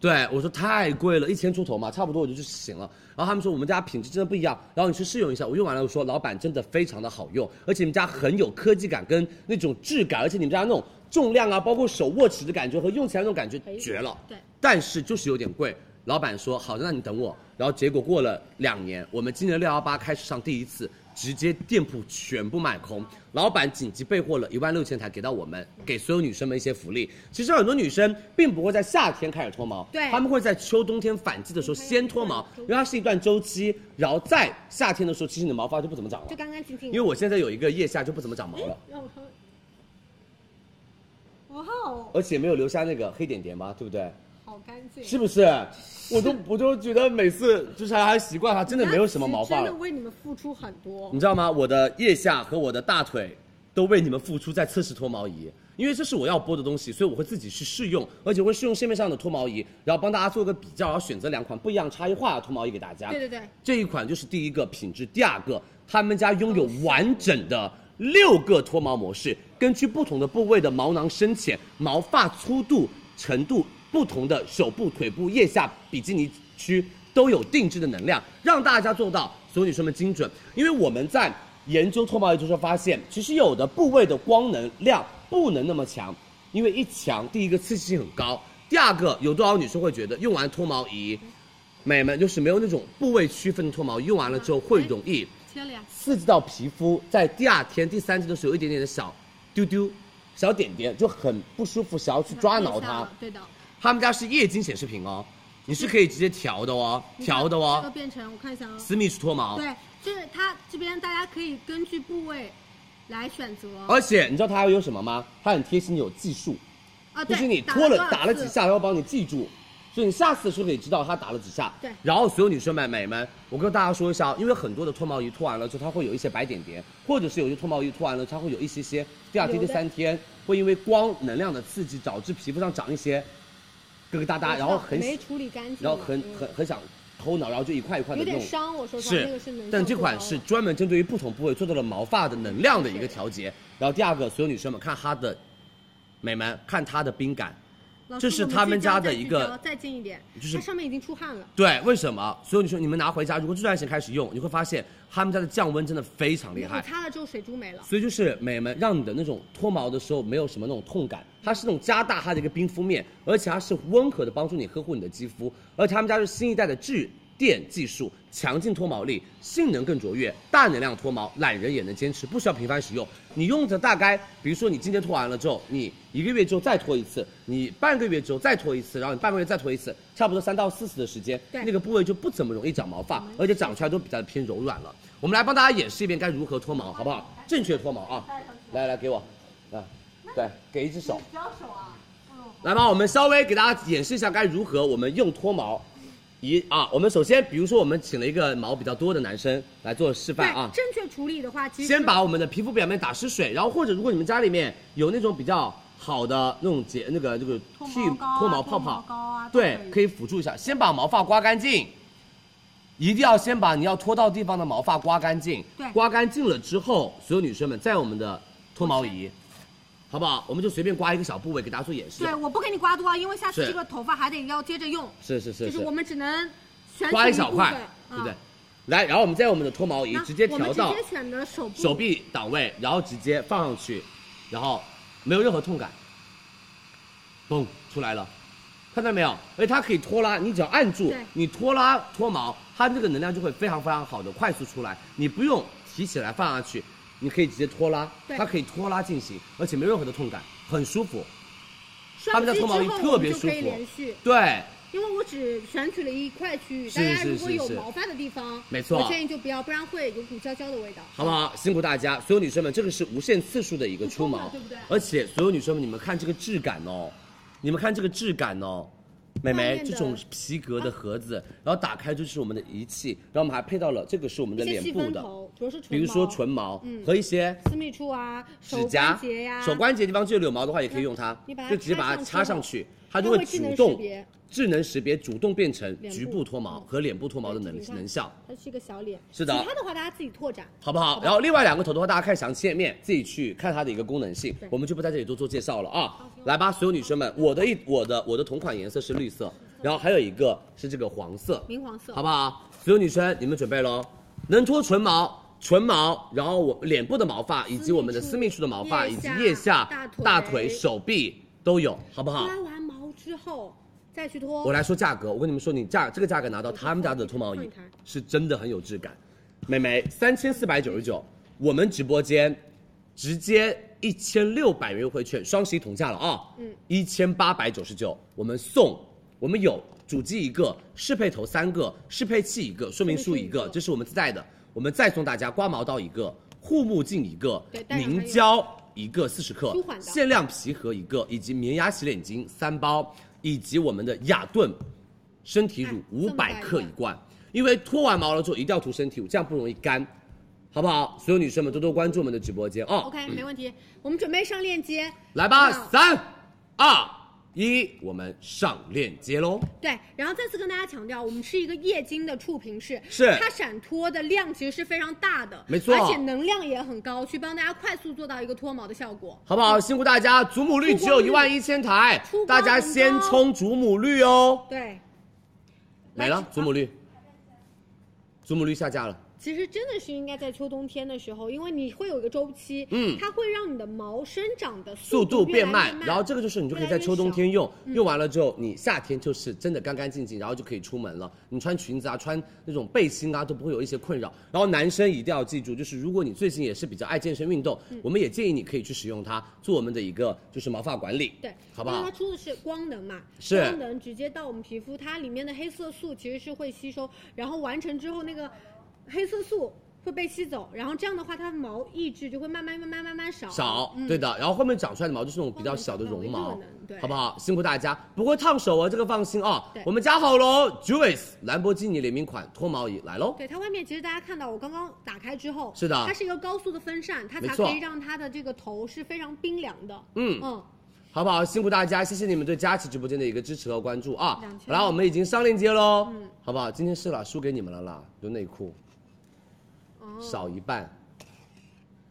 对，我说太贵了，一千出头嘛，差不多我就去行了。然后他们说我们家品质真的不一样，然后你去试用一下。我用完了，我说老板真的非常的好用，而且你们家很有科技感跟那种质感，而且你们家那种重量啊，包括手握持的感觉和用起来那种感觉绝了。
对，
但是就是有点贵。老板说好的，那你等我。然后结果过了两年，我们今年六幺八开始上第一次，直接店铺全部卖空。老板紧急备货了一万六千台给到我们，给所有女生们一些福利。其实很多女生并不会在夏天开始脱毛，
对
她们会在秋冬天反季的时候先脱毛，因为它是一段周期，然后在夏天的时候，其实你的毛发就不怎么长了
就。干干净净
因为。我现在有一个腋下就不怎么长毛了，
让我看看
哇哦，
而且没有留下那个黑点点嘛，对不对？
好干净！
是不是？我都我都觉得每次就是还还习惯它，真的没有什么毛发
真
了
的，为你们付出很多，
你知道吗？我的腋下和我的大腿都为你们付出在测试脱毛仪，因为这是我要播的东西，所以我会自己去试用，而且会试用市面上的脱毛仪，然后帮大家做个比较，然后选择两款不一样差异化的脱毛仪给大家。
对对对，
这一款就是第一个品质，第二个他们家拥有完整的六个脱毛模式，根据不同的部位的毛囊深浅、毛发粗度、程度不同的手部、腿部、腋下、比基尼区都有定制的能量，让大家做到所有女生们精准。因为我们在研究脱毛仪的时候发现，其实有的部位的光能量不能那么强，因为一强，第一个刺激性很高，第二个有多少女生会觉得用完脱毛仪。美们就是没有那种部位区分的脱毛，用完了之后会容易
切了呀，
刺激到皮肤，在第二天、第三天的时候有一点点的小丢丢、小点点，就很不舒服，想要去抓挠
下
它
了。，对的，
他们家是液晶显示屏哦，你是可以直接调的哦，
嗯
调的
这个
哦，
变成我看一下哦，
私密处脱毛。
对，就是它这边大家可以根据部位来选择。
而且你知道它还有什么吗？它很贴心，有计数，
啊，
就
对，
是你
打
脱了
多少
打了
次
几，下，它会帮你记住。所以你下次的时候可以知道它打了几下。
对
然后所有女生们、美们，我跟大家说一下，因为很多的脱毛仪脱完了之后，它会有一些白点点，或者是有些脱毛仪脱完了，它会有一些些第二天、第三天会因为光能量的刺激，导致皮肤上长一些疙疙瘩瘩，然后很
没处理干净嘛，
然后很
嗯
很很想抠挠，然后就一块一块的
有
那
点
种。
伤。我说实话，
是
那个是能，
但
上
这
不
款
了
是专门针对于不同部位做到了毛发的能量的一个调节。然后第二个，所有女生们看它的，美们看它的冰感，
老
这
师
是
我
他们
聚
家
焦
的
再
一
聚
个
焦再近一点，
就是
它上面已经出汗了。
对，为什么？所有女生，你们拿回家，如果这段时间开始用，你会发现他们家的降温真的非常厉
我
害。
擦了之后水珠没了，
所以就是美们，让你的那种脱毛的时候没有什么那种痛感，它是那种加大它的一个冰敷面，而且它是温和的帮助你呵护你的肌肤，而且他们家是新一代的致电技术，强劲脱毛力，性能更卓越，大能量脱毛，懒人也能坚持，不需要频繁使用。你用着大概，比如说你今天脱完了之后，你一个月之后再脱一次，你半个月之后再脱一次，然后你半个月再脱一次，差不多三到四次的时间，
对
那个部位就不怎么容易长毛发，而且长出来都比较偏柔软了。我们来帮大家演示一遍该如何脱毛，好不好？正确脱毛啊！来来，给我，来，对，给一只手，啊嗯来吧，我们稍微给大家演示一下该如何我们用脱毛。一啊，我们首先，比如说我们请了一个毛比较多的男生来做示
对
范啊，，
正确处理的话，其实
先把我们的皮肤表面打湿水，然后或者如果你们家里面有那种比较好的那种洁那个这个剃
啊
脱毛泡泡，对，可以辅助一下，先把毛发刮干净。一定要先把你要脱到地方的毛发刮干净，
对
刮干净了之后，所有女生们在我们的脱毛仪，好不好？我们就随便刮一个小部位给大家做演示。
对，我不给你刮多，啊因为下次
是
这个头发还得要接着用，
是是是
就是我们只能选
刮一
取
小
部
块
分，
对不对
啊？
来，然后我们在我们的脱毛仪
那
直接
我们
调
直
到
接选的手部，
手臂档位，然后直接放上去，然后没有任何痛感，嘣出来了，看到没有？而且它可以拖拉，你只要按住
对，
你拖拉脱毛，它这个能量就会非常非常好的快速出来，你不用提起来放下去，你可以直接拖拉，
对
它可以拖拉进行，而且没有任何的痛感，很舒服。他
双
们
击
家
之
脱毛
后我
仪
们
特别
就可
舒
以
服
连续，
对，
因为我只选取了一块区域，
是
大家
是
如果
是
有
是
毛发的地方，
没错
我建议就不要，不然会有股焦焦的味道。
好不好？辛苦大家，所有女生们，这个是无限次数的一个出毛，对不对？而且所有女生们，你们看这个质感哦，你们看这个质感哦，美
外
眉
面的
这种皮革的盒子，然后打开就是我们的仪器，然后我们还配到了这个是我们的
一些
脸
细
部
分
的，
头，比
比如
如说唇毛，
说唇毛、
嗯
和一些
私密处啊，手
指甲、
关节呀、嗯
手关节地方就有柳毛的话，也可以用它
你把，它
就直接把它
插
插
上
上
去
去，它就
它
会
会智能
主
识
动
别
智能识别，主动变成
脸部
局部脱毛
嗯
和脸部脱毛的能
对你看
能效。
它是一个小脸。
是的
其他的话大家自己拓展。
好不好？然后另外两个头的话，大家看详情页面自己去看它的一个功能性，我们就不在这里多做介绍了啊。来吧，所有女生们，我的一我的我的同款颜色是绿色，然后还有一个是这个黄色，
明黄色
好不好？所有女生，你们准备喽，能脱唇毛。唇毛，然后我脸部的毛发，以及我们的私密处的毛发，
私
以
密
及
处
腋下、
大腿
手臂都有，好不好？
刮完毛之后再去脱。
我来说价格，我跟你们说，你价这个价格拿到他们家的脱毛
看一
仪
看
是真的很有质感。美眉三千四百九十九，我们直播间直接一千六百元优惠券，双十一同价了啊，
嗯，
一千八百九十九，我们送，我们有主机一个，适配头三个，适配器一个，说明书一
说明书一
个
个，
这是我们自带的，我们再送大家刮毛刀一个，护目镜一个
对，戴上它
凝
有
胶一个四十克
舒缓，的
限量皮盒一个，以及绵压洗脸巾三包，以及我们的雅顿身体乳
哎
五
这么大
百
一
克
罐
一罐，因为脱完毛了之后一定要涂身体乳，这样不容易干，好不好？所有女生们多多关注我们的直播间啊！
OK，没问题。我们准备上链接。
来吧，
那
三二一，我们上链接喽！
对，然后再次跟大家强调，我们是一个液晶的触屏式，
是
它闪脱的量其实是非常大的，
没错
而且能量也很高，去帮大家快速做到一个脱毛的效果。
好不好？辛苦大家，祖母绿只有一万一千台
出光，
大家先冲祖母绿哦！
对，
没
啊
了，祖母绿，祖母绿下架了。
其实真的是应该在秋冬天的时候，因为你会有一个周期，
嗯
它会让你的毛生长的
速度
越
变
来越
慢
慢，，
然后这个就是你就可以在秋冬天用，
嗯
用完了之后你夏天就是真的干干净净，然后就可以出门了。你穿裙子啊，穿那种背心啊都不会有一些困扰。然后男生一定要记住，就是如果你最近也是比较爱健身运动，
嗯
我们也建议你可以去使用它做我们的一个就是毛发管理，
对，
好不
因
好
为它？出的是光能嘛，
是
光能直接到我们皮肤，它里面的黑色素其实是会吸收，然后完成之后那个黑色素。会被吸走，然后这样的话，它的毛抑制就会慢慢慢慢慢慢少
少，
嗯、
对的。然后后面长出来的毛就是那种比较小的绒毛
后面长出来的热能对，
好不好？辛苦大家，不会烫手哦，这个放心啊、
对
我们家好喽 j u i c e 兰博基尼联名款脱毛仪来喽。
对它外面，其实大家看到我刚刚打开之后，
是的
它是一个高速的分扇，它
没
才
错
可以让它的这个头是非常冰凉的。
嗯
嗯，
好不好？辛苦大家，谢谢你们对佳琦直播间的一个支持和关注啊！
2000
好啦，我们已经上链接喽，
嗯
好不好？今天是啦，输给你们了啦，有内裤，少一半，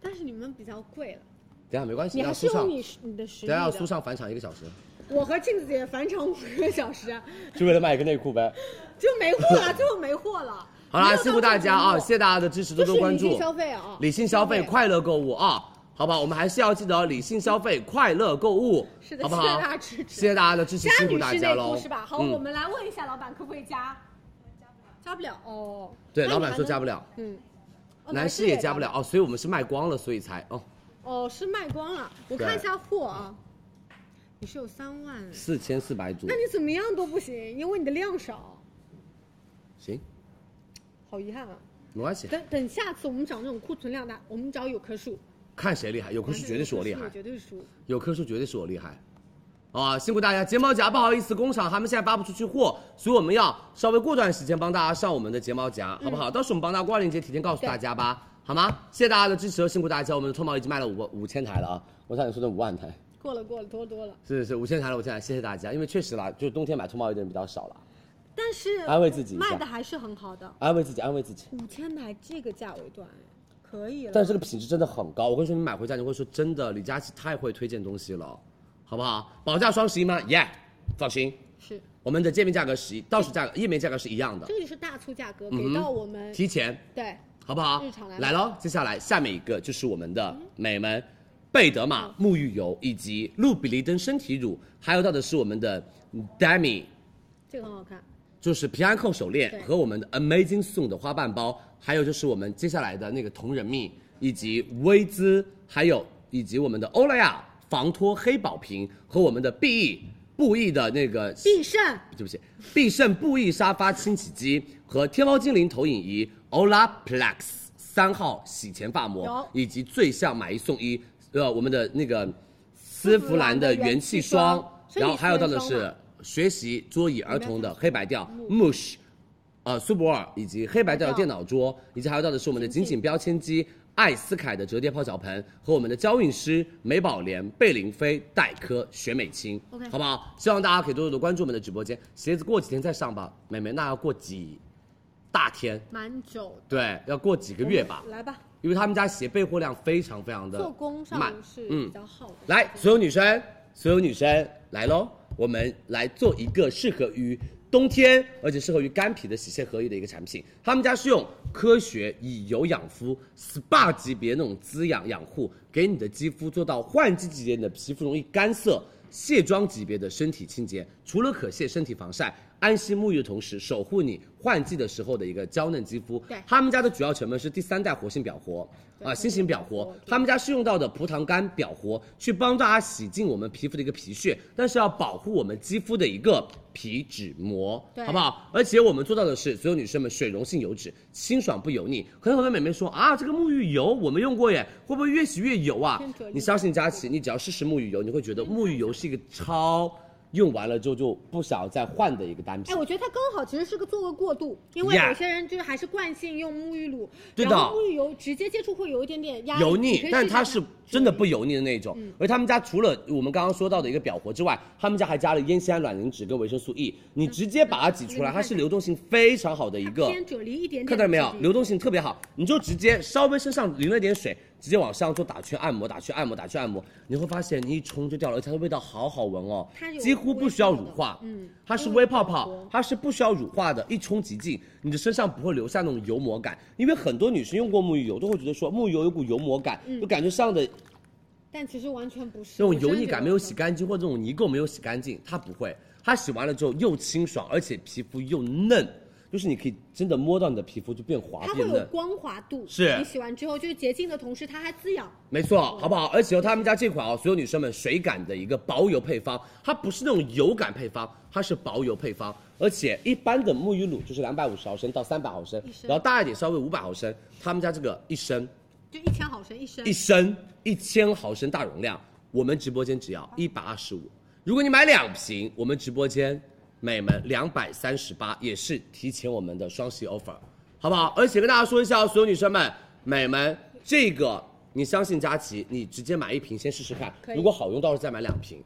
但是你们比较贵了，
等一下没关系，
你
要
还是
输上，
有
等
你你的实
一
力
下要输
的。
上返场一个小时，
我和庆子姐返场五个小时，啊
就为了卖一个内裤 呗。
就没货了，最后没货了。
好啦，辛苦大家啊！谢谢大家的支持，多
就是
多关
理
注
性，消费啊，
理性消费，快乐购物啊！好吧，我们还是要记得哦理性消费，快乐购物，
是的
好不
谢谢
好？
大家支持
谢谢大家的支持，
家
辛苦
女
大
士
家
内
喽
裤是吧？。好，
嗯
我们来问一下老板可不可以加？加不了哦。
对，
那
老
你
板
还
说
能
加不了，
嗯。哦
男士也加不了。哦，所以我们是卖光了，所以才哦。
哦，是卖光了。我看一下货啊，你是有三万，啊
四千四百组
那，你怎么样都不行，因为你的量少，
行，
好遗憾啊。
没关系，
等等，下次我们找那种库存量大，我们找有棵树。
看谁厉害，有棵树绝对是我厉害，
绝对是输。
有棵树绝对是我厉害，啊，辛苦大家！睫毛夹不好意思，工厂他们现在发不出去货，所以我们要稍微过段时间帮大家上我们的睫毛夹，好不好？到时候我们帮大家挂链接，提前告诉大家吧，好吗？谢谢大家的支持和辛苦大家，我们的脱毛已经卖了五万五千台了啊，我差点说成五万台，
过了过了，多多了。
是是是，五千台了，五千台，谢谢大家，因为确实啦，就是冬天买脱毛衣的人比较少了，
但是
安慰自己一下
卖的还是很好的，
安慰自己，安慰自己。
五千台这个价位段，可以了。
但是这个品质真的很高，我跟你说，你买回家你会说真的，李佳琦太会推荐东西了，好不好？保价双十一吗？耶、放心，
是
我们的界面价格十一，到手价格页面价格是一样的
这，个就是大促价
嗯
格给到我们，
提前
对，
好不好
日常来？
来
买
喽，接下来下面一个就是我们的美门贝德玛沐浴油以及露比丽登身体乳，还有到的是我们的 Demi
这个很好看。
就是平安扣手链
对
和我们的 Amazing Soon 的花瓣包，还有就是我们接下来的那个同人蜜，以及薇姿，还有以及我们的欧莱雅防脱黑宝瓶和我们的 BE 布艺的那个
必胜，
对不起，必胜布艺沙发清洗机和天猫精灵投影仪 Olaplex 三号洗前发膜，以及最像买一送一，呃，我们的那个丝芙兰的元气霜，
丝芙兰的元气霜
然后还有到的
生理
是学习桌椅儿童的黑白调 Mush。呃，苏泊尔以及黑白调的电脑桌，以及还有到的是我们的锦锦标签机、爱思凯的折叠泡脚盆和我们的娇韵诗、美宝莲、贝玲妃、黛珂、雪美清
OK
好不好？希望大家可以多多的关注我们的直播间。鞋子过几天再上吧，美眉那要过几大天？
蛮久
对，要过几个月吧，
的。来吧，
因为他们家鞋备货量非常非常的
做工
慢
上是
嗯
比较好的。
来，所有女生，所有女生来喽，我们来做一个适合于冬天，而且适合于干皮的洗卸合一的一个产品。他们家是用科学以油养肤，SPA 级别那种滋养养护，给你的肌肤做到换季季节你的皮肤容易干涩。卸妆级别的身体清洁，除了可卸身体防晒，安心沐浴的同时，守护你换季的时候的一个娇嫩肌肤。
对
他们家的主要成分是第三代活性表活，啊，新型表活，他们家是用到的葡萄干表活，去帮大家洗净我们皮肤的一个皮屑，但是要保护我们肌肤的一个皮脂膜，
对
好不好？而且我们做到的是，所有女生们水溶性油脂，清爽不油腻。可能很多美眉说啊，这个沐浴油我们用过耶，会不会越洗越油啊
偏着？力
你相信佳琪，你只要试试沐浴油，你会觉得沐浴油是一个超用完了之后就不想再换的一个单
哎，
品。
我觉得它刚好其实是个做个过渡，因为
Yeah
有些人就是还是惯性用沐浴露，
对的
然后沐浴油直接接触会有一点点压力
油
你
腻
可以，
但
试
它
试
是
看
真的不油腻的那种。
嗯
而他们家除了我们刚刚说到的一个表活之外，他们家还加了烟酰胺卵磷脂跟维生素 E，你
嗯
直接把它挤出来，它是流动性非常好的一个。
偏啫喱一点点，
看到没有，流动性特别好，你就直接稍微身上淋了点水，直接往上做打圈按摩，打圈按摩，打圈按摩，你会发现你一冲就掉了，而且它的味道好好闻哦
它，有
几乎不需要乳化，
微泡的嗯
它是微泡
因为
泡
有，
它是不需要乳化的，一冲即净，你的身上不会留下那种油膜感，因为很多女生用过沐浴油都会觉得说沐浴油有股油膜感，
嗯
就感觉上的
但其实完全不是
这种油腻感没有洗，干净，或者这种泥垢没有洗干净，它不会，它洗完了之后又清爽，而且皮肤又嫩，就是你可以真的摸到你的皮肤就变滑
我真的觉
变
得它会有
嫩。
光滑度，
是
你洗完之后就是洁净的同时它还滋养，
没错，好不好？而且有他们家这款哦，所有女生们水感的一个薄油配方，它不是那种油感配方，它是薄油配方。而且一般的沐浴乳就是两百五十毫升到三百毫升，然后大一点稍微五百毫升，他们家这个一升
就一千毫升一升
一，升一千毫升大容量，我们直播间只要一百二十五。如果你买两瓶，我们直播间每门两百三十八，也是提前我们的双十一 offer，好不好？而且跟大家说一下哦，所有女生们，每门这个你相信佳琪，你直接买一瓶先试试看，如果好用，到时候再买两瓶。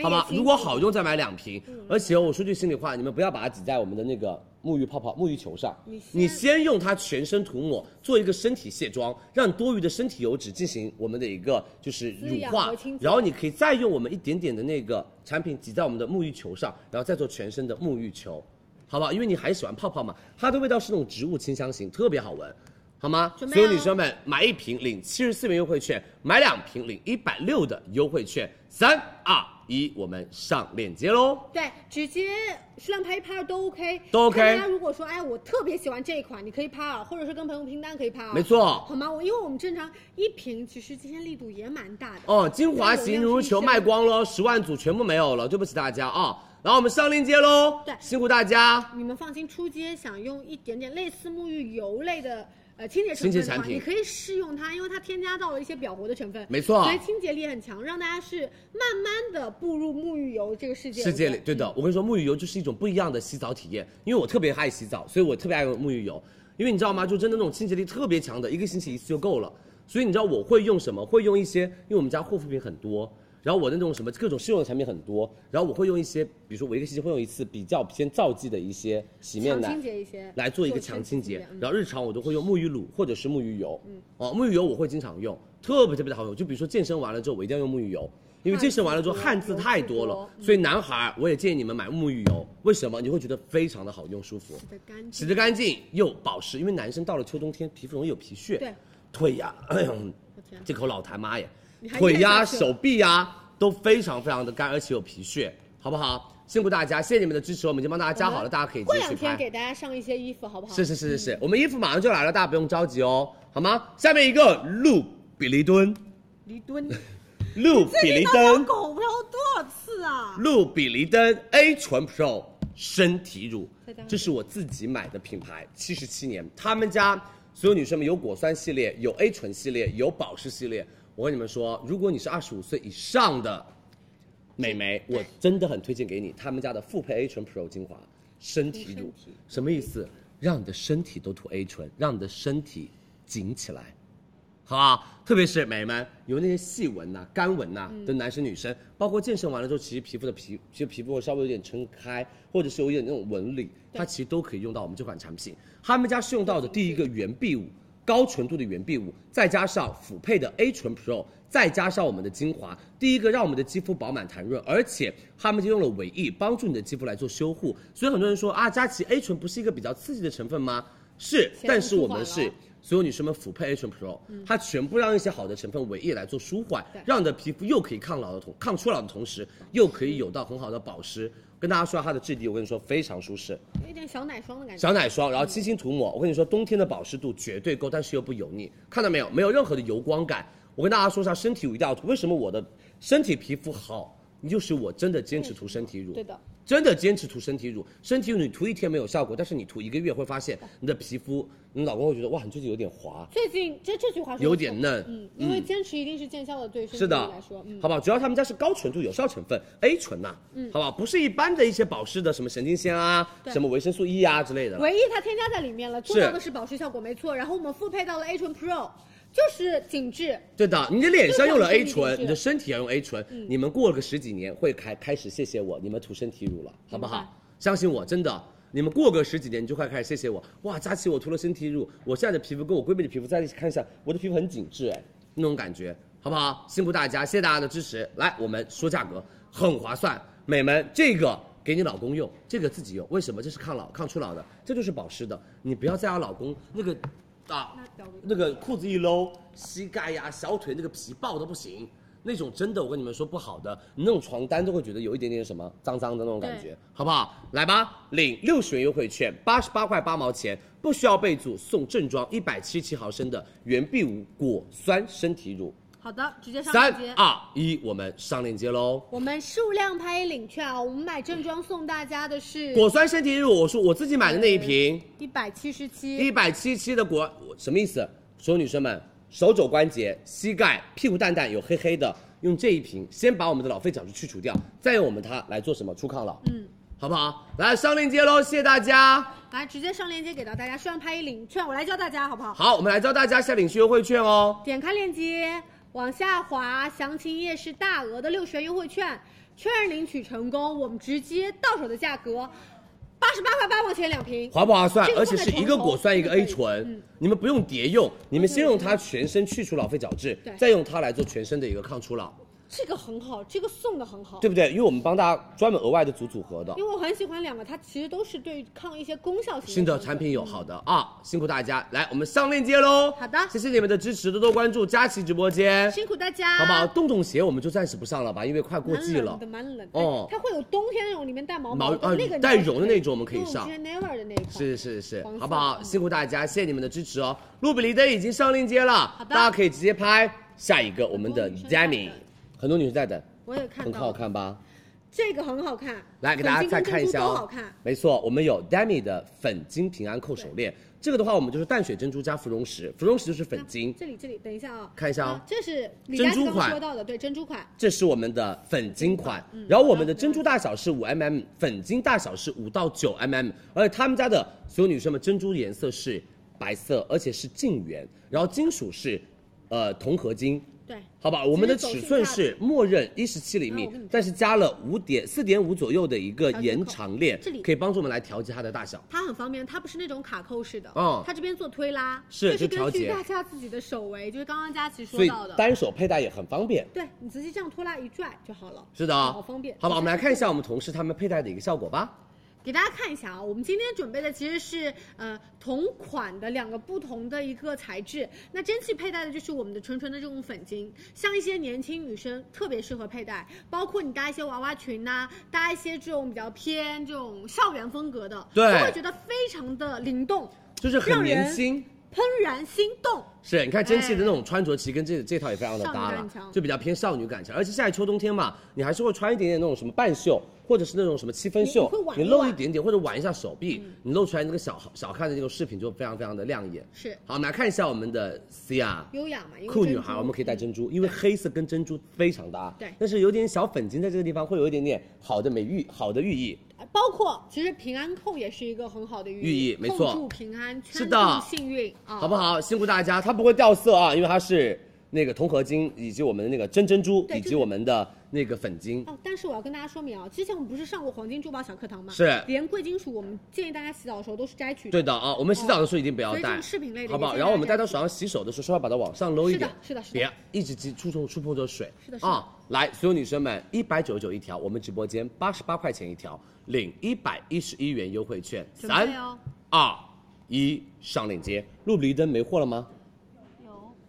好吧，如果好用再买两瓶。而且我说句心里话，你们不要把它挤在我们的那个沐浴泡泡、沐浴球上，你先用它全身涂抹，做一个身体卸妆，让多余的身体油脂进行我们的一个就是乳化，然后你可以再用我们一点点的那个产品挤在我们的沐浴球上，然后再做全身的沐浴球，好不好？因为你还喜欢泡泡嘛，它的味道是那种植物清香型，特别好闻。好吗？所有女生们买一瓶领七十四元优惠券，买两瓶领一百六的优惠券。三二一，我们上链接喽！
对，直接适量拍一拍二都 OK，
都 OK
看大家如果说，哎，我特别喜欢这一款，你可以拍二，或者是跟朋友拼单可以拍二，
没错
好吗？我因为我们正常一瓶，其实今天力度也蛮大的。
哦，精华
哎
型绒球卖光喽，十万组全部没有了，对不起大家啊、然后我们上链接喽，
对
辛苦大家。
啊你们放心，出街想用一点点类似沐浴油类的呃清洁成
清洁
分的话，
产品
你可以试用它，因为它添加到了一些表活的成分，
没错
所以清洁力很强，让大家是慢慢的步入沐浴油这个世界
世界里，对嗯的，我跟你说，沐浴油就是一种不一样的洗澡体验，因为我特别爱洗澡，所以我特别爱用沐浴油，因为你知道吗？就真的那种清洁力特别强的，一个星期一次就够了。所以你知道我会用什么？会用一些，因为我们家护肤品很多，然后我的那种什么各种试用的产品很多，然后我会用一些，比如说我一个星期会用一次比较偏皂剂的一些洗面奶，
强清洁一些
来做一个
做
强
全
清
清
洁
洁，嗯
然后日常我都会用沐浴乳或者是沐浴油，哦，沐浴油我会经常用，特别特别的好用。就比如说健身完了之后，我一定要用沐浴油，因为健身完了之后汗渍太多了，
嗯
所以男孩儿我也建议你们买沐浴油，为什么？你会觉得非常的好用舒服，
的干
洗
净。
得干净又保湿，因为男生到了秋冬天皮肤容易有皮屑，
对，
腿呀、 哎呦
我天，
这口老痰妈耶
你，还
腿呀、
咽下去了
手臂呀、都非常非常的干，而且有皮屑，好不好？辛苦大家，谢谢你们的支持，我们已经帮大家加好了，大家可以直
过
接
两
去
天
拍。
给大家上一些衣服，好不好？
是是是是是，我们衣服马上就来了，大家不用着急哦，好吗？下面一个露比利敦，
离蹲，
露比利
当
登，
狗不知道多少次啊！
露比利登 A 醇 Pro 身体乳，这是我自己买的品牌，七十七年，他们家所有女生们有果酸系列，有 A 醇系列，有保湿系列。我跟你们说，如果你是二十五岁以上的美眉，我真的很推荐给你他们家的复配 A 醇 Pro 精华身体乳，什么意思？让你的身体都涂 A 醇，让你的身体紧起来，好吧？特别是美眉们有那些细纹呐、干纹呐、的男生女生，包括健身完了之后，其实皮肤的皮，其实皮肤会稍微有点撑开，或者是有一点那种纹理，它其实都可以用到我们这款产品。他们家是用到的第一个原 B 五。高纯度的原 B 五，再加上辅配的 A 醇 Pro，再加上我们的精华，第一个让我们的肌肤饱满弹润，而且他们就用了尾翼帮助你的肌肤来做修护。所以很多人说啊，佳琪 A 醇不是一个比较刺激的成分吗？是，但是我们是所有女生们辅配 A 醇 Pro，、它
嗯
全部让一些好的成分尾翼来做舒缓，让你的皮肤又可以抗老的同抗初老的同时，又可以有到很好的保湿。跟大家说它的质地，我跟你说非常舒适。
有一点小奶霜的感觉。
小奶霜，
嗯
然后轻轻涂抹。我跟你说，冬天的保湿度绝对够，但是又不油腻，看到没有？没有任何的油光感。我跟大家说一下，身体乳一定要涂。为什么我的身体皮肤好？你就是我真的坚持涂身体乳，
对的，
真的坚持涂身体乳。身体乳你涂一天没有效果，但是你涂一个月会发现你的皮肤，你老公会觉得哇，你最近有点滑，
最近这这句话说得
有点
错
嫩
嗯，因为坚持一定是见效的，对身体
是的，
来说，嗯，
好不好？主要他们家是高纯度有效成分 A 醇呐、好不好？不是一般的一些保湿的什么神经酰啊、什么维生素 E 啊之类的。
唯一它添加在里面了，做
是
到的是保湿效果没错。然后我们复配到了 A 醇 Pro，就是紧致，
对的，你的脸上用了 A
这个我
醇
是，
你的嗯身体要用 A 醇，你们过个十几年会开开始谢谢我，你们涂身体乳了，好不好？相信我，真的。你们过个十几年，你就会开始谢谢我。哇，佳琪，我涂了身体乳，我现在的皮肤跟我闺蜜的皮肤在一起看一下，我的皮肤很紧致哎，那种感觉，好不好？辛苦大家，谢谢大家的支持。来，我们说价格，很划算，美们，这个给你老公用，这个自己用，为什么？这是抗老、抗初老的，这就是保湿的。你不要再让老公那个啊，那个裤子一搂，膝盖呀、小腿那个皮爆的不行，那种真的我跟你们说不好的，你那种床单都会觉得有一点点什么脏脏的那种感觉，好不好？来吧，领六十元优惠券，八十八块八毛钱，不需要备注，送正装一百七十七毫升的原 B 五果酸身体乳。
好的，直接上链
三
接。
二一，我们上链接喽。
我们数量拍领券啊，我们买正装送大家的是
果酸身体乳，我说我自己买的那一瓶，
一百七十
一
七，
百七七的果，我什么意思？所有女生们，手肘关节、膝盖、屁股蛋蛋有黑黑的，用这一瓶先把我们的老废角质去除掉，再用我们它来做什么？初抗老，嗯，好不好？来上链接喽，谢谢大家。
来直接上链接给到大家，数量拍领券，我来教大家好不好？
好，我们来教大家下领取优惠券哦。
点开链接往下滑，详情页是大额的六十元优惠券，确认领取成功，我们直接到手的价格八十八块八毛钱两瓶。
划不划算
这？个
而
放
且
在
是一个
床头
果酸一个
这个
A
可以
醇
嗯，
你们不用叠用，你们先用它全身去除老废角质
对，
再用它来做全身的一个抗初老，
这个很好，这个送的很好。
对不对？因为我们帮大家专门额外的组组合的
因，为我很喜欢两个，它其实都是对抗一些功效型
新的
成分
产品有好的啊，辛苦大家，来我们上链接喽。
嗯好的
谢谢你们的支持，多多关注佳琦直播间，
辛苦大家，
好不好？洞洞鞋我们就暂时不上了吧，因为快过季
蛮
了
冷的，。蛮冷。
哦
哎它会有冬天那种里面带毛
毛
的
啊
那个
带绒的那种我们可以上
之前 Never 的那一款
是是是
黄，色
好不好？
嗯
辛苦大家，谢谢你们的支持哦。露比丽灯已经上链接了，
的
大家可以直接拍下一个我们的
很多女生在
Demi，很多女生在等，
我也看
很
到，
好，看吧？
这个很好看，
来给大家
粉晶
再
跟
看一
珍珠
下
都好
哦
看。。
没错，我们有 Demi 的粉晶平安扣手链，这个的话我们就是淡水珍珠加芙蓉石，芙蓉石就是粉晶，
这里这里，等一下啊，
看一下哦
啊这是李
珍
佳
珠
琦刚
款
刚说到的，对珍珠款，
这是我们的粉晶款，
嗯
然后我们的珍珠大小是五 mm，粉晶大小是五到九 mm，而且他们家的所有女生们珍珠颜色是白色，而且是净圆，然后金属是，呃铜合金，
对，
好吧，我们的尺寸是默认一十七厘
那
米
啊我跟你说，
但是加了五点四点五左右的一个
调节
延
口
长链
这里，
可以帮助我们来调节它的大小。
它很方便，它不是那种卡扣式的，
嗯
它这边做推拉，
是
这
就
是
调
根据
节
大家自己的手围，就是刚刚佳琦
所
说
以
到的，
单手佩戴也很方便。
对你直接这样拖拉一拽就好了，
是的，
好哦方便。
啊好吧，我们来看一下我们同事他们佩戴的一个效果吧。
给大家看一下啊，我们今天准备的其实是呃同款的两个不同的一个材质。那蒸汽佩戴的就是我们的纯纯的这种粉晶，像一些年轻女生特别适合佩戴，包括你搭一些娃娃裙呐、搭一些这种比较偏这种校园风格的，
对
就会觉得非常的灵动，
就是很
让人
年轻。
怦然心动。
是，你看蒸汽的那种穿着，其实跟这这套也非常的搭
哎少女感
了
强，
就比较偏少女感强。而且现在秋冬天嘛，你还是会穿一点点那种什么半袖，或者是那种什么七分袖
你会，挽
你
一嗯
露
挽
一点点或者挽一下手臂，你露出来那个小小看的那个饰品就非常非常的亮眼。
是
好，我们来看一下我们的 Cia
优雅嘛，因为
酷女
珍
孩，
珠嗯
我们可以戴珍珠，因为黑色跟珍珠非常搭。
对
但是有点小粉晶在这个地方会有一点点好的美喻，好的寓意。
呃包括其实平安扣也是一个很好的寓
寓意没错
扣住平安，
是
圈
的
住幸运啊，
好不好？辛苦大家，它不会掉色啊，因为它是那个铜合金，以及我们的那个真珍珠，
对
以
就
及
是
我们的那个粉晶。
哦，但是我要跟大家说明啊，之前我们不是上过黄金珠宝小课堂吗？
是
连贵金属，我们建议大家洗澡的时候都是摘取
对
的。
的啊，我们洗
哦
澡的时候一定不要
所以这
戴
种，饰品类的
好不好？
也建议
然后我们
大
戴
家
到手上洗手的时候，稍微把它往上搂一点，
是的是的是的
别一直接触碰触碰着水，
是的是的
啊。来，所有女生们，一百九十九一条，我们直播间八十八块钱一条，领一百一十一元优惠券，
准
三
备哦
二一，上链接。露比丽登没货了吗？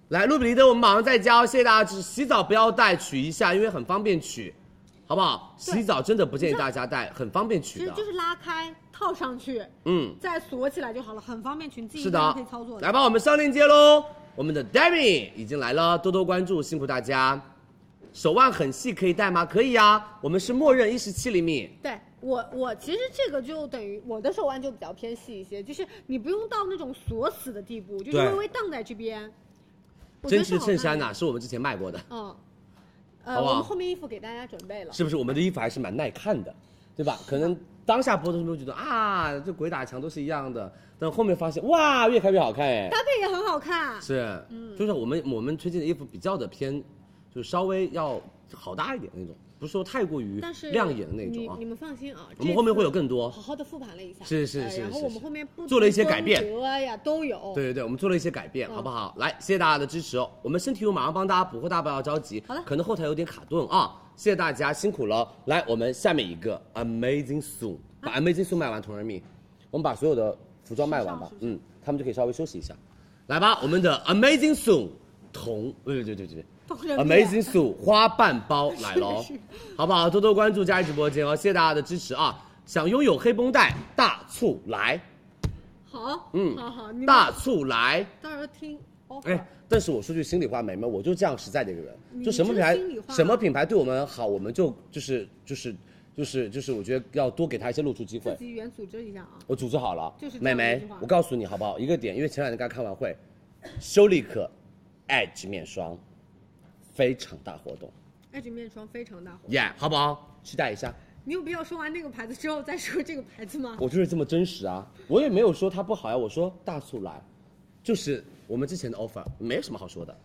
来，露比丽登，我们马上再交，谢谢大家支持。洗澡不要带，取一下，因为很方便取，好不好？洗澡真的不建议大家带，很方便
其
取
实
的
就。是拉开套上去，
嗯，
再锁起来就好了，很方便，群自己
是
一个人
的
可以操作，的。
来吧，我们上链接喽。我们的 Demi 已经来了，多多关注，辛苦大家。手腕很细，可以戴吗？可以呀、我们是默认一十七厘米。
对我，我其实这个就等于我的手腕就比较偏细一些，就是你不用到那种锁死的地步，就是
对
微微荡在这边。我觉
针
得是
织
好
衬
看
衫
的
呐、是我们之前卖过的，
嗯，呃，
好不好
我们后面衣服给大家准备了。
是不是？我们的衣服还是蛮耐看的，对吧？可能当下播的时候觉得啊，这鬼打墙都是一样的，但后面发现哇，越看越好看哎
搭。配也很好看，
是，就是我们我们推荐的衣服比较的偏，就稍微要好搭一点那种，不是说太过于
但是
亮眼的那种
你
啊
你。们放心啊，
我们后面会有
这次
更多
好。好的复盘了一下，
是是
呃
是
然后
是
我们
是
后面不
做了一些改变
同风格呀都有，
对对对，我们做了一些改变，好不好？来，谢谢大家的支持哦。我们身体乳马上帮大家补货，大家不要着急。好
的
可能后台有点卡顿啊，谢谢大家辛苦了。来，我们下面一个 Amazing Soon，把 Amazing Soon 卖完，同仁蜜，我们把所有的服装卖完吧，嗯，他们就可以稍微休息一下。来吧，我们的 Amazing Soon 同，对对对对对，Amazing Soon 花瓣包来喽，好不好？多多关注佳怡直播间哦，谢谢大家的支持啊！想拥有黑绷带，大促来，
好，
嗯
好好，你们
大促来。
到时候听哦包括
哎，但是我说句心里话，美眉，我就这样实在的一个人，
你
就什么
这
品
个
牌
心里话
什么品牌对我们好，我们就就是就是就是就是，我觉得要多给他一些露出机会
自。己原组织一下啊。
我组织好了，
就是这
美
样的一
眉
句话，
我告诉你好不好？一个点，因为前两天刚开完会，修丽可 Edge 面霜非常大活动，
爱菊面霜非常大火，
耶、好不好？期待一下。
你有必要说完那个牌子之后再说这个牌子吗？
我就是这么真实啊，我也没有说它不好呀、我说大促来，就是我们之前的 offer 没什么好说的。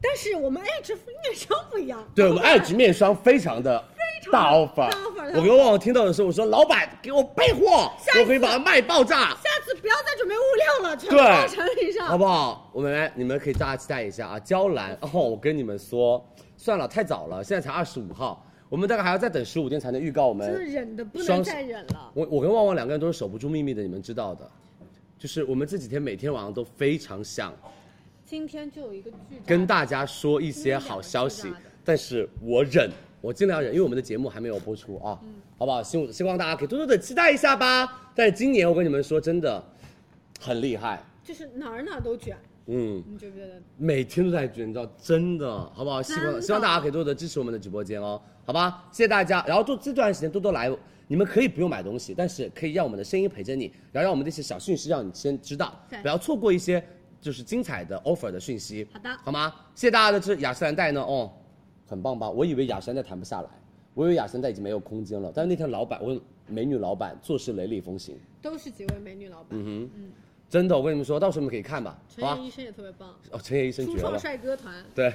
但是我们 H 面霜不一样，
对我们爱菊面霜非常的大 offer，
offer，
我跟旺旺听到的时候，我说老板给我备货，我可以把它卖爆炸，
下次不要再准备物料了，全部
对
到产品上。
好不好？我们你们可以大家期待一下啊，娇兰哦，我跟你们说，算了，太早了，现在才二十五号，我们大概还要再等十五天才能预告我们。
真的忍的不能
双
再忍了。
我我跟旺旺两个人都是守不住秘密的，你们知道的，就是我们这几天每天晚上都非常想
今天就有一个剧
跟大家说一些好消息，但是我忍，我尽量忍，因为我们的节目还没有播出啊，好不好？希望希望大家可以多多的期待一下吧。但是今年我跟你们说，真的很厉害，
就是哪儿哪儿都卷，
嗯，
你觉不觉得？
每天都在卷，你知道，真的，好不好？希
真
望
的
希望大家可以多多地支持我们的直播间哦，好吧？谢谢大家。然后多这段时间多多来，你们可以不用买东西，但是可以让我们的声音陪着你，然后让我们的一些小讯息让你先知道
对，
不要错过一些就是精彩的 offer 的讯息。
好的
好吗？谢谢大家的支持。雅诗兰黛呢，哦，很棒吧？我以为雅诗兰黛谈不下来，我以为雅诗兰黛已经没有空间了，但是那天老板，我美女老板做事雷厉风行，
都是几位美女老板，
嗯哼，真的，我跟你们说，到时候你们可以看吧，
陈
好吧
烨？医生也特别棒，
哦，陈烨医生
初
绝
创
了。
帅哥团。
对，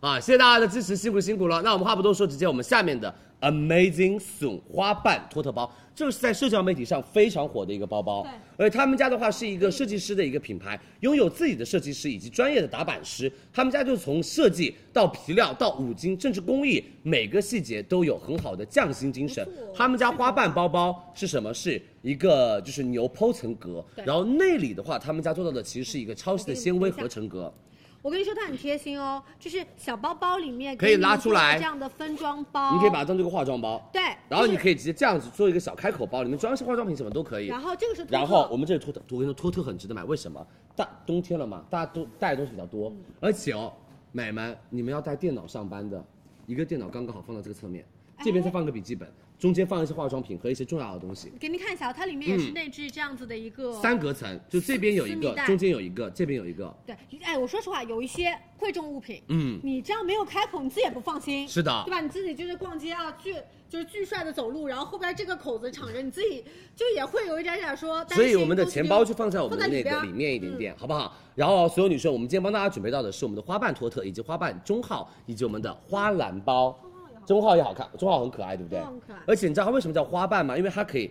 啊，谢谢大家的支持，辛苦辛苦了。那我们话不多说，直接我们下面的 Amazing Soon 花瓣托特包，这个是在社交媒体上非常火的一个包包。而且他们家的话是一个设计师的一个品牌，拥有自己的设计师以及专业的打版师。他们家就从设计到皮料到五金，甚至工艺，每个细节都有很好的匠心精神。他们家花瓣包包是什么？是一个就是牛剖层格，然后内里的话，他们家做到的其实是一个哦超细的纤维合成格。
我跟你说，它很贴心哦，就是小包包里面
可以拉出来
给你一个这样的分装包，
你可以把它当做一个化妆包，
对，
然后
就
你
是
可以直接这样子做一个小开口包，里面装一些化妆品什么都可以
然。后这个是托特
然后我们这里托特，我跟你说托特很值得买，为什么？大冬天了嘛，大家都带的东西比较
嗯
多，而且哦，美们，你们要带电脑上班的，一个电脑刚刚好放到这个侧面，
哎
这边再放个笔记本，中间放一些化妆品和一些重要的东西，
给您看一下哦，它里面也是
嗯
内置这样子的一个
三格层，就这边有一
私
个
密，袋
中间有一个，这边有一个，
对，哎，我说实话，有一些贵重物品，
嗯
你这样没有开口，你自己也不放心，
是啊的
对吧？你自己就是逛街啊，巨就是巨帅的走路，然后后边这个口子敞着，你自己就也会有一点点说担心。
所以我们的钱包就
东西
放在我们的那个
放在里边嗯
里面一点点，好不好？然后所有女生，我们今天帮大家准备到的是我们的花瓣托特，以及花瓣中号，以及我们的花篮包。中号也好看，中号很可爱，对不对？
中号很可爱
而且你知道它为什么叫花瓣吗？因为它可以，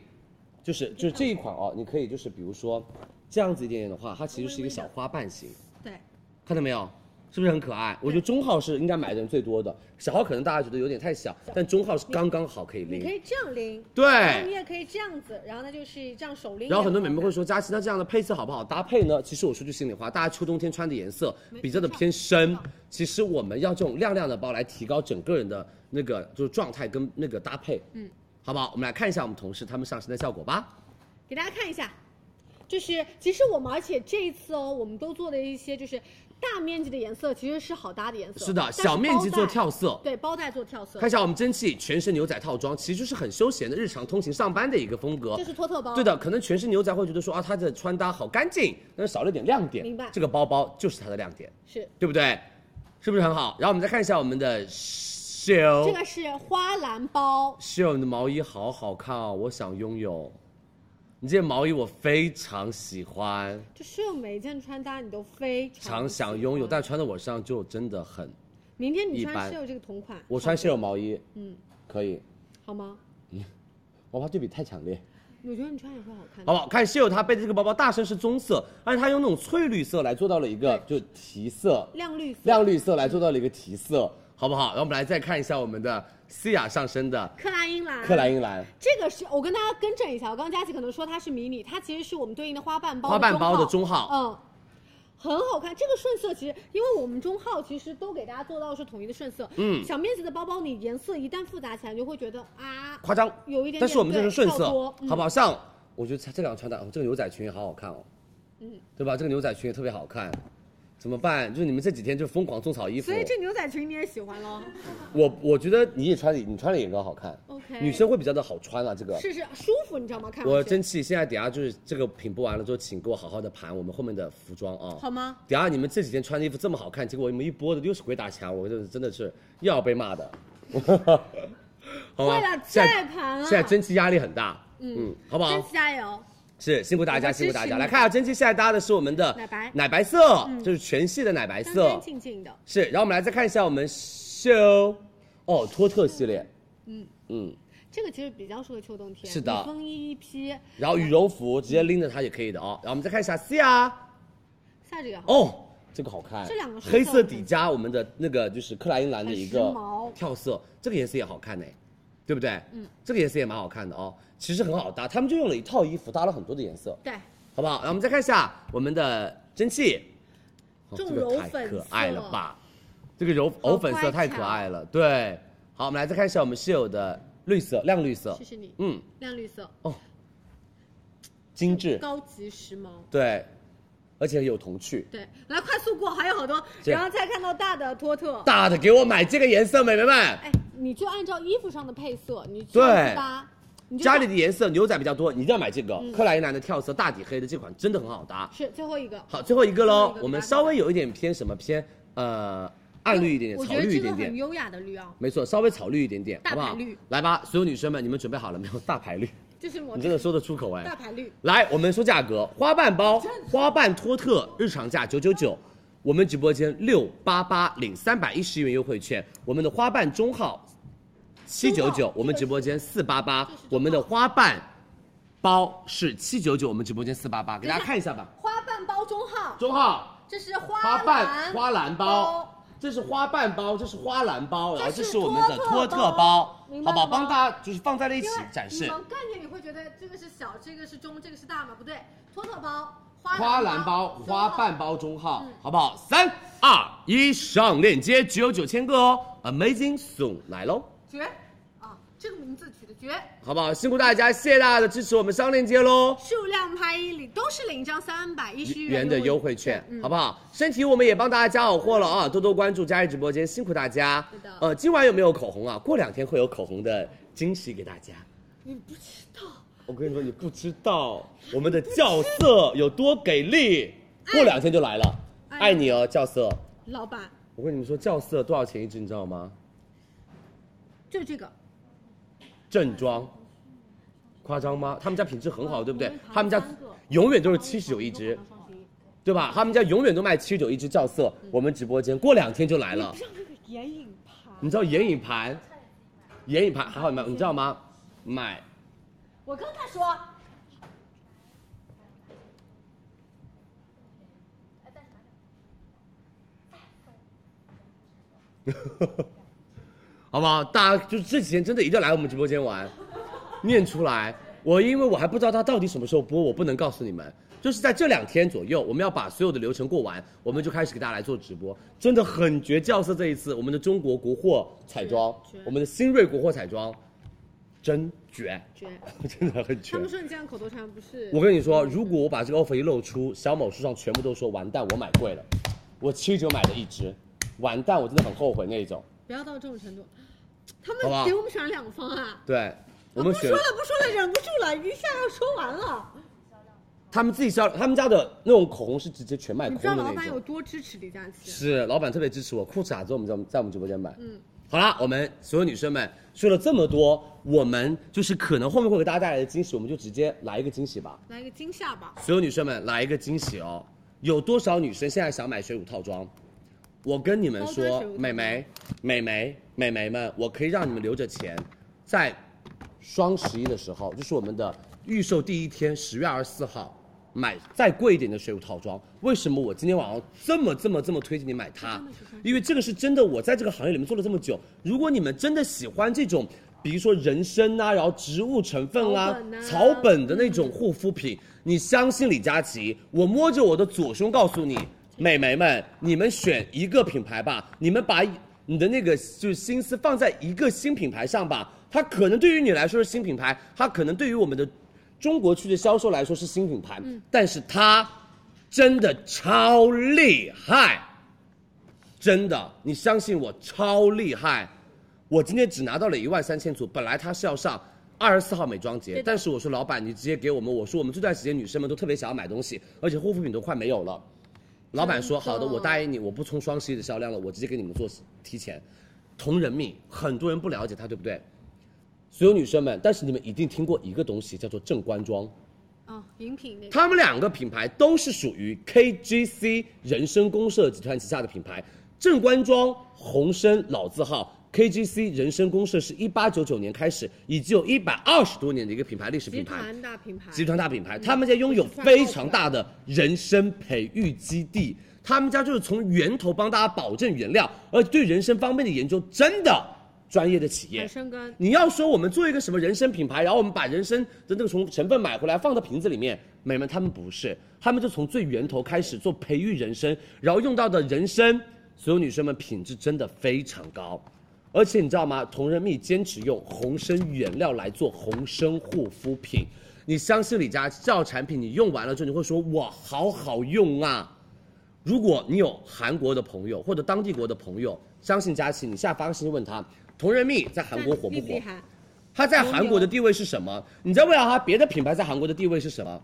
就是就是这一款哦，你可以就是比如说这样子一点点的话，它其实是一个小花瓣型。
对，
看到没有？是不是很可爱？我觉得中号是应该买的人最多的，小号可能大家觉得有点太小，但中号是刚刚好可以
你
拎。
可以这样拎，
对，
然后你也可以这样子，然后它就是这样手
哎
拎。
然后很多美眉会，说，佳琪，那这样的配色好不好搭配呢？其实我说句心里话，大家秋冬天穿的颜色比较的偏深，其实我们要这种亮亮的包来提高整个人的那个就是状态跟那个搭配，嗯，好不好？我们来看一下我们同事他们上身的效果吧。
给大家看一下，就是其实我们而且这一次哦，我们都做的一些就是大面积的颜色，其实是好搭的颜色。
是的，
但
小面积做
包带
跳色，
对包带做跳色
看一，下我们蒸汽全身牛仔套装，其实就是很休闲的日常通勤上班的一个风格
这。是托特包。
对的，可能全是牛仔会觉得说啊，它的穿搭好干净，但是少了点亮点。
明白
这个包包就是它的亮点，
是
对不对？是不是很好？然后我们再看一下我们的秀。
这个是花篮包，
秀，你的毛衣好好看哦，我想拥有。你这件毛衣我非常喜欢，
就室友每一件穿搭你都非常
常
喜欢
想拥有，但穿在我身上就真的很。
明天你
一
穿
般
室友这个同款，
我穿秀毛衣，
嗯，
可以，
好吗？
我怕对比太强烈。
我觉得你穿也会好看的。
好不好？看秀她背的这个包包，大身是棕色，而且她用那种翠绿色来做到了一个就提色，
亮绿色，
亮绿色来做到了一个提色，好不好？然后我们来再看一下我们的西雅上身的
克莱因蓝，
克莱因蓝
这个是我跟大家更正一下，我刚刚佳琪可能说它是迷你，它其实是我们对应的花瓣包
花瓣包的
中
中号，
嗯，很好看。这个顺色其实，因为我们中号其实都给大家做到是统一的顺色。
嗯
小面积的包包，你颜色一旦复杂起来，你就会觉得啊，
夸张，
有一点点
但是我们这是顺
对
色，
跳脱嗯
好不好？像我觉得这两个穿搭，哦，这个牛仔裙也好好看哦，嗯，对吧？这个牛仔裙也特别好看，怎么办？就是你们这几天就疯狂种草衣服
所，以这牛仔裙你也喜欢喽
我我觉得你也穿，你穿了也更好看，
？OK，
女生会比较的好穿啊，这个。
是是舒服，你知道吗？看上
嗯
去
我真气，现在底下就是这个品播完了之后，请给我好好的盘我们后面的服装啊。
好吗？
等下你们这几天穿的衣服这么好看，结果你们一播的又是鬼打墙，我就是真的是又要被骂 的。好吧
会了，
现
再
在
盘了
现在蒸汽压力很大，嗯，好不
真
好？
加油！
是辛苦大家，辛苦大
我
家。
们支持你
来看一下蒸汽，现在搭的是我们的
奶白嗯
奶白色，就是全系的奶白
干
色，
干净净的，
是，然后我们来再看一下我们秀，哦，托特系列，嗯嗯，
这个其实比较适合秋冬天。
是的
一风衣一披，
然后羽绒服直接拎着它也可以的哦。然后我们再看一下 C R，
下这个好。
哦，这个好看，
这两个是
黑色底加我们的那个就是克莱因蓝的一
很
个
时髦
跳色，这个颜色也好看呢，对不对？嗯，这个颜色也蛮好看的哦，其实很好搭，他们就用了一套衣服搭了很多的颜色，
对，
好不好？然后我们再看一下我们的蒸汽，哦
重
这个
柔
太
粉
可
色
爱了吧？这个柔藕粉色太可爱了，对。好，我们来再看一下我们室友的绿色，亮绿色
谢，谢你，
嗯，
亮绿色，
精致，
高级时髦。
对，而且有童趣。
对，来快速过，还有好多，
这
然后再看到大的托特。
大的给我买这个颜色，美眉们，
哎，你就按照衣服上的配色，你去
对
搭，你嗯就
家里的颜色牛仔比较多，你一定要买这个、克莱因蓝的跳色大底黑的这款，真的很好搭。
是最后一个。
好，最后一个
最后
喽
一个，
我们
搭档
稍微有一点偏什么偏呃暗绿一点点，
我
草
觉得
绿一
这个
点
很
点，
优雅的绿啊，
没错，稍微草绿一点点，好不
大
好
牌绿？
来吧，所有女生们，你们准备好了没 有？大牌绿，
就是我
你真的说得出口哎。
大牌绿。
来，我们说价格，花瓣包、花瓣托特日常价九九九，我们直播间六八八领三百一十元优惠券，我们的花瓣中号七九九，我们直播间四八八，我们的花瓣包是七九九，我们直播间四八八，给大家看一下吧。
花瓣包中号，
中号
这是花
花
篮
瓣花篮包
包。
这是花瓣包，这是花篮包，然后这
这是
是我们的
托
托
特
特
包
包，
明白
好不好？
了吗
帮大家就是放在了一起展
你
示。
们概念里会觉得这个是小，这个是中，这个是大吗？不对，托特包、花
花篮
篮
包、
中
花
号
瓣包中号，好不好？三二一，上链接，只有九千个哦！Amazing 送来喽，
绝啊，这个名字取的绝，
好不好？辛苦大家，谢谢大家的支持，我们上链接喽。
数量拍一里都是领一张三百一十
元的优惠券，
嗯
好不好？身体我们也帮大家加好货了啊，多多关注佳怡直播间，辛苦大家
是的。
呃，今晚有没有口红啊？过两天会有口红的惊喜给大家。你不知道，我跟你说，你不知道我们的校色有多给力，过两天就来了，爱你哦，校色。
老板，
我跟你们说，校色多少钱一支，你知道吗？
就这个
正装，夸张吗？他们家品质嗯很好，对不对？他们家永远都是七十九一支，对吧？他们家永远都卖七十九一支校色，我们直播间过两天就来了。你知道眼影盘，眼影盘还好买，你知道吗？买
我跟他说，
好不好？大家就这几天真的一定要来我们直播间玩，念出来。我因为我还不知道它到底什么时候播，我不能告诉你们。就是在这两天左右，我们要把所有的流程过完，我们就开始给大家来做直播，真的很绝教色这一次，我们的中国国货彩妆，我们的新锐国货彩妆，真绝，
绝。
真的很绝
他。们说你这样口头禅不是
我跟你说，如果我把这个 offer 一露出，小某书上全部都说完蛋，我买贵了，我七十九买的一支，完蛋，我真的很后悔那一种。
不要到这种程度，
他们
好不好
给我们选两方啊，
对，我
不
们选
说了不说了，忍不住了，一下要说完了。
他们自己销，他们家的那种口红是直接全卖
你
空
知道
的
老
那
板有
种。
多支持李佳琦？啊
是，老板特别支持我，裤衩子我们在我们在我们直播间买。
嗯
嗯，好啦，我们所有女生们说了这么多，我们就是可能后面会给大家带来的惊喜，我们就直接来一个惊喜吧。
来一个惊吓吧，
所有女生们来一个惊喜哦！有多少女生现在想买水乳套装？我跟你们
高端
说
水乳套，装
美眉、美眉、美眉们，我可以让你们留着钱，在双十一的时候，就是我们的预售第一天，十月二十四号，买再贵一点的水乳套装。为什么我今天晚上这么这么这么推荐你买它？因为这个是真的，我在这个行业里面做了这么久，如果你们真的喜欢这种。比如说人参啊，然后植物成分
草
啊
本啊，
草本的那种护肤品，你相信李佳琦？我摸着我的左胸告诉你，美眉们，你们选一个品牌吧，你们把你的那个就是心思放在一个新品牌上吧。它可能对于你来说是新品牌，它可能对于我们的中国区的销售来说是新品牌，但是它真的超厉害，真的，你相信我，超厉害。我今天只拿到了一万三千组，本来它是要上二十四号美妆节，但是我说老板，你直接给我们，我说我们这段时间女生们都特别想要买东西，而且护肤品都快没有了。老板说好的，我答应你，我不冲双十一的销量了，我直接给你们做提前。同人命，很多人不了解它，对不对？所有女生们，但是你们一定听过一个东西，叫做正官庄。
啊，饮品那个。
他们两个品牌都是属于 KGC 人参公社集团旗下的品牌，正官庄、红参、老字号。KGC 人参公社是一八九九年开始，已经有一百二十多年的一个品牌历史
集
品牌，
团大品牌，嗯
集团大品牌，他们家拥有非常大的人参培育基地，他们家就是从源头帮大家保证原料，而且对人参方面的研究真的专业的企业
很。生根，
你要说我们做一个什么人参品牌，然后我们把人参的那个从成分买回来放到瓶子里面，美们他们不是，他们就从最源头开始做培育人参，然后用到的人参，所有女生们品质真的非常高，而且你知道吗？同仁蜜坚持用红参原料来做红参护肤品，你相信李佳琦这套产品，你用完了之后你会说哇好好用啊！如果你有韩国的朋友或者当地国的朋友，相信佳琪，你下发个信息问他，同仁蜜在韩国火不
厉不厉
火？
害？
它在韩国的地位是什么？你在问他别的品牌在韩国的地位是什么？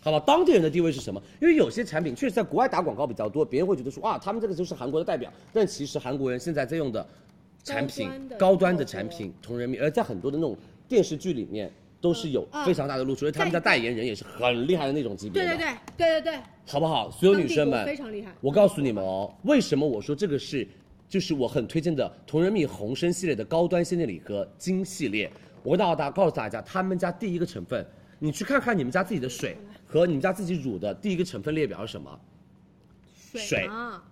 好吧，当地人的地位是什么？因为有些产品确实在国外打广告比较多，别人会觉得说啊，他们这个就是韩国的代表，但其实韩国人现在在用的产品
高端的
高端的产品同仁蜜，而在很多的那种电视剧里面都是有非常大的露出，而且他们家代言人也是很厉害的那种级别
嗯对
的。
对对对对对，
好不好？所有女生们
当地狗非常厉害
我告诉你们哦，为什么我说这个是，就是我很推荐的同仁蜜红参系列的高端限定礼盒金系列。我告诉大家，告诉大家，他们家第一个成分，你去看看你们家自己的水和你们家自己乳的第一个成分列表是什么？水
啊，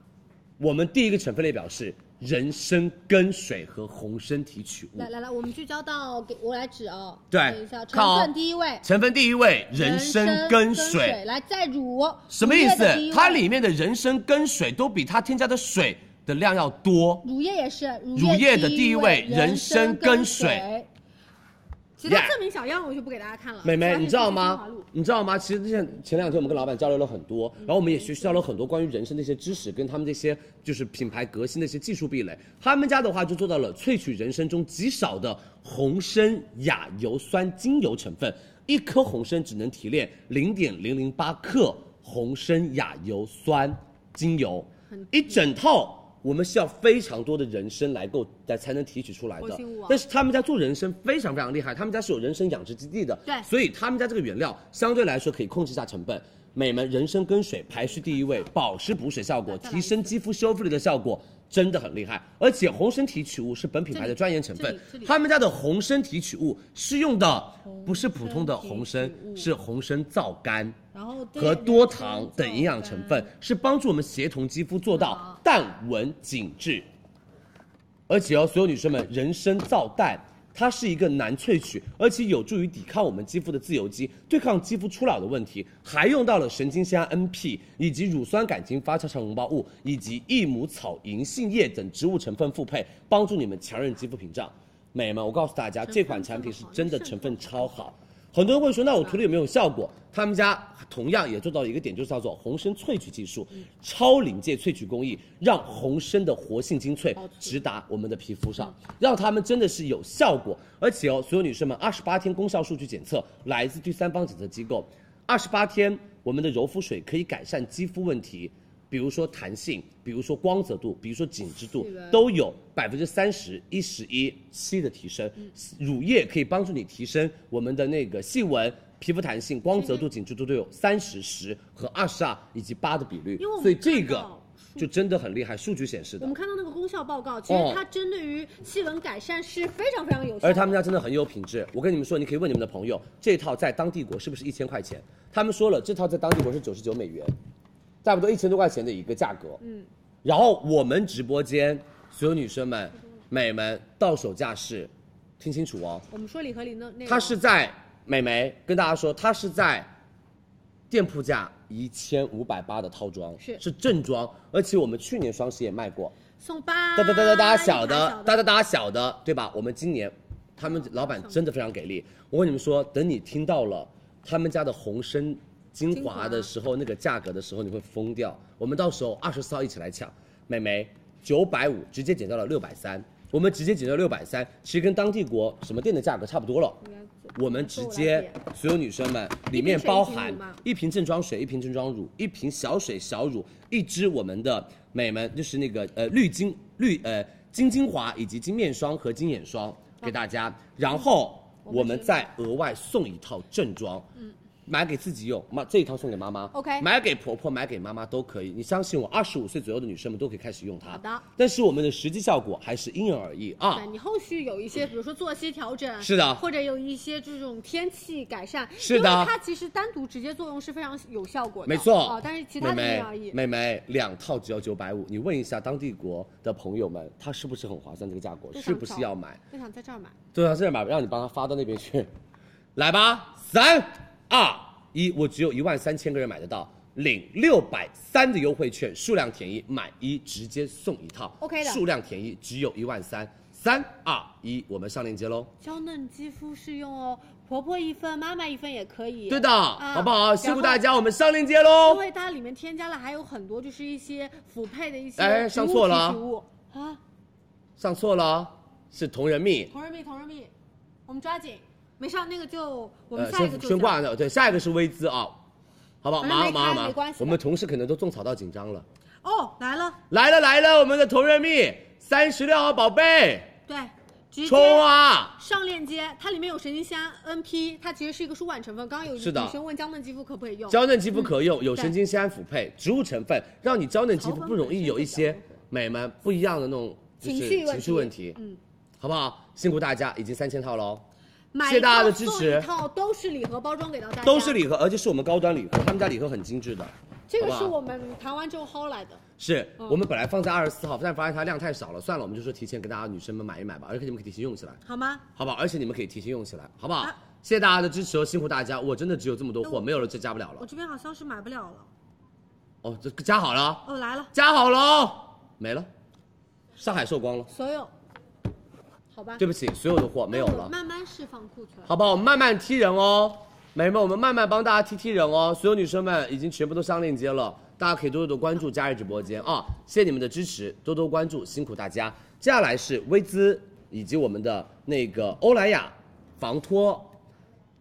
我们第一个成分列表是人参根水和红参提取物。
来来来，我们聚焦到给我来指哦，
嗯对
等一下，成
看哦
分第一位，
成分第一位，人参根水。
来再乳，
什么意
乳
思
液的第一？位
它里面的人参根水都比它添加的水的量要多。
乳液也是
乳液的
第
第
一
一
位
位，
人
人参
跟
跟水，
其他
Yeah
证明小样我就不给大家看了。
美眉，
主要是
你知道
中华
吗
路？嗯
你知道吗？其实之前前两天我们跟老板交流了很多，然后我们也学习到了很多关于人参的一些知识，跟他们这些就是品牌革新的一些技术壁垒。他们家的话就做到了萃取人参中极少的红参亚油酸精油成分，一颗红参只能提炼零点零零八克红参亚油酸精油，一整套。我们是要非常多的人参来够来才能提取出来
活
的
性物啊，
但是他们家做人参非常非常厉害，他们家是有人参养殖基地的，
对
所以他们家这个原料相对来说可以控制一下成本。美们，人参根水排序第一位，保湿补水效果，提升肌肤修复力的效果，真的很厉害。而且红参提取物是本品牌的专研成分，他们家的红参提取物是用的不是普通的红参，是红参皂苷。
然后对
和多糖等营养成分，是帮助我们协同肌肤做到淡纹紧致。而且哦，所有女生们，人参皂苷它是一个难萃取，而且有助于抵抗我们肌肤的自由基，对抗肌肤初老的问题。还用到了神经酰胺 NP 以及乳酸杆菌发酵产绒包物以及益母草银杏叶等植物成分复配，帮助你们强韧肌肤屏障。美们，我告诉大家，这款产品是真的成分超好。很多人会说，那我涂了有没有效果？他们家同样也做到一个点，就是叫做红参萃取技术，超临界萃取工艺，让红参的活性精粹直达我们的皮肤上，让他们真的是有效果。而且哦，所有女生们，二十八天功效数据检测来自第三方检测机构，二十八天我们的柔肤水可以改善肌肤问题，比如说弹性，比如说光泽度，比如说紧致度，都有百分之三十一、十一七的提升。
嗯
乳液可以帮助你提升我们的那个细纹、皮肤弹性、光泽度、紧致度都有三十、十和二十二以及八的比率
因为我，们
所以这个
看到数
就真的很厉害，数据显示
我
的哦
们。看到那个功效报告，其实它针对于细纹改善是非常非常有效 的。
而且他们家真的很有品质，我跟你们说，你可以问你们的朋友，这套在当地国是不是一千块钱？他们说了，这套在当地国是九十九美元，差不多一千多块钱的一个价格。嗯，然后我们直播间所有女生们、美们到手价是，听清楚哦，
我们说礼盒里的那个，
它是在美眉跟大家说，它是在店铺价一千五百八的套装，
是
是正装，而且我们去年双十一也卖过，
送八，
哒哒哒哒哒小
一盘
的，哒哒哒小的，对吧？我们今年，他们老板真的非常给力。我跟你们说，等你听到了他们家的红参精华的时候，那个价格的时候，你会疯掉。我们到时候二十四号一起来抢，美眉九百五直接减掉了六百三，我们直接减掉六百三，其实跟当地国什么店的价格差不多了。我们直接所有女生们里面包含一瓶正装水、一瓶正装乳、一瓶小水小乳、一支我们的美们就是那个呃绿精绿呃金精华以及金面霜和金眼霜给大家，然后我们再额外送一套正装。买给自己用，妈这一套送给妈妈
OK
买给婆婆，买给妈妈都可以。你相信我，二十五岁左右的女生们都可以开始用它。
好的，
但是我们的实际效果还是因人而异啊
对。你后续有一些，比如说作息调整，
是的
或者有一些这种天气改善，
是的
因为它其实单独直接作用是非常有效果的，
没错，
啊，但是其他的因
美
人而异
眉，。美眉两套只要九百五，你问一下当地国的朋友们，它是不是很划算？这个价格
非常
是不是
高
要买？
就想在这儿买，
对啊，这样吧，让你帮他发到那边去。来吧，三二一，我只有一万三千个人买得到，领六百三的优惠券，数量填一，买一直接送一套。
OK 的
数量填一，只有一万三。三二一，我们上链接喽。
娇嫩肌肤适用哦，婆婆一份，妈妈一份也可以。
对的，
嗯
好不好？辛苦大家，我们上链接喽
因。为它里面添加了还有很多就是一些辅配的一些
哎
植物
上错了啊
提取物啊，
上错了哦，是同人蜜。
同仁蜜同仁蜜，我们抓紧，没上那个就我们
呃，
下一个
先先
就行。
挂掉，对，下一个是薇姿啊，好不好？
反正
马
没
上马上
开
马
没关
上
系，的
我们同事可能都种草到紧张了。
哦，来了，
来了来了，我们的同人蜜三十六号宝贝，
对，直接
冲啊！
上链接，它里面有神经酰胺 NP，它其实是一个舒缓成分。刚刚有
是的
女生问娇嫩肌肤可不可以用，
娇嫩肌肤可用，有神经酰胺辅配，植物成分，让你娇嫩肌肤不容易有一些美们不一样的那种就是
情绪问题
情绪问题，
嗯，
好不好？辛苦大家，已经三千套哦喽，
买
谢谢大家的
一套
支
送
持
一套都是礼盒包装给到大家，
都是。礼盒，而且是我们高端礼盒，他们家礼盒很精致的。
这个
好
是
不好
我们谈完之后薅来的，
是
嗯
我们本来放在二十四号，但是发现它量太少了，算了，我们就说提前给大家女生们买一买吧，而且你们可以提前用起来。
好吗？
好不好？而且你们可以提前用起来，好不好？
啊
谢谢大家的支持哦，辛苦大家！我真的只有这么多货，没有了就加不了
我
了。
这边好像是买不了了。
哦，这加好了，
哦，来了，
加好了哦，没了，上海售光了，
所有，好吧，
对不起，所有的货没有
那我
了，
慢慢释放库存。
好不好？我们慢慢踢人哦，美们，我们慢慢帮大家踢踢人哦。所有女生们已经全部都上链接了，大家可以多多关注佳瑞直播间啊！谢谢你们的支持，多多关注，辛苦大家。接下来是薇姿以及我们的那个欧莱雅防脱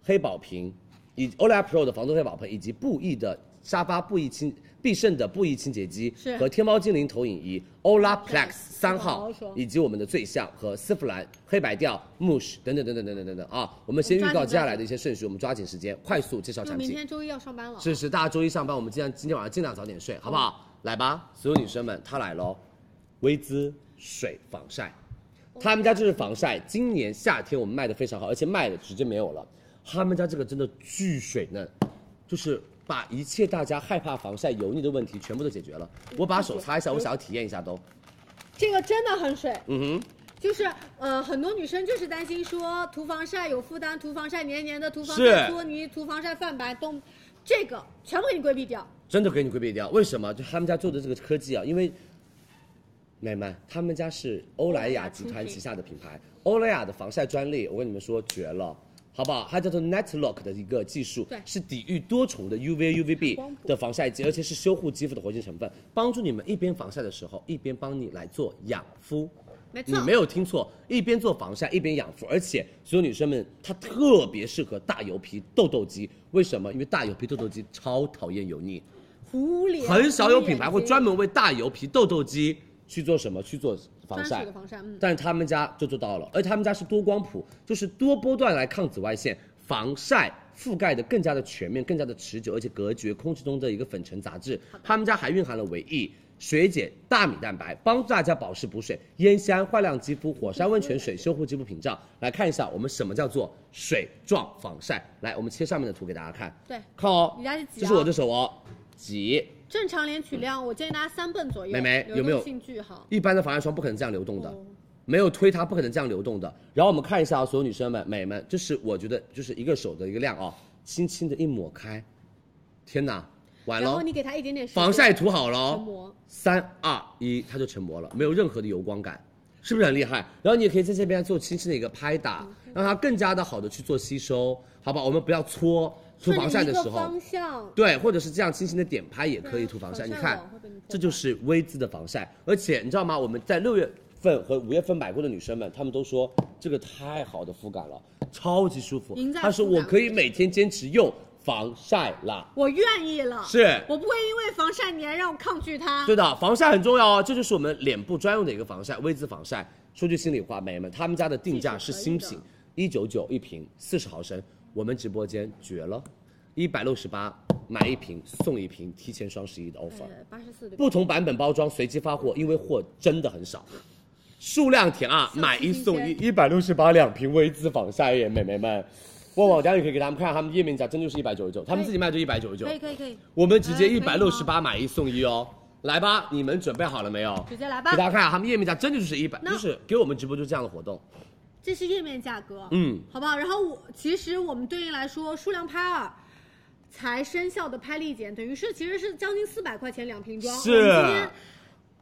黑宝瓶，以欧莱雅 Pro 的防脱黑宝盆，以及布艺的沙发布艺清必胜的布艺清洁机
是
和天猫精灵投影仪、欧拉 Plex 三
好
号
好说，
以及我们的醉象和丝芙兰、黑白调、Mush 等等等等等等等等啊！我们先预告接下来的一些顺序，我们抓紧时间快速介绍
因为
产
明
品。
天周一要上班了，
是是，大家周一上班，我们尽量今天晚上尽量早点睡，好不好？来吧，所有女生们，它来喽，薇姿水防晒，他们家这是防晒，今年夏天我们卖的非常好，而且卖的直接没有了。他们家这个真的巨水嫩，就是把一切大家害怕防晒油腻的问题全部都解决了。我把手擦一下，我想要体验一下都，
这个真的很水，
嗯
就是呃，很多女生就是担心说涂防晒有负担，涂防晒黏黏的，涂防
是
晒搓泥，涂防晒泛白，都这个全部给你规避掉。
哼，真的给你规避掉。为什么？就他们家做的这个科技啊，因为美们，他们家是欧莱雅集团旗下的品
嗯
牌，欧莱雅的防晒专利，我跟你们说绝了。好不好？它叫做 Netlock 的一个技术
对，
是抵御多重的 UV、UVB 的防晒剂，而且是修护肌肤的活性成分，帮助你们一边防晒的时候，一边帮你来做养肤。
没
你
错，
没有听错，一边做防晒一边养肤，而且所有女生们它特别适合大油皮、痘痘肌。为什么？因为大油皮、痘痘肌超讨厌油腻，
糊脸
很少有品牌
糊
会
眼睛
专门为大油皮、痘痘肌去做什么去做防
专
晒
属的。防晒，嗯，
但是他们家就做到了，而他们家是多光谱，就是多波段来抗紫外线防晒。覆盖的更加的全面，更加的持久，而且隔绝空气中的一个粉尘杂质。他们家还蕴含了维 E、水解、大米蛋白，帮助大家保湿补水、烟酰胺、焕亮肌肤、火山温泉水修护肌肤屏障。来看一下我们什么叫做水状防晒。来，我们切上面的图给大家看。
对，
看哦，
你家是几啊
这是我的手哦，挤。
正常脸取量，我建议大家三泵左右，
妹妹有
流
没有
动性巨好。
一般的防晒霜不可能这样流动的，
哦
没有推它不可能这样流动的。然后我们看一下、啊，所有女生们、美们，这是我觉得就是一个手的一个量啊，轻轻的一抹开，天哪，完
然后
了，
你给它一点点时间
防晒涂好了
成
哦，
膜，
三二一，它就成膜了，没有任何的油光感。是不是很厉害？然后你也可以在
嗯
这边做轻轻的一个拍打，让它更加的好的去做吸收，好吧？我们不要搓，涂防晒的
顺着一个
时候，
方向，嗯
对，或者是这样轻轻的点拍也可以涂防晒。
防晒
你看
网会被你破，
这就是微姿的防晒。而且你知道吗？我们在六月份和五月份买过的女生们，她们都说这个太好的肤感了，超级舒服
赢。在
她说
肤感
我可以每天坚持用防晒啦。
我愿意了，
是
我不会因为防晒棉让我抗拒它。
对的，防晒很重要哦，这就是我们脸部专用的一个防晒，微姿防晒。说句心里话，美眉们，他们家的定价是新品，一九九一瓶，四十毫升，我们直播间绝了，一百六十八买一瓶送一瓶，提前双十一的 offer。
八十四的
不同版本包装随机发货，因为货真的很少，数量填二，买一送一，一百六十八两瓶薇姿防晒液，美眉们。旺旺，等下你可以给他们看，他们页面价真就是一百九十九，他们自己卖就一百九十九，
可以可以可以，
我们直接
哎可以
一
吗
百六十八买一送一哦。来吧，你们准备好了没有？
直接来吧
给。大家看啊，他们页面价真的就是一百，就是给我们直播就这样的活动。
这是页面价格，
嗯，
好不好？然后我其实我们对应来说，数量拍二。才生效的拍立减，等于是其实是将近四百块钱两瓶装，
是
我们今天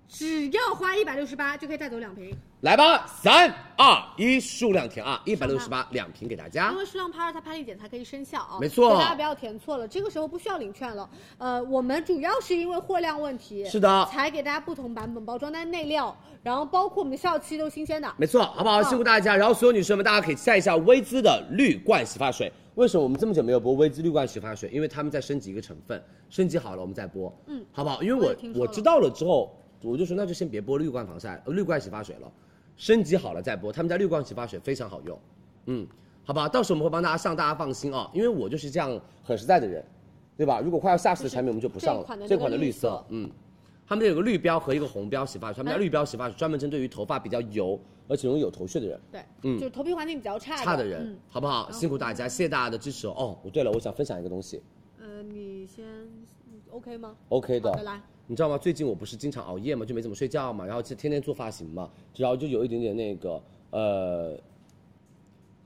只要花一百六十八就可以带走两瓶，
来吧，三二一，数量填二，一百六十八两瓶给大家
因。为数量拍二它拍立减才可以生效
啊
啊，
没错
所以大家不要填错了，这个时候不需要领券了。呃，我们主要是因为货量问题，
是的
才给大家不同版本包装，但内料，然后包括我们的效期都是新鲜的，
没错，好不好？辛苦大家。然后所有女生们，大家可以晒一下薇姿的绿罐洗发水。为什么我们这么久没有播薇姿绿罐洗发水？因为他们在升级一个成分，升级好了我们再播，嗯，好不好？因为我我知道了之后，我就说那就先别播绿罐防晒、呃绿罐洗发水了，升级好了再播。他们家绿罐洗发水非常好用，嗯，好吧，到时候我们会帮大家上，大家放心啊，因为我就是这样很实在的人，对吧？如果快要下市的产品我们就不上了，
这款的那个
这款的绿
绿色嗯
嗯。他们有个绿标和一个红标洗发水，他们家绿标洗发水专门针对于头发比较油而且容易有头屑的人，
对，
嗯
就是头皮环境比较差
差的
嗯
人，好不好？辛苦大家，谢谢大家的支持哦。哦，我对了，我想分享一个东西
呃，你先你 OK 吗？
，OK 的。
好的来
你知道吗？最近我不是经常熬夜嘛，就没怎么睡觉嘛，然后就天天做发型嘛，然后就有一点点那个呃，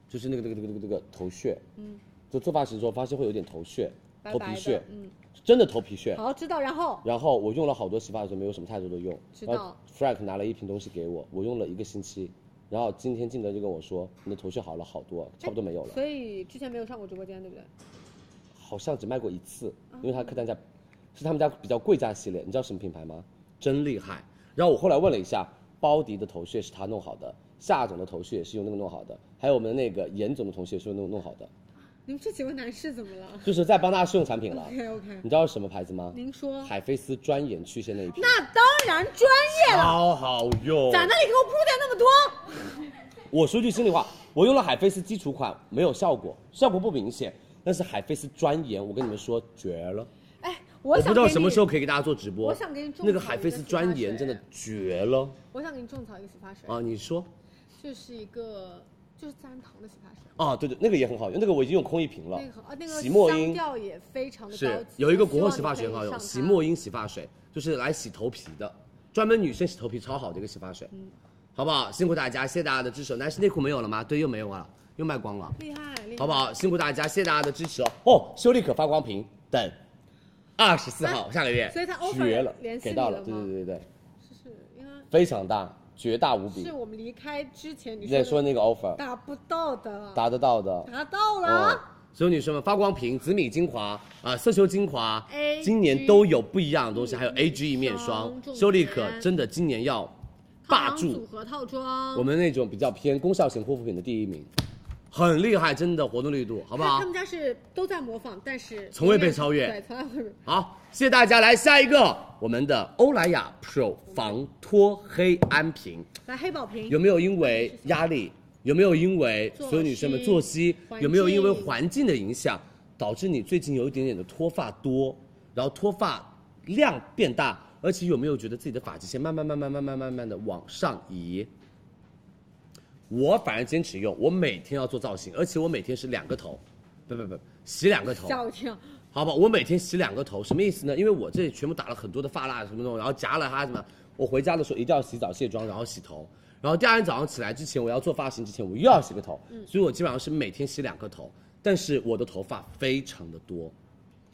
就是那个那个那个那个那个头屑，嗯，就做发型的时候发现会有点头屑，
白
头
白
皮
的
屑，
嗯，
真的头皮屑。
好，知道。然后
然后我用了好多洗发水，没有什么太多的用。
知道
然后 Frank 拿了一瓶东西给我，我用了一个星期，然后今天进德就跟我说，你的头屑好了好多，差不多没有了，
哎所以之前没有上过直播间，对不对？
好像只卖过一次，
嗯
因为它客单价是他们家比较贵价系列，你知道什么品牌吗？真厉害。然后我后来问了一下，包迪的头屑是他弄好的，夏总的头屑也是用那个弄好的，还有我们那个严总的头屑也是用那个弄好 的，
你们这几位男士怎么了
就是在帮大家试用产品了。
？OK OK，
你知道是什么牌子吗？
您说
海飞丝专研祛屑那一瓶，
那当然专业了，
超好用。啊
在那里给我铺垫那么多，
我说句心里话，我用了海飞丝基础款没有效果，效果不明显。但是海飞丝专研，我跟你们说绝了！
哎，
我
我想
不知道
给
什么
你
时候可以给大家做直播。
我想给你种草
那个海飞丝专研真的绝了
我想给你种草一个洗发水，
啊！你说
这是一个就是自然堂的洗发水，
啊，对对，那个也很好用，那个我已经用空一瓶了。
那个很啊那个
洗墨
香
因
调也非常的高
是
级，
有一个
我希
国货
望
洗发
你
水
可以
很好用，
上
洗
它
墨因洗发水就是来洗头皮的，专门女生洗头皮超好的一个洗发水，
嗯
好不好？辛苦大家，谢谢大家的支持。男士内裤没有了吗？对，又没有了，又卖光了。
厉害厉害，
好不好？辛苦大家，谢谢大家的支持哦。哦，修丽可发光屏等二十四号、下个月，
啊所以它 offer
绝了，
联系
给
你
到
了
对
吗
对对对，
就是应该
非常大，绝大无比
是。我们离开之前你
你在说
说的
那个 offer
达不到的，
达得到的，
达到
嗯
了，。
所有女生们，发光屏、紫米精华啊、色球精华
AG
今年都有不一样的东西，还有 A G E 面霜
面，嗯霜
修丽可
重点
真的今年要霸
套装
住
组合套装，
我们那种比较偏功效型护肤品的第一名，很厉害，真的活动力度，好不好？
他们家是都在模仿，但是
从未被超越
对，从来未被。
好，谢谢大家。来下一个，我们的欧莱雅 Pro 防脱黑安瓶，
来黑宝瓶，
有没有因为压力？有没有因为所有女生们作息
环？境
有没有因为环境的影响，导致你最近有一点点的脱发多，然后脱发量变大，而且有没有觉得自己的发际线慢慢慢慢慢慢慢慢的往上移？我反而坚持用，我每天要做造型，而且我每天是两个头，不不不，洗两个头，
吓我一跳，
好吧，我每天洗两个头，什么意思呢？因为我这里全部打了很多的发蜡什么东西，然后夹了它什么，我回家的时候一定要洗澡卸妆，然后洗头，然后第二天早上起来之前，我要做发型之前，我又要洗个头，所以我基本上是每天洗两个头，但是我的头发非常的多，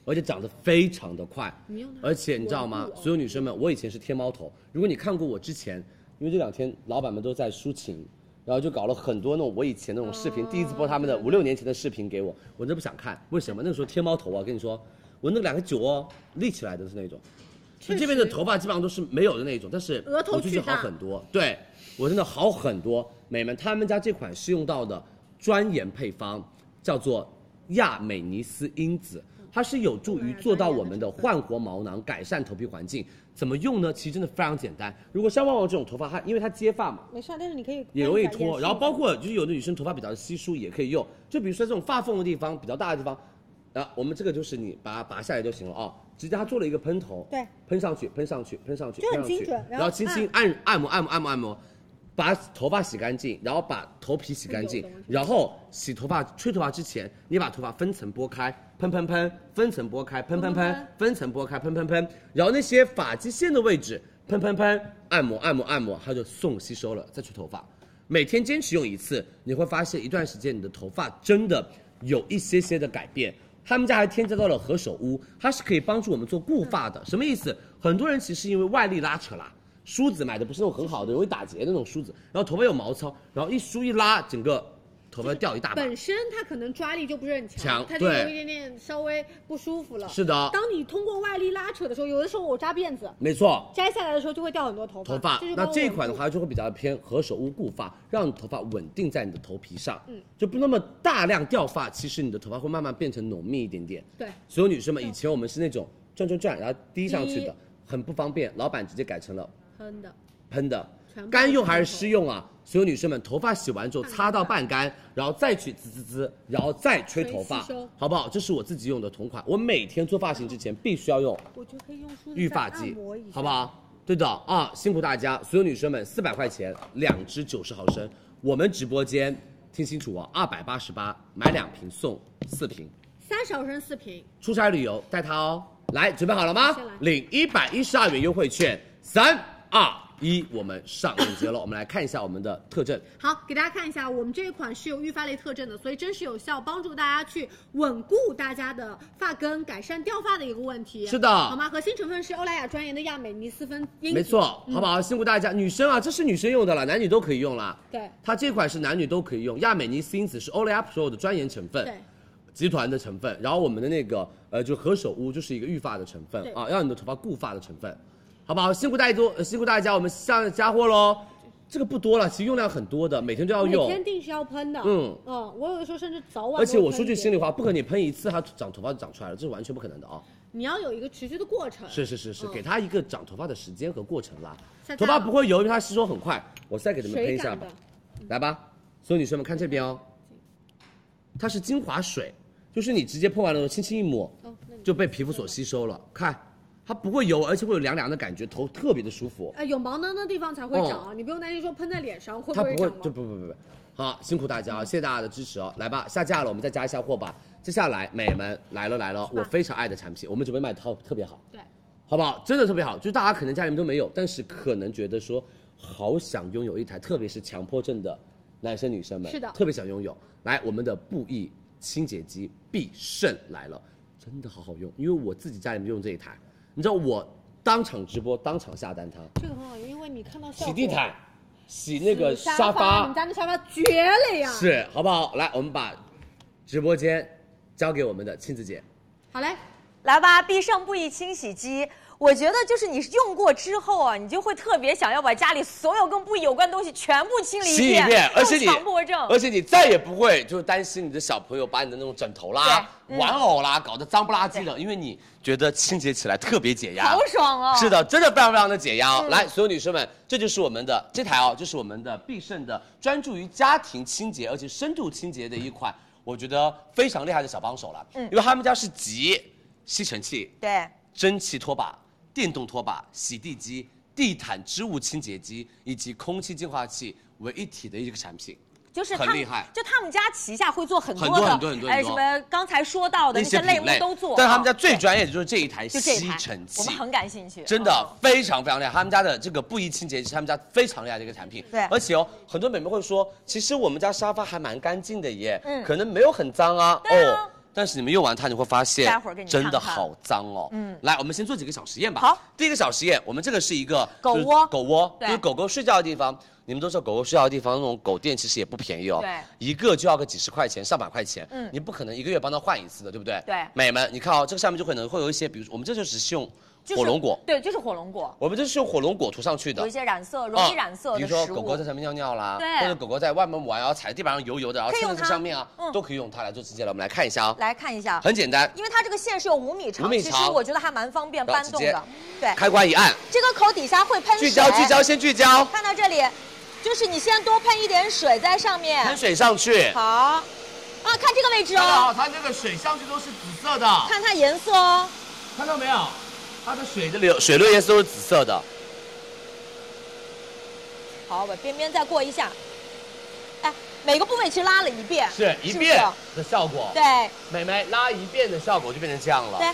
而且长得非常的快，而且你知道吗？所有女生们，我以前是天猫头，如果你看过我之前，因为这两天老板们都在抒情，然后就搞了很多那种我以前那种视频，第一次播他们的五六年前的视频给我，我真不想看，为什么？那个时候天猫头啊，跟你说，我那两个酒哦立起来的是那种，就这边的头发基本上都是没有的那种，但是
额头
我就是
巨大
好很多，对我真的好很多。美们，他们家这款是用到的专研配方，叫做亚美尼斯因子，它是有助于做到我们的焕活毛囊，改善头皮环境。怎么用呢？其实真的非常简单。如果像旺旺这种头发，它因为它接发嘛，
没事啊，但是你可以
也容易脱。然后包
括
括就是有的女生头发比较稀疏也可以用，就比如说这种发缝的地方比较大的地方，啊，我们这个就是你把它拔下来就行了啊、直接它做了一个喷头，
对，
喷上去，喷上去，喷上去，
就很
喷上去
精准然后
然后轻轻按按摩按摩按摩按摩，把头发洗干净，然后把头皮洗干净，然后洗头发吹头发之前，你把头发分层拨开，喷喷喷，分层拨开，喷喷
嗯
喷，分层拨开，喷喷喷，然后那些发际线的位置喷喷喷，按摩按摩按摩，它就送吸收了，再吹头发。每天坚持用一次，你会发现一段时间你的头发真的有一些些的改变。他们家还添加到了何首乌，它是可以帮助我们做固发的。什么意思？很多人其实因为外力拉扯啦，梳子买的不是那种很好的，容易打结的那种梳子，然后头发有毛糙，然后一梳一拉，整个头发掉一大把。
本身它可能抓力就不是很
强
它就有
对
一点点稍微不舒服了。
是的，
当你通过外力拉扯的时候，有的时候我扎辫子，
没错。
摘下来的时候就会掉很多头发。
头发
这
那
就。帮我
这一
稳
款的
住
话就会比较偏何首乌固发，让你头发稳定在你的头皮上，嗯，就不那么大量掉发。其实你的头发会慢慢变成浓密一点点。
对，
所有女
嗯
生们，以前我们是那种转转转，然后滴上去
滴
的，很不方便。老板直接改成了
喷的，
喷的
全部，
干用还是湿用啊？所有女生们，头发洗完之后擦到半干，然后再去滋滋滋，然后再吹头发
吹吸收，
好不好？这是我自己用的同款，我每天做发型之前必须要用
我觉得可以用梳子
育发
再
剂
按摩一，下
好不？好？对的啊，辛苦大家，所有女生们，四百块钱两支九十毫升，我们直播间听清楚啊，二百八十八买两瓶送四瓶，
三十毫升四瓶，
出差旅游带它哦。来，准备好了吗
先来？
领一百一十二元优惠券，三二一，我们上链接了，我们来看一下我们的特征。
好，给大家看一下，我们这一款是有育发类特征的，所以真实有效，帮助大家去稳固大家的发根，改善掉发的一个问题。
是的
好吗？核心成分是欧莱雅专研的亚美尼斯酚因子，
没错，
嗯
好不
好？
好？辛苦大家，女生啊，这是女生用的啦，男女都可以用啦。
对，
它这款是男女都可以用，亚美尼斯因子是欧莱雅 Pro 的专研成分，
对，
集团的成分，然后我们的那个呃，就何首乌就是一个育发的成分
对
啊，让你的头发固发的成分，好不好？辛苦大家多，呃辛苦大家，我们上加货喽。这个不多了，其实用量很多的，每天都要
每
用。
天定时要喷的。
哦嗯
嗯，我有的时候甚至早晚。
而且我说句心
里，
里话，不可能你喷一次它长头发就长出来了，这是完全不可能的啊、
你要有一个持续的过程。
是是是是，给它一个长头发的时间和过程啦
下架。
头发
了
不会油，因为它吸收很快。我再给你们喷
水
一下
感
吧
的，，
来吧，所有女生们看这边哦，它是精华水，就是你直接喷完了之后轻轻一抹，
哦，那你
就被皮肤所吸收了。看，它不会油，而且会有凉凉的感觉，头特别的舒服。
呃有毛囊的地方才会长，啊你不用担心说喷在脸上会
哦它
会
不
长嗯
会
毛。
就不不不不，好，辛苦大家啊，谢谢大家的支持哦，来吧，下架了，我们再加一下货吧。接下来美们来了来了，我非常爱的产品，我们准备卖套特别好，
对，
好不好？真的特别好，就是大家可能家里面都没有，但是可能觉得说好想拥有一台，特别是强迫症的男生女生们，
是的
特别想拥有。来，我们的布艺清洁机必胜来了，真的好好用，因为我自己家里面用这一台，你知道我当场直播，当场下单它，
这个很好用，因为你看到效
洗
果
地毯，洗那个
沙
沙
发，你们家那沙发绝了呀！
是，好不好？来，我们把直播间交给我们的亲子姐。
好嘞，
来吧，必胜布艺清洗机。我觉得就是你用过之后啊，你就会特别想要把家里所有跟布艺有关的东西全部清理
洗一遍，而且你
用强迫症，
而且你再也不会就是担心你的小朋友把你的那种枕头啦、
对嗯
玩偶啦搞得脏不拉几的，因为你觉得清洁起来特别解压
好。爽哦！
啊是，的，真的非常非常的解压哦！来，所有女生们，这就是我们的这台哦，这是我们的必胜的专注于家庭清洁而且深度清洁的一款，我觉得非常厉害的小帮手了。
嗯
因为他们家是集吸尘器、
对，
蒸汽拖把、电动拖把、洗地机、地毯织物清洁机以及空气净化器为一体的一个产品。
就是
很
他们
厉害
就他们家旗下会做很多的，
很多很多很多
哎，
很
什
多
么刚才说到的那
一些
些
品
类目都做，
但是他们家
啊
最专业的就是这一台
就这一
吸
台
尘器，
我们很感兴趣，
真的
嗯
非常非常厉害，他们家的这个布艺清洁是他们家非常厉害的一个产品。
对
而且哦，很多美眉会说，其实我们家沙发还蛮干净的耶，
嗯
可能没有很脏啊。
对啊
哦，但是你们用完它，你会发现，
待会儿给你看
真
看
的好脏哦。
嗯
来，我们先做几个小实验吧。
好，
第一个小实验，我们这个是一个
狗
就是
窝
狗窝就
对
是狗狗睡觉的地方。你们都知道狗狗睡觉的地方，那种狗垫其实也不便宜哦，
对，
一个就要个几十块钱、上百块钱，
嗯
你不可能一个月帮它换一次的，对不对？
对
美们，你看哦，这个上面就可能会有一些，比如说我们这就是用
就是
火龙果，
对，就是火龙果，
我们这是用火龙果涂上去的啊
有一，些染色容易染色
比
的
如
食
说
物。
狗狗在上面尿尿啦，
对
或者狗狗在外面玩，然后踩在地板上油油的，然后
可以
蹭
用
在这
它
上面啊，
嗯
都可以用它来做指甲了。我们来看一下啊、
来看一下，
很简单，
因为它这个线是有五米长，
五米
其实
长
我觉得还蛮方便
然后
搬
直
动
接
的。对，
开关一按，
这个口底下会喷水，
聚焦聚焦，先聚焦，
看到这里，就是你先多喷一点水在上面。
喷水啊上去。
好，啊，看这个位置
看到
哦，
哎它那个水上去都是紫色的，
看它颜色哦，
看到没有？它的水的流水流颜色都是紫色的，
好，把边边再过一下，哎，每个部位其实拉了一遍，
是一
不
遍的效果。
对
美眉拉一遍的效果就变成这样了。
对，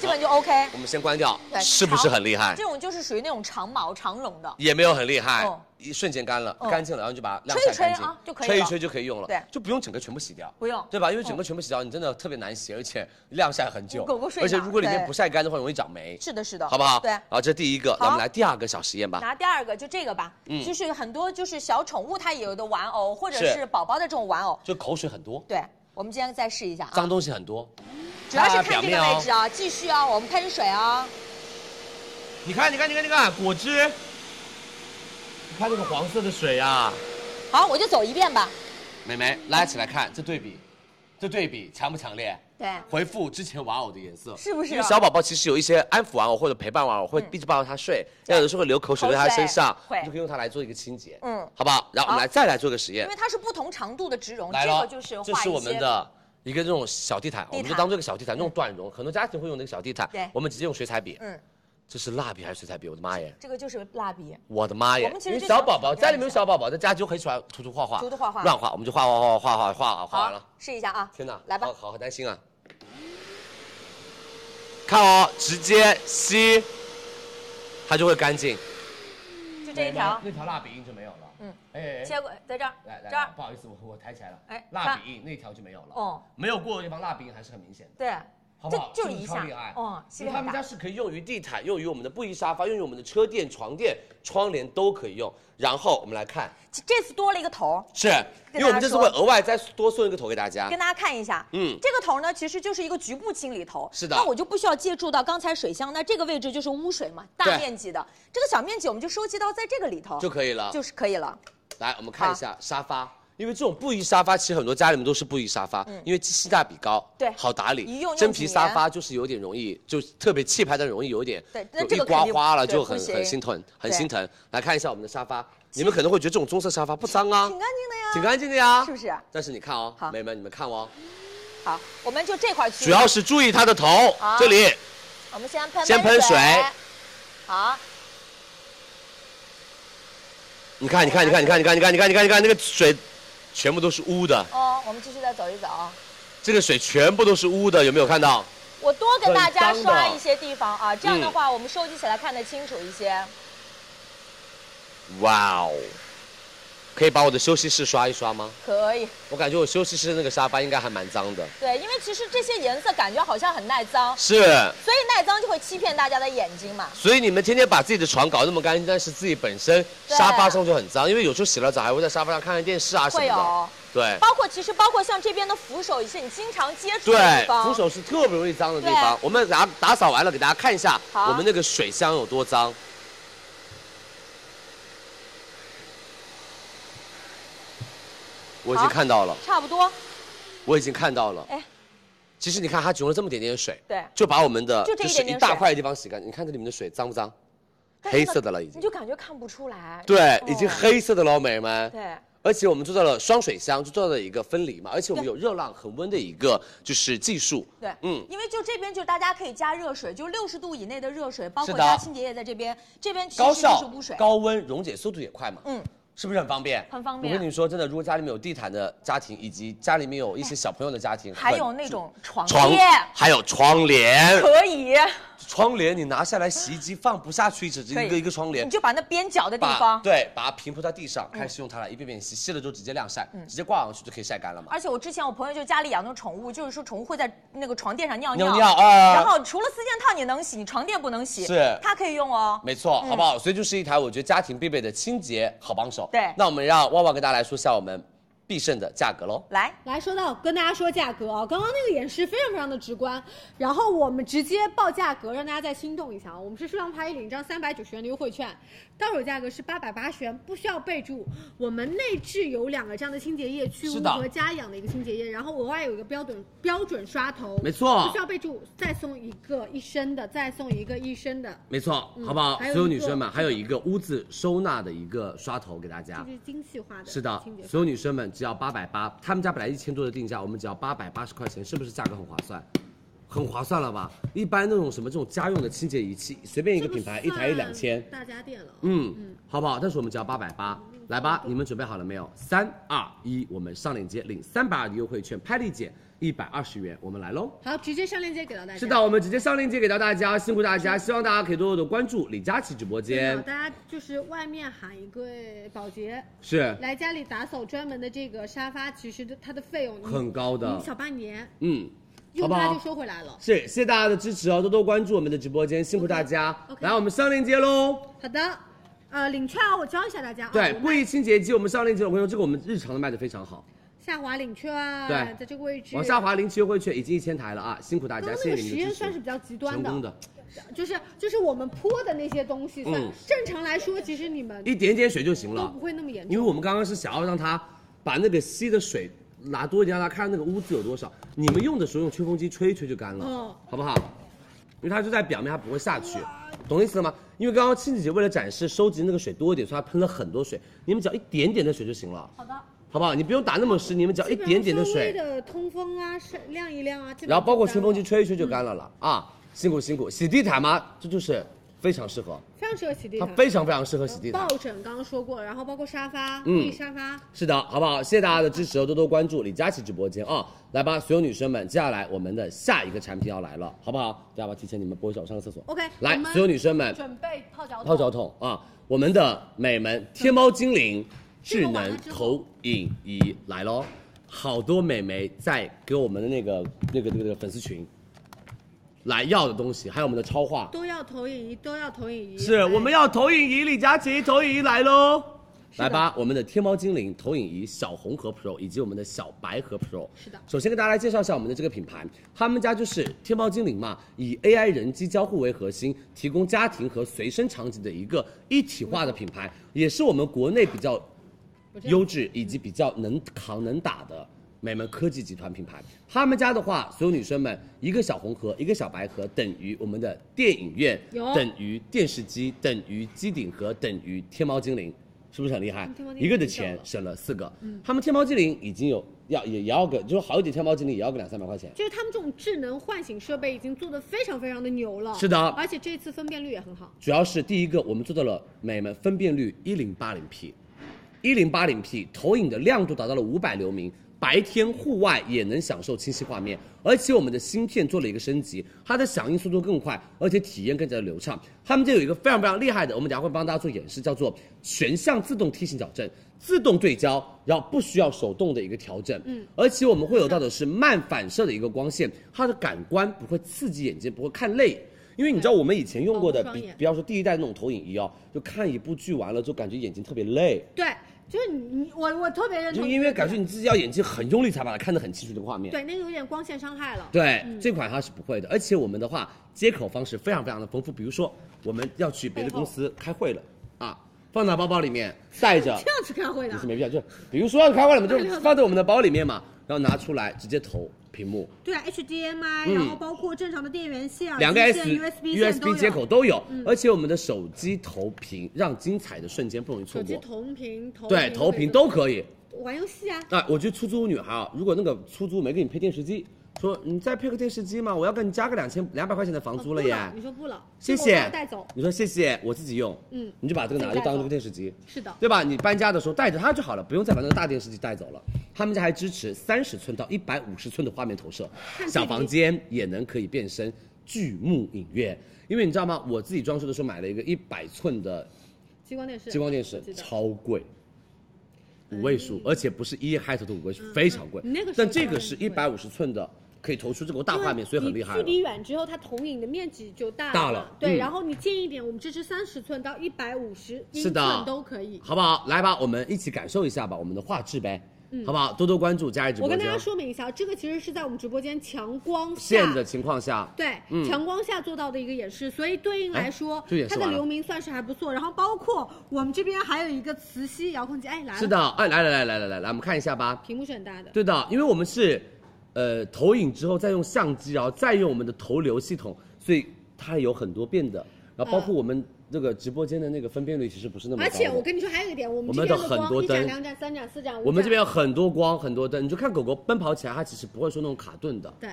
基本就 OK。
我们先关掉
对，
是不是很厉害
这？种就是属于那种长毛长绒的，
也没有很厉害
哦，
一瞬间干了，
哦
干净了，然后就把它晾
吹一
晒干
吹
净
啊就可以了
吹一吹就可以用了，
对
就不用整个全部洗掉。
不用。
对吧？因为整个全部洗掉，你真的特别难洗，而且晾晒很久。
狗狗睡
而且
哪儿
如果里面
对
不晒干的话，容易长霉，
是的，是的，
好不好？啊
对。
好，这第一个，
好
那我们来第二个小实验吧。
拿第二个就这个吧，
嗯
就是很多就是小宠物它也有的玩偶，或者
是
是宝宝的这种玩偶。
就口水很多，
对，我们今天再试一下啊。
脏东西很多。
主要是
看表
看这个
面哦
位置啊，继续啊，我们喷水啊，
你看，你看，你看，你看，果汁，你看那个黄色的水啊，
好，我就走一遍吧。
美眉拉起来看，这对比，这对比强不强烈？
对，
回复之前玩偶的颜色，
是不是
因为小宝宝其实有一些安抚玩偶或者陪伴玩偶，会一直抱着他睡，那有的时候会流口水
嗯口
在他
水
身上，
会
你就可以用它来做一个清洁，
嗯
好不好？然后我们
好
来再来做个实验
因为，它是不同长度的植绒，
来
这
了，
个就是
这
画
是我
一
们
些。
的一个这种小地毯，我们就
毯嗯
当做一个小地毯，那种短绒，很多家庭会用那个小地毯
对，
我们直接用水彩笔，
嗯，
这是蜡笔还是水彩笔？我的妈耶！
这个就是蜡笔，
我的妈耶
我们！其
因为
实就
小
想
宝宝
挑战
家里面有
一下
小宝宝，在家就很喜欢涂涂画画，
涂涂画画
乱画，我们就画画画画画画画画完了。，
试一下啊。
天哪，
来吧
好，好好担心啊！看哦，直接吸，它就会干净。
就这一条，
那条蜡笔印就没有了。
嗯，
哎
切过在这儿
来，来
这儿
来，，不好意思，我我抬起来了。
哎
蜡笔印那条就没有了。
哦，
没有过的地方，蜡笔印还是很明显的。
对，
好不好？
就就是
不
一
是超
下
厉害
哦吸
因为
力
他
很
们
大
家是可以用于地毯，用于我们的布艺沙发，用于我们的车垫、床垫、窗帘都可以用。然后我们来看，
这这次多了一个头儿，
是因为我们这次会额外再多送一个头给大家
跟。大家看一下。
啊嗯，
这个头呢，其实就是一个局部清理头，
是的
那我就不需要借助到刚才水箱，那这个位置就是污水嘛，大
对
面积的。这个小面积我们就收集到在这个里头，
就可以了。
就是可以了。
来，我们看一下沙发。因为这种布艺沙发，其实很多家里面都是布艺沙发，因为性价比高，
对
好打理。
一用用
真皮
几年
沙发就是有点容易，就特别气派，但容易有点，
对那
就
这
一
个
刮
肯定
花了
对
就
不
很很
行
心疼，很
对
心疼。来看一下我们的沙发，你们可能会觉得这种棕色沙发不脏啊，
挺干净的呀，
挺干净的啊呀，
是不是？
但是你看哦，
好
美们你们看哦，
好，我们就这块区域，
主要是注意它的头
好
这里，
我们先喷
先喷
水
水，
好，
你看你看你看你看你看你看你看你看你看那个水，全部都是污的，
哦，我们继续再走一走。
这个水全部都是污的，有没有看到？
我多跟大家
很脏的
刷一些地方
嗯
啊，这样的话我们收集起来看得清楚一些。
哇哦，可以把我的休息室刷一刷吗？
可以，
我感觉我休息室那个沙发应该还蛮脏的，
对，因为其实这些颜色感觉好像很耐脏，
是，
所以耐脏就会欺骗大家的眼睛嘛。
所以你们天天把自己的床搞那么干净，但是自己本身
对
沙发上就很脏，因为有时候洗了澡还会在沙发上看看电视啊什么
会
的，
有，
对。
包括其实包括像这边的扶手，也是你经常接触的
对
地，方。
扶手是特别容易脏的地
对
方。我们打打扫完了，给大家看一下
好
我们那个水箱有多脏。我已经
好
看到了，
差不多，
我已经看到了。
哎
其实你看，它只用了这么点点水，
对
就把我们的
就这一
是
点点
一大
水
块的地方洗干净。你看这里面的水脏不脏？
但是
黑
呢
色的了已
你
经。
就感觉看不出来。
对
哦，
已经。黑色的了，美人们。
对，
而且我们做到了双水箱，就做到了一个分离嘛，而且我们有热浪恒温的一个就是技术。
对，
嗯
嗯，因为就这边就是大家可以加热水，就六十度以内的热水，包
是
括
的
加清洁液在这边，这边其
高
实就
效
是污水。
高温溶解速度也快嘛。
嗯，
是不是很方便？
很方便
我跟你说，真的，如果家里面有地毯的家庭，以及家里面有一些小朋友的家庭，
还有
很
那种床
床
垫，
还有窗 帘，
可以，
窗帘你拿下来洗衣机放不下去，只是
可以
一个一个窗帘
你。就把那边角的地
把
方。
对，把它平铺在地上，开始用它来一遍遍洗，洗了之后直接晾晒，
嗯
直接挂上去就可以晒干了嘛。
而且我之前我朋友就家里养那种宠物，就是说宠物会在那个床垫上哦尿
尿尿啊
然后除了四件套你能洗，你床垫不能洗，
是
它可以用哦。
没错，好不好？所以就是一台我觉得家庭必备的清洁好帮手。
对
那我们让旺旺跟大家来说一下我们必胜的价格喽。
来，
来说到跟大家说价格啊，刚刚那个演示非常非常的直观，然后我们直接报价格，让大家再心动一下啊。我们是数量拍一领一张三百九十元的优惠券，到手价格是八百八十元，不需要备注。我们内置有两个这样的清洁液，去污
是的
和家养的一个清洁液，然后额外有一个标准标准刷头，
没错
不需要备注，再送一个一升的，再送一个一升的，
没错，
嗯
好不好？
还有一个
所有女生们，还有一个污渍收纳的一个刷头给大家
这。是精细化的
啊是的
清洁，刷
所有女生们只要八百八，他们家本来一千多的定价，我们只要八百八十块钱，是不是价格很划算？很划算了吧？一般那种什么这种家用的清洁仪器，随便一个品牌一台一两千，
大家电了。啊
嗯，好不好？但是我们只要八百八，来吧，
嗯
你们准备好了没有？三二一，我们上链接领三百二的优惠券，拍立减一百二十元，我们来喽。
好，直接上链接给到大家。
是的，我们直接上链接给到大家，辛苦大家，希望大家可以多多的关注李佳琦直播
真嗯的，
间，
大家就是外面喊一个保洁
是
来家里打扫专门的这个沙发，其实它的费用
很高的
你小半年
嗯，好
用
不
它
好
就？收回来了。
是，谢谢大家的支持哦，多多关注我们的直播间，辛苦大家。来，我们上链接喽。
好的，呃，领券啊我教一下大家啊，
对，
我们
布艺清洁剂，我们上链接，我跟你说，这个我们日常的卖的非常好，
下滑领券啊，
对
在这个位置
往下。滑零期优惠券已经一千台了啊，辛苦大
刚
家，
刚
谢
嗯那
谢
个
你们
实
的
验
支持
算是。比较极端
成功
的，
的，
就是就是我们泼的那些东西算，
嗯
正常来说，其实你们
一点点水就行
都
了
不，会那么严重。
因为我们刚刚是想要让它把那个吸的水拿多一点，让它看那个污渍有多少。你们用的时候用吹风机吹一吹就干了，
嗯
好不好？因为它就在表面，它不会下去，懂意思了吗？因为刚刚清姐姐为了展示收集那个水多一点，所以她喷了很多水，你们只要一点点的水就行了，
好的，
好不好？你不用打那么湿，你们只要一
基本上
点点的
稍
水，
微的通风啊，是晾一晾啊，基本
然后包括
就
吹
干
风机
了
吹一吹就干了了、啊！辛苦辛苦，洗地毯吗？这就是非常适合，
非常适合洗地
它
毯。
非常非常适合洗地毯
抱。枕刚刚说过，然后包括沙发，
嗯
嗯，沙发，
是的，好不好？谢谢大家的支持哦，多多关注李佳琦直播间啊、来吧，所有女生们，接下来我们的下一个产品要来了，好不好？大家吧，提前你们播一下，我上个厕所。
OK，
来
我，们
所有女生们，
准备泡脚
泡脚桶啊，我们的美门天猫精灵智能投影仪来喽！好多美眉在给我们的那个那个那个、那个粉丝群来要的东西，还有我们的超话，
都要投影仪，都要投影仪，
是
哎
我们要投影仪，李佳琦投影仪来喽！来吧，我们的天猫精灵投影仪小红盒 Pro 以及我们的小白盒 Pro。
是的
首先跟大家来介绍一下我们的这个品牌，他们家就是天猫精灵嘛，以 AI 人机交互为核心，提供家庭和随身场景的一个一体化的品牌，也是我们国内比较优质以及比较能扛能打的美门科技集团品牌。他们家的话，所有女生们一个小红盒，一个小白盒，等于我们的电影院，
有
等于电视机，等于机顶盒，等于天猫精灵，是不是很厉害
嗯天猫？精灵
一个的
太屌
钱
了嗯
省了四个。他们天猫精灵已经有要也也要个，就是好一点天猫精灵也要个两三百块钱。
就是他们这种智能唤醒设备已经做的非常非常的牛了，
是的
而且这次分辨率也很好，
主要是第一个，我们做到了美们分辨率一零八零 P，一零八零 P 投影的亮度达到了五百流明，白天户外也能享受清晰画面，而且我们的芯片做了一个升级，它的响应速度更快，而且体验更加的流畅。他们这有一个非常非常厉害的，我们等一下会帮大家做演示，叫做全向自动梯形矫正。自动对焦，然后不需要手动的一个调整，嗯，而且我们会有到的是慢反射的一个光线，它的感官不会刺激眼睛，不会看累，因为你知道我们以前用过的
保护双
比
眼
不要说第一代那种投影仪哦，就看一部剧完了就感觉眼睛特别累，
对，就是你你我我特别认
就
同，
因为感觉你自己要眼睛很用力才把它看得很清楚这个画面。
对那个有点光线伤害了，
对，这款它是不会的，而且我们的话接口方式非常非常的丰富，比如说我们要去别的公司开会了啊，放在包包里面带着，
这样去开会
不是
的，
没必要，就比如说要开会了嘛，就放在我们的包里面嘛，然后拿出来直接投屏幕，
对啊，HDMI，、
嗯
然后包括正常的电源线、
啊
两个
耳
S
机线 USB 线都有
USB 接口，都有，而且我们的手机投屏让精彩的瞬间不容易错
手机
过，
投屏投
对，投屏都可以。
玩游戏啊，
啊，我觉得出租屋女孩啊，如果那个出租没给你配电视机，说你再配个电视机嘛，我要给你加个两千两百块钱的房租了耶。
你哦说不了，
谢
这个我
谢
要带走。，
你说谢谢，我自己用，
嗯
你就把这个拿去
自己带走
当这个电视机，
是的，
对吧？你搬家的时候带着它就好了，不用再把那个大电视机带走了。他们家还支持三十寸到一百五十寸的画面投射，小房间也能可以变身巨幕影院。因为你知道吗？我自己装修的时候买了一个一百寸的
激光电视，
激光电视
我记，得哎
超贵，五位数，而且不是一开头的五位数，非常贵
嗯那个时候。
但这个是
当然
一
贵
百五十寸的，可以投出这个大画面，所以很厉害
你距离
了。
远之后，它投影的面积就大了。
大了
对，
嗯
然后你近一点，我们支持三十寸到一百五十英
是
寸
的，
都可以。
好不好？来吧，我们一起感受一下吧，我们的画质呗，好不好？多多关注佳怡直
嗯我
播
跟
间。
大家说明一下，这个其实是在我们直播间强光下
现的情况下，
对，
嗯
强光下做到的一个演示，所以对应来说
哎这，演示
它
完了
的流明算是还不错。然后包括我们这边还有一个磁吸遥控器，哎，来了，
是，的，哎，来来来来来来来，我们看一下吧。
屏幕是很大的，
对的，因为我们是，呃，投影之后再用相机，然后再用我们的投流系统，所以它有很多变的，然后包括我们这个直播间的那个分辨率其实不是那么
嗯而
高的。
且我跟你说还有一点，我们
我
这
们
边
的
光
很多
一盏、
灯
两盏、三盏、四盏、五盏，
我们这边有很多光，很多灯，你就看狗狗奔跑起来，它其实不会说那种卡顿的，
对。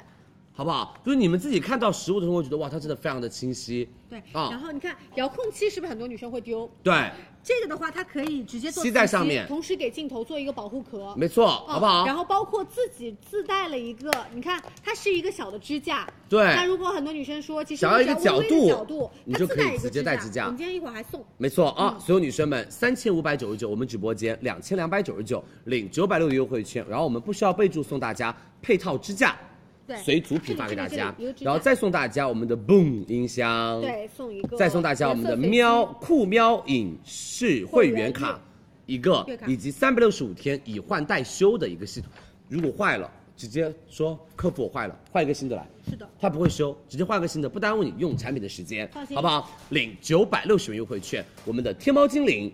好不好？就是你们自己看到实物的时候，会觉得哇，它真的非常的清晰。
对，
啊
然后你看遥控器是不是很多女生会丢？
对，
这个的话，它可以直接做
吸在
磁吸
上面
同时给镜头做一个保护壳，
没错，
嗯
好不好？
然后包括自己自带了一个，你看它是一个小的支架。
对
那如果很多女生说，其实
想要
我
一个
只要微微的
角度
角度，
你
它
就
自
可以
带一个
直接带支架
我们今天一会儿还送。
没错啊，所有女生们，三千五百九十九，我们直播间两千两百九十九，领九百六的优惠券，然后我们不需要备注送大家配套支架，
对
随组品发给大家
这里这里这里有支，架
然后再送大家我们的 Boom 音箱，
对，送一个。
再送大家我们的
角色随机
喵酷喵影视会员卡一个
月卡，
以及三百六十五天以换代修的一个系统。如果坏了，直接说客服我坏了，换一个新的来。
是的，
他不会修，直接换个新的，不耽误你用产品的时间
放，心
好不好？领九百六十元优惠券，我们的天猫精灵、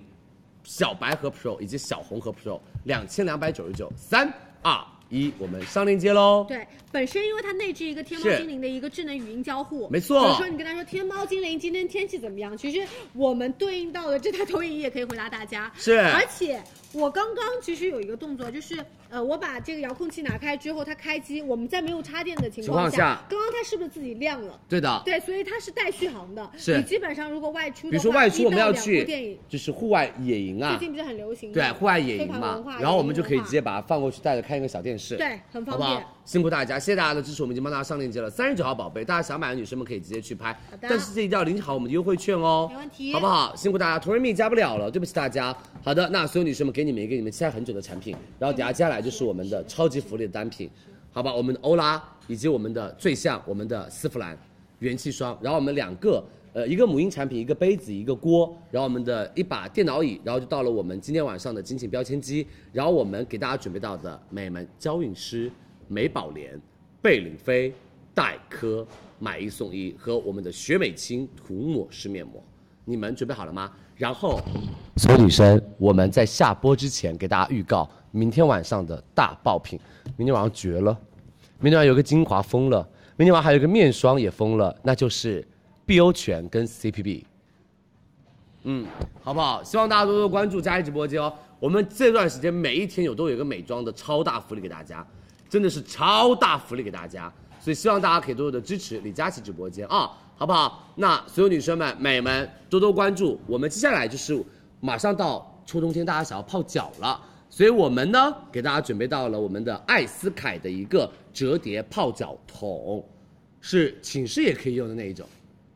小白和 Pro 以及小红和 Pro 两千两百九十九，三二一，我们上链接喽。
对，本身因为它内置一个天猫
是
精灵的一个智能语音交互，
没错
比如说你跟他说天猫精灵今天天气怎么样，其实我们对应到的这台投影仪也可以回答大家。
是
而且我刚刚其实有一个动作，就是呃，我把这个遥控器拿开之后，它开机，我们在没有插电的情
情况
下，
下
刚刚它是不是自己亮了？
对的，
对，所以它是带续航的。
是
你基本上如果外出的话，
比如说外出我们要
一到两部电影
去，，就是户外野营啊
最，近不是很流行吗
对，户外野
飞
营
盘
嘛
文化，
然后我们
野营
就可以
文化
直接把它放过去，带着看一个小电视，
对很方
好不好
便？
辛苦大家，谢谢大家的支持，我们已经帮大家上链接了，三十九号宝贝，大家想买的女生们可以直接去拍，
的
但是记得一定要领好我们的优惠券哦，
没问题
好不好？辛苦大家，同仁蜜加不了了，对不起大家。好的，那所有女生们给你们一个你们期待很久的产品，然后等下接下来就是我们的超级福利的单品，好吧？我们的欧拉以及我们的最像我们的丝芙兰元气霜，然后我们两个。呃，一个母婴产品，一个杯子，一个锅，然后我们的一把电脑椅，然后就到了我们今天晚上的精品标签机，然后我们给大家准备到的美们娇韵诗、美宝莲、贝玲妃、黛珂买一送一和我们的雪美清涂抹式面膜，你们准备好了吗？然后，所有女生，我们在下播之前给大家预告明天晚上的大爆品，明天晚上绝了，明天晚上有个精华疯了，明天晚上还有一个面霜也疯了，那就是 BO 泉跟 CPB。嗯，好不好？希望大家多多关注佳怡直播间哦。我们这段时间每一天有都有一个美妆的超大福利给大家，真的是超大福利给大家，所以希望大家可以多多的支持李佳琦直播间啊，好不好？那所有女生们、美们多多关注。我们接下来就是马上到秋冬天，大家想要泡脚了，所以我们呢给大家准备到了我们的艾斯凯的一个折叠泡脚桶，是寝室也可以用的那一种。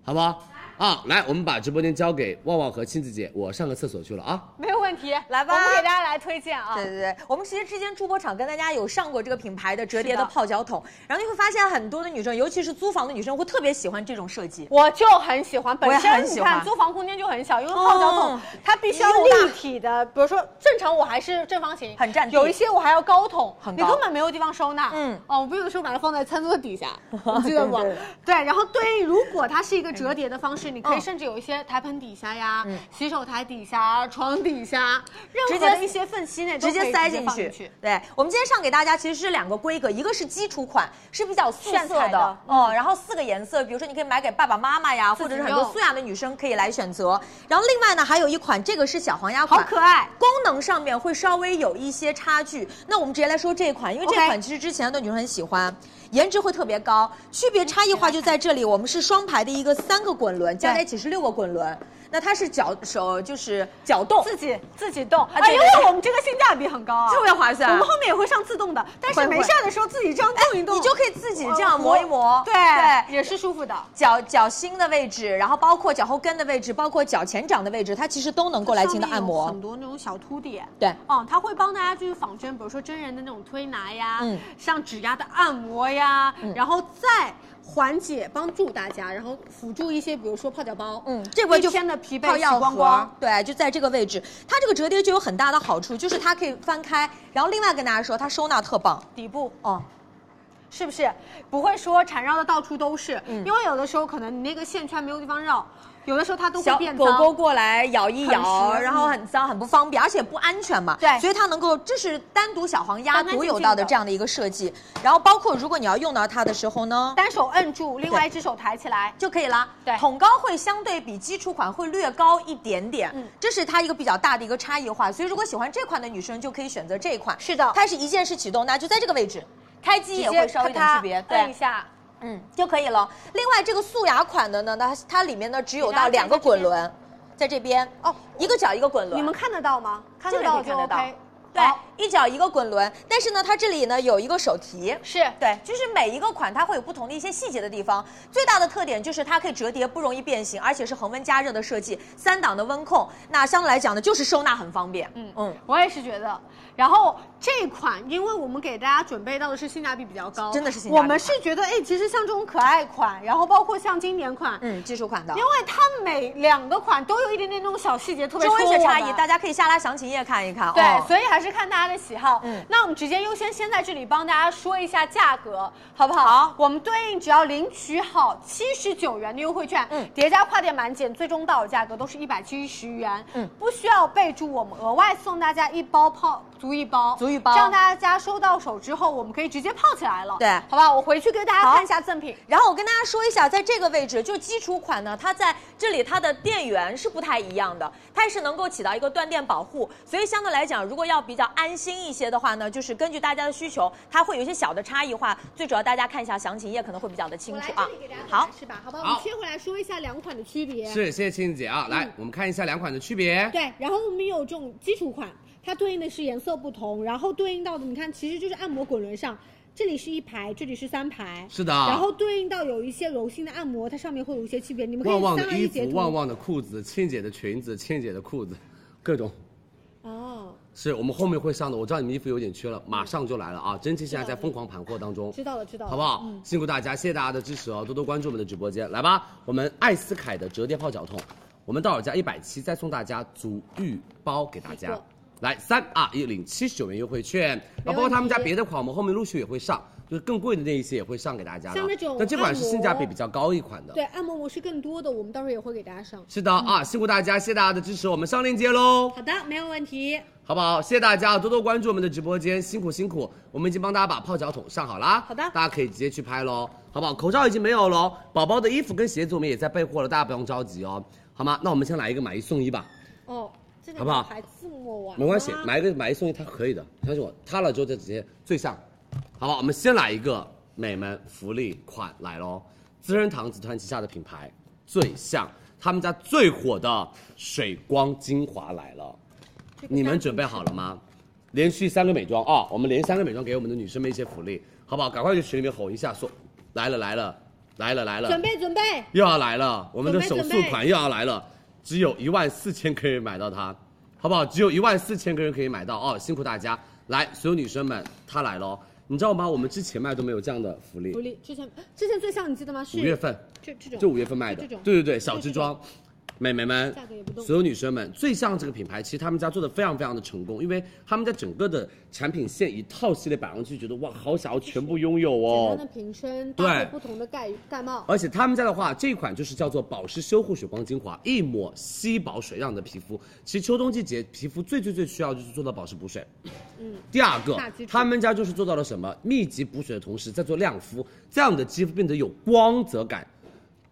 好不好？啊，来，我们把直播间交给旺旺和亲子姐，我上个厕所去了啊。
没有问题，来吧，我们给大家来推荐啊。对对对，我们其实之前助播场跟大家有上过这个品牌的折叠的泡脚桶，然后你会发现很多的女生，尤其是租房的女生，会特别喜欢这种设计。
我就很喜欢，本
我也
身
很喜
你
欢
看租房空间就很小，因为泡脚桶、
哦
它必须要
一个
立体的，比如说正常我还是正方形，
很占地
有一些我还要高筒，
很
你
高
根本没有地方收纳。
嗯
嗯，哦， 我不有的时候把它放在餐桌底下，你记得不？对，然后对应如果它是一个折叠的方式，
就是你可以
嗯
甚至有一些台盆底下呀、
嗯
洗手台底下、床底下，
直
任
接
何的一些缝隙内都
直
可以
接塞进
放
去。
进去。
对，我们今天上给大家其实是两个规格，一个是基础款，是比较素
炫
色
彩的嗯
的，哦，然后四个颜色，比如说你可以买给爸爸妈妈呀，
自己
或者是很多
用
素雅的女生可以来选择。然后另外呢，还有一款，这个是小黄鸭款，
好可爱，
功能上面会稍微有一些差距。那我们直接来说这一款，因为这
OK
款其实之前很多女生很喜欢。颜值会特别高，区
嗯
别差异化就在这里。我们是双排的一个三个滚轮，加在一起是六个滚轮。那它是脚手就是脚动，
自己自己动，
对
哎，因
对
为
对
我们这个性价比很高啊，
特别划算
我们后面也会上自动的，但是
会会
没事儿的时候自己这样动一动，
你就可以自己这样磨一磨，
对，也是舒服的。
脚脚心的位置，然后包括脚后跟的位置，包括脚前掌的位置，它其实都能够来进行按
上面有
摩
很。多那种小凸点。
对
嗯，它会帮大家就是仿真，比如说真人的那种推拿呀，
嗯
像指压的按摩呀，
嗯
然后再缓解帮助大家，然后辅助一些，比如说泡脚包，
嗯，这波就
一天的疲惫
泡药
洗光
盒
光，
对，就在这个位置。它这个折叠就有很大的好处，就是它可以翻开，然后另外跟大家说，它收纳特棒
底部
哦。
是不是不会说缠绕的到处都是？
嗯
因为有的时候可能你那个线圈没有地方绕，有的时候它都会
小
变
狗
脏。
狗过来咬一咬，
很实嗯
然后很脏，很不方便，而且不安全嘛。
对
所以它能够，这是单独小黄鸭
干干净
独有
净
到的
的
这样的一个设计。然后包括如果你要用到它的时候呢，
单手摁住，另外一只手抬起来。
就可以了。
对
桶高会相对比基础款会略高一点点，
嗯
这是它一个比较大的一个差异化。所以如果喜欢这款的女生就可以选择这一款。
是的
它是一键式启动，那就在这个位置，开机也
直接
会稍微有点
咔咔
区别，
摁一下，
嗯就可以了。另外这个素雅款的呢，它它里面呢只有
给大
到
家
两个滚轮，在这边哦，一个脚一个滚
你
轮，
们看得到吗？
看
这
得
个
到
可以看
就
得到
OK。对，一脚一个滚轮，但是呢，它这里呢有一个手提，
是
对，就是每一个款它会有不同的一些细节的地方。最大的特点就是它可以折叠，不容易变形，而且是恒温加热的设计，三档的温控。那相对来讲呢，就是收纳很方便。嗯
嗯
嗯，
我也是觉得。然后这款，因为我们给大家准备到的是性价比比较高，
真的是性价比
我们是觉得，哎，其实像这种可爱款，然后包括像经典款，
嗯，基础款的
因。为它每两个款都有一点点那种小细节，特别
中
戳
微的
我
差
们
异，大家可以下拉详情页看一看。
对，
哦
所以还是看大家的喜好。
嗯
那我们直接优先先在这里帮大家说一下价格，好不好？我们对应只要领取好七十九元的优惠券，
嗯
叠加跨店满减，最终到手价格都是一百七十元，
嗯
不需要备注，我们额外送大家一包泡足浴包，
足浴包
这样大家收到手之后，我们可以直接泡起来了，
对
好吧？我回去给大
好
家看一下赠品。
然后我跟大家说一下，在这个位置，就基础款呢，它在这里它的电源是不太一样的，它是能够起到一个断电保护，所以相对来讲，如果要比较安心一些的话呢，就是根据大家的需求，它会有一些小的差异化。最主要大家看一下详情页可能会比较的清
我来
楚
这
啊
里给大家。
好，
是吧？好吧，我
好
们切回来说一下两款的区别。
是，谢谢青姐啊，来，我们看一下两款的区别。
嗯对，然后我们有这种基础款，它对应的是颜色不同，然后对应到的你看，其实就是按摩滚轮上，这里是一排，这里是三排，
是的啊
然后对应到有一些柔性的按摩，它上面会有一些区别，你们可以
旺旺
三
的
二
衣
一截
服，
图。
旺旺的裤子，倩姐的裙子，倩姐的裤子，各种。
哦，
是我们后面会上的，我知道你们衣服有点缺了，马上就来了啊！真气现在在疯狂盘货当中，
知道了知道了，
好不好？辛苦大家，谢谢大家的支持哦，多多关注我们的直播间，来吧，我们爱思凯的折叠泡脚桶，我们到手价一百七，再送大家足浴包给大
一
家
个。
来三二一，领七十九元优惠券，然后包括他们家别的款，我们后面陆续也会上，就是更贵的那一些也会上给大家的。
像那种
但这款是
按摩
性价比比较高一款的。
对，按摩模式更多的，我们到时候也会给大家上。
是的啊，辛苦大家，谢谢大家的支持，我们上链接喽。
好的，没有问题。
好不好？谢谢大家多多关注我们的直播间，辛苦辛苦，我们已经帮大家把泡脚桶上好啦。
好的
大家可以直接去拍喽，好不好？口罩已经没有喽，宝宝的衣服跟鞋子我们也在备货了，大家不用着急哦，好吗？那我们先来一个买一送一吧，
哦，这个
好不好
还这么晚
没
吗，
关系，买一个买一送一它可以的，相信我，塌了之后再直接最上，好不好？我们先来一个美们福利款来喽，资生堂集团旗下的品牌最像他们家最火的水光精华来了。你们准备好了吗？连续三个美妆啊、我们连续三个美妆给我们的女生们一些福利，好不好？赶快去群里面吼一下，说来了来了，来了来了，
准备准备，
又要来了，我们的手
准备
速款又要来了，只有一万四千个人买到它，好不好？只有一万四千个人可以买到哦，辛苦大家！来，所有女生们，它来了哦，你知道吗？我们之前卖都没有这样的福利
福，利之前之前最像你记得吗？是
五月份
这这种
就五月份卖的，
就这种
对对对，小支装，美眉们
价格也不动，
所有女生们，最像这个品牌，其实他们家做的非常非常的成功，因为他们在整个的产品线一套系列摆上去，觉得哇，好想要全部拥有哦。
简单的瓶身，搭配
对
不同的盖盖
哦
帽，
而且他们家的话，这一款就是叫做保湿修护水光精华，一抹吸饱水，让你的皮肤，其实秋冬季节皮肤最最最需要就是做到保湿补水。嗯，第二个
大基础，
他们家就是做到了什么？密集补水的同时，在做亮肤，再让你的肌肤变得有光泽感。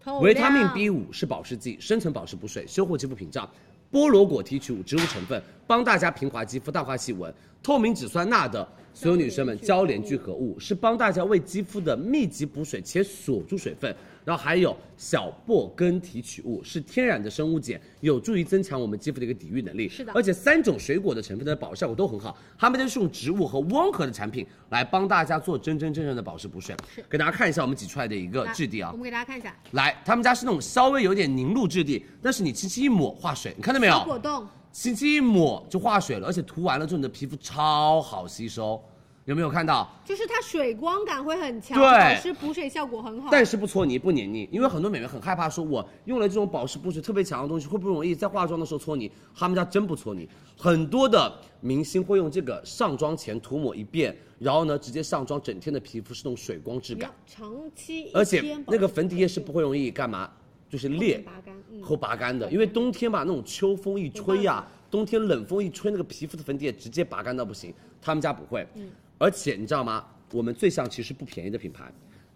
透
维他命
亮
B 五是保湿剂，深层保湿补水，修护肌肤屏障。菠萝果提取物植物成分，帮大家平滑肌肤、淡化细纹。透明质酸钠的所有女生们交联聚合物是帮大家为肌肤的密集补水且锁住水分。然后还有小薄根提取物是天然的生物碱，有助于增强我们肌肤的一个抵御能力。
是的
而且三种水果的成分的保湿效果都很好，他们就是用植物和温和的产品来帮大家做真真正正的保湿补水。给大家看一下我们挤出来的一个
来
质地啊
我，们给大家看一下，
来，他们家是那种稍微有点凝露质地，但是你轻轻一抹化水，你看到没
小果
有？
冻，
轻轻一抹就化水了，而且涂完了之后你的皮肤超好吸收，有没有看到？
就是它水光感会很强，
对
保湿补水效果很好。
但是不搓泥不黏腻，因为很多美眉很害怕说，我用了这种保湿补水特别强的东西，会不会容易在化妆的时候搓泥？他们家真不搓泥，很多的明星会用这个上妆前涂抹一遍，然后呢直接上妆，整天的皮肤是那种水光质
你
感
要。长期一天
而且
保
那个
持
粉底液是不会容易干嘛，就是裂
后面拔干嗯
后拔干的，因为冬天吧，那种秋风一吹呀、冬天冷风一吹，那个皮肤的粉底液直接拔干到不行。他们家不会，
嗯
而且你知道吗？我们最像其实不便宜的品牌，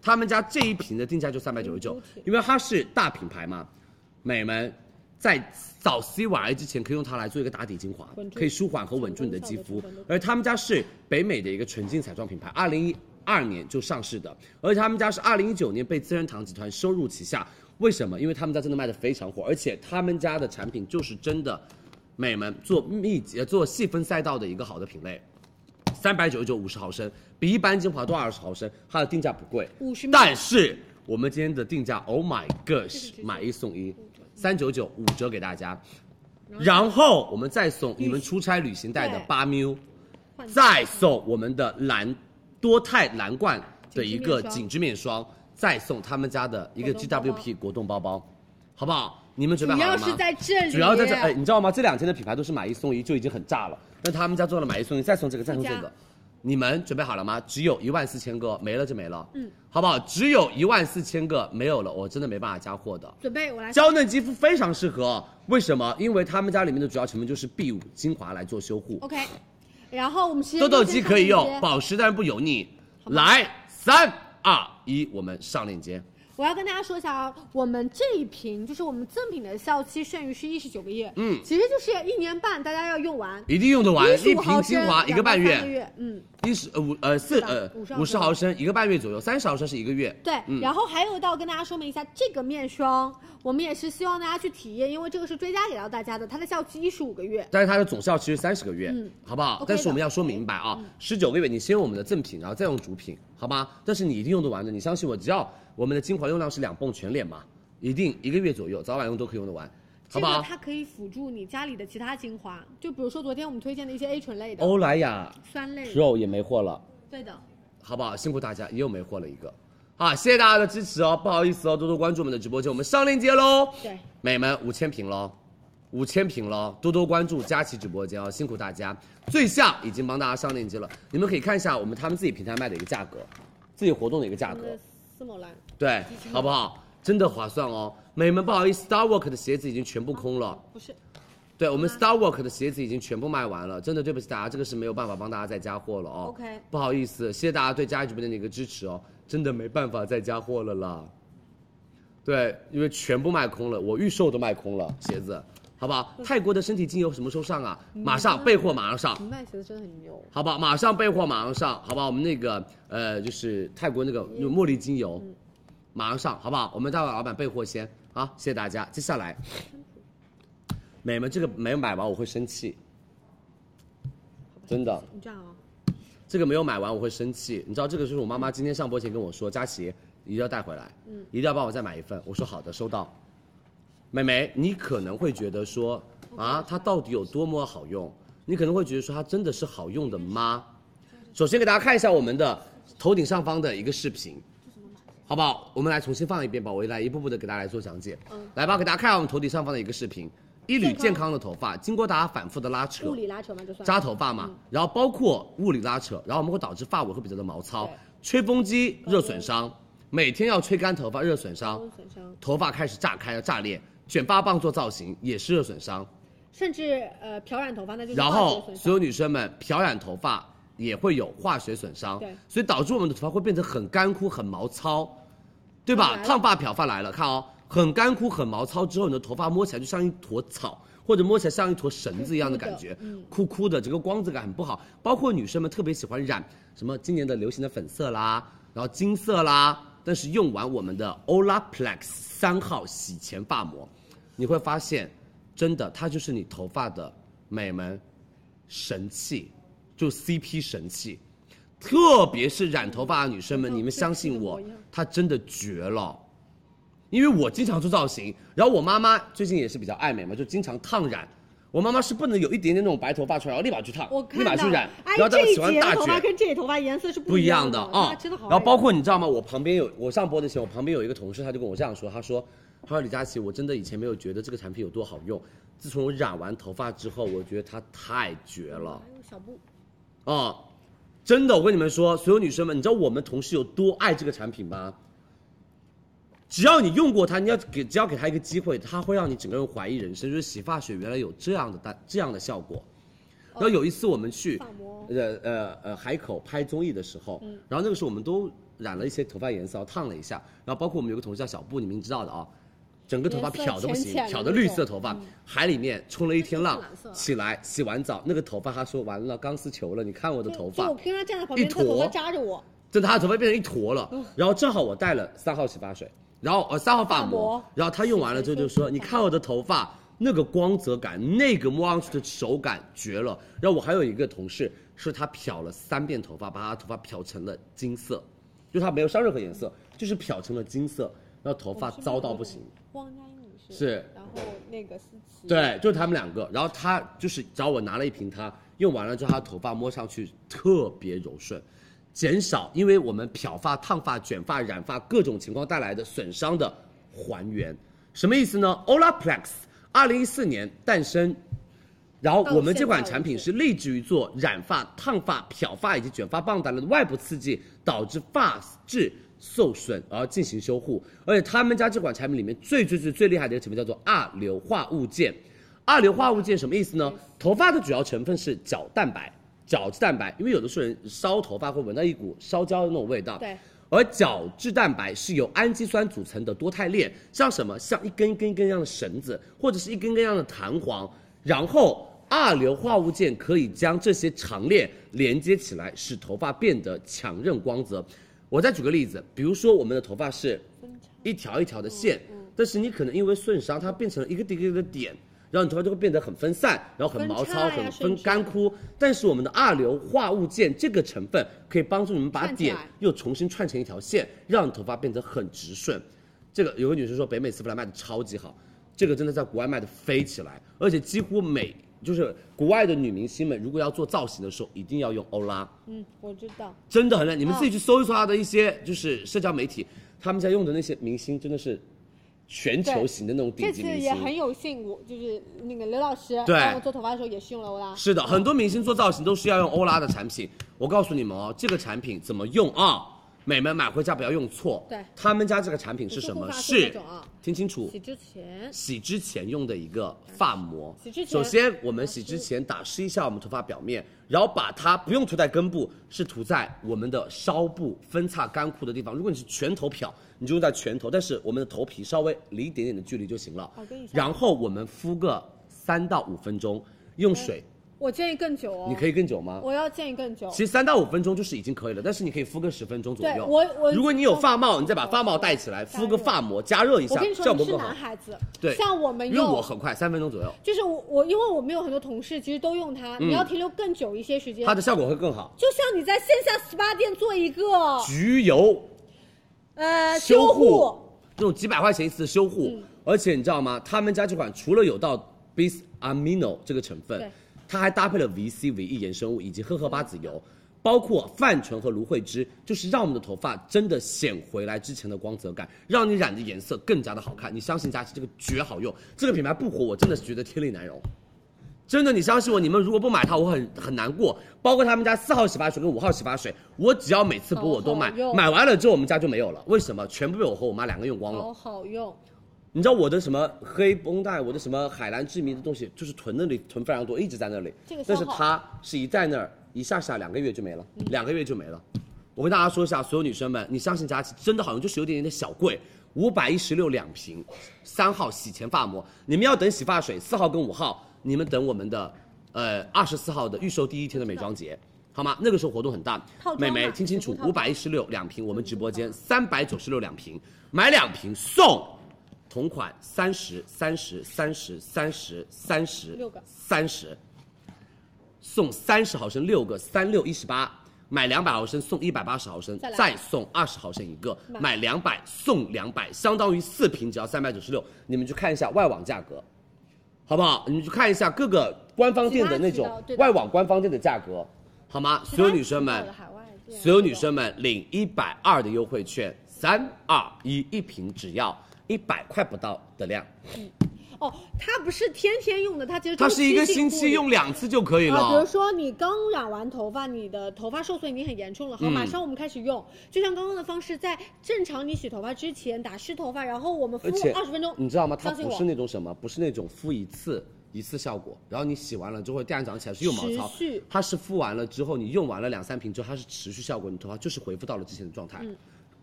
他们家这一瓶的定价就三百九
嗯
十九，因为它是大品牌嘛，美们。在扫 C Y A 之前，可以用它来做一个打底精华，可以舒缓和稳住你的肌肤。而他们家是北美的一个纯净彩妆品牌，二零一二年就上市的，而且他们家是二零一九年被资生堂集团收入旗下。为什么？因为他们家真的卖的非常火，而且他们家的产品就是真的，美们做密集、做细分赛道的一个好的品类。三百九十九五十毫升，比一般精华多二十毫升，它的定价不贵，
50
但是我们今天的定价，Oh my gosh，买一送一，三九九五折给大家，然后我们再送你们出差旅行带的
对
八 m 再送我们的蓝多肽蓝罐的一个
紧
紧致面霜，再送他们家的一个 GWP 果冻包包，好不好？你们准备好
主要
了吗？
是在这里，
主要在这，哎，你知道吗？这两天的品牌都是买一送一就已经很炸了，但他们家做了买一送一，再送这个，再送这
附
个
加，
你们准备好了吗？只有一万四千个，没了就没了，嗯，好不好？只有一万四千个没有了，我真的没办法加货的。
准备我来
娇嫩肌肤非常适合，为什么？因为他们家里面的主要成分就是 B 五精华来做修护，
OK，然后我们时间
痘痘
就
肌
先
可以
上
用，
链接
保湿但是不油腻。来，三二一，我们上链接。
我要跟大家说一下啊，我们这一瓶就是我们赠品的效期剩余是一十九个月，
嗯
其实就是一年半，大家要用完。
一定用得完，
15
一瓶精华
毫升
一个半
两到三个
月，
月，嗯，
一十呃五呃四呃
50
五十毫升一个半月左右，三十毫升是一个月。
对。
嗯
然后还有到跟大家说明一下，这个面霜我们也是希望大家去体验，因为这个是追加给到大家的，它的效期一十五个月。
但是它的总效期是三十个月，
嗯
好不好
OK 的嗯
但是我们要说明白啊，十九、个月你先用我们的赠品，然后再用主品，好吧？但是你一定用得完的，你相信我，只要我们的精华用量是两泵全脸嘛，一定一个月左右，早晚用都可以用得完，好
这
不
个
好？
它可以辅助你家里的其他精华，就比如说昨天我们推荐的一些 A 醇类的、
欧莱雅
酸类的，
Pro 也没货了，
对的。
好不好？辛苦大家，也有没货了一个。好，谢谢大家的支持哦，不好意思哦，多多关注我们的直播间，我们上链接喽。
对，
美们五千平喽，五千平喽，多多关注佳琦直播间哦，辛苦大家。最像已经帮大家上链接了，你们可以看一下我们他们自己平台卖的一个价格，自己活动的一个价格。
丝毛兰，
对，好不好？真的划算哦。美们，不好意思，Starwork 的鞋子已经全部空了。
不是，
对我们 Starwork 的鞋子已经全部卖完了，真的对不起大家，这个是没有办法帮大家再加货了哦。
OK
不好意思，谢谢大家对佳琦直播间的一个支持哦，真的没办法再加货了啦。对，因为全部卖空了，我预售都卖空了鞋子，好不好？泰国的身体精油什么时候上啊？马上备货，马上上。
你卖鞋子真的很牛。
好不好？马上备货，马上上，好不好？我们那个呃，就是泰国那个那个茉莉精油，马上上，好不好？我们待会儿老板备货先啊，谢谢大家。接下来，美们这个没买完我会生气，真的，
你这样啊，
这个没有买完我会生气。你知道这个就是我妈妈今天上播前跟我说，佳琪一定要带回来，一定要帮我再买一份。我说好的，收到。美眉，你可能会觉得说啊，它到底有多么好用？你可能会觉得说它真的是好用的吗？首先给大家看一下我们的头顶上方的一个视频，好不好？我们来重新放一遍吧，我来一步步的给大家来做讲解。来吧，给大家看一下我们头顶上方的一个视频，一缕健康的头发，经过大家反复的拉扯，
物理拉扯嘛，就算
扎头发
嗯
嘛，然后包括物理拉扯，然后我们会导致发尾会比较的毛糙，吹风机热损伤，每天要吹干头发热损伤，
损伤，
头发开始炸开要炸裂，卷发棒做造型也是热损伤，
甚至呃漂染头发那就是
然
化学
后所
损伤。
有女生们漂染头发也会有化学损伤
对，
所以导致我们的头发会变得很干枯、很毛糙，对
来
吧？
了
烫发、漂发来了，看哦，很干枯、很毛糙之后，你的头发摸起来就像一坨草。或者摸起来像一坨绳子一样的感觉，枯枯的，整个光泽感很不好。包括女生们特别喜欢染什么今年的流行的粉色啦，然后金色啦，但是用完我们的 Olaplex 三号洗前发膜，你会发现，真的它就是你头发的美门神器，就 CP 神器。特别是染头发的女生们，你们相信我，它真的绝了。因为我经常做造型，然后我妈妈最近也是比较爱美嘛，就经常烫染。我妈妈是不能有一点点那种白头发出来，然后立马去烫
我，
立
看
马
到
去
了，
染，
哎，
然后她
这一
喜欢
节
大
头
卷
发。跟这一头发颜色是
不
一
一样
的
的啊
那。真的好。
然后包括你知道吗？我旁边有，我上播的时候，我旁边有一个同事，他就跟我这样说，他说：“他说李佳琦，我真的以前没有觉得这个产品有多好用，自从我染完头发之后，我觉得它太绝了
还有小布，
啊！真的，我跟你们说，所有女生们，你知道我们同事有多爱这个产品吗？只要你用过它，你要给只要给它一个机会，它会让你整个人怀疑人生，就是洗发水原来有这样的大这样的效果。然后有一次我们去
哦发膜
呃呃呃海口拍综艺的时候，
嗯
然后那个时候我们都染了一些头发颜色，烫了一下，然后包括我们有个同事叫小布，你们知道的啊，整个头发
颜色
漂的不行
浅浅，的
漂的
那
绿
种嗯
色头发，海里面冲了一天浪
蓝色，
起来洗完澡那个头发，他说完了钢丝球了，你看我的头
就
发
我，跟他站在旁边，
一
他头
坨
发扎着我，
真的他的头发变成一坨了，然后正好我带了三号洗发水，然后呃三号发
发膜
膜，然后他用完了之后就说，你看我的头发那个光泽感，那个摸上去的手感绝了。然后我还有一个同事是他漂了三遍头发，把他头发漂成了金色，就他没有上任何颜色，就是漂成了金色，然后头发糟到不行。
汪佳音女士
是
然后那个思琪，
对，就是他们两个。然后他就是找我拿了一瓶它，用完了之后，他头发摸上去特别柔顺，减少因为我们漂发、烫发、卷发、染发各种情况带来的损伤的还原。什么意思呢？Olaplex 二零一四年诞生。然后我们这款产品是立志于做染发、烫发、漂发以及卷发棒带来的外部刺激导致发质受损而进行修护，而且他们家这款产品里面最最最最厉害的一个成分叫做二硫化物键。二硫化物键什么意思呢？头发的主要成分是角蛋白、角质蛋白，因为有的时候人烧头发会闻到一股烧焦的那种味道。
对。
而角质蛋白是由氨基酸组成的多肽链，像什么？像一根一根一根一样的绳子，或者是一根一根一样的弹簧。然后二硫化物键可以将这些长链连接起来，使头发变得强韧光泽。我再举个例子，比如说我们的头发是一条一条的线，
嗯
但是你可能因为损伤，它变成了一个一个一个点，然后你头发就会变得很分散，然后很毛
分
糙，
叉呀
很
甚
分
至
干枯。但是我们的二硫化物键这个成分可以帮助你们把
串起
点
来
又重新串成一条线，让你头发变得很直顺。这个有个女生说北美丝芙兰卖的超级好，这个真的在国外卖的飞起来，而且几乎每就是国外的女明星们如果要做造型的时候，一定要用欧拉。
嗯，我知道，
真的很亮。你们自己去搜一搜他的一些就是社交媒体，他们家用的那些明星真的是全球型的那种
这
顶
次
级明
也很
星。
有幸，我就是那个刘老师
对
帮我做头发的时候也是用了欧拉，
是的，很多明星做造型都是要用欧拉的产品。我告诉你们哦，这个产品怎么用啊？美们买回家不要用错。
对
他们家这个产品是什
护
么？
发素那
是
种啊，
听清楚
洗，之前
洗之前用的一个发膜。
洗之前
首先我们洗之前打湿一下我们头发表面，然后把它不用涂在根部，是涂在我们的梢部分叉干枯的地方。如果你是全头漂，你就用在全头，但是我们的头皮稍微离一点点的距离就行了
好哦跟你。说
然后我们敷个三到五分钟，用水，
我建议更久哦，
你可以更久吗？
我要建议更久，
其实三到五分钟就是已经可以了，但是你可以敷个十分钟左
对
右。
我我
如果你有发帽，你再把发帽戴起来，敷个发膜，加热一
我
下，
跟你说，
效
你
果
是
更
男
好。
孩子，
对，
像我们
因为
用
我很快，三分钟左右，
就是我我因为我们有很多同事其实都用它，
嗯
你要停留更久一些时间，
它的效果会更好。
就像你在线下 SPA 店做一个
焗油
呃
修护
护，，
那种几百块钱一次的修护，而且你知道吗？他们家这款除了有到 bis amino 这个成分
对，
它还搭配了 VC、VE 衍生物以及荷荷巴籽油。包括泛唇和芦荟汁，就是让我们的头发真的显回来之前的光泽感，让你染的颜色更加的好看。你相信佳琦这个绝好用，这个品牌不火，我真的是觉得天理难容。真的，你相信我，你们如果不买它，我很很难过。包括他们家四号洗发水跟五号洗发水，我只要每次播我都买
好好，用
买完了之后我们家就没有了。为什么？全部被我和我妈两个用光了。
好哦好用，
你知道我的什么黑绷带，我的什么海蓝之谜的东西，就是囤那里囤非常多，一直在那里。
这个消
但
耗嗯
是它是一在那儿，一下下两个月就没了，两个月就没了。我跟大家说一下，所有女生们，你相信佳琦真的好用，就是有点点的小贵，五百一十六两瓶，三号洗前发膜，你们要等洗发水，四号跟五号，你们等我们的，呃，二十四号的预售第一天的美妆节，好吗？那个时候活动很大
套，装
美眉
嘛
听清楚
全部，套
五百一十六两瓶，我们直播间三百九十六两瓶，买两瓶送同款三十三十三十三十三十
六个
三十，送三十毫升六个，三六一十八。买两百毫升送一百八十毫升
再来，
再送二十毫升一个，买两百送两百，相当于四瓶只要三百九十六。你们去看一下外网价格，好不好？你们去看一下各个官方店的那
其他渠道
种
对的
外网官方店的价格，好吗？所有女生们，所有女生们领一百二的优惠券，三二一，一瓶只要一百块不到的量，
哦，它不是天天用的，它其实
它
周
是一个星
性固
期
定
用两次就可以了。
啊。比如说你刚染完头发，你的头发受损已经很严重了，好，
嗯
马上我们开始用，就像刚刚的方式，在正常你洗头发之前打湿头发，然后我们敷
而且
二十分钟，
你知道吗？它
相信
不
我
是那种什么，不是那种敷一次一次效果，然后你洗完了之后第二天早上起来是又毛糙
持续，
它是敷完了之后你用完了两三瓶之后它是持续效果，你头发就是恢复到了之前的状态，
嗯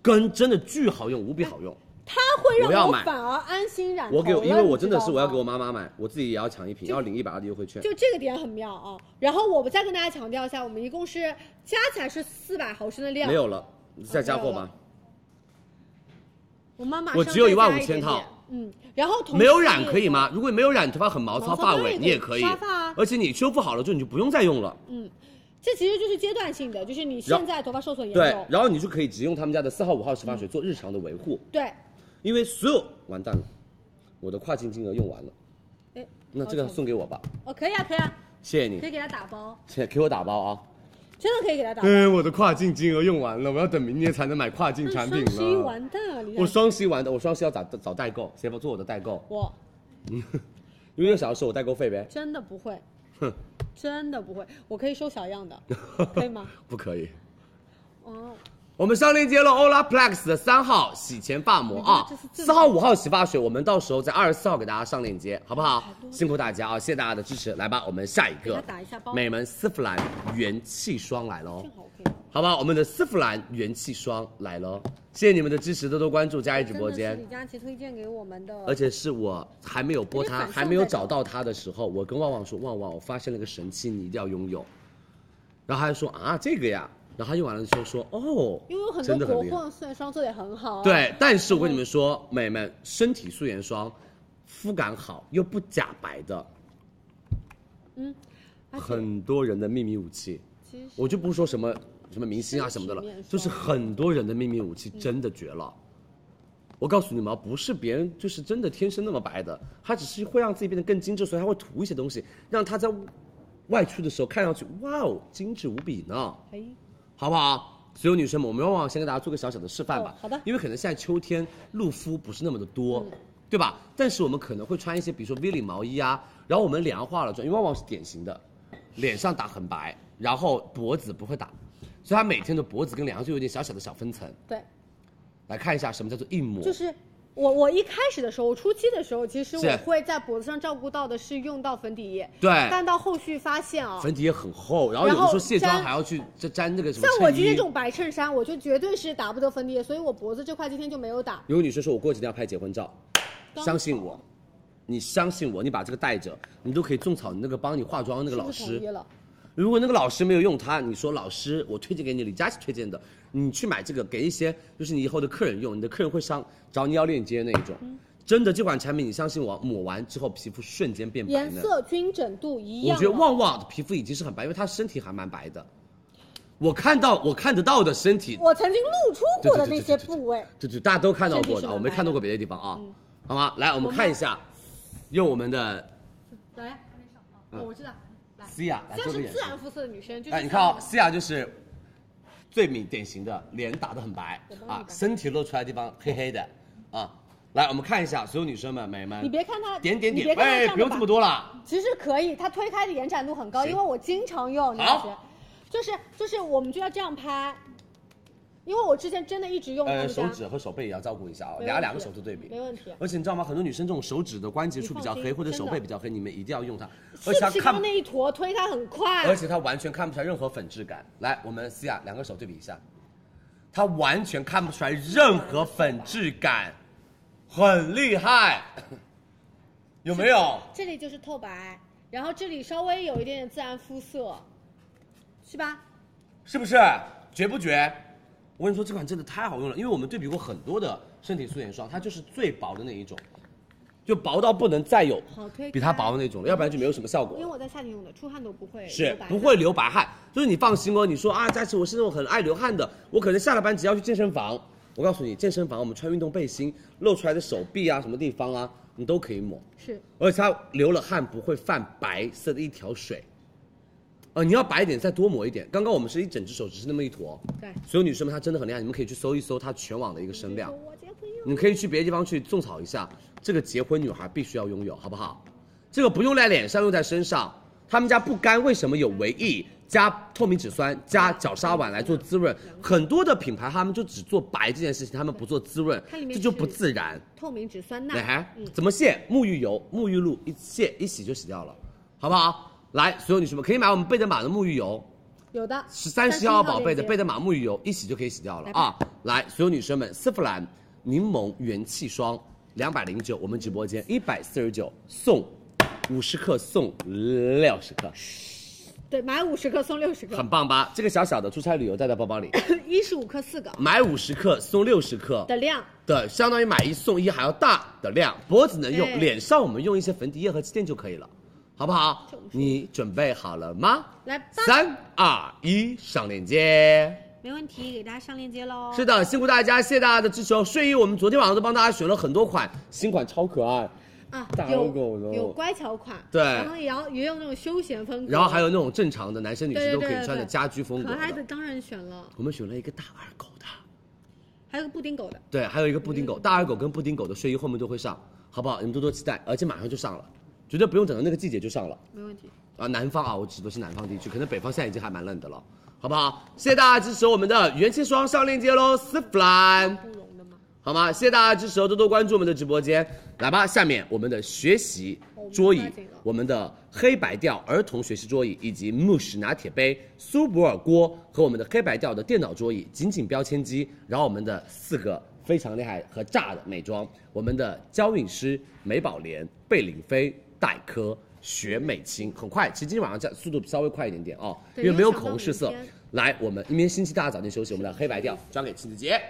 根真的巨好用，无比好用。
它会
我要
让我
买
反而安心染头
我给我，因为我真的是我要给
我。
我妈妈买，我自己也要抢一瓶，要领一百二的优惠券。
就这个点很妙啊！然后我再跟大家强调一下，我们一共是加起来是四百毫升的量，
没有了，
哦
再加货吧。
我妈马上
我只有
再加
15,000
一点点
套，
嗯，然后同时
没有染可以吗？如果没有染，你头发很毛糙，
毛糙
发
当然
尾
也
你
可以
也可以
刷发啊，
而且你修复好了之后你就不用再用了。
嗯，这其实就是阶段性的，就是你
然
现在头发受损严
对
重，，
然后你就可以只用他们家的四号、五号洗
嗯
发水做日常的维护。
对，
因为所有完蛋了，我的跨境金额用完了，
哎，
那这个
好丑
送给我吧，
哦，可以啊，可以啊，
谢谢你
可以，给他打包，
且给我打包啊。
真的可以给他打包。
嗯，我的跨境金额用完了，我要等明年才能买跨境产品
双十一
了。
完蛋啊，李佳
我双十一完的，我双十一要找找代购，谁不做我的代购？
我
因为又想要收我代购费呗。
真的不会，
哼，
真的不会，我可以收 小样的，可以吗？
不可以。
哦，
我们上链接了 Olaplex 的三号洗前发膜啊
我觉得这是，最
四号、五号洗发水，我们到时候在二十四号给大家上链接，好不好？辛苦大家啊，谢谢大家的支持，来吧，我们下一
给他
个
打一下包
美门丝芙兰元气霜来了哦
正。好我可以。
好吧，我们的丝芙兰元气霜来喽！谢谢你们的支持，多多关注佳怡直播
真的是
间
李。佳琦推荐给我们的，
而且是我还没有播
有
它，
点反向
还没有找到它的时候，我跟旺旺说：“旺旺，我发现了个神器，你一定要拥有。”然后他就说：“啊，这个呀。”然后他用完了之后说：“哦，
因为有很
真
多
的
国
很厉害。
货虽然霜做的也很好，，啊
对，但是我跟你们说，美们，身体素颜霜，肤感好又不假白的，
而且
很多人的秘密武器。
其实
我就不说什么什么明星啊什么的了
面，霜嗯
就是很多人的秘密武器真的绝了。我告诉你们啊，不是别人就是真的天生那么白的，他只是会让自己变得更精致，所以他会涂一些东西，让他在外出的时候看上去哇哦精致无比呢，
哎，
好不好？所有女生们，我们让旺旺先给大家做个小小的示范吧。
哦好的嗯
因为可能现在秋天露肤不是那么的多，对吧？但是我们可能会穿一些，比如说 V 领毛衣啊，然后我们凉化了妆，因为旺旺是典型的，脸上打很白，然后脖子不会打，所以她每天的脖子跟脸上就有点小小的小分层。
对，
来看一下什么叫做一抹，
就是我我一开始的时候，我初期的时候，其实
是
我会在脖子上照顾到的是用到粉底液，
对
但到后续发现啊，
粉底也很厚，然后有
然
的
后
时候卸妆
粘
还要去沾沾那个什么
像我
衬
今天
衣
这。种白衬衫，我就绝对是打不得粉底液，所以我脖子这块今天就没有打。
有个女生说，我过几天要拍结婚照，
刚
相信我，你相信我，你把这个带着，你都可以种草你那个帮你化妆的那个
是
老
不
师。
是统一了？
如果那个老师没有用它，你说老师，我推荐给你李佳琦推荐的，你去买这个给一些就是你以后的客人用，你的客人会上找你要链接那一种。
嗯
真的这款产品，你相信我，抹完之后皮肤瞬间嗯变白
颜
嫩。
色均整度一
我
样啊
觉得
了，
旺旺的皮肤已经是很白，因为她身体还蛮白的。我看到我看得到的身体，
我曾经露出
对对
过的
对
那
对
些
对对
部位，
对对，大家都看到
身体
过
是
的，
蛮
我没
白
看到
的
过别的地方
嗯
啊，好吗？来，我们看一下，用我们的
来，
嗯
我知道，
C 雅来
哦
像
做个
是
眼
自
神。
然肤色的女生，就是
哎哎，你看啊、哦，思雅就是最明典型的脸打得很白啊，身体露出来的地方黑黑的啊。来，我们看一下所有女生们、美们，
你别看她
啊点点
你别
点，
看她
哎，
这样
不用
吧
这么多了。
其实可以，它推开的延展度很高，
行
因为我经常用，你
好
感觉，就是就是我们就要这样拍，因为我之前真的一直用他
呃，
们家
手，指和手背也要照顾一下啊，
没问题
两两个手指对比。
没问题。
而且你知道吗？很多女生这种手指的关节处比较
你放
黑
心
或者手背
真的
比较黑，你们一定要用它，而且
是
它
不是刚
看
刚，那一坨推它很快？
而且它完全看不出来任何粉质感。来，我们思雅两个手对比一下，它完全看不出来任何粉质感，很厉害，有没有？
这里就是透白，然后这里稍微有一点点自然肤色，是吧？
是不是绝不绝？我跟你说，这款真的太好用了，因为我们对比过很多的身体素颜霜，它就是最薄的那一种，就薄到不能再有
好推开
比它薄的那种了，要不然就没有什么效果
因
了
为。我在夏天用的，出汗都不会
是
留白
不会流白汗，就是你放心哦。你说啊，佳琪，我是那种很爱流汗的，我可能下了班只要去健身房。我告诉你，健身房我们穿运动背心露出来的手臂啊，什么地方啊，你都可以抹。
是，
而且它流了汗不会泛白色的一条水。呃，你要白一点，再多抹一点。刚刚我们是一整只手，只是那么一坨。
对，
所有女生们，她真的很厉害，你们可以去搜一搜她全网的一个声量。
我结婚用
你可以去别的地方去种草一下，这个结婚女孩必须要拥有，好不好？这个不用在脸上，用在身上。他们家不干，为什么有维 E 加透明质酸加角鲨烷来做滋润？很多的品牌他们就只做白这件事情，他们不做滋润
它里，面
这就不
是
自然。
透明质酸钠
奶，孩
嗯，
怎么卸？沐浴油、沐浴露一卸一洗就洗掉了，好不好？来，所有女生们可以买我们贝德玛的沐浴油，
有的
十三十号宝贝的
链接
贝德玛沐浴油，一洗就可以洗掉了啊！来，所有女生们，丝芙兰柠檬元气霜两百零九，我们直播间一百四十九送五十克送六十克，
对，买五十克送六十克，
很棒吧？这个小小的出差旅游带到包包里，
一十五克四个
买五十克送六十克
的量，
的，相当于买一送一还要大的量，脖子能用，
对
脸上我们用一些粉底液和气垫就可以了，好不好？你准备好了吗？
来吧，
三二一，上链接。
没问题，给大家上链接喽。
是的，辛苦大家，谢谢大家的支持哦。睡衣我们昨天晚上都帮大家选了很多款，新款超可爱，
啊
大，
有
logo 的哦
有乖巧款，
对
然后也要也有那种休闲风格，
然后还有那种正常的男生女生
对对
都可
对
以穿的
对对
家居风格
可爱的
的。
当然选了，
我们选了一个大耳狗的，
还有个布丁狗的，
对，还有一个布丁狗，大耳狗跟布丁狗的睡衣后面都会上，好不好？你们多多期待，而且马上就上了，绝对不用等到那个季节就上了。
没问题。
啊，南方啊，我指的是南方地区，可能北方现在已经还蛮冷的了，好不好？谢谢大家支持我们的元气霜上链接喽，丝芙兰，好吗？谢谢大家支持哦，多多关注我们的直播间，来吧，下面我们的学习
哦
桌椅，我们的黑白调儿童学习桌椅以及 Mush 拿铁杯、苏泊尔锅和我们的黑白调的电脑桌椅，紧紧标签机，然后我们的四个非常厉害和炸的美妆，我们的娇韵诗、美宝莲、贝玲妃、黛珂。学美清，很快，其实今天晚上这速度稍微快一点点哦，因为
对
没有
因为想
口
到
红试色
明天。
来，我们明天星期大家早点休息，我们的黑白调转给亲子姐。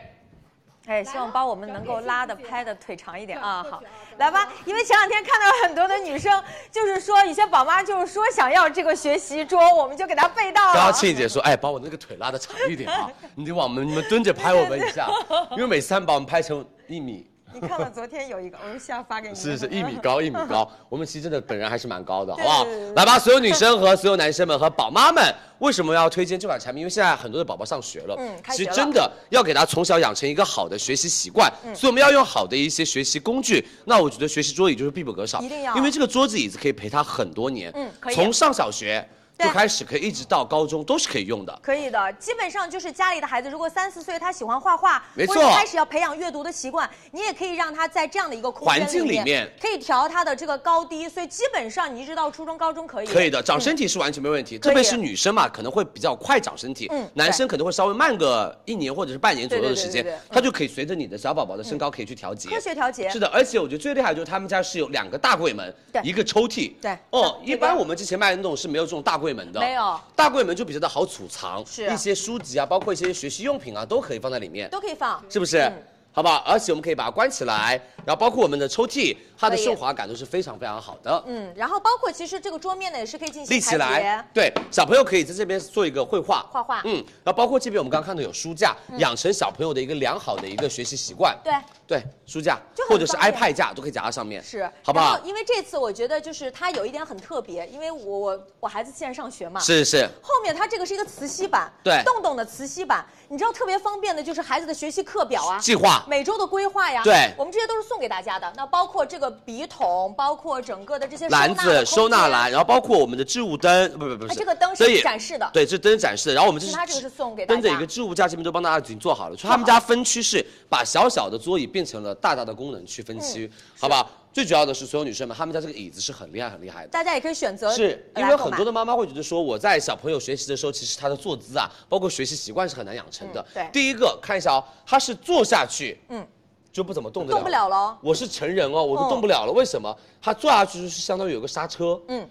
哎，希望把我们能够拉的、拍的腿长一点啊！好，来吧，因为前两天看到很多的女生，就是说有些宝妈就是说想要这个学习桌，我们就给她备到
然后
了。
庆姐说：“哎，把我那个腿拉的长一点啊，你得往我们你们蹲着拍我们一下，因为每次他们把我们拍成一米，
你看我昨天有一个，我下发给你。
是是一米高一米高。我们其实真的本人还是蛮高的，好不好
对对对？
来吧，所有女生和所有男生们和宝妈们，为什么要推荐这款产品？因为现在很多的宝宝上学了，
嗯开
其
学
实
了嗯
真的要给他从小养成一个好的学习习惯，所以我们要用好的一些学习工具。那我觉得学习桌椅就是必不可少，
一定要
因为这个桌子椅子可以陪他很多年，
嗯可以
从上小学就
对
开始，可以一直到高中都是可以用的。
可以的，基本上就是家里的孩子，如果三四岁他喜欢画画，
没错
或者开始要培养阅读的习惯，你也可以让他在这样的一个空间
环境里
里
面
可以调他的这个高低，所以基本上你一直到初中、高中可以。
可以的，长身体是完全没问题，
可以
特别是女生嘛，可能会比较快长身体，
嗯
男生可能会稍微慢个一年或者是半年左右的时
对
间
对对对对，嗯
他就可以随着你的小宝宝的身高可以去调节。
科学调节。
是的，而且我觉得最厉害的就是他们家是有两个大柜门，
对
一个抽屉，
对
哦，
对
一般我们之前卖的那种是没有这种大柜门的，
没有，
大柜门就比较的好储藏，
是
啊一些书籍啊，包括一些学习用品啊，都可以放在里面，
都可以放。嗯
是不是？好不好？而且我们可以把它关起来，然后包括我们的抽屉，它的
可以
顺滑感都是非常非常好的。
嗯，然后包括其实这个桌面呢也是可以进行
立起
裁叠
来，对，小朋友可以在这边做一个绘画，
画画嗯
嗯，然后包括这边我们刚刚看到有书架，养成小朋友的一个良好的一个学习习惯，
对。
对，书架
就很
或者是
方便
iPad 架都可以夹到上面，
是，
好不
然
好
后？因为这次我觉得就是它有一点很特别，因为我我我孩子现在上学嘛，
是是，
后面它这个是一个磁吸板，
对
动动的磁吸板，你知道特别方便的就是孩子的学习课表啊，
计划
每周的规划呀，
对
我们这些都是送给大家的。那包括这个笔筒，包括整个的这些
篮
的
子、
空
收纳
间
篮，然后包括我们的置物灯，不不不
哎
是，
这个灯是
也
展示的
对，这灯是展示的。然后我们这
其
是
他这个是送给大家
灯的一个置物架，这边都帮大家已经做好了。所以他们家分区是把小小的桌椅变成了大大的功能区分
嗯
区，好不好？最主要的是所有女生们，他们家这个椅子是很厉害很厉害的。
大家也可以选择
是因
来
为
购
很
买
多的妈妈会觉得说，我在小朋友学习的时候，其实他的坐姿啊，包括学习习惯是很难养成的。
嗯对
第一个看一下哦，他是坐下去，
嗯
嗯，就不怎么动得了，
动不了了。
我是成人哦，我都动不了了，为什么？他坐下去就是相当于有个刹车，
嗯
嗯，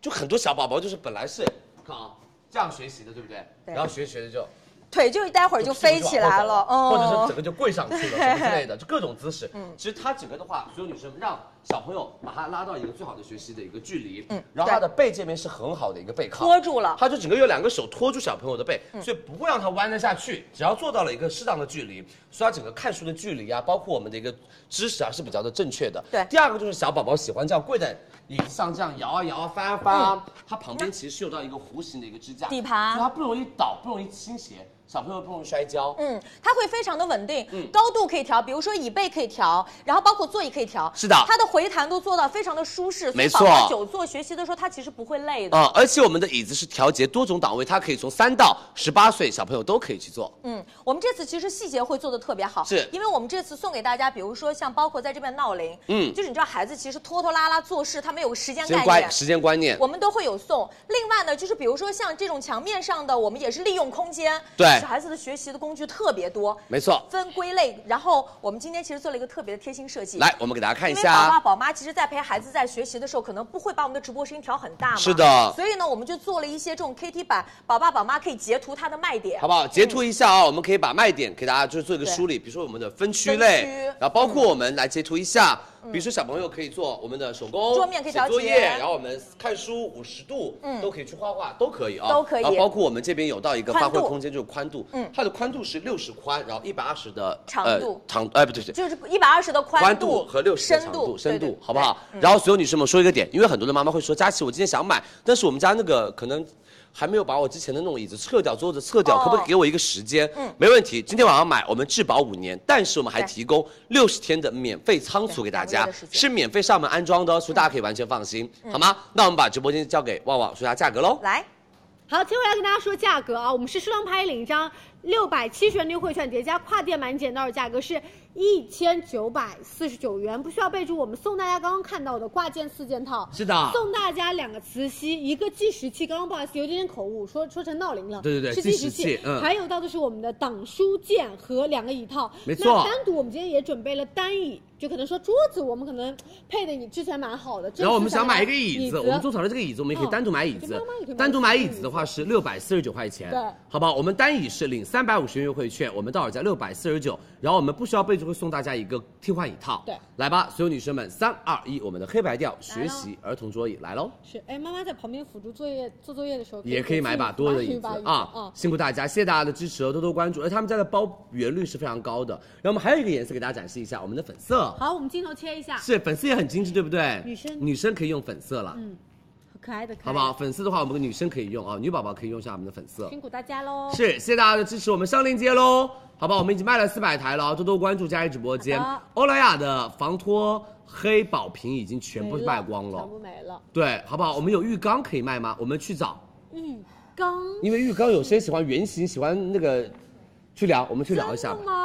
就很多小宝宝就是本来是，看啊，这样学习的，对不对？
对
然后学着学着就
腿就待会儿就飞起来了，嗯，
或者是整个就跪上去了什么之类 的，就各种姿势。
嗯
其实它整个的话，所有女生让小朋友把它拉到一个最好的学习的一个距离，
嗯
然后它的背这边是很好的一个背靠，
托住了。
他就整个有两个手托住小朋友的背，
嗯
所以不会让他弯得下去，只要做到了一个适当的距离，所以他整个看书的距离啊，包括我们的一个知识啊是比较的正确的。
对
第二个就是小宝宝喜欢这样跪在椅子上这样摇啊摇啊翻啊翻啊，它旁边其实是有到一个弧形的一个支架，
嗯底盘
所以它不容易倒，不容易倾斜，小朋友不容易摔跤。
嗯，它会非常的稳定，
嗯
高度可以调，比如说椅背可以调，然后包括座椅可以调，
是的
它的回弹都做到非常的舒适，所以
没错
宝宝久坐学习的时候，他其实不会累的。
啊、而且我们的椅子是调节多种档位，它可以从三到十八岁小朋友都可以去做。
嗯，我们这次其实细节会做的特别好，
是
因为我们这次送给大家，比如说像包括在这边闹铃，
嗯
就是你知道孩子其实拖拖拉拉做事，他没有时间
时间
概念
观，时间观念，
我们都会有送。另外呢，就是比如说像这种墙面上的，我们也是利用空间，
对
小孩子的学习的工具特别多，
没错。
分归类。然后我们今天其实做了一个特别的贴心设计，
来，我们给大家看一
因为
下
宝爸
啊，
宝妈其实，在陪孩子在学习的时候，可能不会把我们的直播声音调很大嘛。
是的
所以呢，我们就做了一些这种 KT 版，宝爸宝妈可以截图它的卖点，
好不好？截图一下啊、我们可以把卖点给大家就是做一个梳理，比如说我们的分区类
分区，嗯
然后包括我们来截图一下，比如说小朋友可以做我们的手工
桌面可以
写
调节
作业，然后我们看书五十度，
嗯
都可以去画画，都可以啊、
都可以
然后包括我们这边有到一个发
宽
挥
度
空间，就是宽度，
嗯
它的宽度是六十宽，然后一百二十的
长度
呃、长哎不对不对，
就是一百二十的宽
宽度和六十
深
长
度、
度、深度
对，
好不好？
对嗯
然后所有女生们说一个点，因为很多的妈妈会说，佳琪，我今天想买，但是我们家那个可能。还没有把我之前的那种椅子撤掉，桌子撤掉，
哦
可不可以给我一个时间？
嗯
没问题，今天晚上买，我们质保五年，但是我们还
对
提供六十天的免费仓储给大
两
家
个月的时，间嗯
是免费上门安装的哦，所以大家可以完全放心，好吗？那我们把直播间交给旺旺说一下价格喽。
来，
好，接下来跟大家说价格啊，我们是适当拍领一张六百七十元的优惠券，叠加跨店满减到手价格是一千九百四十九元，不需要备注，我们送大家刚刚看到的挂件四件套，
是的
送大家两个磁吸，一个计时器，刚刚不好意思有点点口误，说说成闹铃了，
对对对
是
计
计
时器
时器，
嗯
还有到的是我们的挡书键和两个椅套，
没错
那单独我们今天也准备了单椅，就可能说桌子我们可能配的你之前蛮好的，这
然后我们
次想
想买一个椅子，
子
我们种草了嗯这个椅子，我们也可以单独买椅子
哦对妈妈也可以。买
单独买椅子的话是六百四十九块钱，
对
好不好？我们单椅是领三百五十元优惠券，我们到手价六百四十九，然后我们不需要备注会送大家一个替换椅套。
对，
来吧，所有女生们，三二一，我们的黑白调学习儿童桌椅来喽。
是，哎，妈妈在旁边辅助作业做作业的时候，
也可以买把多的椅子啊
啊，，
辛苦大家，谢谢大家的支持哦，多多关注。而他们家的包圆率是非常高的。然后我们还有一个颜色给大家展示一下，我们的粉色
好，我们镜头切一下，
是粉色也很精致，对不对？
女生
女生可以用粉色了，
嗯，很可爱的，
好不好？？粉色的话，我们女生可以用啊，女宝宝可以用一下我们的粉色。
辛苦大家喽。
是，谢谢大家的支持，我们上链接喽，好吧？我们已经卖了四百台了哦，多多关注佳怡直播间
好的。
欧莱雅的防脱黑宝瓶已经全部卖光了
全，部没了。
对，好不好？我们有浴缸可以卖吗？我们去找，
浴缸
因为浴缸有些喜欢圆形，喜欢那个，去聊，我们去聊一下
真的。吗？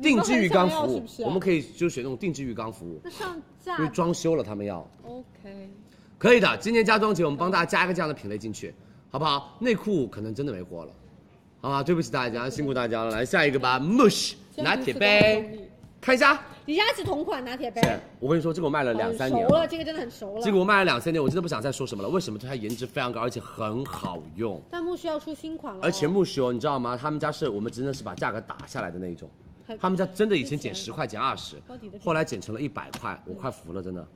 你
定
们
制
很
浴缸
想要
服务，
是不是啊
我们可以就选那种定制浴缸服务
那，上架
因为装修了他们要。
OK，
可以的，今年家装节我们帮大家加一个这样的品类进去，好不好？内裤可能真的没货了，好吧？对不起大家，辛苦大家了。来下一个吧，Mush 拿铁杯，看一下。
李佳琦同款拿铁杯，
姐，我跟你说，这个我卖了两三年
哎很熟啊了，这个真的很熟了。
这个我卖了两三年，我真的不想再说什么了。为什么？就它颜值非常高，而且很好用。
弹幕需要出新款了哦，
而且木须哦，你知道吗？他们家是我们真的是把价格打下来的那一种，他们家真的以前减十块、减二十
包底的这，个
后来减成了一百块，我快服了，真的。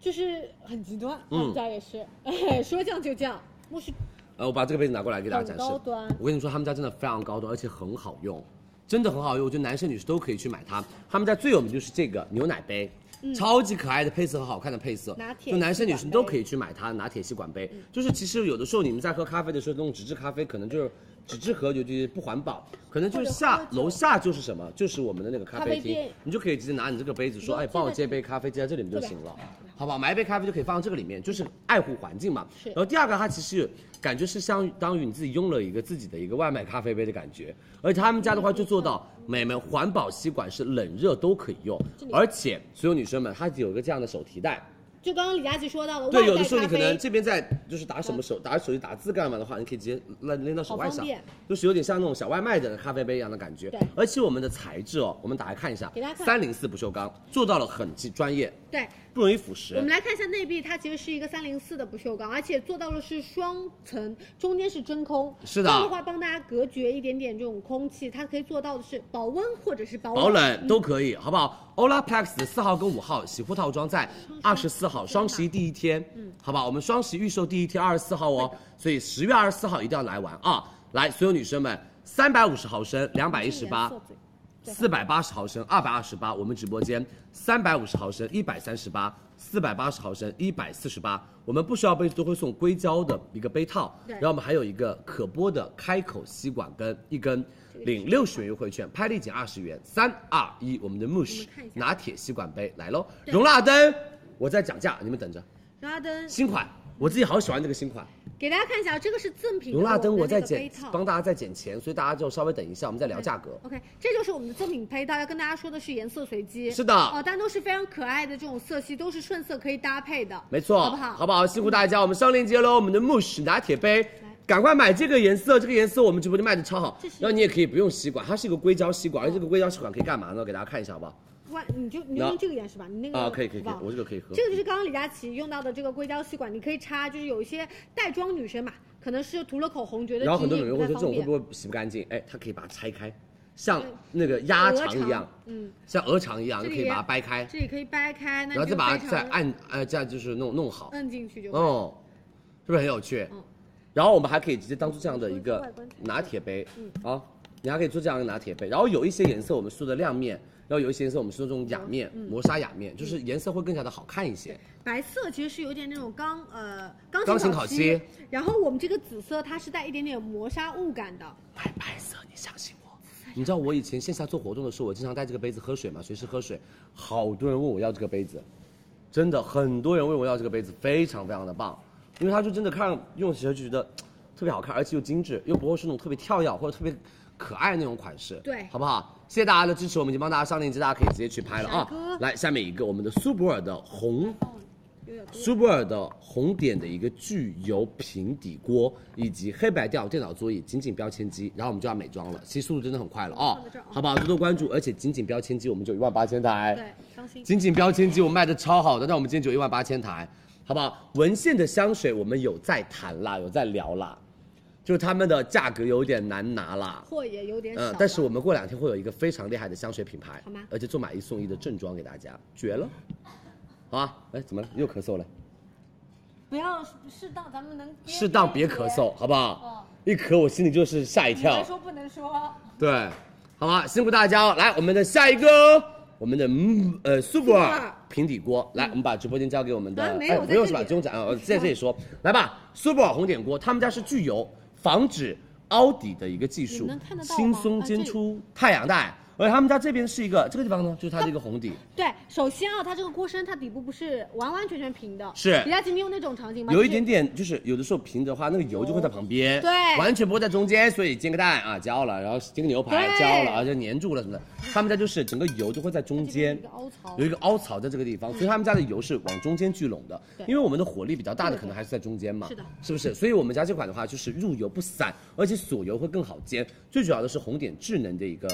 就是很极端，我
嗯
们家也是， 说降就降，慕是
呃，我把这个杯子拿过来给大家展示。
很高端
我跟你说，他们家真的非常高端，而且很好用，真的很好用。我觉得男生女生都可以去买它。他们家最有名就是这个牛奶杯。超级可爱的配色和好看的配色，
嗯拿铁
就男生
吸
女
管
生都可以去买它拿铁吸管杯。就是其实有的时候你们在喝咖啡的时候，那种纸质咖啡可能就是纸质盒，就就是不环保，可能就是下楼下就是什么，就是我们的那个咖
咖啡
啡厅
店，
你就可以直接拿你这个杯子说，哎，帮我接杯咖啡，接在这里面就行了，好不好？买一杯咖啡就可以放到这个里面，就是爱护环境嘛。
是
然后第二个，它其实感觉是相当于你自己拥了一个自己的一个外卖咖啡杯的感觉，而且他们家的话就做到美们环保吸管是冷热都可以用，而且所有女生们它有一个这样的手提袋，
就刚刚李佳琦说到的，
对，
外
有的
带
时候你
咖
可
啡嗯
能这边在就是打什么手打手机打字干嘛的话，你可以直接扔扔到手腕
好方
上
便，
就是有点像那种小外卖的咖啡杯一样的感觉。
对
而且我们的材质哦，我们打开看一下
给大家，看
三零四不锈钢做到了很专业，
对，
不容易腐蚀。
我们来看一下内壁，它其实是一个三零四的不锈钢，而且做到了是双层，中间是真空。
是的
这样的话帮大家隔绝一点点这种空气，它可以做到的是保温或者是保
保冷都可以，好不好？Olaplex 的四号跟五号洗护套装在
嗯
二十四号双十一第一天，嗯，好吧，我们双十一预售第一天二十四号哦，所以十月二十四号一定要来玩啊！来，所有女生们，三百五十毫升，两百一十八。四百八十毫升，二百二十八，我们直播间三百五十毫升，一百三十八，四百八十毫升，一百四十八。我们不需要杯子都会送硅胶的一个杯套，
对
然后我们还有一个可拨的开口吸管跟一根，领六十元优惠券，拍立减二十元。三二一，我们的 Mush
看一下
拿铁吸管杯来喽，容纳登，我在讲价，你们等着。
容纳灯
新款，我自己好喜欢这个新款。
给大家看一下，这个是赠品的
容纳登
我
我
们
在
的那个杯
减，
套。
帮大家在减钱，所以大家就稍微等一下，我们再聊价格。
OK，这就是我们的赠品配套，要跟大家说的是颜色随机。
是的
哦、但都是非常可爱的这种色系，都是顺色可以搭配的。
没错，
好不好嗯
好不好？辛苦大家，我们上链接喽，我们的慕氏拿铁杯。赶快买这个颜色，这个颜色我们直播间卖的超好，然后你也可以不用吸管，它是一个硅胶吸
哦
管，而这个硅胶吸管可以干嘛呢？给大家看一下好不好？
哇，你就你就用这个颜色吧，你那个
啊，可以可以可以
嗯好不，好
我这个可以喝。
这个就是刚刚李佳琦用到的这个硅胶吸管，你可以插，就是有一些带妆女生嘛，可能是涂了口红，觉得
嗯然后很多
指
女
引
人
不
会
太
说这种
方
会
便
不会洗不干净？哎，它可以把它拆开，像那个鸭
鹅
肠一样，
嗯，
像鹅肠一样，
这
你
里
可以把它掰开，
这里可以掰开，
然
那
后再
你就
把它
非常
再按呃这样就是弄弄好。
摁进去就可以。
哦，是不是很有趣？
嗯
然后我们还可以直接当做这样的一
外
个
观嗯挺
拿铁杯，啊，你还可以做这样一个拿铁杯。然后有一些颜色我们说的亮面，然后有一些颜色我们说的这
嗯
种雅面、磨砂雅面，就是颜色会更加的好看一些。
白色其实是有点那种钢呃钢
钢琴烤
烤
漆，
然后我们这个紫色它是带一点点磨砂雾感的，
白白色，你相信我。你知道我以前线下做活动的时候，我经常带这个杯子喝水嘛，随时喝水。好多人问我要这个杯子，真的很多人问我要这个杯子，非常非常的棒，因为它就真的看上用起来就觉得嘖特别好看，而且又精致，又不会是那种特别跳跃或者特别可爱那种款式，
对
好不好？谢谢大家的支持，我们已经帮大家上链接，大家可以直接去拍了啊
帅哥。
来，下面一个我们的苏泊尔的红苏泊尔的红点的一个巨油平底锅，以及黑白调电脑座椅紧紧标签机，然后我们就要美妆了，其实速度真的很快了啊、好不好？多多关注，而且紧紧标签机我们就一万八千台，
对，伤心。
紧紧标签机我们卖的超好的，那我们今天就一万八千台，好不好？文献的香水我们有在谈啦，有在聊啦，就是他们的价格有点难拿啦，
货也有点少
嗯
了，，
但是我们过两天会有一个非常厉害的香水品牌，
好吗
而且做买一送一的正装给大家，绝了，好啊！哎，怎么了？又咳嗽了。
不要适当，咱们能
适当别咳嗽，好不
哦
好？一咳我心里就是吓一
你能
跳。
说不能说。
对，好吧，辛苦大家哦。来，我们的下一个，我们的嗯呃苏泊尔平底锅，来，我们把直播间交给我们的，
啊没有
哎
我在
不用
这
是吧？
里
不用讲啊，我在这里说，来吧，苏泊尔红点锅，他们家是巨油，防止凹底的一个技术
你们能看得，到吗啊
轻松煎出太阳蛋。而且他们家这边是一个，这个地方呢，就是它的一个红底，
对，首先啊，它这个锅身它底部不是完完全全平的，
是
李佳琦，你有那种场景吗？
有
就
一
是
点点，就是有的时候平的话，那个油就会在旁边，
对
完全不会在中间，所以煎个蛋啊焦了，然后煎个牛排
对
焦了，而且粘住了什么的。他们家就是整个油就会在中间，有一个凹槽在这个
嗯
地方，所以他们家的油是往中间聚拢的。因为我们的火力比较大的可能还是在中间嘛，
是的，
是不是？所以我们家这款的话就是入油不散，而且锁油会更好煎。最主要的是红点智能的一个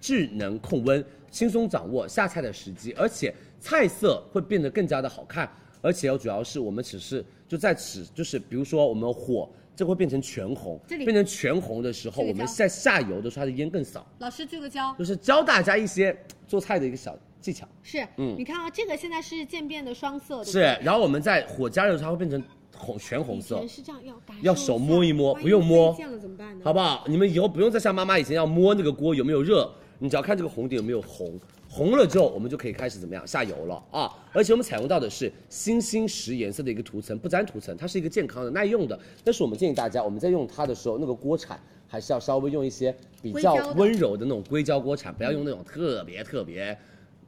智能控温，轻松掌握下菜的时机，而且菜色会变得更加的好看。而且主要是我们只是就就在此，就是比如说我们火，这会变成全红，
这里
变成全红的时候，
这个
我
叫
们在下油的时候它的烟更少，
老师聚个焦，
就是教大家一些做菜的一个小技巧。
是，
嗯
你看啊，这个现在是渐变的双色，对不
是，
对？
然后我们在火加热的时候，它会变成红全红色。
以前是这样，要感受
要手摸一摸
下
不用摸
万一被溅了怎么办呢？
好不好？你们以后不用再像妈妈以前要摸那个锅有没有热，你只要看这个红点有没有红，红了之后我们就可以开始怎么样下油了啊！而且我们采用到的是星星石颜色的一个涂层，不沾涂层，它是一个健康的、耐用的。但是我们建议大家，我们在用它的时候，那个锅铲还是要稍微用一些比较
硅胶的
温柔的那种硅胶锅铲，不要用那种特别特别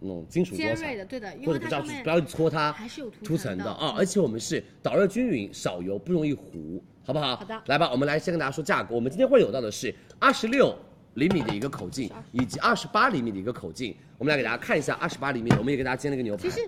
那种金属锅
尖
铲
锐。的，对的，因
或
为
者不
它
要
上
去
面
不要去搓它，
还是有
涂
涂
层
层
的
的嗯
啊。而且我们是导热均匀，少油，不容易糊，好不好？
好的
来吧，我们来先跟大家说价格。我们今天会有到的是二十六厘米的一个口径，以及二十八厘米的一个口径。我们来给大家看一下二十八厘米的，我们也给大家煎了一个牛排。
其实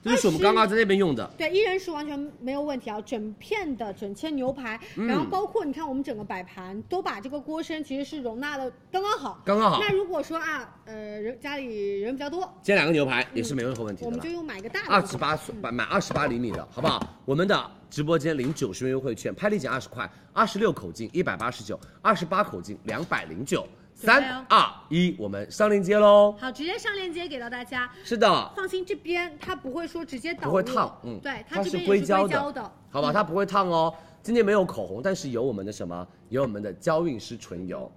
这就是我们刚刚在那边用的。
对，一人食完全没有问题啊，整片的整切牛排，
嗯
然后包括你看我们整个摆盘都把这个锅身其实是容纳的刚刚好，
刚刚好
那如果说啊，呃，人家里人比较多，
煎两个牛排也是没有任何问题
我
的啦
们就。用买个大的
二十八寸买买二十八厘米的好不好？我们的直播间领九十元优惠券，拍立减二十块，二十六口径一百八十九，二十八口径两百零九。
准
三
备哦
二一，我们上链接喽。
好，直接上链接给到大家。
是的，
放心，这边它不会说直接导入，
不会烫，嗯，
对，
它
这边也
硅
是
胶
的，嗯
好吧，它不会烫哦。今天没有口红，但是有我们的什么？有我们的娇韵诗唇油，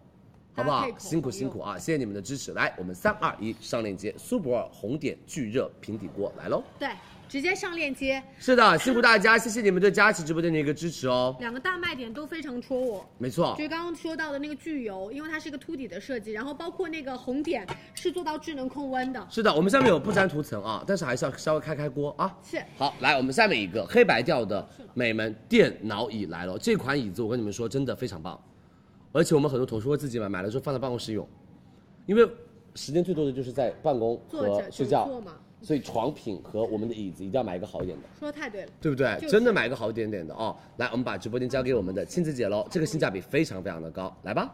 好不
搭
好
配？口红
辛苦辛苦啊！谢谢你们的支持。来，我们三二一，上链接，苏泊尔红点巨热平底锅来喽。
对，直接上链接，
是的，辛苦大家，谢谢你们对佳琦直播间的一个支持哦。
两个大卖点都非常戳我。
没错
就是刚刚说到的那个巨油，因为它是一个凸底的设计，然后包括那个红点是做到智能控温的，
是的，我们下面有不粘涂层啊，但是还是要稍微开开锅啊。
是
好，来我们下面一个黑白调的美门电脑椅来了。这款椅子我跟你们说真的非常棒，而且我们很多同事会自己买，买了之后放在办公室用，因为时间最多的就是在办公
坐
和
着
睡
久坐
觉
嘛，
所以床品和我们的椅子一定要买一个好一点的。
说的太对了。
对不对？
就是
真的买一个好一点点的哦。来，我们把直播间交给我们的亲子姐喽，这个性价比非常非常的高，来吧。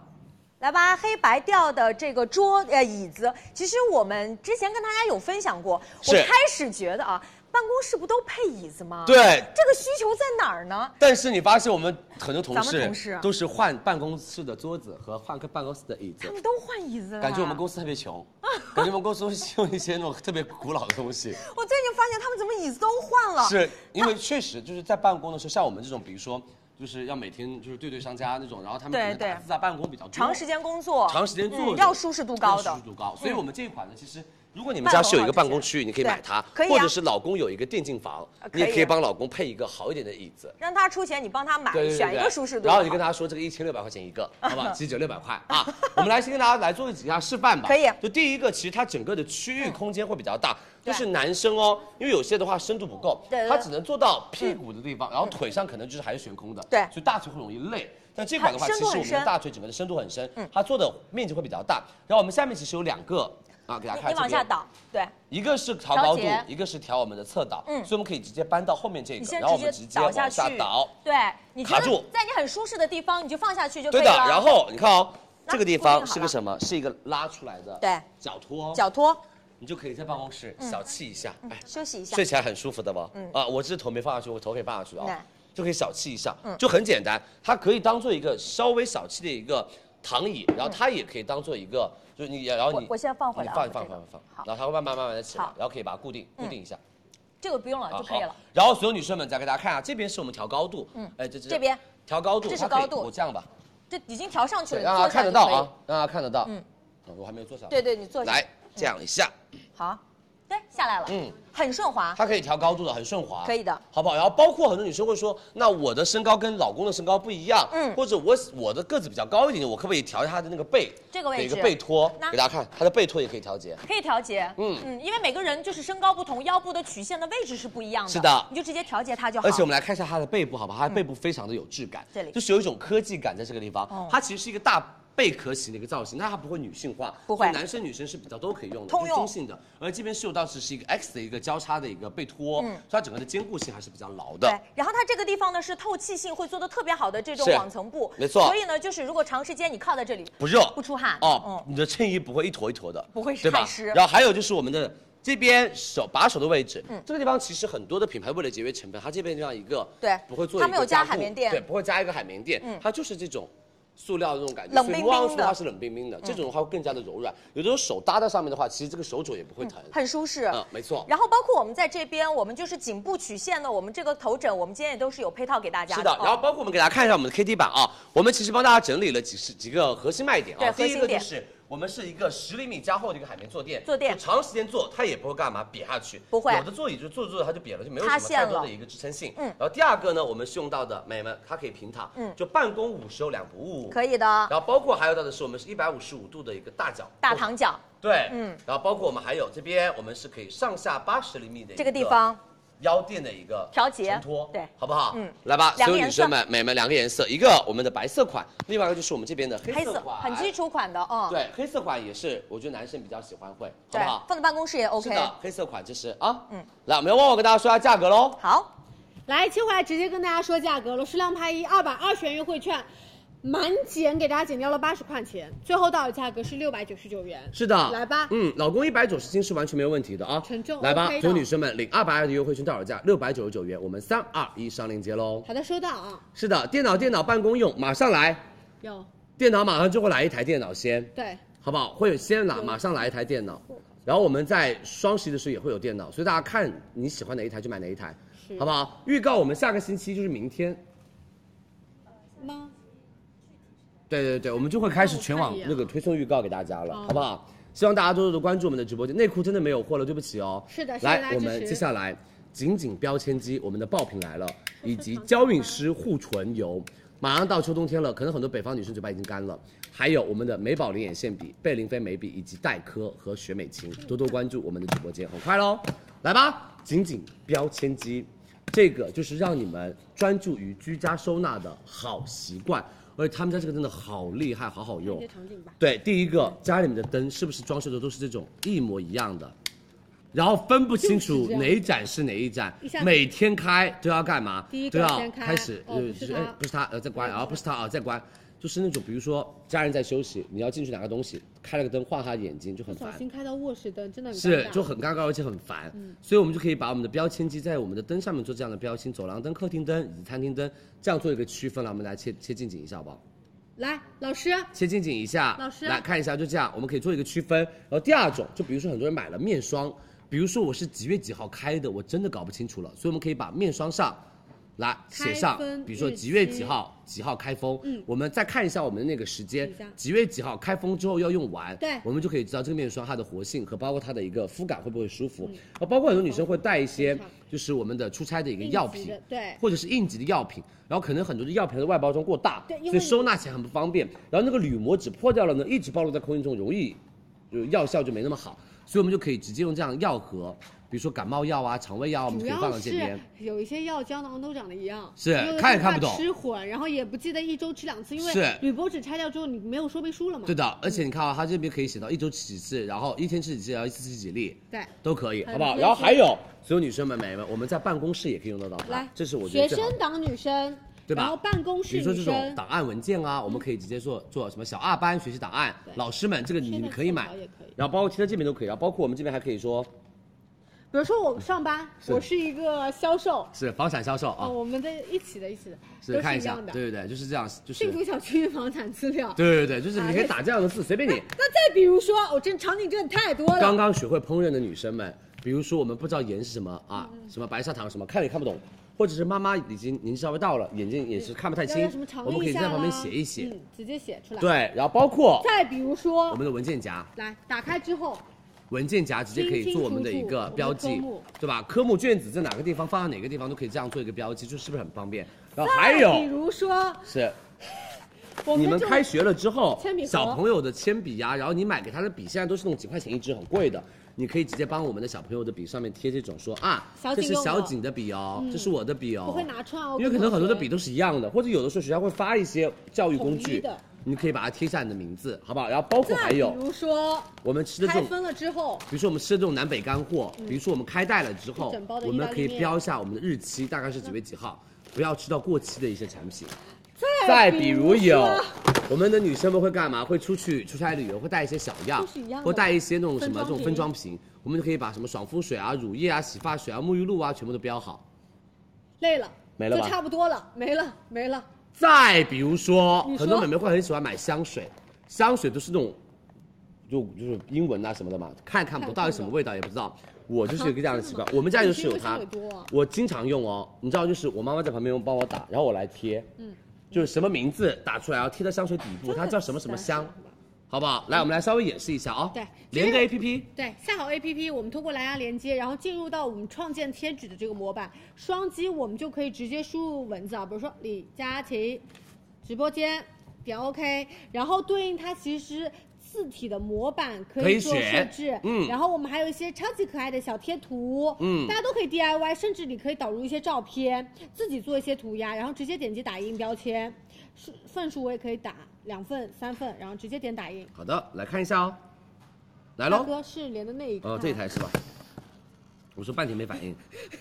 来吧，黑白调的这个桌呃椅子，其实我们之前跟大家有分享过，我
是
开始觉得啊，办公室不都配椅子吗？
对啊
这个需求在哪儿呢？
但是你发现我们很多同
咱
事
们同事啊
都是换办公室的桌子和换办公室的椅子
他，们都换椅子了。
感觉我们公司特别穷， 感觉我们公司会用一些那种特别古老的东 西。
我最近发现他们怎么椅子都换了？
是因为确实就是在办公的时候，像我们这种，比如说就是要每天就是对对上家那种，然后他们可
对
能打
对
字啊办公比较多，
长时间工作，
长时间坐着
嗯要舒适度高
要
的嗯
舒适。度高，所以我们这一款呢，其实。如果你们
办
家
公
是有一
好
个
就
办
行
公区域，你可以
对
买它，
可以啊
或者是老公有一个电竞房，
呃可
你也可
以
以
啊
帮老公配一个好一点的椅子。
让他出钱，你帮他买，
对对对
选一
对
个舒适度的。
然后你跟他说这个一千六百块钱一个，好 不好？其实就六百块啊。我们来先跟大家来做几下示范吧。
可以嗯
就第一个，其实它整个的区域空间会比较大，就是男生哦，因为有些的话深度不够
对对，对嗯
他只能做到屁股的地方，然后腿上可能就是还是悬空的，
对
所以大腿会容易累。但这款的话，
它
其
深
实
度
我
很
们的
深嗯
大腿整个的深度很深，它做的面积会比较大。然后我们下面其实有两个啊，给大家
你
看
你
这
往下
边。
倒，对，
一个是调高度
调节，
一个是调我们的侧倒，
嗯
所以我们可以直接搬到后面这
你
个，
先
然后我们
直
直
接
接
倒
往
下去
下倒，
对，你觉
卡住
得在你很舒适的地方，你就放下去就可 以
对
了。
的，然后你看哦，
那
这个地方
固定好
是个什么？是一个拉出来的，
对，
脚托，
脚，嗯托
你就可以在办公室小憩一下，哎，
休息一下
睡，起来很舒服的吧？
嗯
啊，我这头没放下去，我头可以放下去
对
啊，就可以小憩一下
嗯，
就很简单，它可以当做一个稍微小憩的一个躺椅，然后它也可以当做一个，就是你，然后
我
你，
我先放回来
你
啊
放
我
放
这个
放放
好
放，然后它会慢慢慢慢的起来
好，
然后可以把它固定固
嗯
定一下。
这个不用了
啊
就可以了
好。然后所有女生们再给大家看啊，这边是我们调高度，
嗯
嗯，哎，这这
这边
调高度，
这是
它可以
高度
我这样吧，
这已经调上去
对，
了，你
让大
坐
家
下
看
就
得
可
到
以
啊。，让大家看得到，
嗯
嗯，我还没有坐下，
对，对，你坐下。嗯
来这样一下，
好，对，下来了，
嗯，
很顺滑，
它可以调高度的，很顺滑，
可以的。
好不好？然后包括很多女生会说，那我的身高跟老公的身高不一样，
嗯
嗯，或者我我的个子比较高一点，我可不可以调一下他的那个背
这个位置
的一个背托
那？
给大家看，他的背托也可以调节。
可以调节，嗯
嗯
嗯，因为每个人就是身高不同，腰部的曲线的位置是不一样的，
是的
你就直接调节它就好。嗯
而且我们来看一下它的背部，好不好？它的背部非常的有质感，
这里
就是有一种科技感在这个地方
哦。
它其实是一个大贝壳型的一个造型，但它不会女性化，
不会
所以男生女生是比较都可以用的，
通用
是中性的。而这边是有到是是一个 X 的一个交叉的一个背托，
嗯
所以它整个的坚固性还是比较牢的
对。，然后它这个地方呢是透气性会做的特别好的这种
是
网层布，
没错
所以呢，就是如果长时间你靠在这里，
不热，
不出汗
哦，
嗯
你的衬衣不会一坨一坨的，
不会是
对吧
汗湿
然后还有就是我们的这边手把手的位置，
嗯
这个地方其实很多的品牌为了节约成本，它这边这样一个，
对
不会做一个
它没有加
固
海绵垫
对，不会加一个海绵垫，
嗯
它就是这种。塑料的那种感觉，
冷冰冰的
所以撸
嗯
上去话是冷冰冰的，这种的话会更加的柔软。有的时候手搭在上面的话，其实这个手肘也不会疼，
很舒适。
嗯，没错。
然后包括我们在这边，我们就是颈部曲线的，我们这个头枕，我们今天也都是有配套给大家的。
是的，
哦
然后包括我们给大家看一下我们的 KT 版啊，我们其实帮大家整理了几十几个核心卖点啊。
对
第一
核心
个就
点
是我们是一个十厘米加厚的一个海绵坐垫，
坐垫
就长时间坐它也不会干嘛瘪下去，
不会
有的座椅就坐着坐着它就瘪了，就没有
塌
什么太
陷
多
了
的一个支撑性。
嗯
然后第二个呢，我们是用到的，美们它可以平躺，
嗯
就办公午休两不误。
可以的，
然后包括还有到的是我们是一百五十五度的一个大脚
大堂脚
对，
嗯
嗯，然后包括我们还有这边我们是可以上下八十厘米的一
这个地方
腰垫的一个
调节
承托，
对
好不好？
嗯
嗯，来吧，
两
所
个
有女
颜色
生们、美们，两个颜色，一个我们的白色款，另外一个就是我们这边的黑
黑
色
色
款，
很基。础款的，嗯，，
对，黑色款也是，我觉得男生比较喜欢会，好
对
不好，
放？在办公室也 OK
是。的，黑色款就是啊，
嗯
嗯，来，我们要旺旺跟大家说一下价格喽。
好，
来，切回来直接跟大家说价格了，数量拍一，二百二十元优惠券，满减给大家减掉了八十块钱，最后到手价格是六百九十九元。
是的，
来吧
嗯，老公一百九十斤是完全没有问题的啊，
沉重
来吧
OK，的
所有女生们领二百二的优惠券到手价六百九十九元，我们三二一上链接喽。
好的，收到啊，
是的，电脑电脑办公用，马上来，
有
电脑马上就会来一台电脑先，
对，
好不好？会有先拿，马上来一台电脑，然后我们在双十一的时候也会有电脑，所以大家看你喜欢哪一台就买哪一台，好不好？预告我们下个星期就是明天，
吗？
对对对，我们就会开始全网那个推送预告给大家了，好不好？希望大家多多的关注我们的直播间，内裤真的没有货了，对不起哦。
是的谢谢大家
来，我
支
们
持
接下来紧紧标签机，我们的爆品来 了，以及娇韵诗护唇油，马上到秋冬天了，可能很多北方女生嘴巴已经干了。还有我们的美宝林眼线笔、贝玲妃眉笔以及黛珂和雪美琴，多多关注我们的直播间，很快喽！来吧，紧紧标签机，这个就是让你们专注于居家收纳的好习惯，而且他们家这个真的好厉害，好好用。
场景吧。
对，第一个家里面的灯是不是装修的都是这种一模一样的，然后分不清楚哪一盏是哪一盏
一下，子
每天开都要干嘛？
第一
都
个
要
先开
开始，
哦不是
就是
它
哎，不是它，呃，再关，啊，不是它啊，再关，就是那种比如说家人在休息，你要进去拿个东西，开了个灯晃他眼睛就很
不小
烦。
心开到卧室灯，真的很尴
是
尬嗯
就很尴尬，而且很烦。所以我们就可以把我们的标签机在我们的灯上面做这样的标签，走廊灯、客厅灯以及餐厅灯这样做一个区分了。我们来切切近景一下，好不好？
来，老师，
切近景一下，
老师
来看一下，就这样，我们可以做一个区分。然后第二种，就比如说很多人买了面霜，比如说我是几月几号开的，我真的搞不清楚了，所以我们可以把面霜上。来写上
开封，
比如说
日
几月
期
几号几号开封，
嗯
我们再看一下我们的那个时间
几张，
几月几号开封之后要用完，
对
我们就可以知道这个面霜它的活性和包括它的一个肤感会不会舒服，
嗯
然后包括很多女生会带一些就是我们的出差的一个
应
药
急
品
的，对
或者是应急的药品，然后可能很多的药品它的外包装过大，
对因为
所以
你
收纳起来很不方便。然后那个铝膜纸破掉了呢，一直暴露在空气中，容易就药效就没那么好，所以我们就可以直接用这样药盒，比如说感冒药啊、肠胃药啊，我们
主
就可以放
要
到这
是
边。
有一些药胶囊都长得一样，
是
有的
看也看
就怕
不懂
吃混，然后也不记得一周吃两次，因
是
为铝箔纸拆掉之后你没有说明书了嘛。
对的，而且你看啊，它这边可以写到一周吃几次，然后一天吃几次，然后一次吃几粒，
对
都可以，
很
好不好？
贴
然后
心
还有所有女生们、美眉们，我们在办公室也可以用得到它
来，
这是我觉
学
得最好的
生党女生，
对吧
然后办公室
比如说
女
这种
生，
档案文件啊，我们可以直接做做什么小二班学习档案
对，
老师们这个你
现在
们可以买
扫描也可以，
然后包括贴在这边都可以，然后包括我们这边还可以说
比如说我上班，
是
我是一个销售，
是房产销售
啊，
啊，
我们的一起的一起的
是
都
看
是
一
一
下
样，的。
对对对，就是这样，就是
幸福小区房产资料。
对对对，就是你可
啊
以打这样的字，随便你。
那再比如说，我、这场景真的太多了。
刚刚学会烹饪的女生们，比如说我们不知道盐是什么啊，
嗯
什么白砂糖什么，看也看不懂，或者是妈妈已经年纪稍微到了，眼睛也是看不太
要要
清
什么，尝
我们可
一
以
下
在旁边
啦
写一写。
啊嗯，直接写出来。。
对，然后包括
再比如
我
说，
们的文件夹，
来打开之后，
文件夹直接可以做我们的一个标记
清清楚楚我们的科目，
对吧？科目卷子在哪个地方放到哪个地方都可以这样做一个标记，就是不是很方便？然后还
比
有
如说，
是
我
你们
哦就
开学了之后
铅笔，盒
小朋友的铅笔呀、然后你买给他的笔现在都是那种几块钱一支，很贵的。你可以直接帮我们的小朋友的笔上面贴这种说啊，
小
这
景
是
用的嗯
小景的笔哦，这是我的笔哦。
不会拿出来哦
因为可能很多的
同学
笔都是一样的，或者有的时候学校会发一些教育工
统一
具
的，
你可以把它贴下你的名字，好不好？然后包括还有
比如说，
我们吃的这
开
种
分了之后，
比如说我们吃的这种南北干货，比如说我们开袋了之后
一整包，的
我
意大
们
利
可以
面
标一下我们的日期， 哎大概是几月几号，不要吃到过期的一些产品。
再
比如有我们的女生们会干嘛？会出去出差旅游，会带一些小样
都是一样，的
或带一些那种什么这种分
分装
装瓶，我们就可以把什么爽肤水啊、乳液啊、洗发水啊、沐浴露啊，全部都标好。
累了，
没了吧
就差不多了，没了，没了。
再比如说，
你说
很多美眉会很喜欢买香水，香水都是那种，就就是英文啊什么的嘛，看也看不到到底什么味道也不知道。我就是有一个这样的习 惯，我们家就是有它
你听过香水多啊，
我经常用哦。你知道，就是我妈妈在旁边用帮我打，然后我来贴，嗯，就是什么名字打出来，然后贴到香水底部，它叫什么什么香，好不好？来，我们来稍微演示一下哦。
对
连个
其
A
实
P P，
对，下好 APP，我们通过蓝牙连接，然后进入到我们创建贴纸的这个模板，双击我们就可以直接输入文字啊，比如说李佳琦直播间，点 OK，然后对应它其实。字体的模板可
可以
以做设
选
置，
嗯
然后我们还有一些超级可爱的小贴图，
嗯
大家都可以 DIY，甚至你可以导入一些照片，自己做一些涂鸦，然后直接点击打印标签，是份数我也可以打两份、三份，然后直接点打印。
好的，来看一下哦，来
大
喽。
哥是连的那一个，
哦，这一台是吧？我说半天没反应，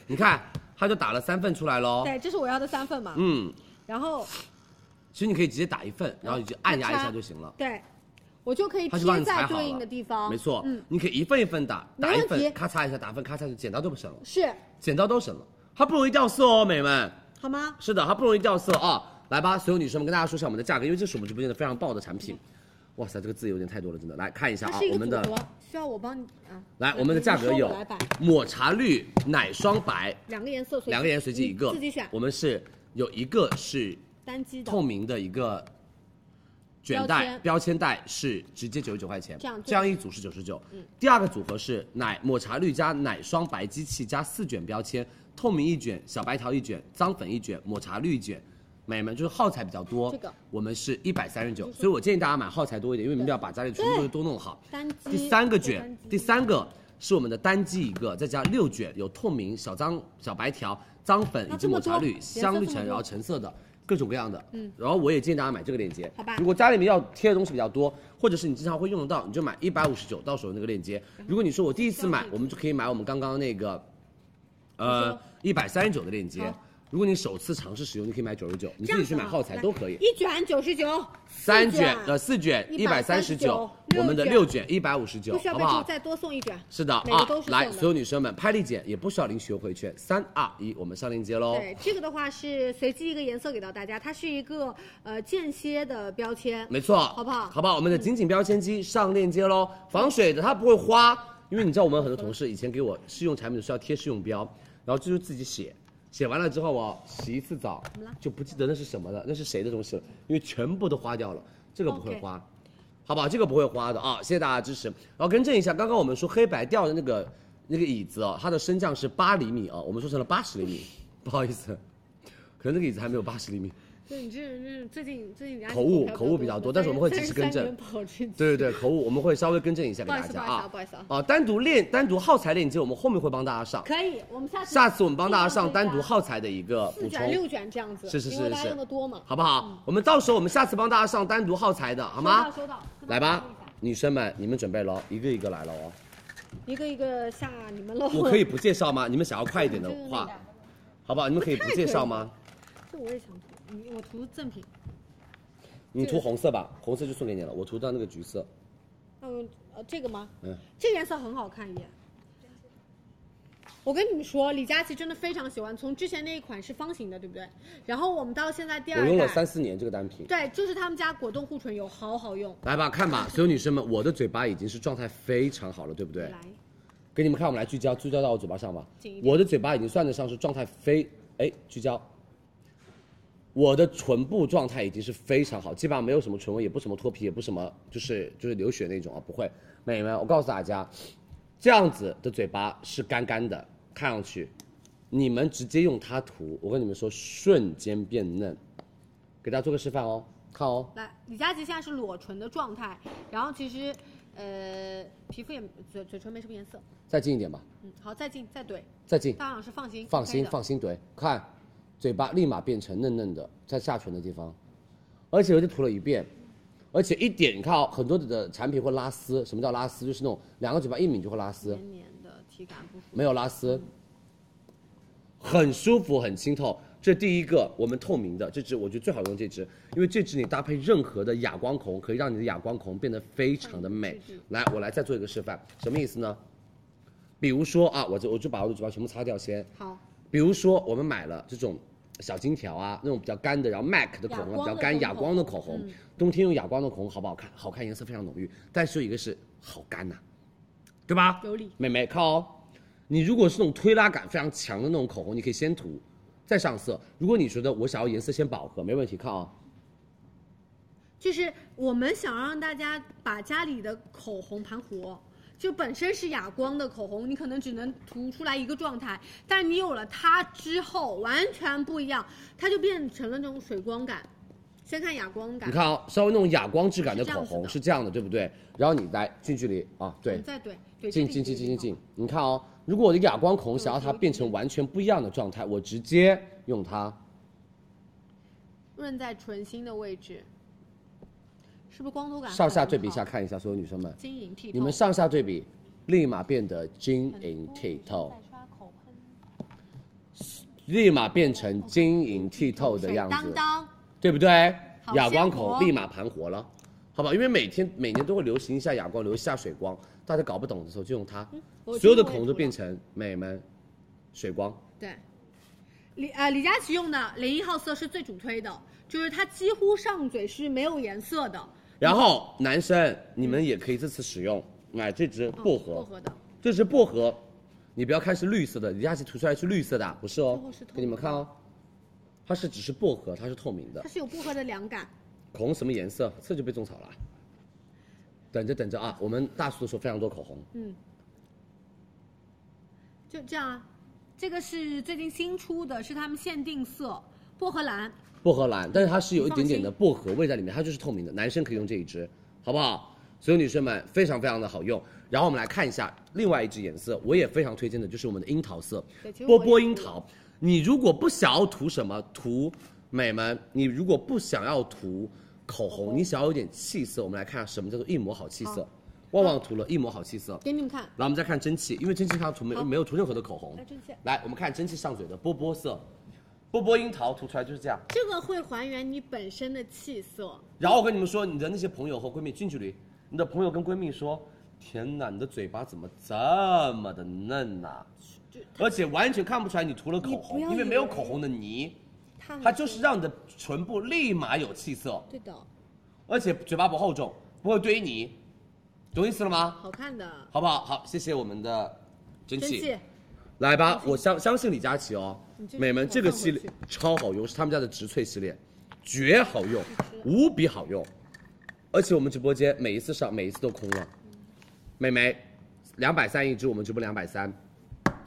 你看，它就打了三份出来喽。
对，这是我要的三份嘛。
嗯，
然后
其实你可以直接打一份，然后你就按压一下就行了。
对，我就可以
它就帮
贴
你裁
在
好了
对应的地方。
没错，
嗯，
你可以一份一份打，
没
打一
问题
份，咔嚓一下，打一份，咔嚓一下，剪刀都不省了，
是
剪刀都省了，它不容易掉色哦，美们。
好吗？
是的，它不容易掉色啊、来吧，所有女生们跟大家说一下我们的价格，因为这是我们直播间的非常爆的产品。哇塞，这个字有点太多了，真的。来看一下
它
啊
是，
我
一个
们
组
的
合，需要我帮你啊。
来我们的价格
你说
有
我来摆
抹茶绿奶霜白，
两个颜色随机，
两个颜随机一个，
嗯自己选
我们是有一个是
单机的
透明的一个卷带
标签
标签带是直接九十九块钱，
这样对嗯
一组是九十九。第二个组合是奶抹茶绿加奶霜白机器加四卷标签，透明一卷，小白条一卷，脏粉一卷，抹茶绿一卷。美们就是耗材比较多，
这个
我们是一百三十九，所以我建议大家买耗材多一点，因为你们要把家里全部东西
对
都弄好。
单机。
第三个
单
卷
机，
第三个是我们的单机一个，再加六卷，有透明、小脏、小白条、脏粉以及抹茶绿、
啊这么多
香绿
颜色这么
橙，
多
然后橙色的。各种各样的，
嗯
然后我也建议大家买这个链接。
好吧
如果家里面要贴的东西比较多，或者是你经常会用得到，你就买一百五十九到手的那个链接。如果你说我第一次
嗯
买，我们就可以买我们刚刚那个，呃，一百三十九的链接。如果你首次尝试使用，你可以买九十九，你自己去买耗材都可以。
一卷九十九，
三
啊四
卷呃四卷一百三十九
139，
我们的
六
六卷一百五十九
不，需要
好
备
不好
注，？再多送一卷。
是的
每个
啊
都，是
来，
送的
所有女生们，拍立减也不需要领取优惠券，三二一，我们上链接喽。
对，这个的话是随机一个颜色给到大家，它是一个呃间歇的标签，
没错，
好不好？嗯
好不好？我们的紧紧标签机上链接喽，防水的它不会花，因为你知道我们很多同事以前给我试用产品的时候要贴试用标，然后就是自己写，写完了之后我洗一次澡就不记得那是什么了，那是谁的东西了，因为全部都花掉了，这个不会
OK
花。好不好？这个不会花的啊，谢谢大家支持。然后更正一下，刚刚我们说黑白调的那个那个椅子哦，它的升降是八厘米哦，我们说成了八十厘 米，不好意思，可能那个椅子还没有八十厘米。
对你这这最近最近人家
口误
股票
口误比较多但是我们会及时更正
33元保 证金
对对对，口误，我们会稍微更正一下给
不好
大
意思，不
家
好
啊
意思啊，。不好意思啊。
啊，单独链单独耗材链接，我们后面会帮大家上。
可以，我们下次
下次我们帮大家上单独耗材的一个补
四卷六
充，
卷这样子，
是是
因为
是
大家
是
用的多嘛。
好不好？我们到时候我们下次帮大家上单独耗材的，好吗？
收到，收到
来吧，女生们，你们准备喽，一个一个来了哦。
一个一个下你们喽。
我可以，不介绍吗？你们想要快一点的话， 好不好？你们可以不介绍吗？
这我也想涂，你我涂赠品，
你涂红色吧，红色就送给你了。我涂到那个橘色，
那我呃这个吗？
嗯，
这个颜色很好看耶。我跟你们说，李佳琦真的非常喜欢，从之前那一款是方形的，对不对？然后我们到现在第二
我
代，
用了三四年这个单品。
对，就是他们家果冻护唇油，好好用。
来吧，看吧，所有女生们，我的嘴巴已经是状态非常好了，对不对？
来，
给你们看，我们来聚焦，聚焦到我嘴巴上吧
近一。点
我的嘴巴已经算得上是状态非，哎，聚焦。我的唇部状态已经是非常好，基本上没有什么唇纹，也不什么脱皮，也不什么就是就是流血那种啊，不会。美们，我告诉大家，这样子的嘴巴是干干的，看上去，你们直接用它涂，我跟你们说，瞬间变嫩。给大家做个示范哦，看哦，
来，李佳琦现在是裸唇的状态，然后其实，呃，皮肤也嘴嘴唇没什么颜色，
再近一点吧，
嗯，好，再进再怼，
再近。
大老师放心，
放心
OK 的
放心怼，看，嘴巴立马变成嫩嫩的，在下唇的地方，而且我就涂了一遍，而且一点你看哦，很多的产品会拉丝，什么叫拉丝？就是那种两个嘴巴一抿就会拉
嗯
丝，
黏黏的体感不舒服，
没有拉丝，很舒服很清透，这第一个，我们透明的这支，我觉得最好用这支，因为这支你搭配任何的哑光口红，可以让你的哑光口红变得非常的美。来，我来再做一个示范，什么意思呢？比如说啊，我就我就把我的嘴巴全部擦掉先。
好。
比如说我们买了这种小金条啊，那种比较干的，然后 MAC 的口红啊，比
哑光的
较干哑光的口
口
红
红嗯，
冬天用哑光的口红好不好看？好看，颜色非常浓郁，但是有一个是好干呐、对吧？
有理。
美眉看哦，你如果是那种推拉感非常强的那种口红，你可以先涂，再上色。如果你觉得我想要颜色先饱和，没问题，看啊、
就是我们想让大家把家里的口红盘活，就本身是哑光的口红，你可能只能涂出来一个状态，但你有了它之后，完全不一样，它就变成了那种水光感。先看哑光感，
你看啊、稍微那种哑光质感的口
是这样子
红
的
是这样的，对不对？然后你来近距离啊，对，
嗯再对对
近近近近近近，你看哦，如果我的哑光
嗯
口红想要它变成完全不一样的状态，我直接用它。
润在唇心的位置，是不是光头感？
上下对比一下，，看一下，所有女生们，
晶莹剔透。
你们上下对比，立马变得晶莹剔透，立马变成晶莹剔透的
水
样
当
子，
当，
对不对
好？
哑光
鲜
口
活
立马盘活了，好不好？因为每天每年都会流行一下哑光，流行一下水光，大家搞不懂的时候就用它，
嗯我
所有的
今天
口红
我也涂
都
了
变成美们水光。
对，李呃李佳琦用的零一号色是最主推的，就是它几乎上嘴是没有颜色的，
然后男生你们也可以这次使用，买这支薄荷，
嗯薄荷的。
这支薄荷，你不要看是绿色的，李佳琦涂出来是绿色的，不是哦
最后是透明的，
给你们看哦，它是只是薄荷，它是透明的
它，是有薄荷的凉感。
口红什么颜色，这就被种草了。啊等着等着啊，我们大叔的时候非常多口红，
嗯，就这样啊。这个是最近新出的，是他们限定色薄荷蓝。
薄荷蓝，但是它是有一点点
你
的薄荷味在里面，它就是透明的，男生可以用这一支，好不好？所有女生们非常非常的好用。然后我们来看一下另外一支颜色，我也非常推荐的就是我们的樱桃色
对其实，我也
波波樱桃。你如果不想要涂什么涂美们，你如果不想要涂口红，你想要有点气色，我们来看下什么叫做一抹好气色
好。
旺旺涂了一抹好气色，
给你们看，
然后我们再看蒸汽，因为蒸汽它涂没
好
没有涂任何的口红
来。这些，
来，我们看蒸汽上嘴的波波色，波波樱桃涂出来就是这样。
这个会还原你本身的气色。
然后我跟你们说，你的那些朋友和闺蜜近距离，你的朋友跟闺蜜说：“天哪，你的嘴巴怎么这么的嫩呐、而且完全看不出来你涂了口红，
你不要
因为
以
没有
为
口红的泥，
它
它就是让你的唇部立马有气色，
对的，
而且嘴巴不厚重，不会堆泥，懂意思了吗？
好看的。
好不好？好，谢谢我们的蒸
真
汽。
气，
来吧，我相相信李佳琦哦
你，这
美们这个系列
放
超好用，是他们家的植萃系列，绝好用，无比好用，而且我们直播间每一次上每一次都空了，美眉，两百三一支，我们直播两百三，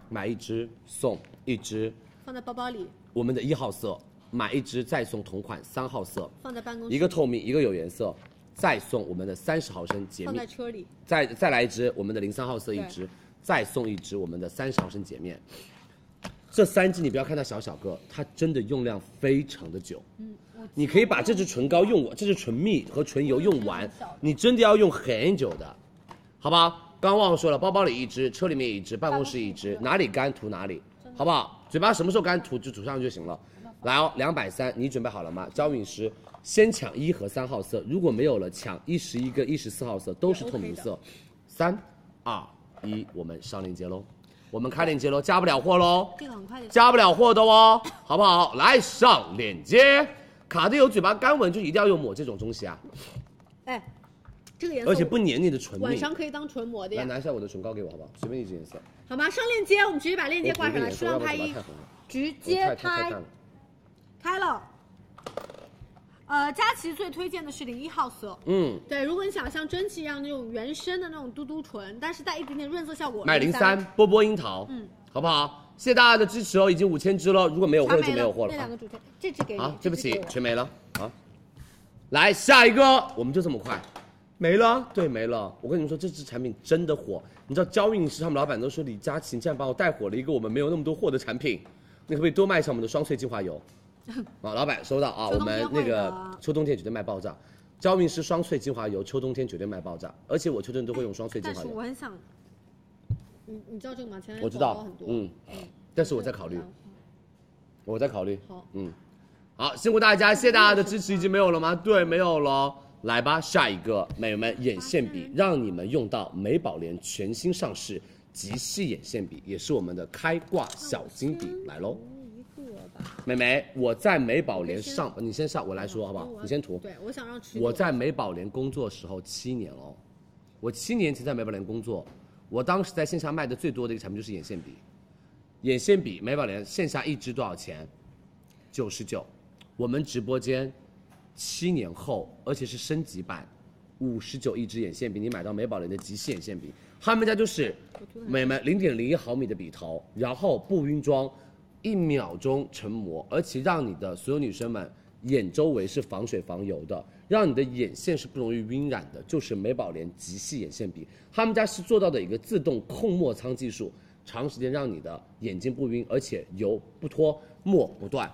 买一支送一支，
放在包包里，
我们的一号色买一支再送同款三号色，
放在办公室，
一个透明一个有颜色，再送我们的三十毫升洁
放
面
在车里。
再再来一支我们的零三号色一
对
支，再送一支我们的三十毫升洁面。这三支你不要看它小小个，它真的用量非常的久。你可以把这支唇膏用完，这支唇蜜和唇油用完，你真的要用很久的，好不好？刚忘了说了，包包里一支，车里面一支，办公室一支，哪里干涂哪里，好不好？嘴巴什么时候干涂就涂上去就行了。来哦，两百三，你准备好了吗？招允师先抢一和三号色，如果没有了，抢一十一跟一十四号色都是透明色。三、二、一，我们上链接喽，我们开链接喽，加不了货喽。
这个很快就
加不了货的哦，好不好？来上链接，卡地有嘴巴干纹就一定要用抹这种东西啊，
哎，这个颜色
而且不粘你的唇
晚
蜜。
上可以当唇膜的
来
呀，
拿一下我的唇膏给我好不好？随便一支颜色，
好吗？上链接，我们直接把链接挂上来，
我涂
数
一个
量
颜色要不然
拍一
嘴巴太，红了
直
我太
接
太太
拍
看了
开了。呃，佳琦最推荐的是零一号色，
嗯，
对，如果你想像蒸汽一样那种原生的那种嘟嘟唇，但是带一点点润色效果，
买零三，波波樱桃，
嗯，
好不好？谢谢大家的支持哦，已经五千支了，如果没有
全
货
没
就没有货了
那两个主推，这支给你，
啊，对不
这支
起
给，我
全没了啊。来下一个，我们就这么快，没了，对，没了。我跟你们说，这支产品真的火，你知道娇韵是他们老板都说李佳琦，你竟然把我带火了一个我们没有那么多货的产品，你可不可以多卖一下我们的双萃精华 油？啊，老板收到啊，
秋
我
冬天
们
会
那个
的
秋冬天绝对卖爆炸。娇韵是双萃精华油，秋冬天绝对卖爆炸，而且我秋冬都会用双萃精
但
华
是
油。
我很想，你你知道这个吗？前两天
我知
广
道
告
嗯
很，多，
嗯，但是我在考虑，我再考虑。
好，
嗯，好，辛苦大家，谢谢大家的支持，已经没有了吗？对，没有了。来吧，下一个，美们眼线笔，让你们用到美宝莲全新上市极细眼线笔，也是我们的开挂小金笔，来喽。美眉，我在美宝莲上，你先上，我来说好不好？你先涂。
对，我想让池。
我在美宝莲工作时候七年哦，我七年前在美宝莲工作，我当时在线下卖的最多的一个产品就是眼线笔，眼线笔美宝莲线下一支多少钱？九十九，我们直播间七年后，而且是升级版，五十九一支眼线笔，你买到美宝莲的极细眼线笔，他们家就是美们零点零一毫米的笔头，然后不晕妆，一秒钟成膜，而且让你的所有女生们眼周围是防水防油的，让你的眼线是不容易晕染的，就是美宝莲极细眼线笔，他们家是做到的一个自动控墨仓技术，长时间让你的眼睛不晕，而且油不脱，墨不断。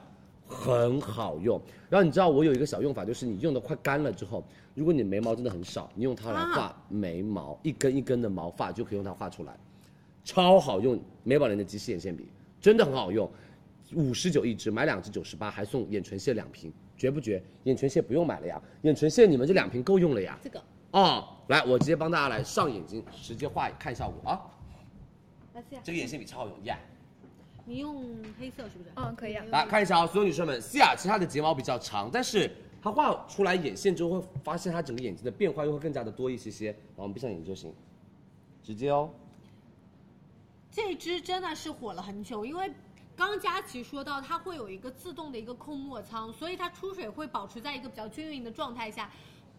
很好用，然后你知道我有一个小用法，就是你用的快干了之后，如果你眉毛真的很少，你用它来画眉毛，一根一根的毛发就可以用它画出来。超好用，美宝莲的极细眼线笔真的很好用，五十九一支，买两支九十八，还送眼唇卸两瓶，绝不绝？眼唇卸不用买了呀，眼唇卸你们这两瓶够用了呀。
这个
哦，来，我直接帮大家来上眼睛，直接画看效果啊。
来啊这样
这个眼线笔超好用，耶、
你用黑色是不是？
嗯，可以啊。
来看一下啊，所有女生们，西雅琪她的睫毛比较长，但是她画出来眼线之后，会发现她整个眼睛的变化又会更加的多一些些。然后我们闭上眼睛就行，直接哦。
这支真的是火了很久，因为刚刚佳琪说到它会有一个自动的一个控墨仓，所以它出水会保持在一个比较均匀的状态下，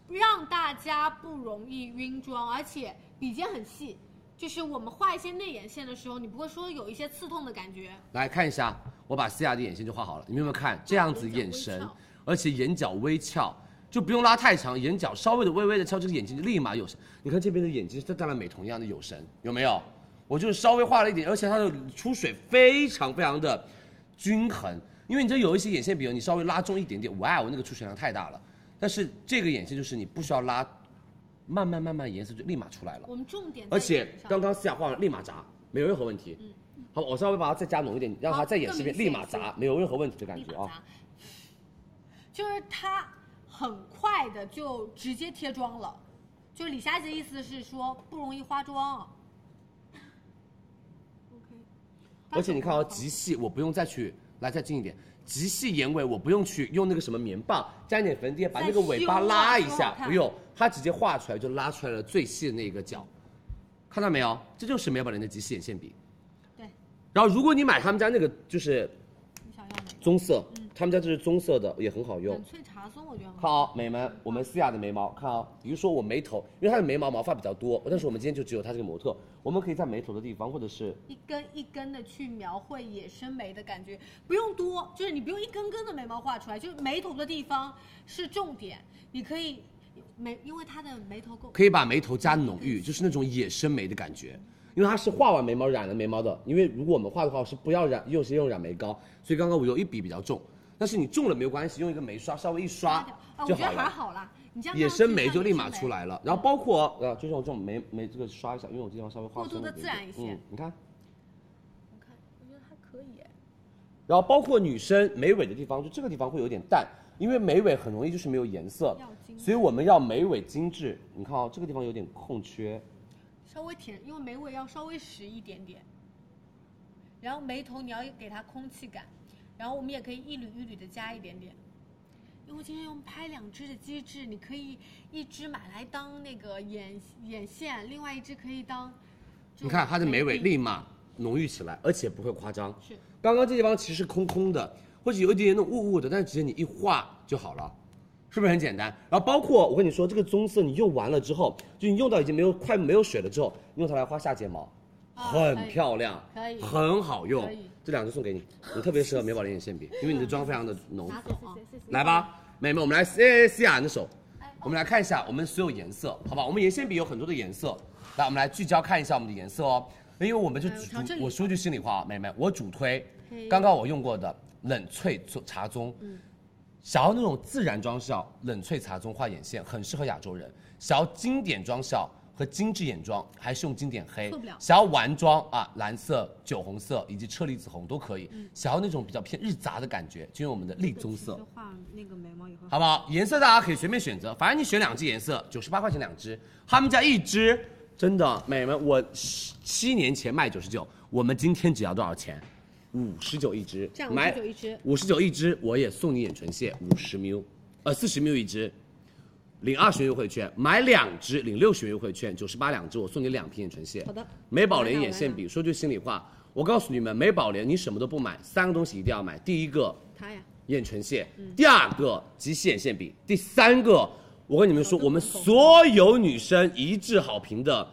让大家不容易晕妆，而且笔尖很细，就是我们画一些内眼线的时候，你不会说有一些刺痛的感觉。
来看一下，我把西亚的眼线就画好了，你们有没有看？这样子眼神，而且眼角微翘，就不用拉太长，眼角稍微的微微的翘，这个眼睛就立马有神。你看这边的眼睛，它带了美瞳一样的有神，有没有？我就是稍微画了一点，而且它的出水非常非常的均衡，因为你知道有一些眼线笔，你稍微拉重一点点，哇，我那个出水量太大了。但是这个眼线就是你不需要拉，慢慢慢慢颜色就立马出来了。
我们重点在
而且
眼上嗯
刚刚私下画完立马砸，没有任何问题。好，我稍微把它再加浓一点，让它再演示一遍，
哦更明
立
显
马砸，没有任何问题的感觉啊、
就是它很快的就直接贴妆了，就是李佳琦的意思是说不容易花妆。
而且你看啊，极细我不用再去，来再近一点，极细眼尾我不用去用那个什么棉棒沾点粉底液把那个尾巴拉一
再修
下
啊多好，看
不用，它直接画出来就拉出来了最细的那个角，看到没有？这就是美宝莲的极细眼线笔。
对。
然后如果你买他们家那个就是
你想要哪个？
棕色，
嗯
他们家这是棕色的也很好用
冷。萃茶松我觉得很好。
看哦，美们，我们思雅的眉毛，看哦，比如说我眉头，因为她的眉毛毛发比较多，但是我们今天就只有她这个模特，我们可以在眉头的地方，或者是
一根一根的去描绘野生眉的感觉，不用多，就是你不用一根根的眉毛画出来，就是眉头的地方是重点，你可以眉，因为它的眉头够，
可以把眉头加浓郁，就是那种野生眉的感觉。因为它是画完眉毛染了眉毛的，因为如果我们画的话是不要染，又是用染眉膏，所以刚刚我有一笔比较重，但是你重了没有关系，用一个眉刷稍微一刷
啊，我
就
觉
好
得还
了。
好啦，你这样
野生眉
让它
就立马
野生眉
出来了，然后包括呃，就像我这种眉眉这个刷一下，因为我这地方稍微画
过度
深
地
一点
自然一些
点嗯，你看，
我看，我觉得还可以哎。
然后包括女生眉尾的地方，就这个地方会有点淡，因为眉尾很容易就是没有颜色
要精，致
所以我们要眉尾精致。你看哦，这个地方有点空缺，
稍微舔，因为眉尾要稍微实一点点，然后眉头你要给它空气感，然后我们也可以一缕一缕的加一点点。因为今天用拍两支的机制，你可以一支买来当那个眼眼线，另外一支可以当就
你看它的眉尾
笔
立马浓郁起来，而且不会夸张。
是
刚刚这地方其实空空的，或者有一点点那种雾雾的，但是直接你一画就好了，是不是很简单？然后包括我跟你说，这个棕色你用完了之后，就你用到已经没有快没有水了之后，你用它来画下睫毛，
啊可
很
以
漂亮，
呃可以
很好用
可以。
这两支送给你，你特别适合美宝莲眼线笔，因为你的妆非常的浓。
拿走啊，
来吧，妹妹，我们来谢谢雅的手，我们来看一下我们所有颜色，好吧？我们眼线笔有很多的颜色，来，我们来聚焦看一下我们的颜色哦，因为我们就
哎我调
主
这里
我说句心里话啊，妹妹，我主推
黑
刚刚我用过的冷萃茶棕，
嗯
想要那种自然妆效，冷萃茶棕画眼线很适合亚洲人；想要经典妆效，和精致眼妆，还是用经典黑。
错不了
想要玩妆啊，蓝色、酒红色以及车厘子红都可以。
嗯
想要那种比较偏日杂的感觉，就用我们的栗棕色。
画那个眉毛以后，
好不好？颜色大家可以随便选择，反正你选两支颜色，九十八块钱两支，他们家一支真的美们，我十七年前卖九十九，我们今天只要多少钱？五十九一支
这，样
买
59一支
五十九一支，我也送你眼唇卸五十 ml，呃四十 ml 一支，领二十元优惠券，买两支领六十元优惠券，九十八两支，我送你两瓶眼唇卸。
好的
美宝莲眼线笔，说句心里话，我告诉你们，美宝莲你什么都不买，三个东西一定要买，第一个
它呀，
眼唇线，
嗯
第二个及膝眼线笔，第三个，我跟你们说，我们所有女生一致好评的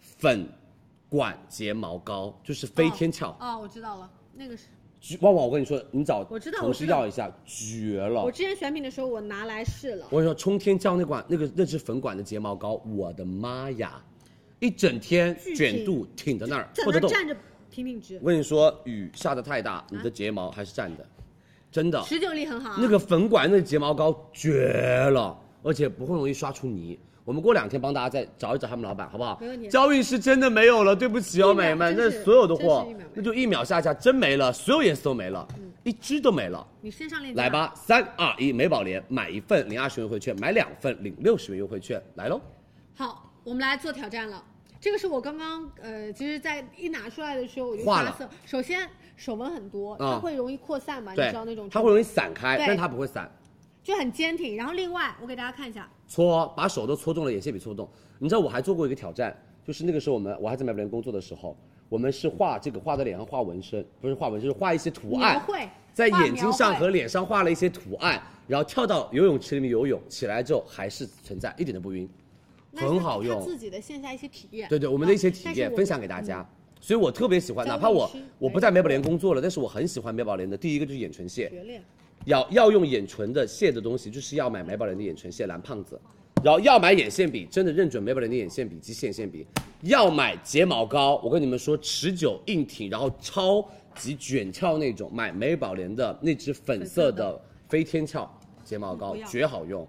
粉管睫毛膏，就是飞天翘。
哦，我知道了，那个是
橘旺旺，我跟你说，你找
我知道
同事
我知道
要一下，绝了
我。之前选品的时候我拿来试了，
我跟你说，冲天胶那管那个那支粉管的睫毛膏，我的妈呀，一整天
巨
卷
挺
度挺在那儿
在
不
那
得动。
站着挺挺直
我，跟你说，雨下的太
啊
大，你的睫毛还是站的，真的。
持久力很好啊。
那个粉管那睫毛膏绝了，而且不会容易刷出泥。我们过两天帮大家再找一找他们老板，好不好？
没问题
交易是真的没有了，对不起哦，
一秒
美们，
真
那
是
所有的货
真是一秒没嗯有
那就一秒下架，真没了，所有颜色都没了，一支都没了。
你身上链接
来吧，三二一，美宝莲买一份领二十元优惠券，买两份领六十元优惠券，来喽！
好，我们来做挑战了。这个是我刚刚呃，其实，在一拿出来的时候我就
化
发
了
色。首先手纹很多，
啊
它会容易扩散啊吧？你
对
知道那种，
它会容易散开，
对
但它不会散。
就很坚挺。然后另外，我给大家看一下，
搓，把手都搓中了，眼线笔搓不动。你知道我还做过一个挑战，就是那个时候我们我还在美宝莲工作的时候，我们是画这个画在脸上画纹身，不是画纹身，是画一些图
描
案，
绘
在
画
眼睛
描
上
绘
和脸上画了一些图案，然后跳到游泳池里面游泳，起来之后还是存在，一点都不晕，
那是
很好
他自
用。
己的线下一些体验。啊
对对，我们的一些体
但是
验
我
分享给大家。所以我特别喜欢，
教
哪怕我
你吃
我不在美宝莲工作了，但是我很喜欢美宝莲的。第一个就是眼唇线，
学练。
要要用眼唇的卸的东西，就是要买美宝莲的眼唇卸蓝胖子，然后要买眼线笔，真的认准美宝莲的眼线笔及眼线笔，要买睫毛膏，我跟你们说，持久硬挺，然后超级卷翘那种，买美宝莲的那支粉色的飞天翘睫毛膏，绝好用。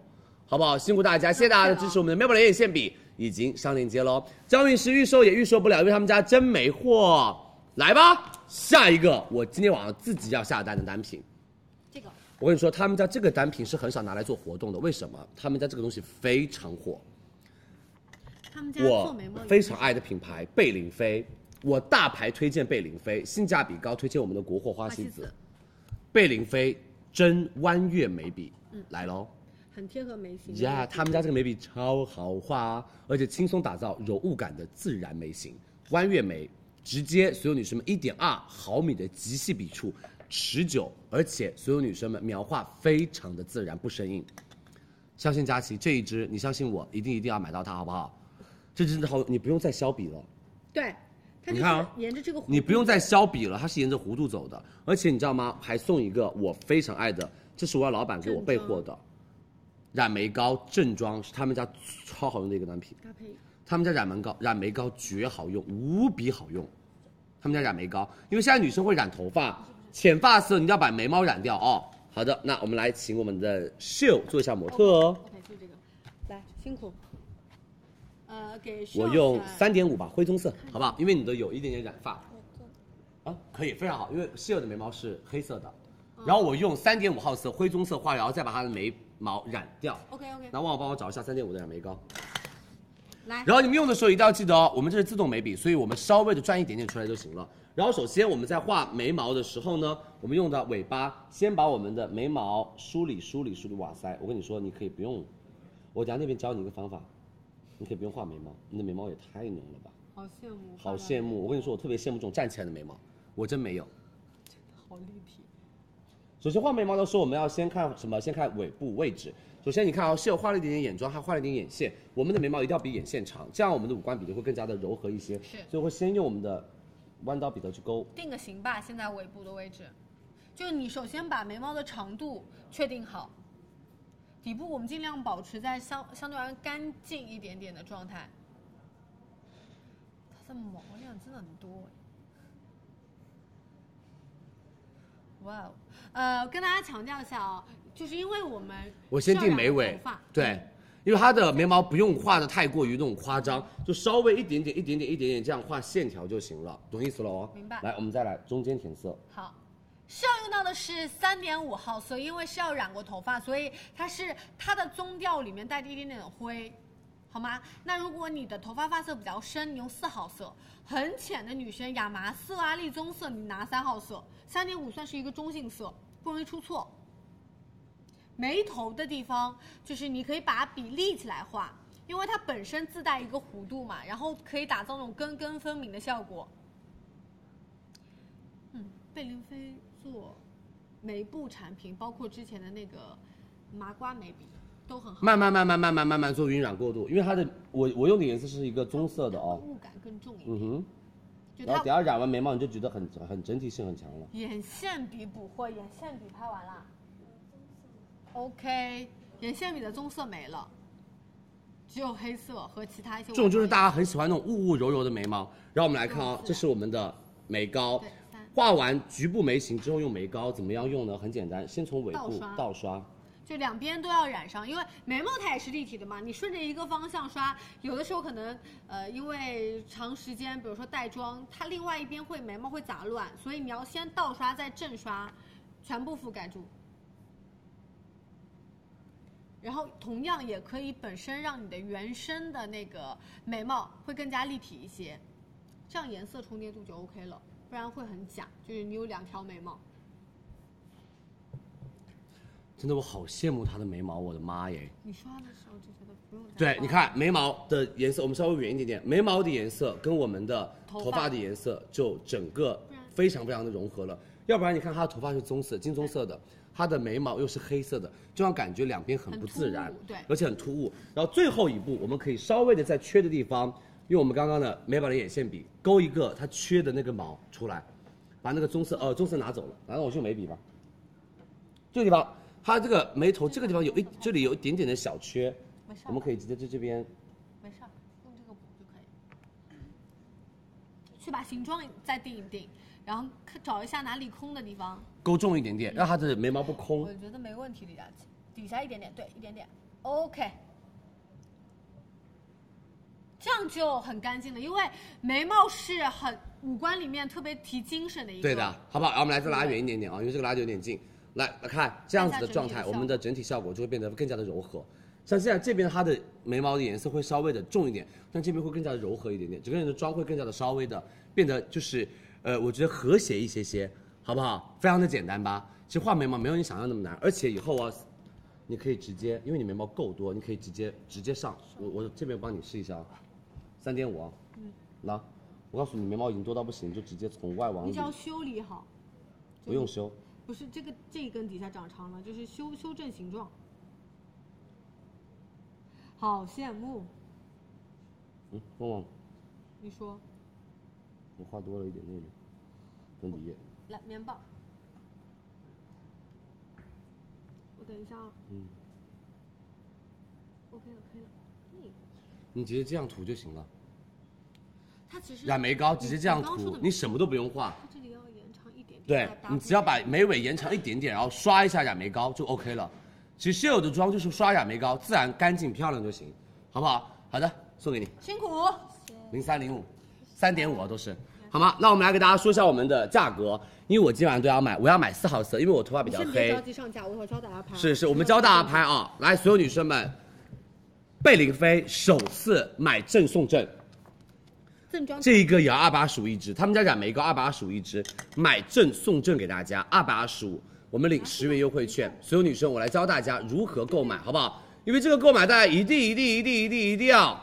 好不好？辛苦大家，谢谢大家的支持。我们的美宝莲眼线笔已经上链接喽，张韵诗预售也预售不了，因为他们家真没货。来吧，下一个我今天晚上自己要下单的单品。我跟你说，他们家这个单品是很少拿来做活动的，为什么？他们家这个东西非常火，
他们家做
我
眉毛也
非常爱的品牌贝玲妃，我大牌推荐贝玲妃，性价比高，推荐我们的国货花西子，贝玲妃真弯月眉笔，来喽！
很贴合眉形。
呀，他们家这个眉笔超豪华、啊而且轻松打造柔雾感的自然眉形，弯月眉，直接所有女生们一点二毫米的极细笔触，持久，而且所有女生们描画非常的自然，不生硬。相信佳琪这一支，你相信我，一定一定要买到它，好不好？这支真的好，你不用再削笔了。
对，它
你
就
看啊
是沿着这个弧度
你不用再削笔了，它是沿着弧度走的。而且你知道吗？还送一个我非常爱的，这是我老板给我备货的，染眉膏正装是他们家超好用的一个单品。
搭配。
他们家染眉膏，染眉膏绝好用，无比好用。他们家染眉膏，因为现在女生会染头发，浅发色你要把眉毛染掉哦。好的，那我们来请我们的秀做一下模特哦。
OK，就这个，来辛苦。呃，给
我
秀
用
出来
三点五吧，灰棕色，好不好？因为你的有一点点染发。啊，可以，非常好，因为室友的眉毛是黑色的，然后我用三点五号色灰棕色画，然后再把它的眉毛染掉。
OK OK，
那旺旺帮我找一下三点五的染眉膏。
来
然后你们用的时候一定要记得哦，我们这是自动眉笔，所以我们稍微的转一点点出来就行了。然后首先我们在画眉毛的时候呢，我们用的尾巴先把我们的眉毛梳理梳理梳理。哇塞，我跟你说，你可以不用，我等下那边教你一个方法，你可以不用画眉毛，你的眉毛也太浓了吧，
好羡慕，
好羡慕！我跟你说，我特别羡慕这种站起来的眉毛，我真没有。
好立体。
首先画眉毛的时候，我们要先看什么？先看尾部位置。首先你看啊，是有画了一点点眼妆，还画了一点眼线。我们的眉毛一定要比眼线长，这样我们的五官比例会更加的柔和一些。
是
所以会先用我们的弯刀笔头去勾。
定个型吧，现在尾部的位置，就是你首先把眉毛的长度确定好，底部我们尽量保持在相相对而言干净一点点的状态。它的毛量真的很多哎哇哦，呃，跟大家强调一下啊、就是因为我们
我先
是要
定
染
眉
头
尾
发，
对，因为它的眉毛不用画的太过于那种夸张，就稍微一点点、一点点、一点点这样画线条就行了，懂意思了哦？
明白
来，我们再来中间填色，
好，是要用到的是三点五号色，因为是要染过头发，所以它是它的棕调里面带着一点点的灰，好吗？那如果你的头发发色比较深，你用四号色；很浅的女生亚麻色啊、栗棕色，你拿三号色。三点五算是一个中性色，不容易出错。眉头的地方，就是你可以把笔立起来画，因为它本身自带一个弧度嘛，然后可以打造那种根根分明的效果。嗯，贝玲妃做每部产品，包括之前的那个麻瓜眉笔，都很好，
慢慢慢慢慢慢慢慢做晕染过渡，因为它的我我用的颜色是一个棕色的哦，
雾感更重一点。
嗯哼，
就
然后
它
等下染完眉毛你就觉得很很整体性很强了。
眼线笔补货，眼线笔拍完啦。OK，眼线笔的棕色没了，只有黑色和其他一些。
这种就是大家很喜欢那种雾雾柔柔的眉毛。然后我们来看啊，这是我们的眉膏，画完局部眉形之后用眉膏怎么样用呢？很简单，先从尾
倒
部
刷
倒刷，
就两边都要染上，因为眉毛它也是立体的嘛，你顺着一个方向刷，有的时候可能呃因为长时间，比如说带妆，它另外一边会眉毛会杂乱，所以你要先倒刷再正刷，全部覆盖住。然后同样也可以本身让你的原生的那个眉毛会更加立体一些，这样颜色重叠度就 OK 了，不然会很假，就是你有两条眉毛。
真的我好羡慕她的眉毛，我的妈耶！
你刷的时候就觉得不用再
对，
画
你
了
看眉毛的颜色，我们稍微远一点点，眉毛的颜色跟我们的
头发
头发的颜色就整个非常非常的融合了。要不然你看她的头发是棕色、金棕色的，她的眉毛又是黑色的，这样感觉两边很不自然
很突兀对
而且很突兀。然后最后一步，我们可以稍微的在缺的地方，用我们刚刚的美宝的眼线笔勾一个它缺的那个毛出来，把那个棕色呃棕色拿走了，然后我去用眉笔吧。这个地方，它这个眉头这个地方有一这里有一点点的小缺
没事，
我们可以直接在这边
没事儿，用这个补就可以。去把形状再定一定，然后看找一下哪里空的地方。
勾重一点点，让它的眉毛不空
我。觉得没问题，李佳琦，底下一点点，对，一点点，OK。这样就很干净了，因为眉毛是很五官里面特别提精神的一个。
对的，好不好？然后我们来再拉远一点点啊，因为这个拉的有点近。来，来看这样子的状态，我们的整体效果就会变得更加的柔和。像现在这边它的眉毛的颜色会稍微的重一点，但这边会更加的柔和一点点，整个人的妆会更加的稍微的变得就是，呃，我觉得和谐一些些，好不好？非常的简单吧？其实画眉毛没有你想象那么难，而且以后啊，你可以直接，因为你眉毛够多，你可以直接直接上。我我这边帮你试一下啊，三点五啊，来，我告诉你，眉毛已经多到不行，就直接从外往
你
里
只要修理好，
不用修，
不是这个这一根底下长长了，就是修修正形状。好羡慕，
嗯，旺旺，
你说。
我画多了一点那个，粉底液，
来，棉棒。我等一下啊。
嗯，
OK 了，可以了。嗯，
你直接这样涂就行了。
它其实
染眉膏直接这样
你刚刚说
涂
的，
你什么都不用画。
它这里要延长一点点。
对
再搭
你
配
只要把眉尾延长一点点，然后刷一下染眉膏就 OK 了。其实现有的妆就是刷染眉膏，自然干净漂亮就行，好不好？好的，送给你。
辛苦。
零三零五，三点五啊都是，好吗？那我们来给大家说一下我们的价格，因为我今晚都要买，我要买四号色，因为我头发比较
先别
黑
着。急上架，我一会儿教大家
啊
拍。
是是，我们教大家拍啊，来，所有女生们，贝玲妃首次买赠送赠，
正装
这一个也要二百二十五一支，他们家染眉膏二百二十五一支，买赠送赠给大家二百二十五，我们领十元优惠券。所有女生，我来教大家如何购买，好不好？因为这个购买大家一定一定一定一定一定要，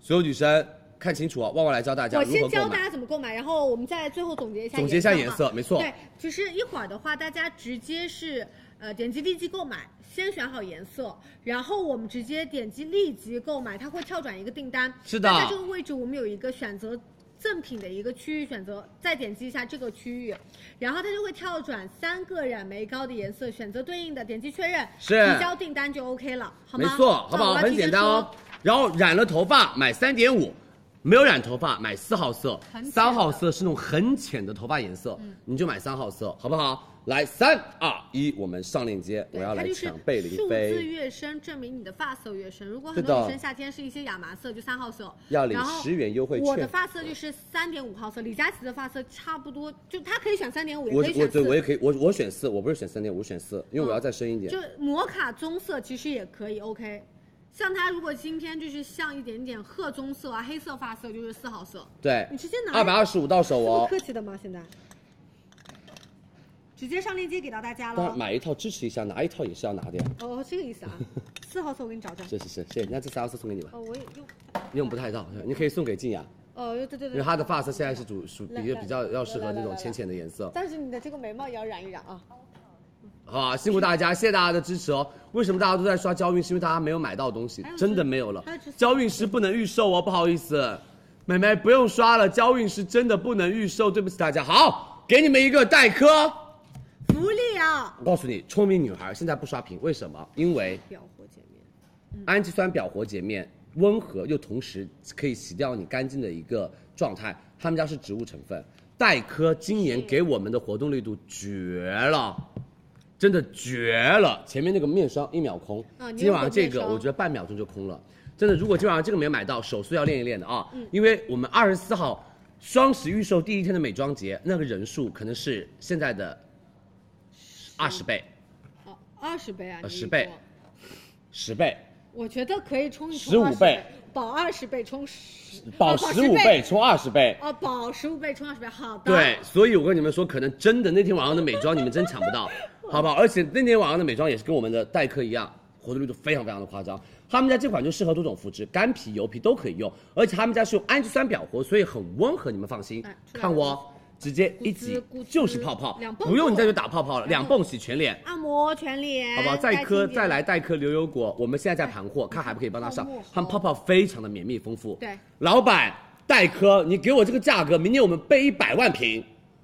所有女生看清楚啊，旺旺来教大家
我
如何
先
购
教大
买。
家怎么购买，然后我们再最后总结一下。
总结一下颜色
嘛
没错
对，就是一会儿的话，大家直接是呃点击立即购买，先选好颜色，然后我们直接点击立即购买，它会跳转一个订单。
是的
那在这个位置，我们有一个选择。赠品的一个区域选择，再点击一下这个区域，然后它就会跳转三个染眉膏的颜色，选择对应的，点击确认，
是
提交订单就 OK 了，好
没
吗？
错，好不好？
啊我要
很哦
提前
简单
说
哦。然后染了头发买三点五，没有染头发买四号色
很，浅的
三号色是那种很浅的头发颜色，
嗯
你就买三号色，好不好？来，三二一，我们上链接，我
对
要
它
来
就是
抢贝林
数字
飞，
越深，证明你的发色越深。如果
对
很
的
多女生夏天是一些亚麻色，就三号色，
要领
然后
10元优惠券
我的发色就是三点五号色，李佳琦的发色差不多，就她可以选三点五，也
我
可以
我
选
对
四。
我也可以，我我选四，我不是选三点，我选四，因为我要再深一点
就。摩卡棕色其实也可以，OK。像她如果今天就是像一点点褐棕色啊、黑色发色，就是四号色。
对，
你直接拿
二百二十五到手
不
哦，
气的吗？现在直接上链接给到大家
当然
了。
买一套支持一下，拿一套也是要拿的呀。
哦，这个意 思啊。四号色我给你找找。
是是是，谢谢，那这三号色送给你吧，
哦，我也用。
用不太到，你可以送给静雅，
哦，对对对。
因为她的发色现在是主属
来
比较
来
比较要适合
来来
那种
来
浅浅的颜色。
但是你的这个眉毛也要染一染啊。
好啊，辛苦大家，谢谢大家的支持哦。为什么大家都在刷娇韵？是因为大家没有买到东西
还有，
真的
这
没有了
哎还有这。
娇韵是不能预售哦，不好意思，美眉不用刷了，娇韵是真的不能预售，对不起大家。好，给你们一个代科，
福利啊！
我告诉你，聪明女孩现在不刷屏，为什么？因为
表活洁面，
氨基酸表活洁面温和又同时可以洗掉你干净的一个状态，他们家是植物成分。黛珂今年给我们的活动力度绝了，真的绝了！前面那个面霜一秒空，
啊
今
你
天晚
用
上
过
这
面
个
霜
我觉得半秒钟就空了。真的，如果今晚上这个没有买到，手速要练一练的啊，
嗯
因为我们二十四号双十预售第一天的美妆节，那个人数可能是现在的二十倍、
哦，二十倍啊，你
呃十倍
一共
十倍，
我觉得可以冲一
15
冲20
倍，
保二十倍冲十，
保
哦
十五倍，冲二十倍。
哦，保十五倍冲二十倍，好的。
对，，所以我跟你们说，可能真的那天晚上的美妆你们真抢不 到，好不好？而且那天晚上的美妆也是跟我们的黛珂一样，活动力度非常非常的夸张。他们家这款就适合多种肤质，干皮、油皮都可以用，而且他们家是用氨基酸表活，所以很温和，你们放心
哎。出来
看我
了
哦，直接一挤
咕吱
就是泡泡
两，泵
不用你
够
再去打泡泡了，
然
两
后
泵洗全脸。
按摩全脸，
好不好？再颗
科
再来带颗牛油果，我们现在在盘货，看还不可以帮他上
泡沫。
他们泡泡非常的绵密丰富。
对，
老板带颗，你给我这个价格，明年我们备一百万瓶，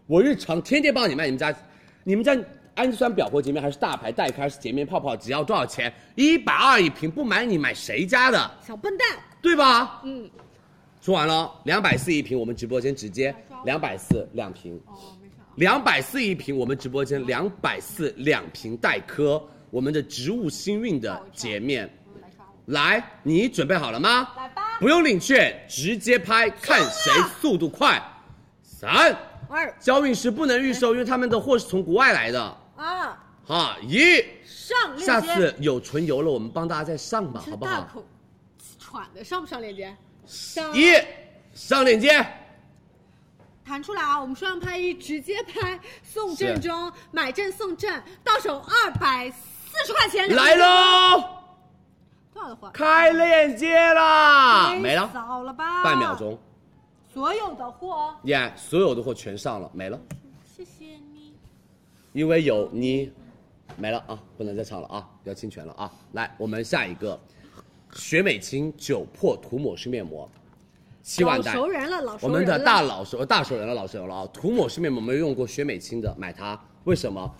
我日常天天帮你卖。你们家，你们家氨基酸表活洁面还是大牌黛珂还是洁面泡泡，只要多少钱？一百二一瓶，不买你买谁家的？
小笨蛋，
对吧？嗯。说完了，两百四一瓶，我们直播间直接两百四哦两瓶。两百四一瓶，我们直播间两百四两瓶黛珂，我们的植物新韵的洁面。来，你准备好了吗？来吧。不用领券，直接拍，看谁速度快。三
二
娇韵是不能预售，因为他们的货是从国外来的。
啊，
哈，一，
上链接。
下次有唇油了，我们帮大家再上吧，好不
大
好？
口喘的，上不上链接？上
一，上链接。
弹出来啊！我们说让拍一，直接拍送
是
正装，买正送正，到手二百四十块钱。
来，喽，
多少的货？
开链接啦，啊没了，
少了吧？
半秒，钟，
所有的货，
耶、所有的货全上了，没了，
谢谢你。
因为有你，没了啊，不能再唱了啊，要侵权了啊，来，我们下一个，雪美清酒粕涂抹式面膜，七万
老
单，
熟人了，老熟
我
人
们的
了
大老熟大熟人了，老熟人了啊！涂抹式面膜没有用过雪美清的，买它为什么？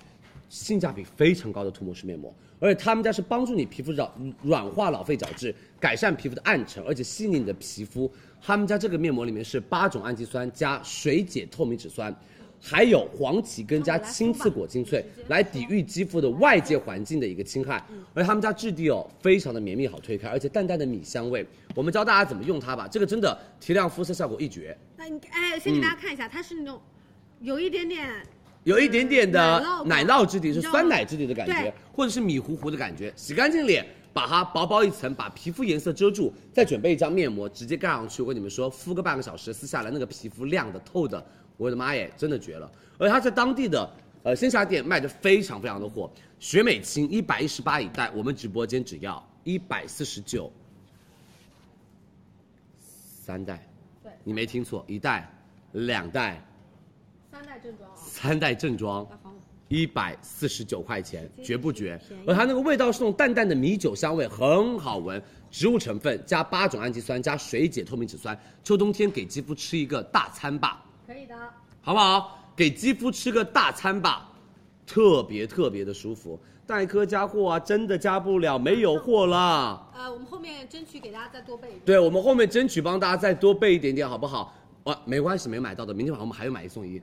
性价比非常高的涂抹式面膜，而且他们家是帮助你皮肤角软化老废角质，改善皮肤的暗沉，而且细腻你的皮肤。他们家这个面膜里面是八种氨基酸加水解透明质酸，还有黄芪根加青刺果精粹，来抵御肌肤的外界环境的一个侵害。而他们家质地哦，非常的绵密好推开，而且淡淡的米香味。我们教大家怎么用它吧，这个真的提亮肤色效果一绝。
那你哎，先
嗯
给大家看一下，它是那种有一点点
有一点点的奶
奶酪吧
酪质地，
你
是
知道吗
酸奶质地的感觉
对，
或者是米糊糊的感觉。洗干净脸，把它薄薄一层，把皮肤颜色遮住，再准备一张面膜，直接盖上去。我跟你们说，敷个半个小时，撕下来那个皮肤亮的透的，我的妈耶，真的绝了！而它在当地的呃线下店卖的非常非常的火，雪美清一百一十八一袋，我们直播间只要一百四十九，三袋，
对
你没听错，一袋、两袋、
三代正装啊。
三袋正装。
大黄
一百四十九块钱，绝不绝
便宜？
而它那个味道是那种淡淡的米酒香味，很好闻。植物成分加八种氨基酸加水解透明质酸，秋冬天给肌肤吃一个大餐吧，
可以的，
好不好？给肌肤吃个大餐吧，特别特别的舒服。代客加货啊，真的加不了，没有货了。
呃，我们后面争取给大家再多备一点。
对，我们后面争取帮大家再多备一点点，好不好？啊，没关系，没买到的，明天晚上我们还有买一送一，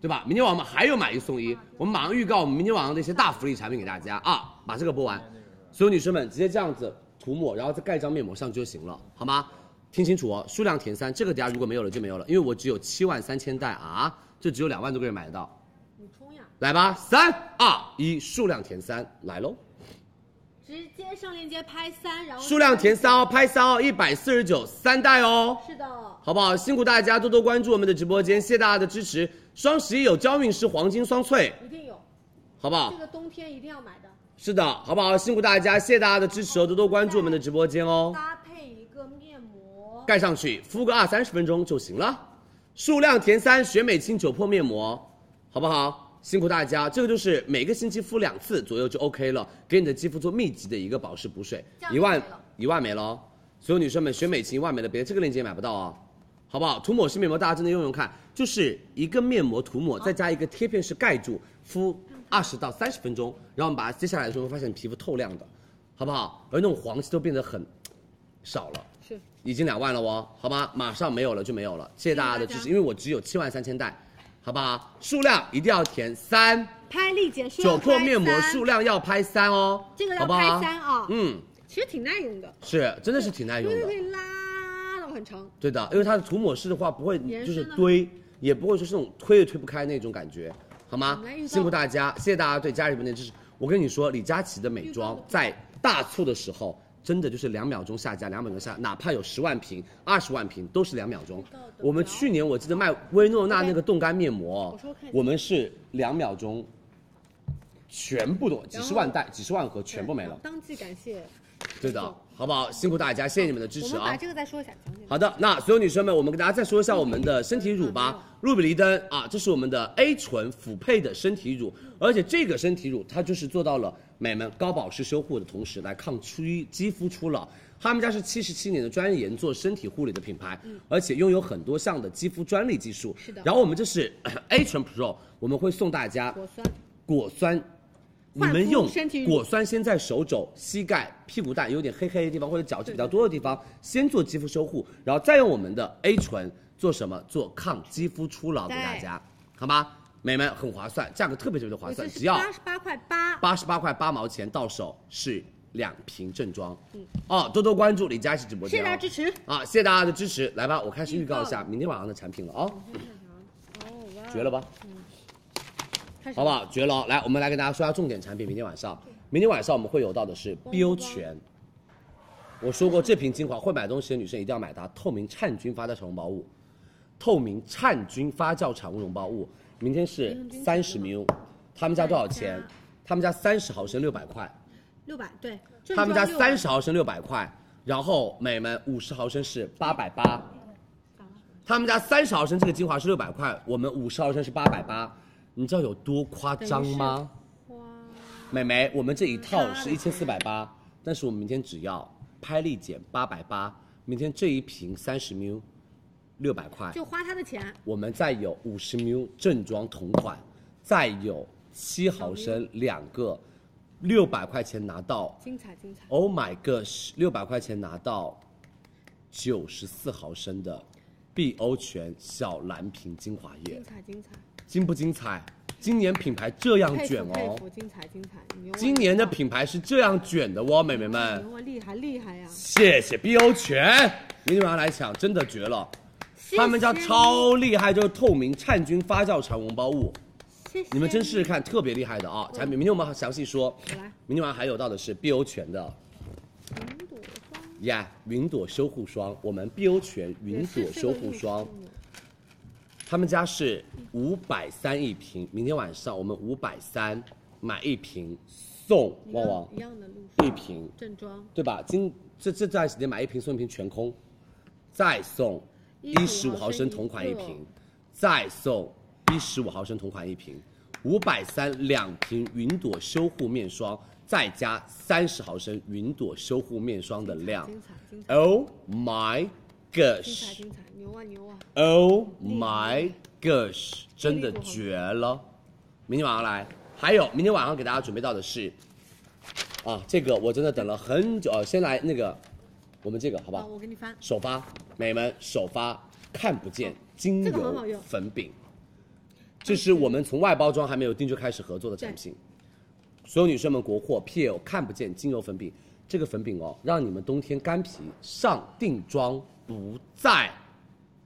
对吧？明天晚上我们还有买一送一，我们马上预告我们明天晚上的一些大福利产品给大家啊！把这个播完，所有女生们直接这样子涂抹，然后再盖一张面膜上去就行了，好吗？听清楚哦，数量填三，这个等下如果没有了就没有了，因为我只有七万三千袋啊，这只有两万多个人买得到。
补充呀，
来吧，三二一，数量填三，来喽！
直接上链接拍三，然后
数量填三哦，拍三哦，一百四十九三袋哦。
是的，
好不好？辛苦大家多多关注我们的直播间，谢谢大家的支持。双十一有娇韵诗黄金双萃，
一定有，
好不好
这？个冬天一定要买的，
是的，好不好？辛苦大家，谢谢大家的支持哦，多多关注我们的直播间哦。
搭配一个面膜，
盖上去，敷个二三十分钟就行了。数量填三，雪美清酒破面膜，好不好？辛苦大家，这个就是每个星期敷两次左右就 OK 了，给你的肌肤做密集的一个保湿补水
这，样
一
就
万
没了
一万没了哦。所有女生们，雪美清一万没了，别的这个链接买不到啊、好不好？涂抹式面膜大家真的用用看，就是一个面膜涂
哦
抹，再加一个贴片式盖住，敷二十到三十分钟，然后我们把它接下来的时候会发现皮肤透亮的，好不好？而那种黄气都变得很少了，
是
已经两万了哦，好吗？马上没有了就没有了，谢谢大家的支持，因为我只有七万三千袋，好不好？数量一定要填三，
拍丽姐说要
酒
拍
破面膜
三
数量要拍三哦，
这个要
好不
拍
好？
三啊，
嗯，
其实挺耐用的，
是，真的是挺耐用
因为它
的
可。以拉到很长。
对的，因为它的涂抹式的话不会
延
就是
伸啊的
堆，也不会说是那种推也推不开那种感觉，好吗
很难预？告
辛苦大家，谢谢大家对佳琦本的支持。我跟你说，李佳琦的美妆在大促的时候，真的就是两秒钟下架，两秒钟下，哪怕有十万瓶、二十万瓶，都是两秒钟。我们去年我记得卖薇诺娜那个冻干面膜，我们是两秒钟，全部都几十万袋、几十万盒全部没了。
当即感谢，
对的，好不好？辛苦大家，谢谢你们的支
我
持
们
啊！
把这个再说一下，讲解。
好的，那所有女生们，我们给大家再说一下我们的身体乳吧，露比丽登啊，这是我们的 A 醇辅配的身体乳，而且这个身体乳它就是做到了美们高保湿修护的同时，来抗肌肌肤初老。他们家是七十七年的专业研做身体护理的品牌，而且拥有很多项的肌肤专利技术。
嗯是的
然后我们这是 A 醇 Pro，我们会送大家
果酸
果酸，你
焕肤
们用
身体乳
果酸先在手肘、膝盖、屁股蛋有点黑黑的地方或者角质比较多的地方，先做肌肤修护，然后再用我们的 A 醇做什么？做抗肌肤初老给大家，好吗？美们很划算，价格特别特别的划
我
啊算
这，
只
是
要
八十八块八，
八十八块啊八毛钱到手是两瓶正装。哦，多多关注李佳琦直播
谢嗯谢
间、
大家
哦。
支持。
啊，谢谢大家的支持，来吧，我开始预告一下明天晚上的产品了啊、
嗯
绝了吧？
开始
好不好？绝了哦！来，我们来给大家说一下重点产品。明天晚上，明天晚上我们会有到的是 BO 泉。我说过，这瓶精华会买东西的女生一定要买它，透明灿菌发酵产绒包物，透明灿菌发酵产物绒包物。明天是三十 ml，他们家多少钱？他们家三十毫升六百块，
六百对，正
他们家
装600
三十毫升六百块，然后美们五十毫升是八百八，他们家三十毫升这个精华是六百块，我们五十毫升是八百八，你知道有多夸张吗？美眉，我们这一套是一千四百八，但是我们明天只要拍立减八百八，明天这一瓶三十 ml 六百块，
就花他的钱，
我们再有五十 ml 正装同款，再有七毫升两个，六百块钱拿到
精彩精彩。
Oh my gosh，六百块钱拿到九十四毫升的 BO 泉小蓝瓶精华液
精，彩精彩，
精不精彩？今年品牌这样
佩
卷
服佩
哦，
服，精彩精彩，牛啊！
今年的品牌是这样卷的哦，美眉们，
牛啊，厉害厉害呀！
谢谢 BO 泉，明天晚上来抢，真的绝了。他们家超厉害，就是透明灿菌发酵产绒包物，
谢谢
你们真试试看，特别厉害的啊！产品明天我们好详细说。
来
明天晚上还有到的是碧欧泉的
云朵霜
呀、云朵修护霜，我们碧欧泉云朵修护霜，他们家是五百三一瓶，明天晚上我们五百三买一瓶送旺旺
一样的路数，
一瓶，
正装
对吧？今这这段时间买一瓶送一瓶全空，再送一十
15
五毫升同款一瓶，再送一十五毫升同款一瓶，五百三两瓶云朵修护面霜，再加三十毫升云朵修护面霜的量。
精彩精彩
Oh my
精彩
gosh！
精彩，牛啊牛啊！
Oh my gosh，真的绝了！明天晚上来，还有明天晚上给大家准备到的是，啊，这个我真的等了很久，呃，先来那个，我们这个好不
好，
好？
哦我给你翻。
首发，美们首发看不
哦
见精
这个很好
油
用
粉饼，这是我们从外包装还没有定就开始合作的产品。所有女生们国货 PL 看不见精油粉饼，这个粉饼哦，让你们冬天干皮上定妆不在，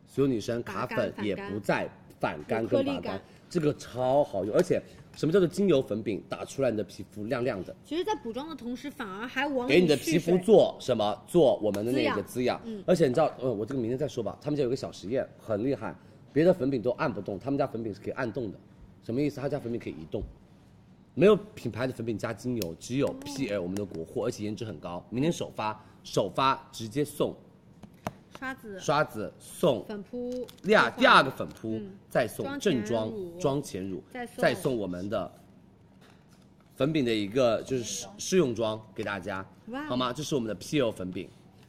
所有女生卡
反干
粉也
反干
不在反干
有颗
跟
粒
拔干
感，
这个超好用，而且什么叫做精油粉饼，打出来你的皮肤亮亮的。
其实，在补妆的同时，反而还往
给你的
蓄
皮肤
水
做什么？做我们的那个
滋
滋
养
养。
嗯
而且你知道，嗯，我这个明天再说吧。他们家有个小实验，很厉害，别的粉饼都按不动，他们家粉饼是可以按动的。什么意思？他家粉饼可以移动。没有品牌的粉饼加精油，只
哦
有 PL 我们的国货，而且颜值很高。明天首发，首发直接送
刷子、
刷子，送
粉扑、
第二
护发
第二个粉扑，
嗯
再送正装
妆前乳
妆前乳，
再
再
送
我们的粉饼的一个就是试试用装给大家
哇，
好吗？这是我们的 PL 粉饼，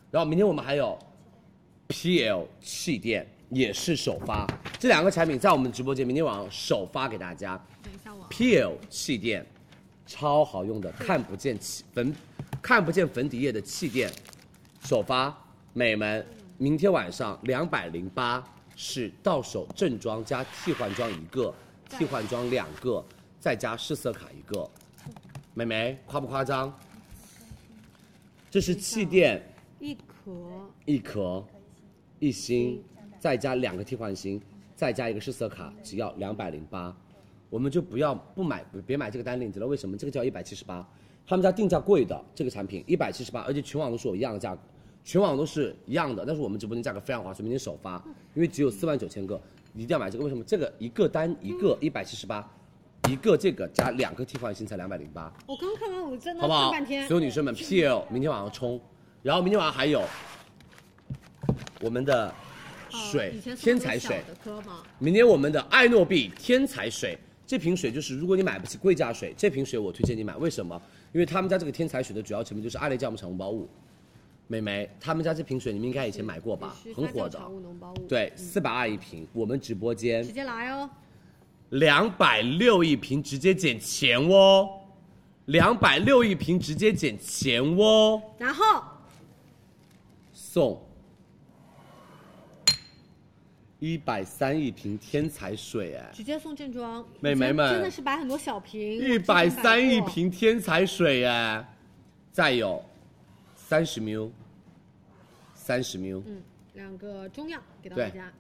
然后明天我们还有 PL 气垫也是首发，这两个产品在我们直播间明天晚上首发给大家。
等一下我啊
PL 气垫，超好用的，看不见气粉，看不见粉底液的气垫，首发美们，明天晚上两百零八是到手正装加替换装一个，替换装两个，再加试色卡一个，美眉夸不夸张？这是气垫
一壳，
一壳，一星，再加两个替换星，再加一个试色卡，只要两百零八，我们就不要不买不别买这个单链子了。为什么？这个叫一百七十八，他们家定价贵的这个产品一百七十八，而且全网都是有一样的价格，全网都是一样的，但是我们直播间价格非常划算，明天首发，因为只有四万九千个，你一定要买这个。为什么？这个一个单一个一百七十八，一个这个加两个替换星才两百零八。
我刚看完，我在那
好不
看
好
半天。？
所有女生们，PL 明天晚上冲，然后明天晚上还有我们的水、
哦啊以前送
天
过
才
小
水，
的颗吗？
明天我们的爱诺碧天才水，这瓶水就是如果你买不起贵价水，这瓶水我推荐你买。为什么？因为他们家这个天才水的主要成分就是阿类酵母产物包物。美眉，他们家这瓶水你们应该以前买过吧？很火的，
物脓包物，
对，四百二一瓶，我们直播间
嗯直接来哦。
两百六一瓶直接减钱哦，两百六一瓶直接减钱哦。
然后
送一百三一瓶天才水，哎，
直接送正装，
美眉们
以前真的是摆很多小瓶，
一百三一，瓶天才水，哎，再有三十 ml，三十 ml，
嗯，两个中药给到大
对
家。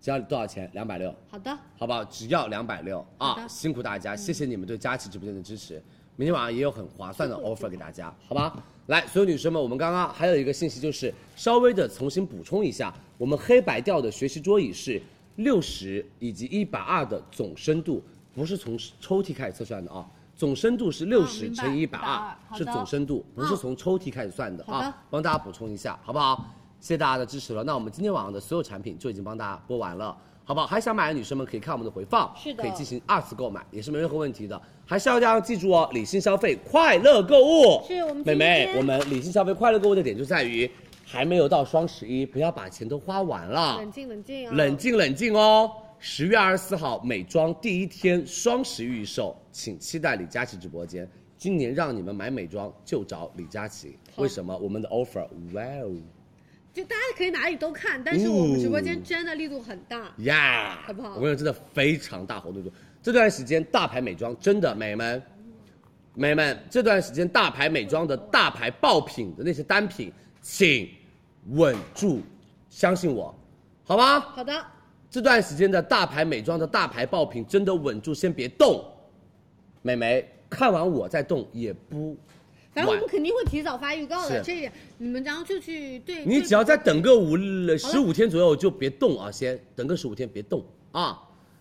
只要多少钱？两百六，
好的，
好不好？只要两百六
好的嗯
啊！辛苦大家，谢谢你们对佳琦直播间的支持。明天晚上也有很划算的 offer 给大家，好吧？来，所有女生们，我们刚刚还有一个信息，就是稍微的重新补充一下，我们黑白调的学习桌椅是六十以及一百二的总深度，不是从抽屉开始测算的啊，总深度是六十
啊明白
乘以一百
120
二，
好的
是总深度，不是从抽屉开始算的
嗯好的
啊。帮大家补充一下，好不好？谢谢大家的支持了。那我们今天晚上的所有产品就已经帮大家播完了，好不好？还想买的女生们可以看我们的回放，
是的
可以进行二次购买，也是没任何问题的。还是要大家记住哦，理性消费，快乐购物。
是我们
美
今天
眉，我们理性消费、快乐购物的点就在于，还没有到双十一，不要把钱都花完了。
冷静冷静啊，
冷静冷静哦！十月二十四号美妆第一天双十预售，请期待李佳琦直播间。今年让你们买美妆就找李佳琦，为什么？我们的 offer，哇哦
就大家可以哪里都看，但是我们直播间真的力度很大，
呀！
好不好
我跟你说，真的非常大活动中。这段时间大牌美妆真的美们，美们，这段时间大牌美妆的大牌爆品的那些单品，请稳住，相信我，好吗？
好的，
这段时间的大牌美妆的大牌爆品真的稳住，先别动。美眉看完我再动也不
反
晚
正我，们肯定会提早发预告的，
是
这一点你们然后就去对，
你
对
只要再等个五十五天左右就别动啊，先等个十五天别动啊，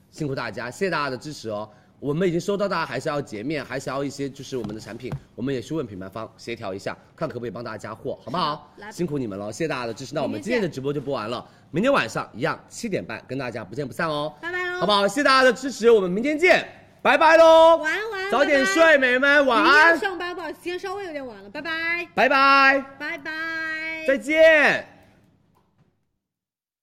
辛苦大家，谢谢大家的支持哦。我们已经收到大家还是要洁面，还是要一些就是我们的产品，我们也去问品牌方协调一下，看可不可以帮大家加货，好不好
是的来？
辛苦你们了，谢谢大家的支持。那我们
明天
今天的
见
直播就播完了，明天晚上一样七点半跟大家不见不散哦。
拜拜喽，
好不好？谢谢大家的支持，我们明天见，拜拜喽！
晚安晚安
早点
拜拜
睡，美们，晚
明天
安，
上班不好意思，今天稍微有点晚了，拜拜，
拜拜，
拜拜，
再见。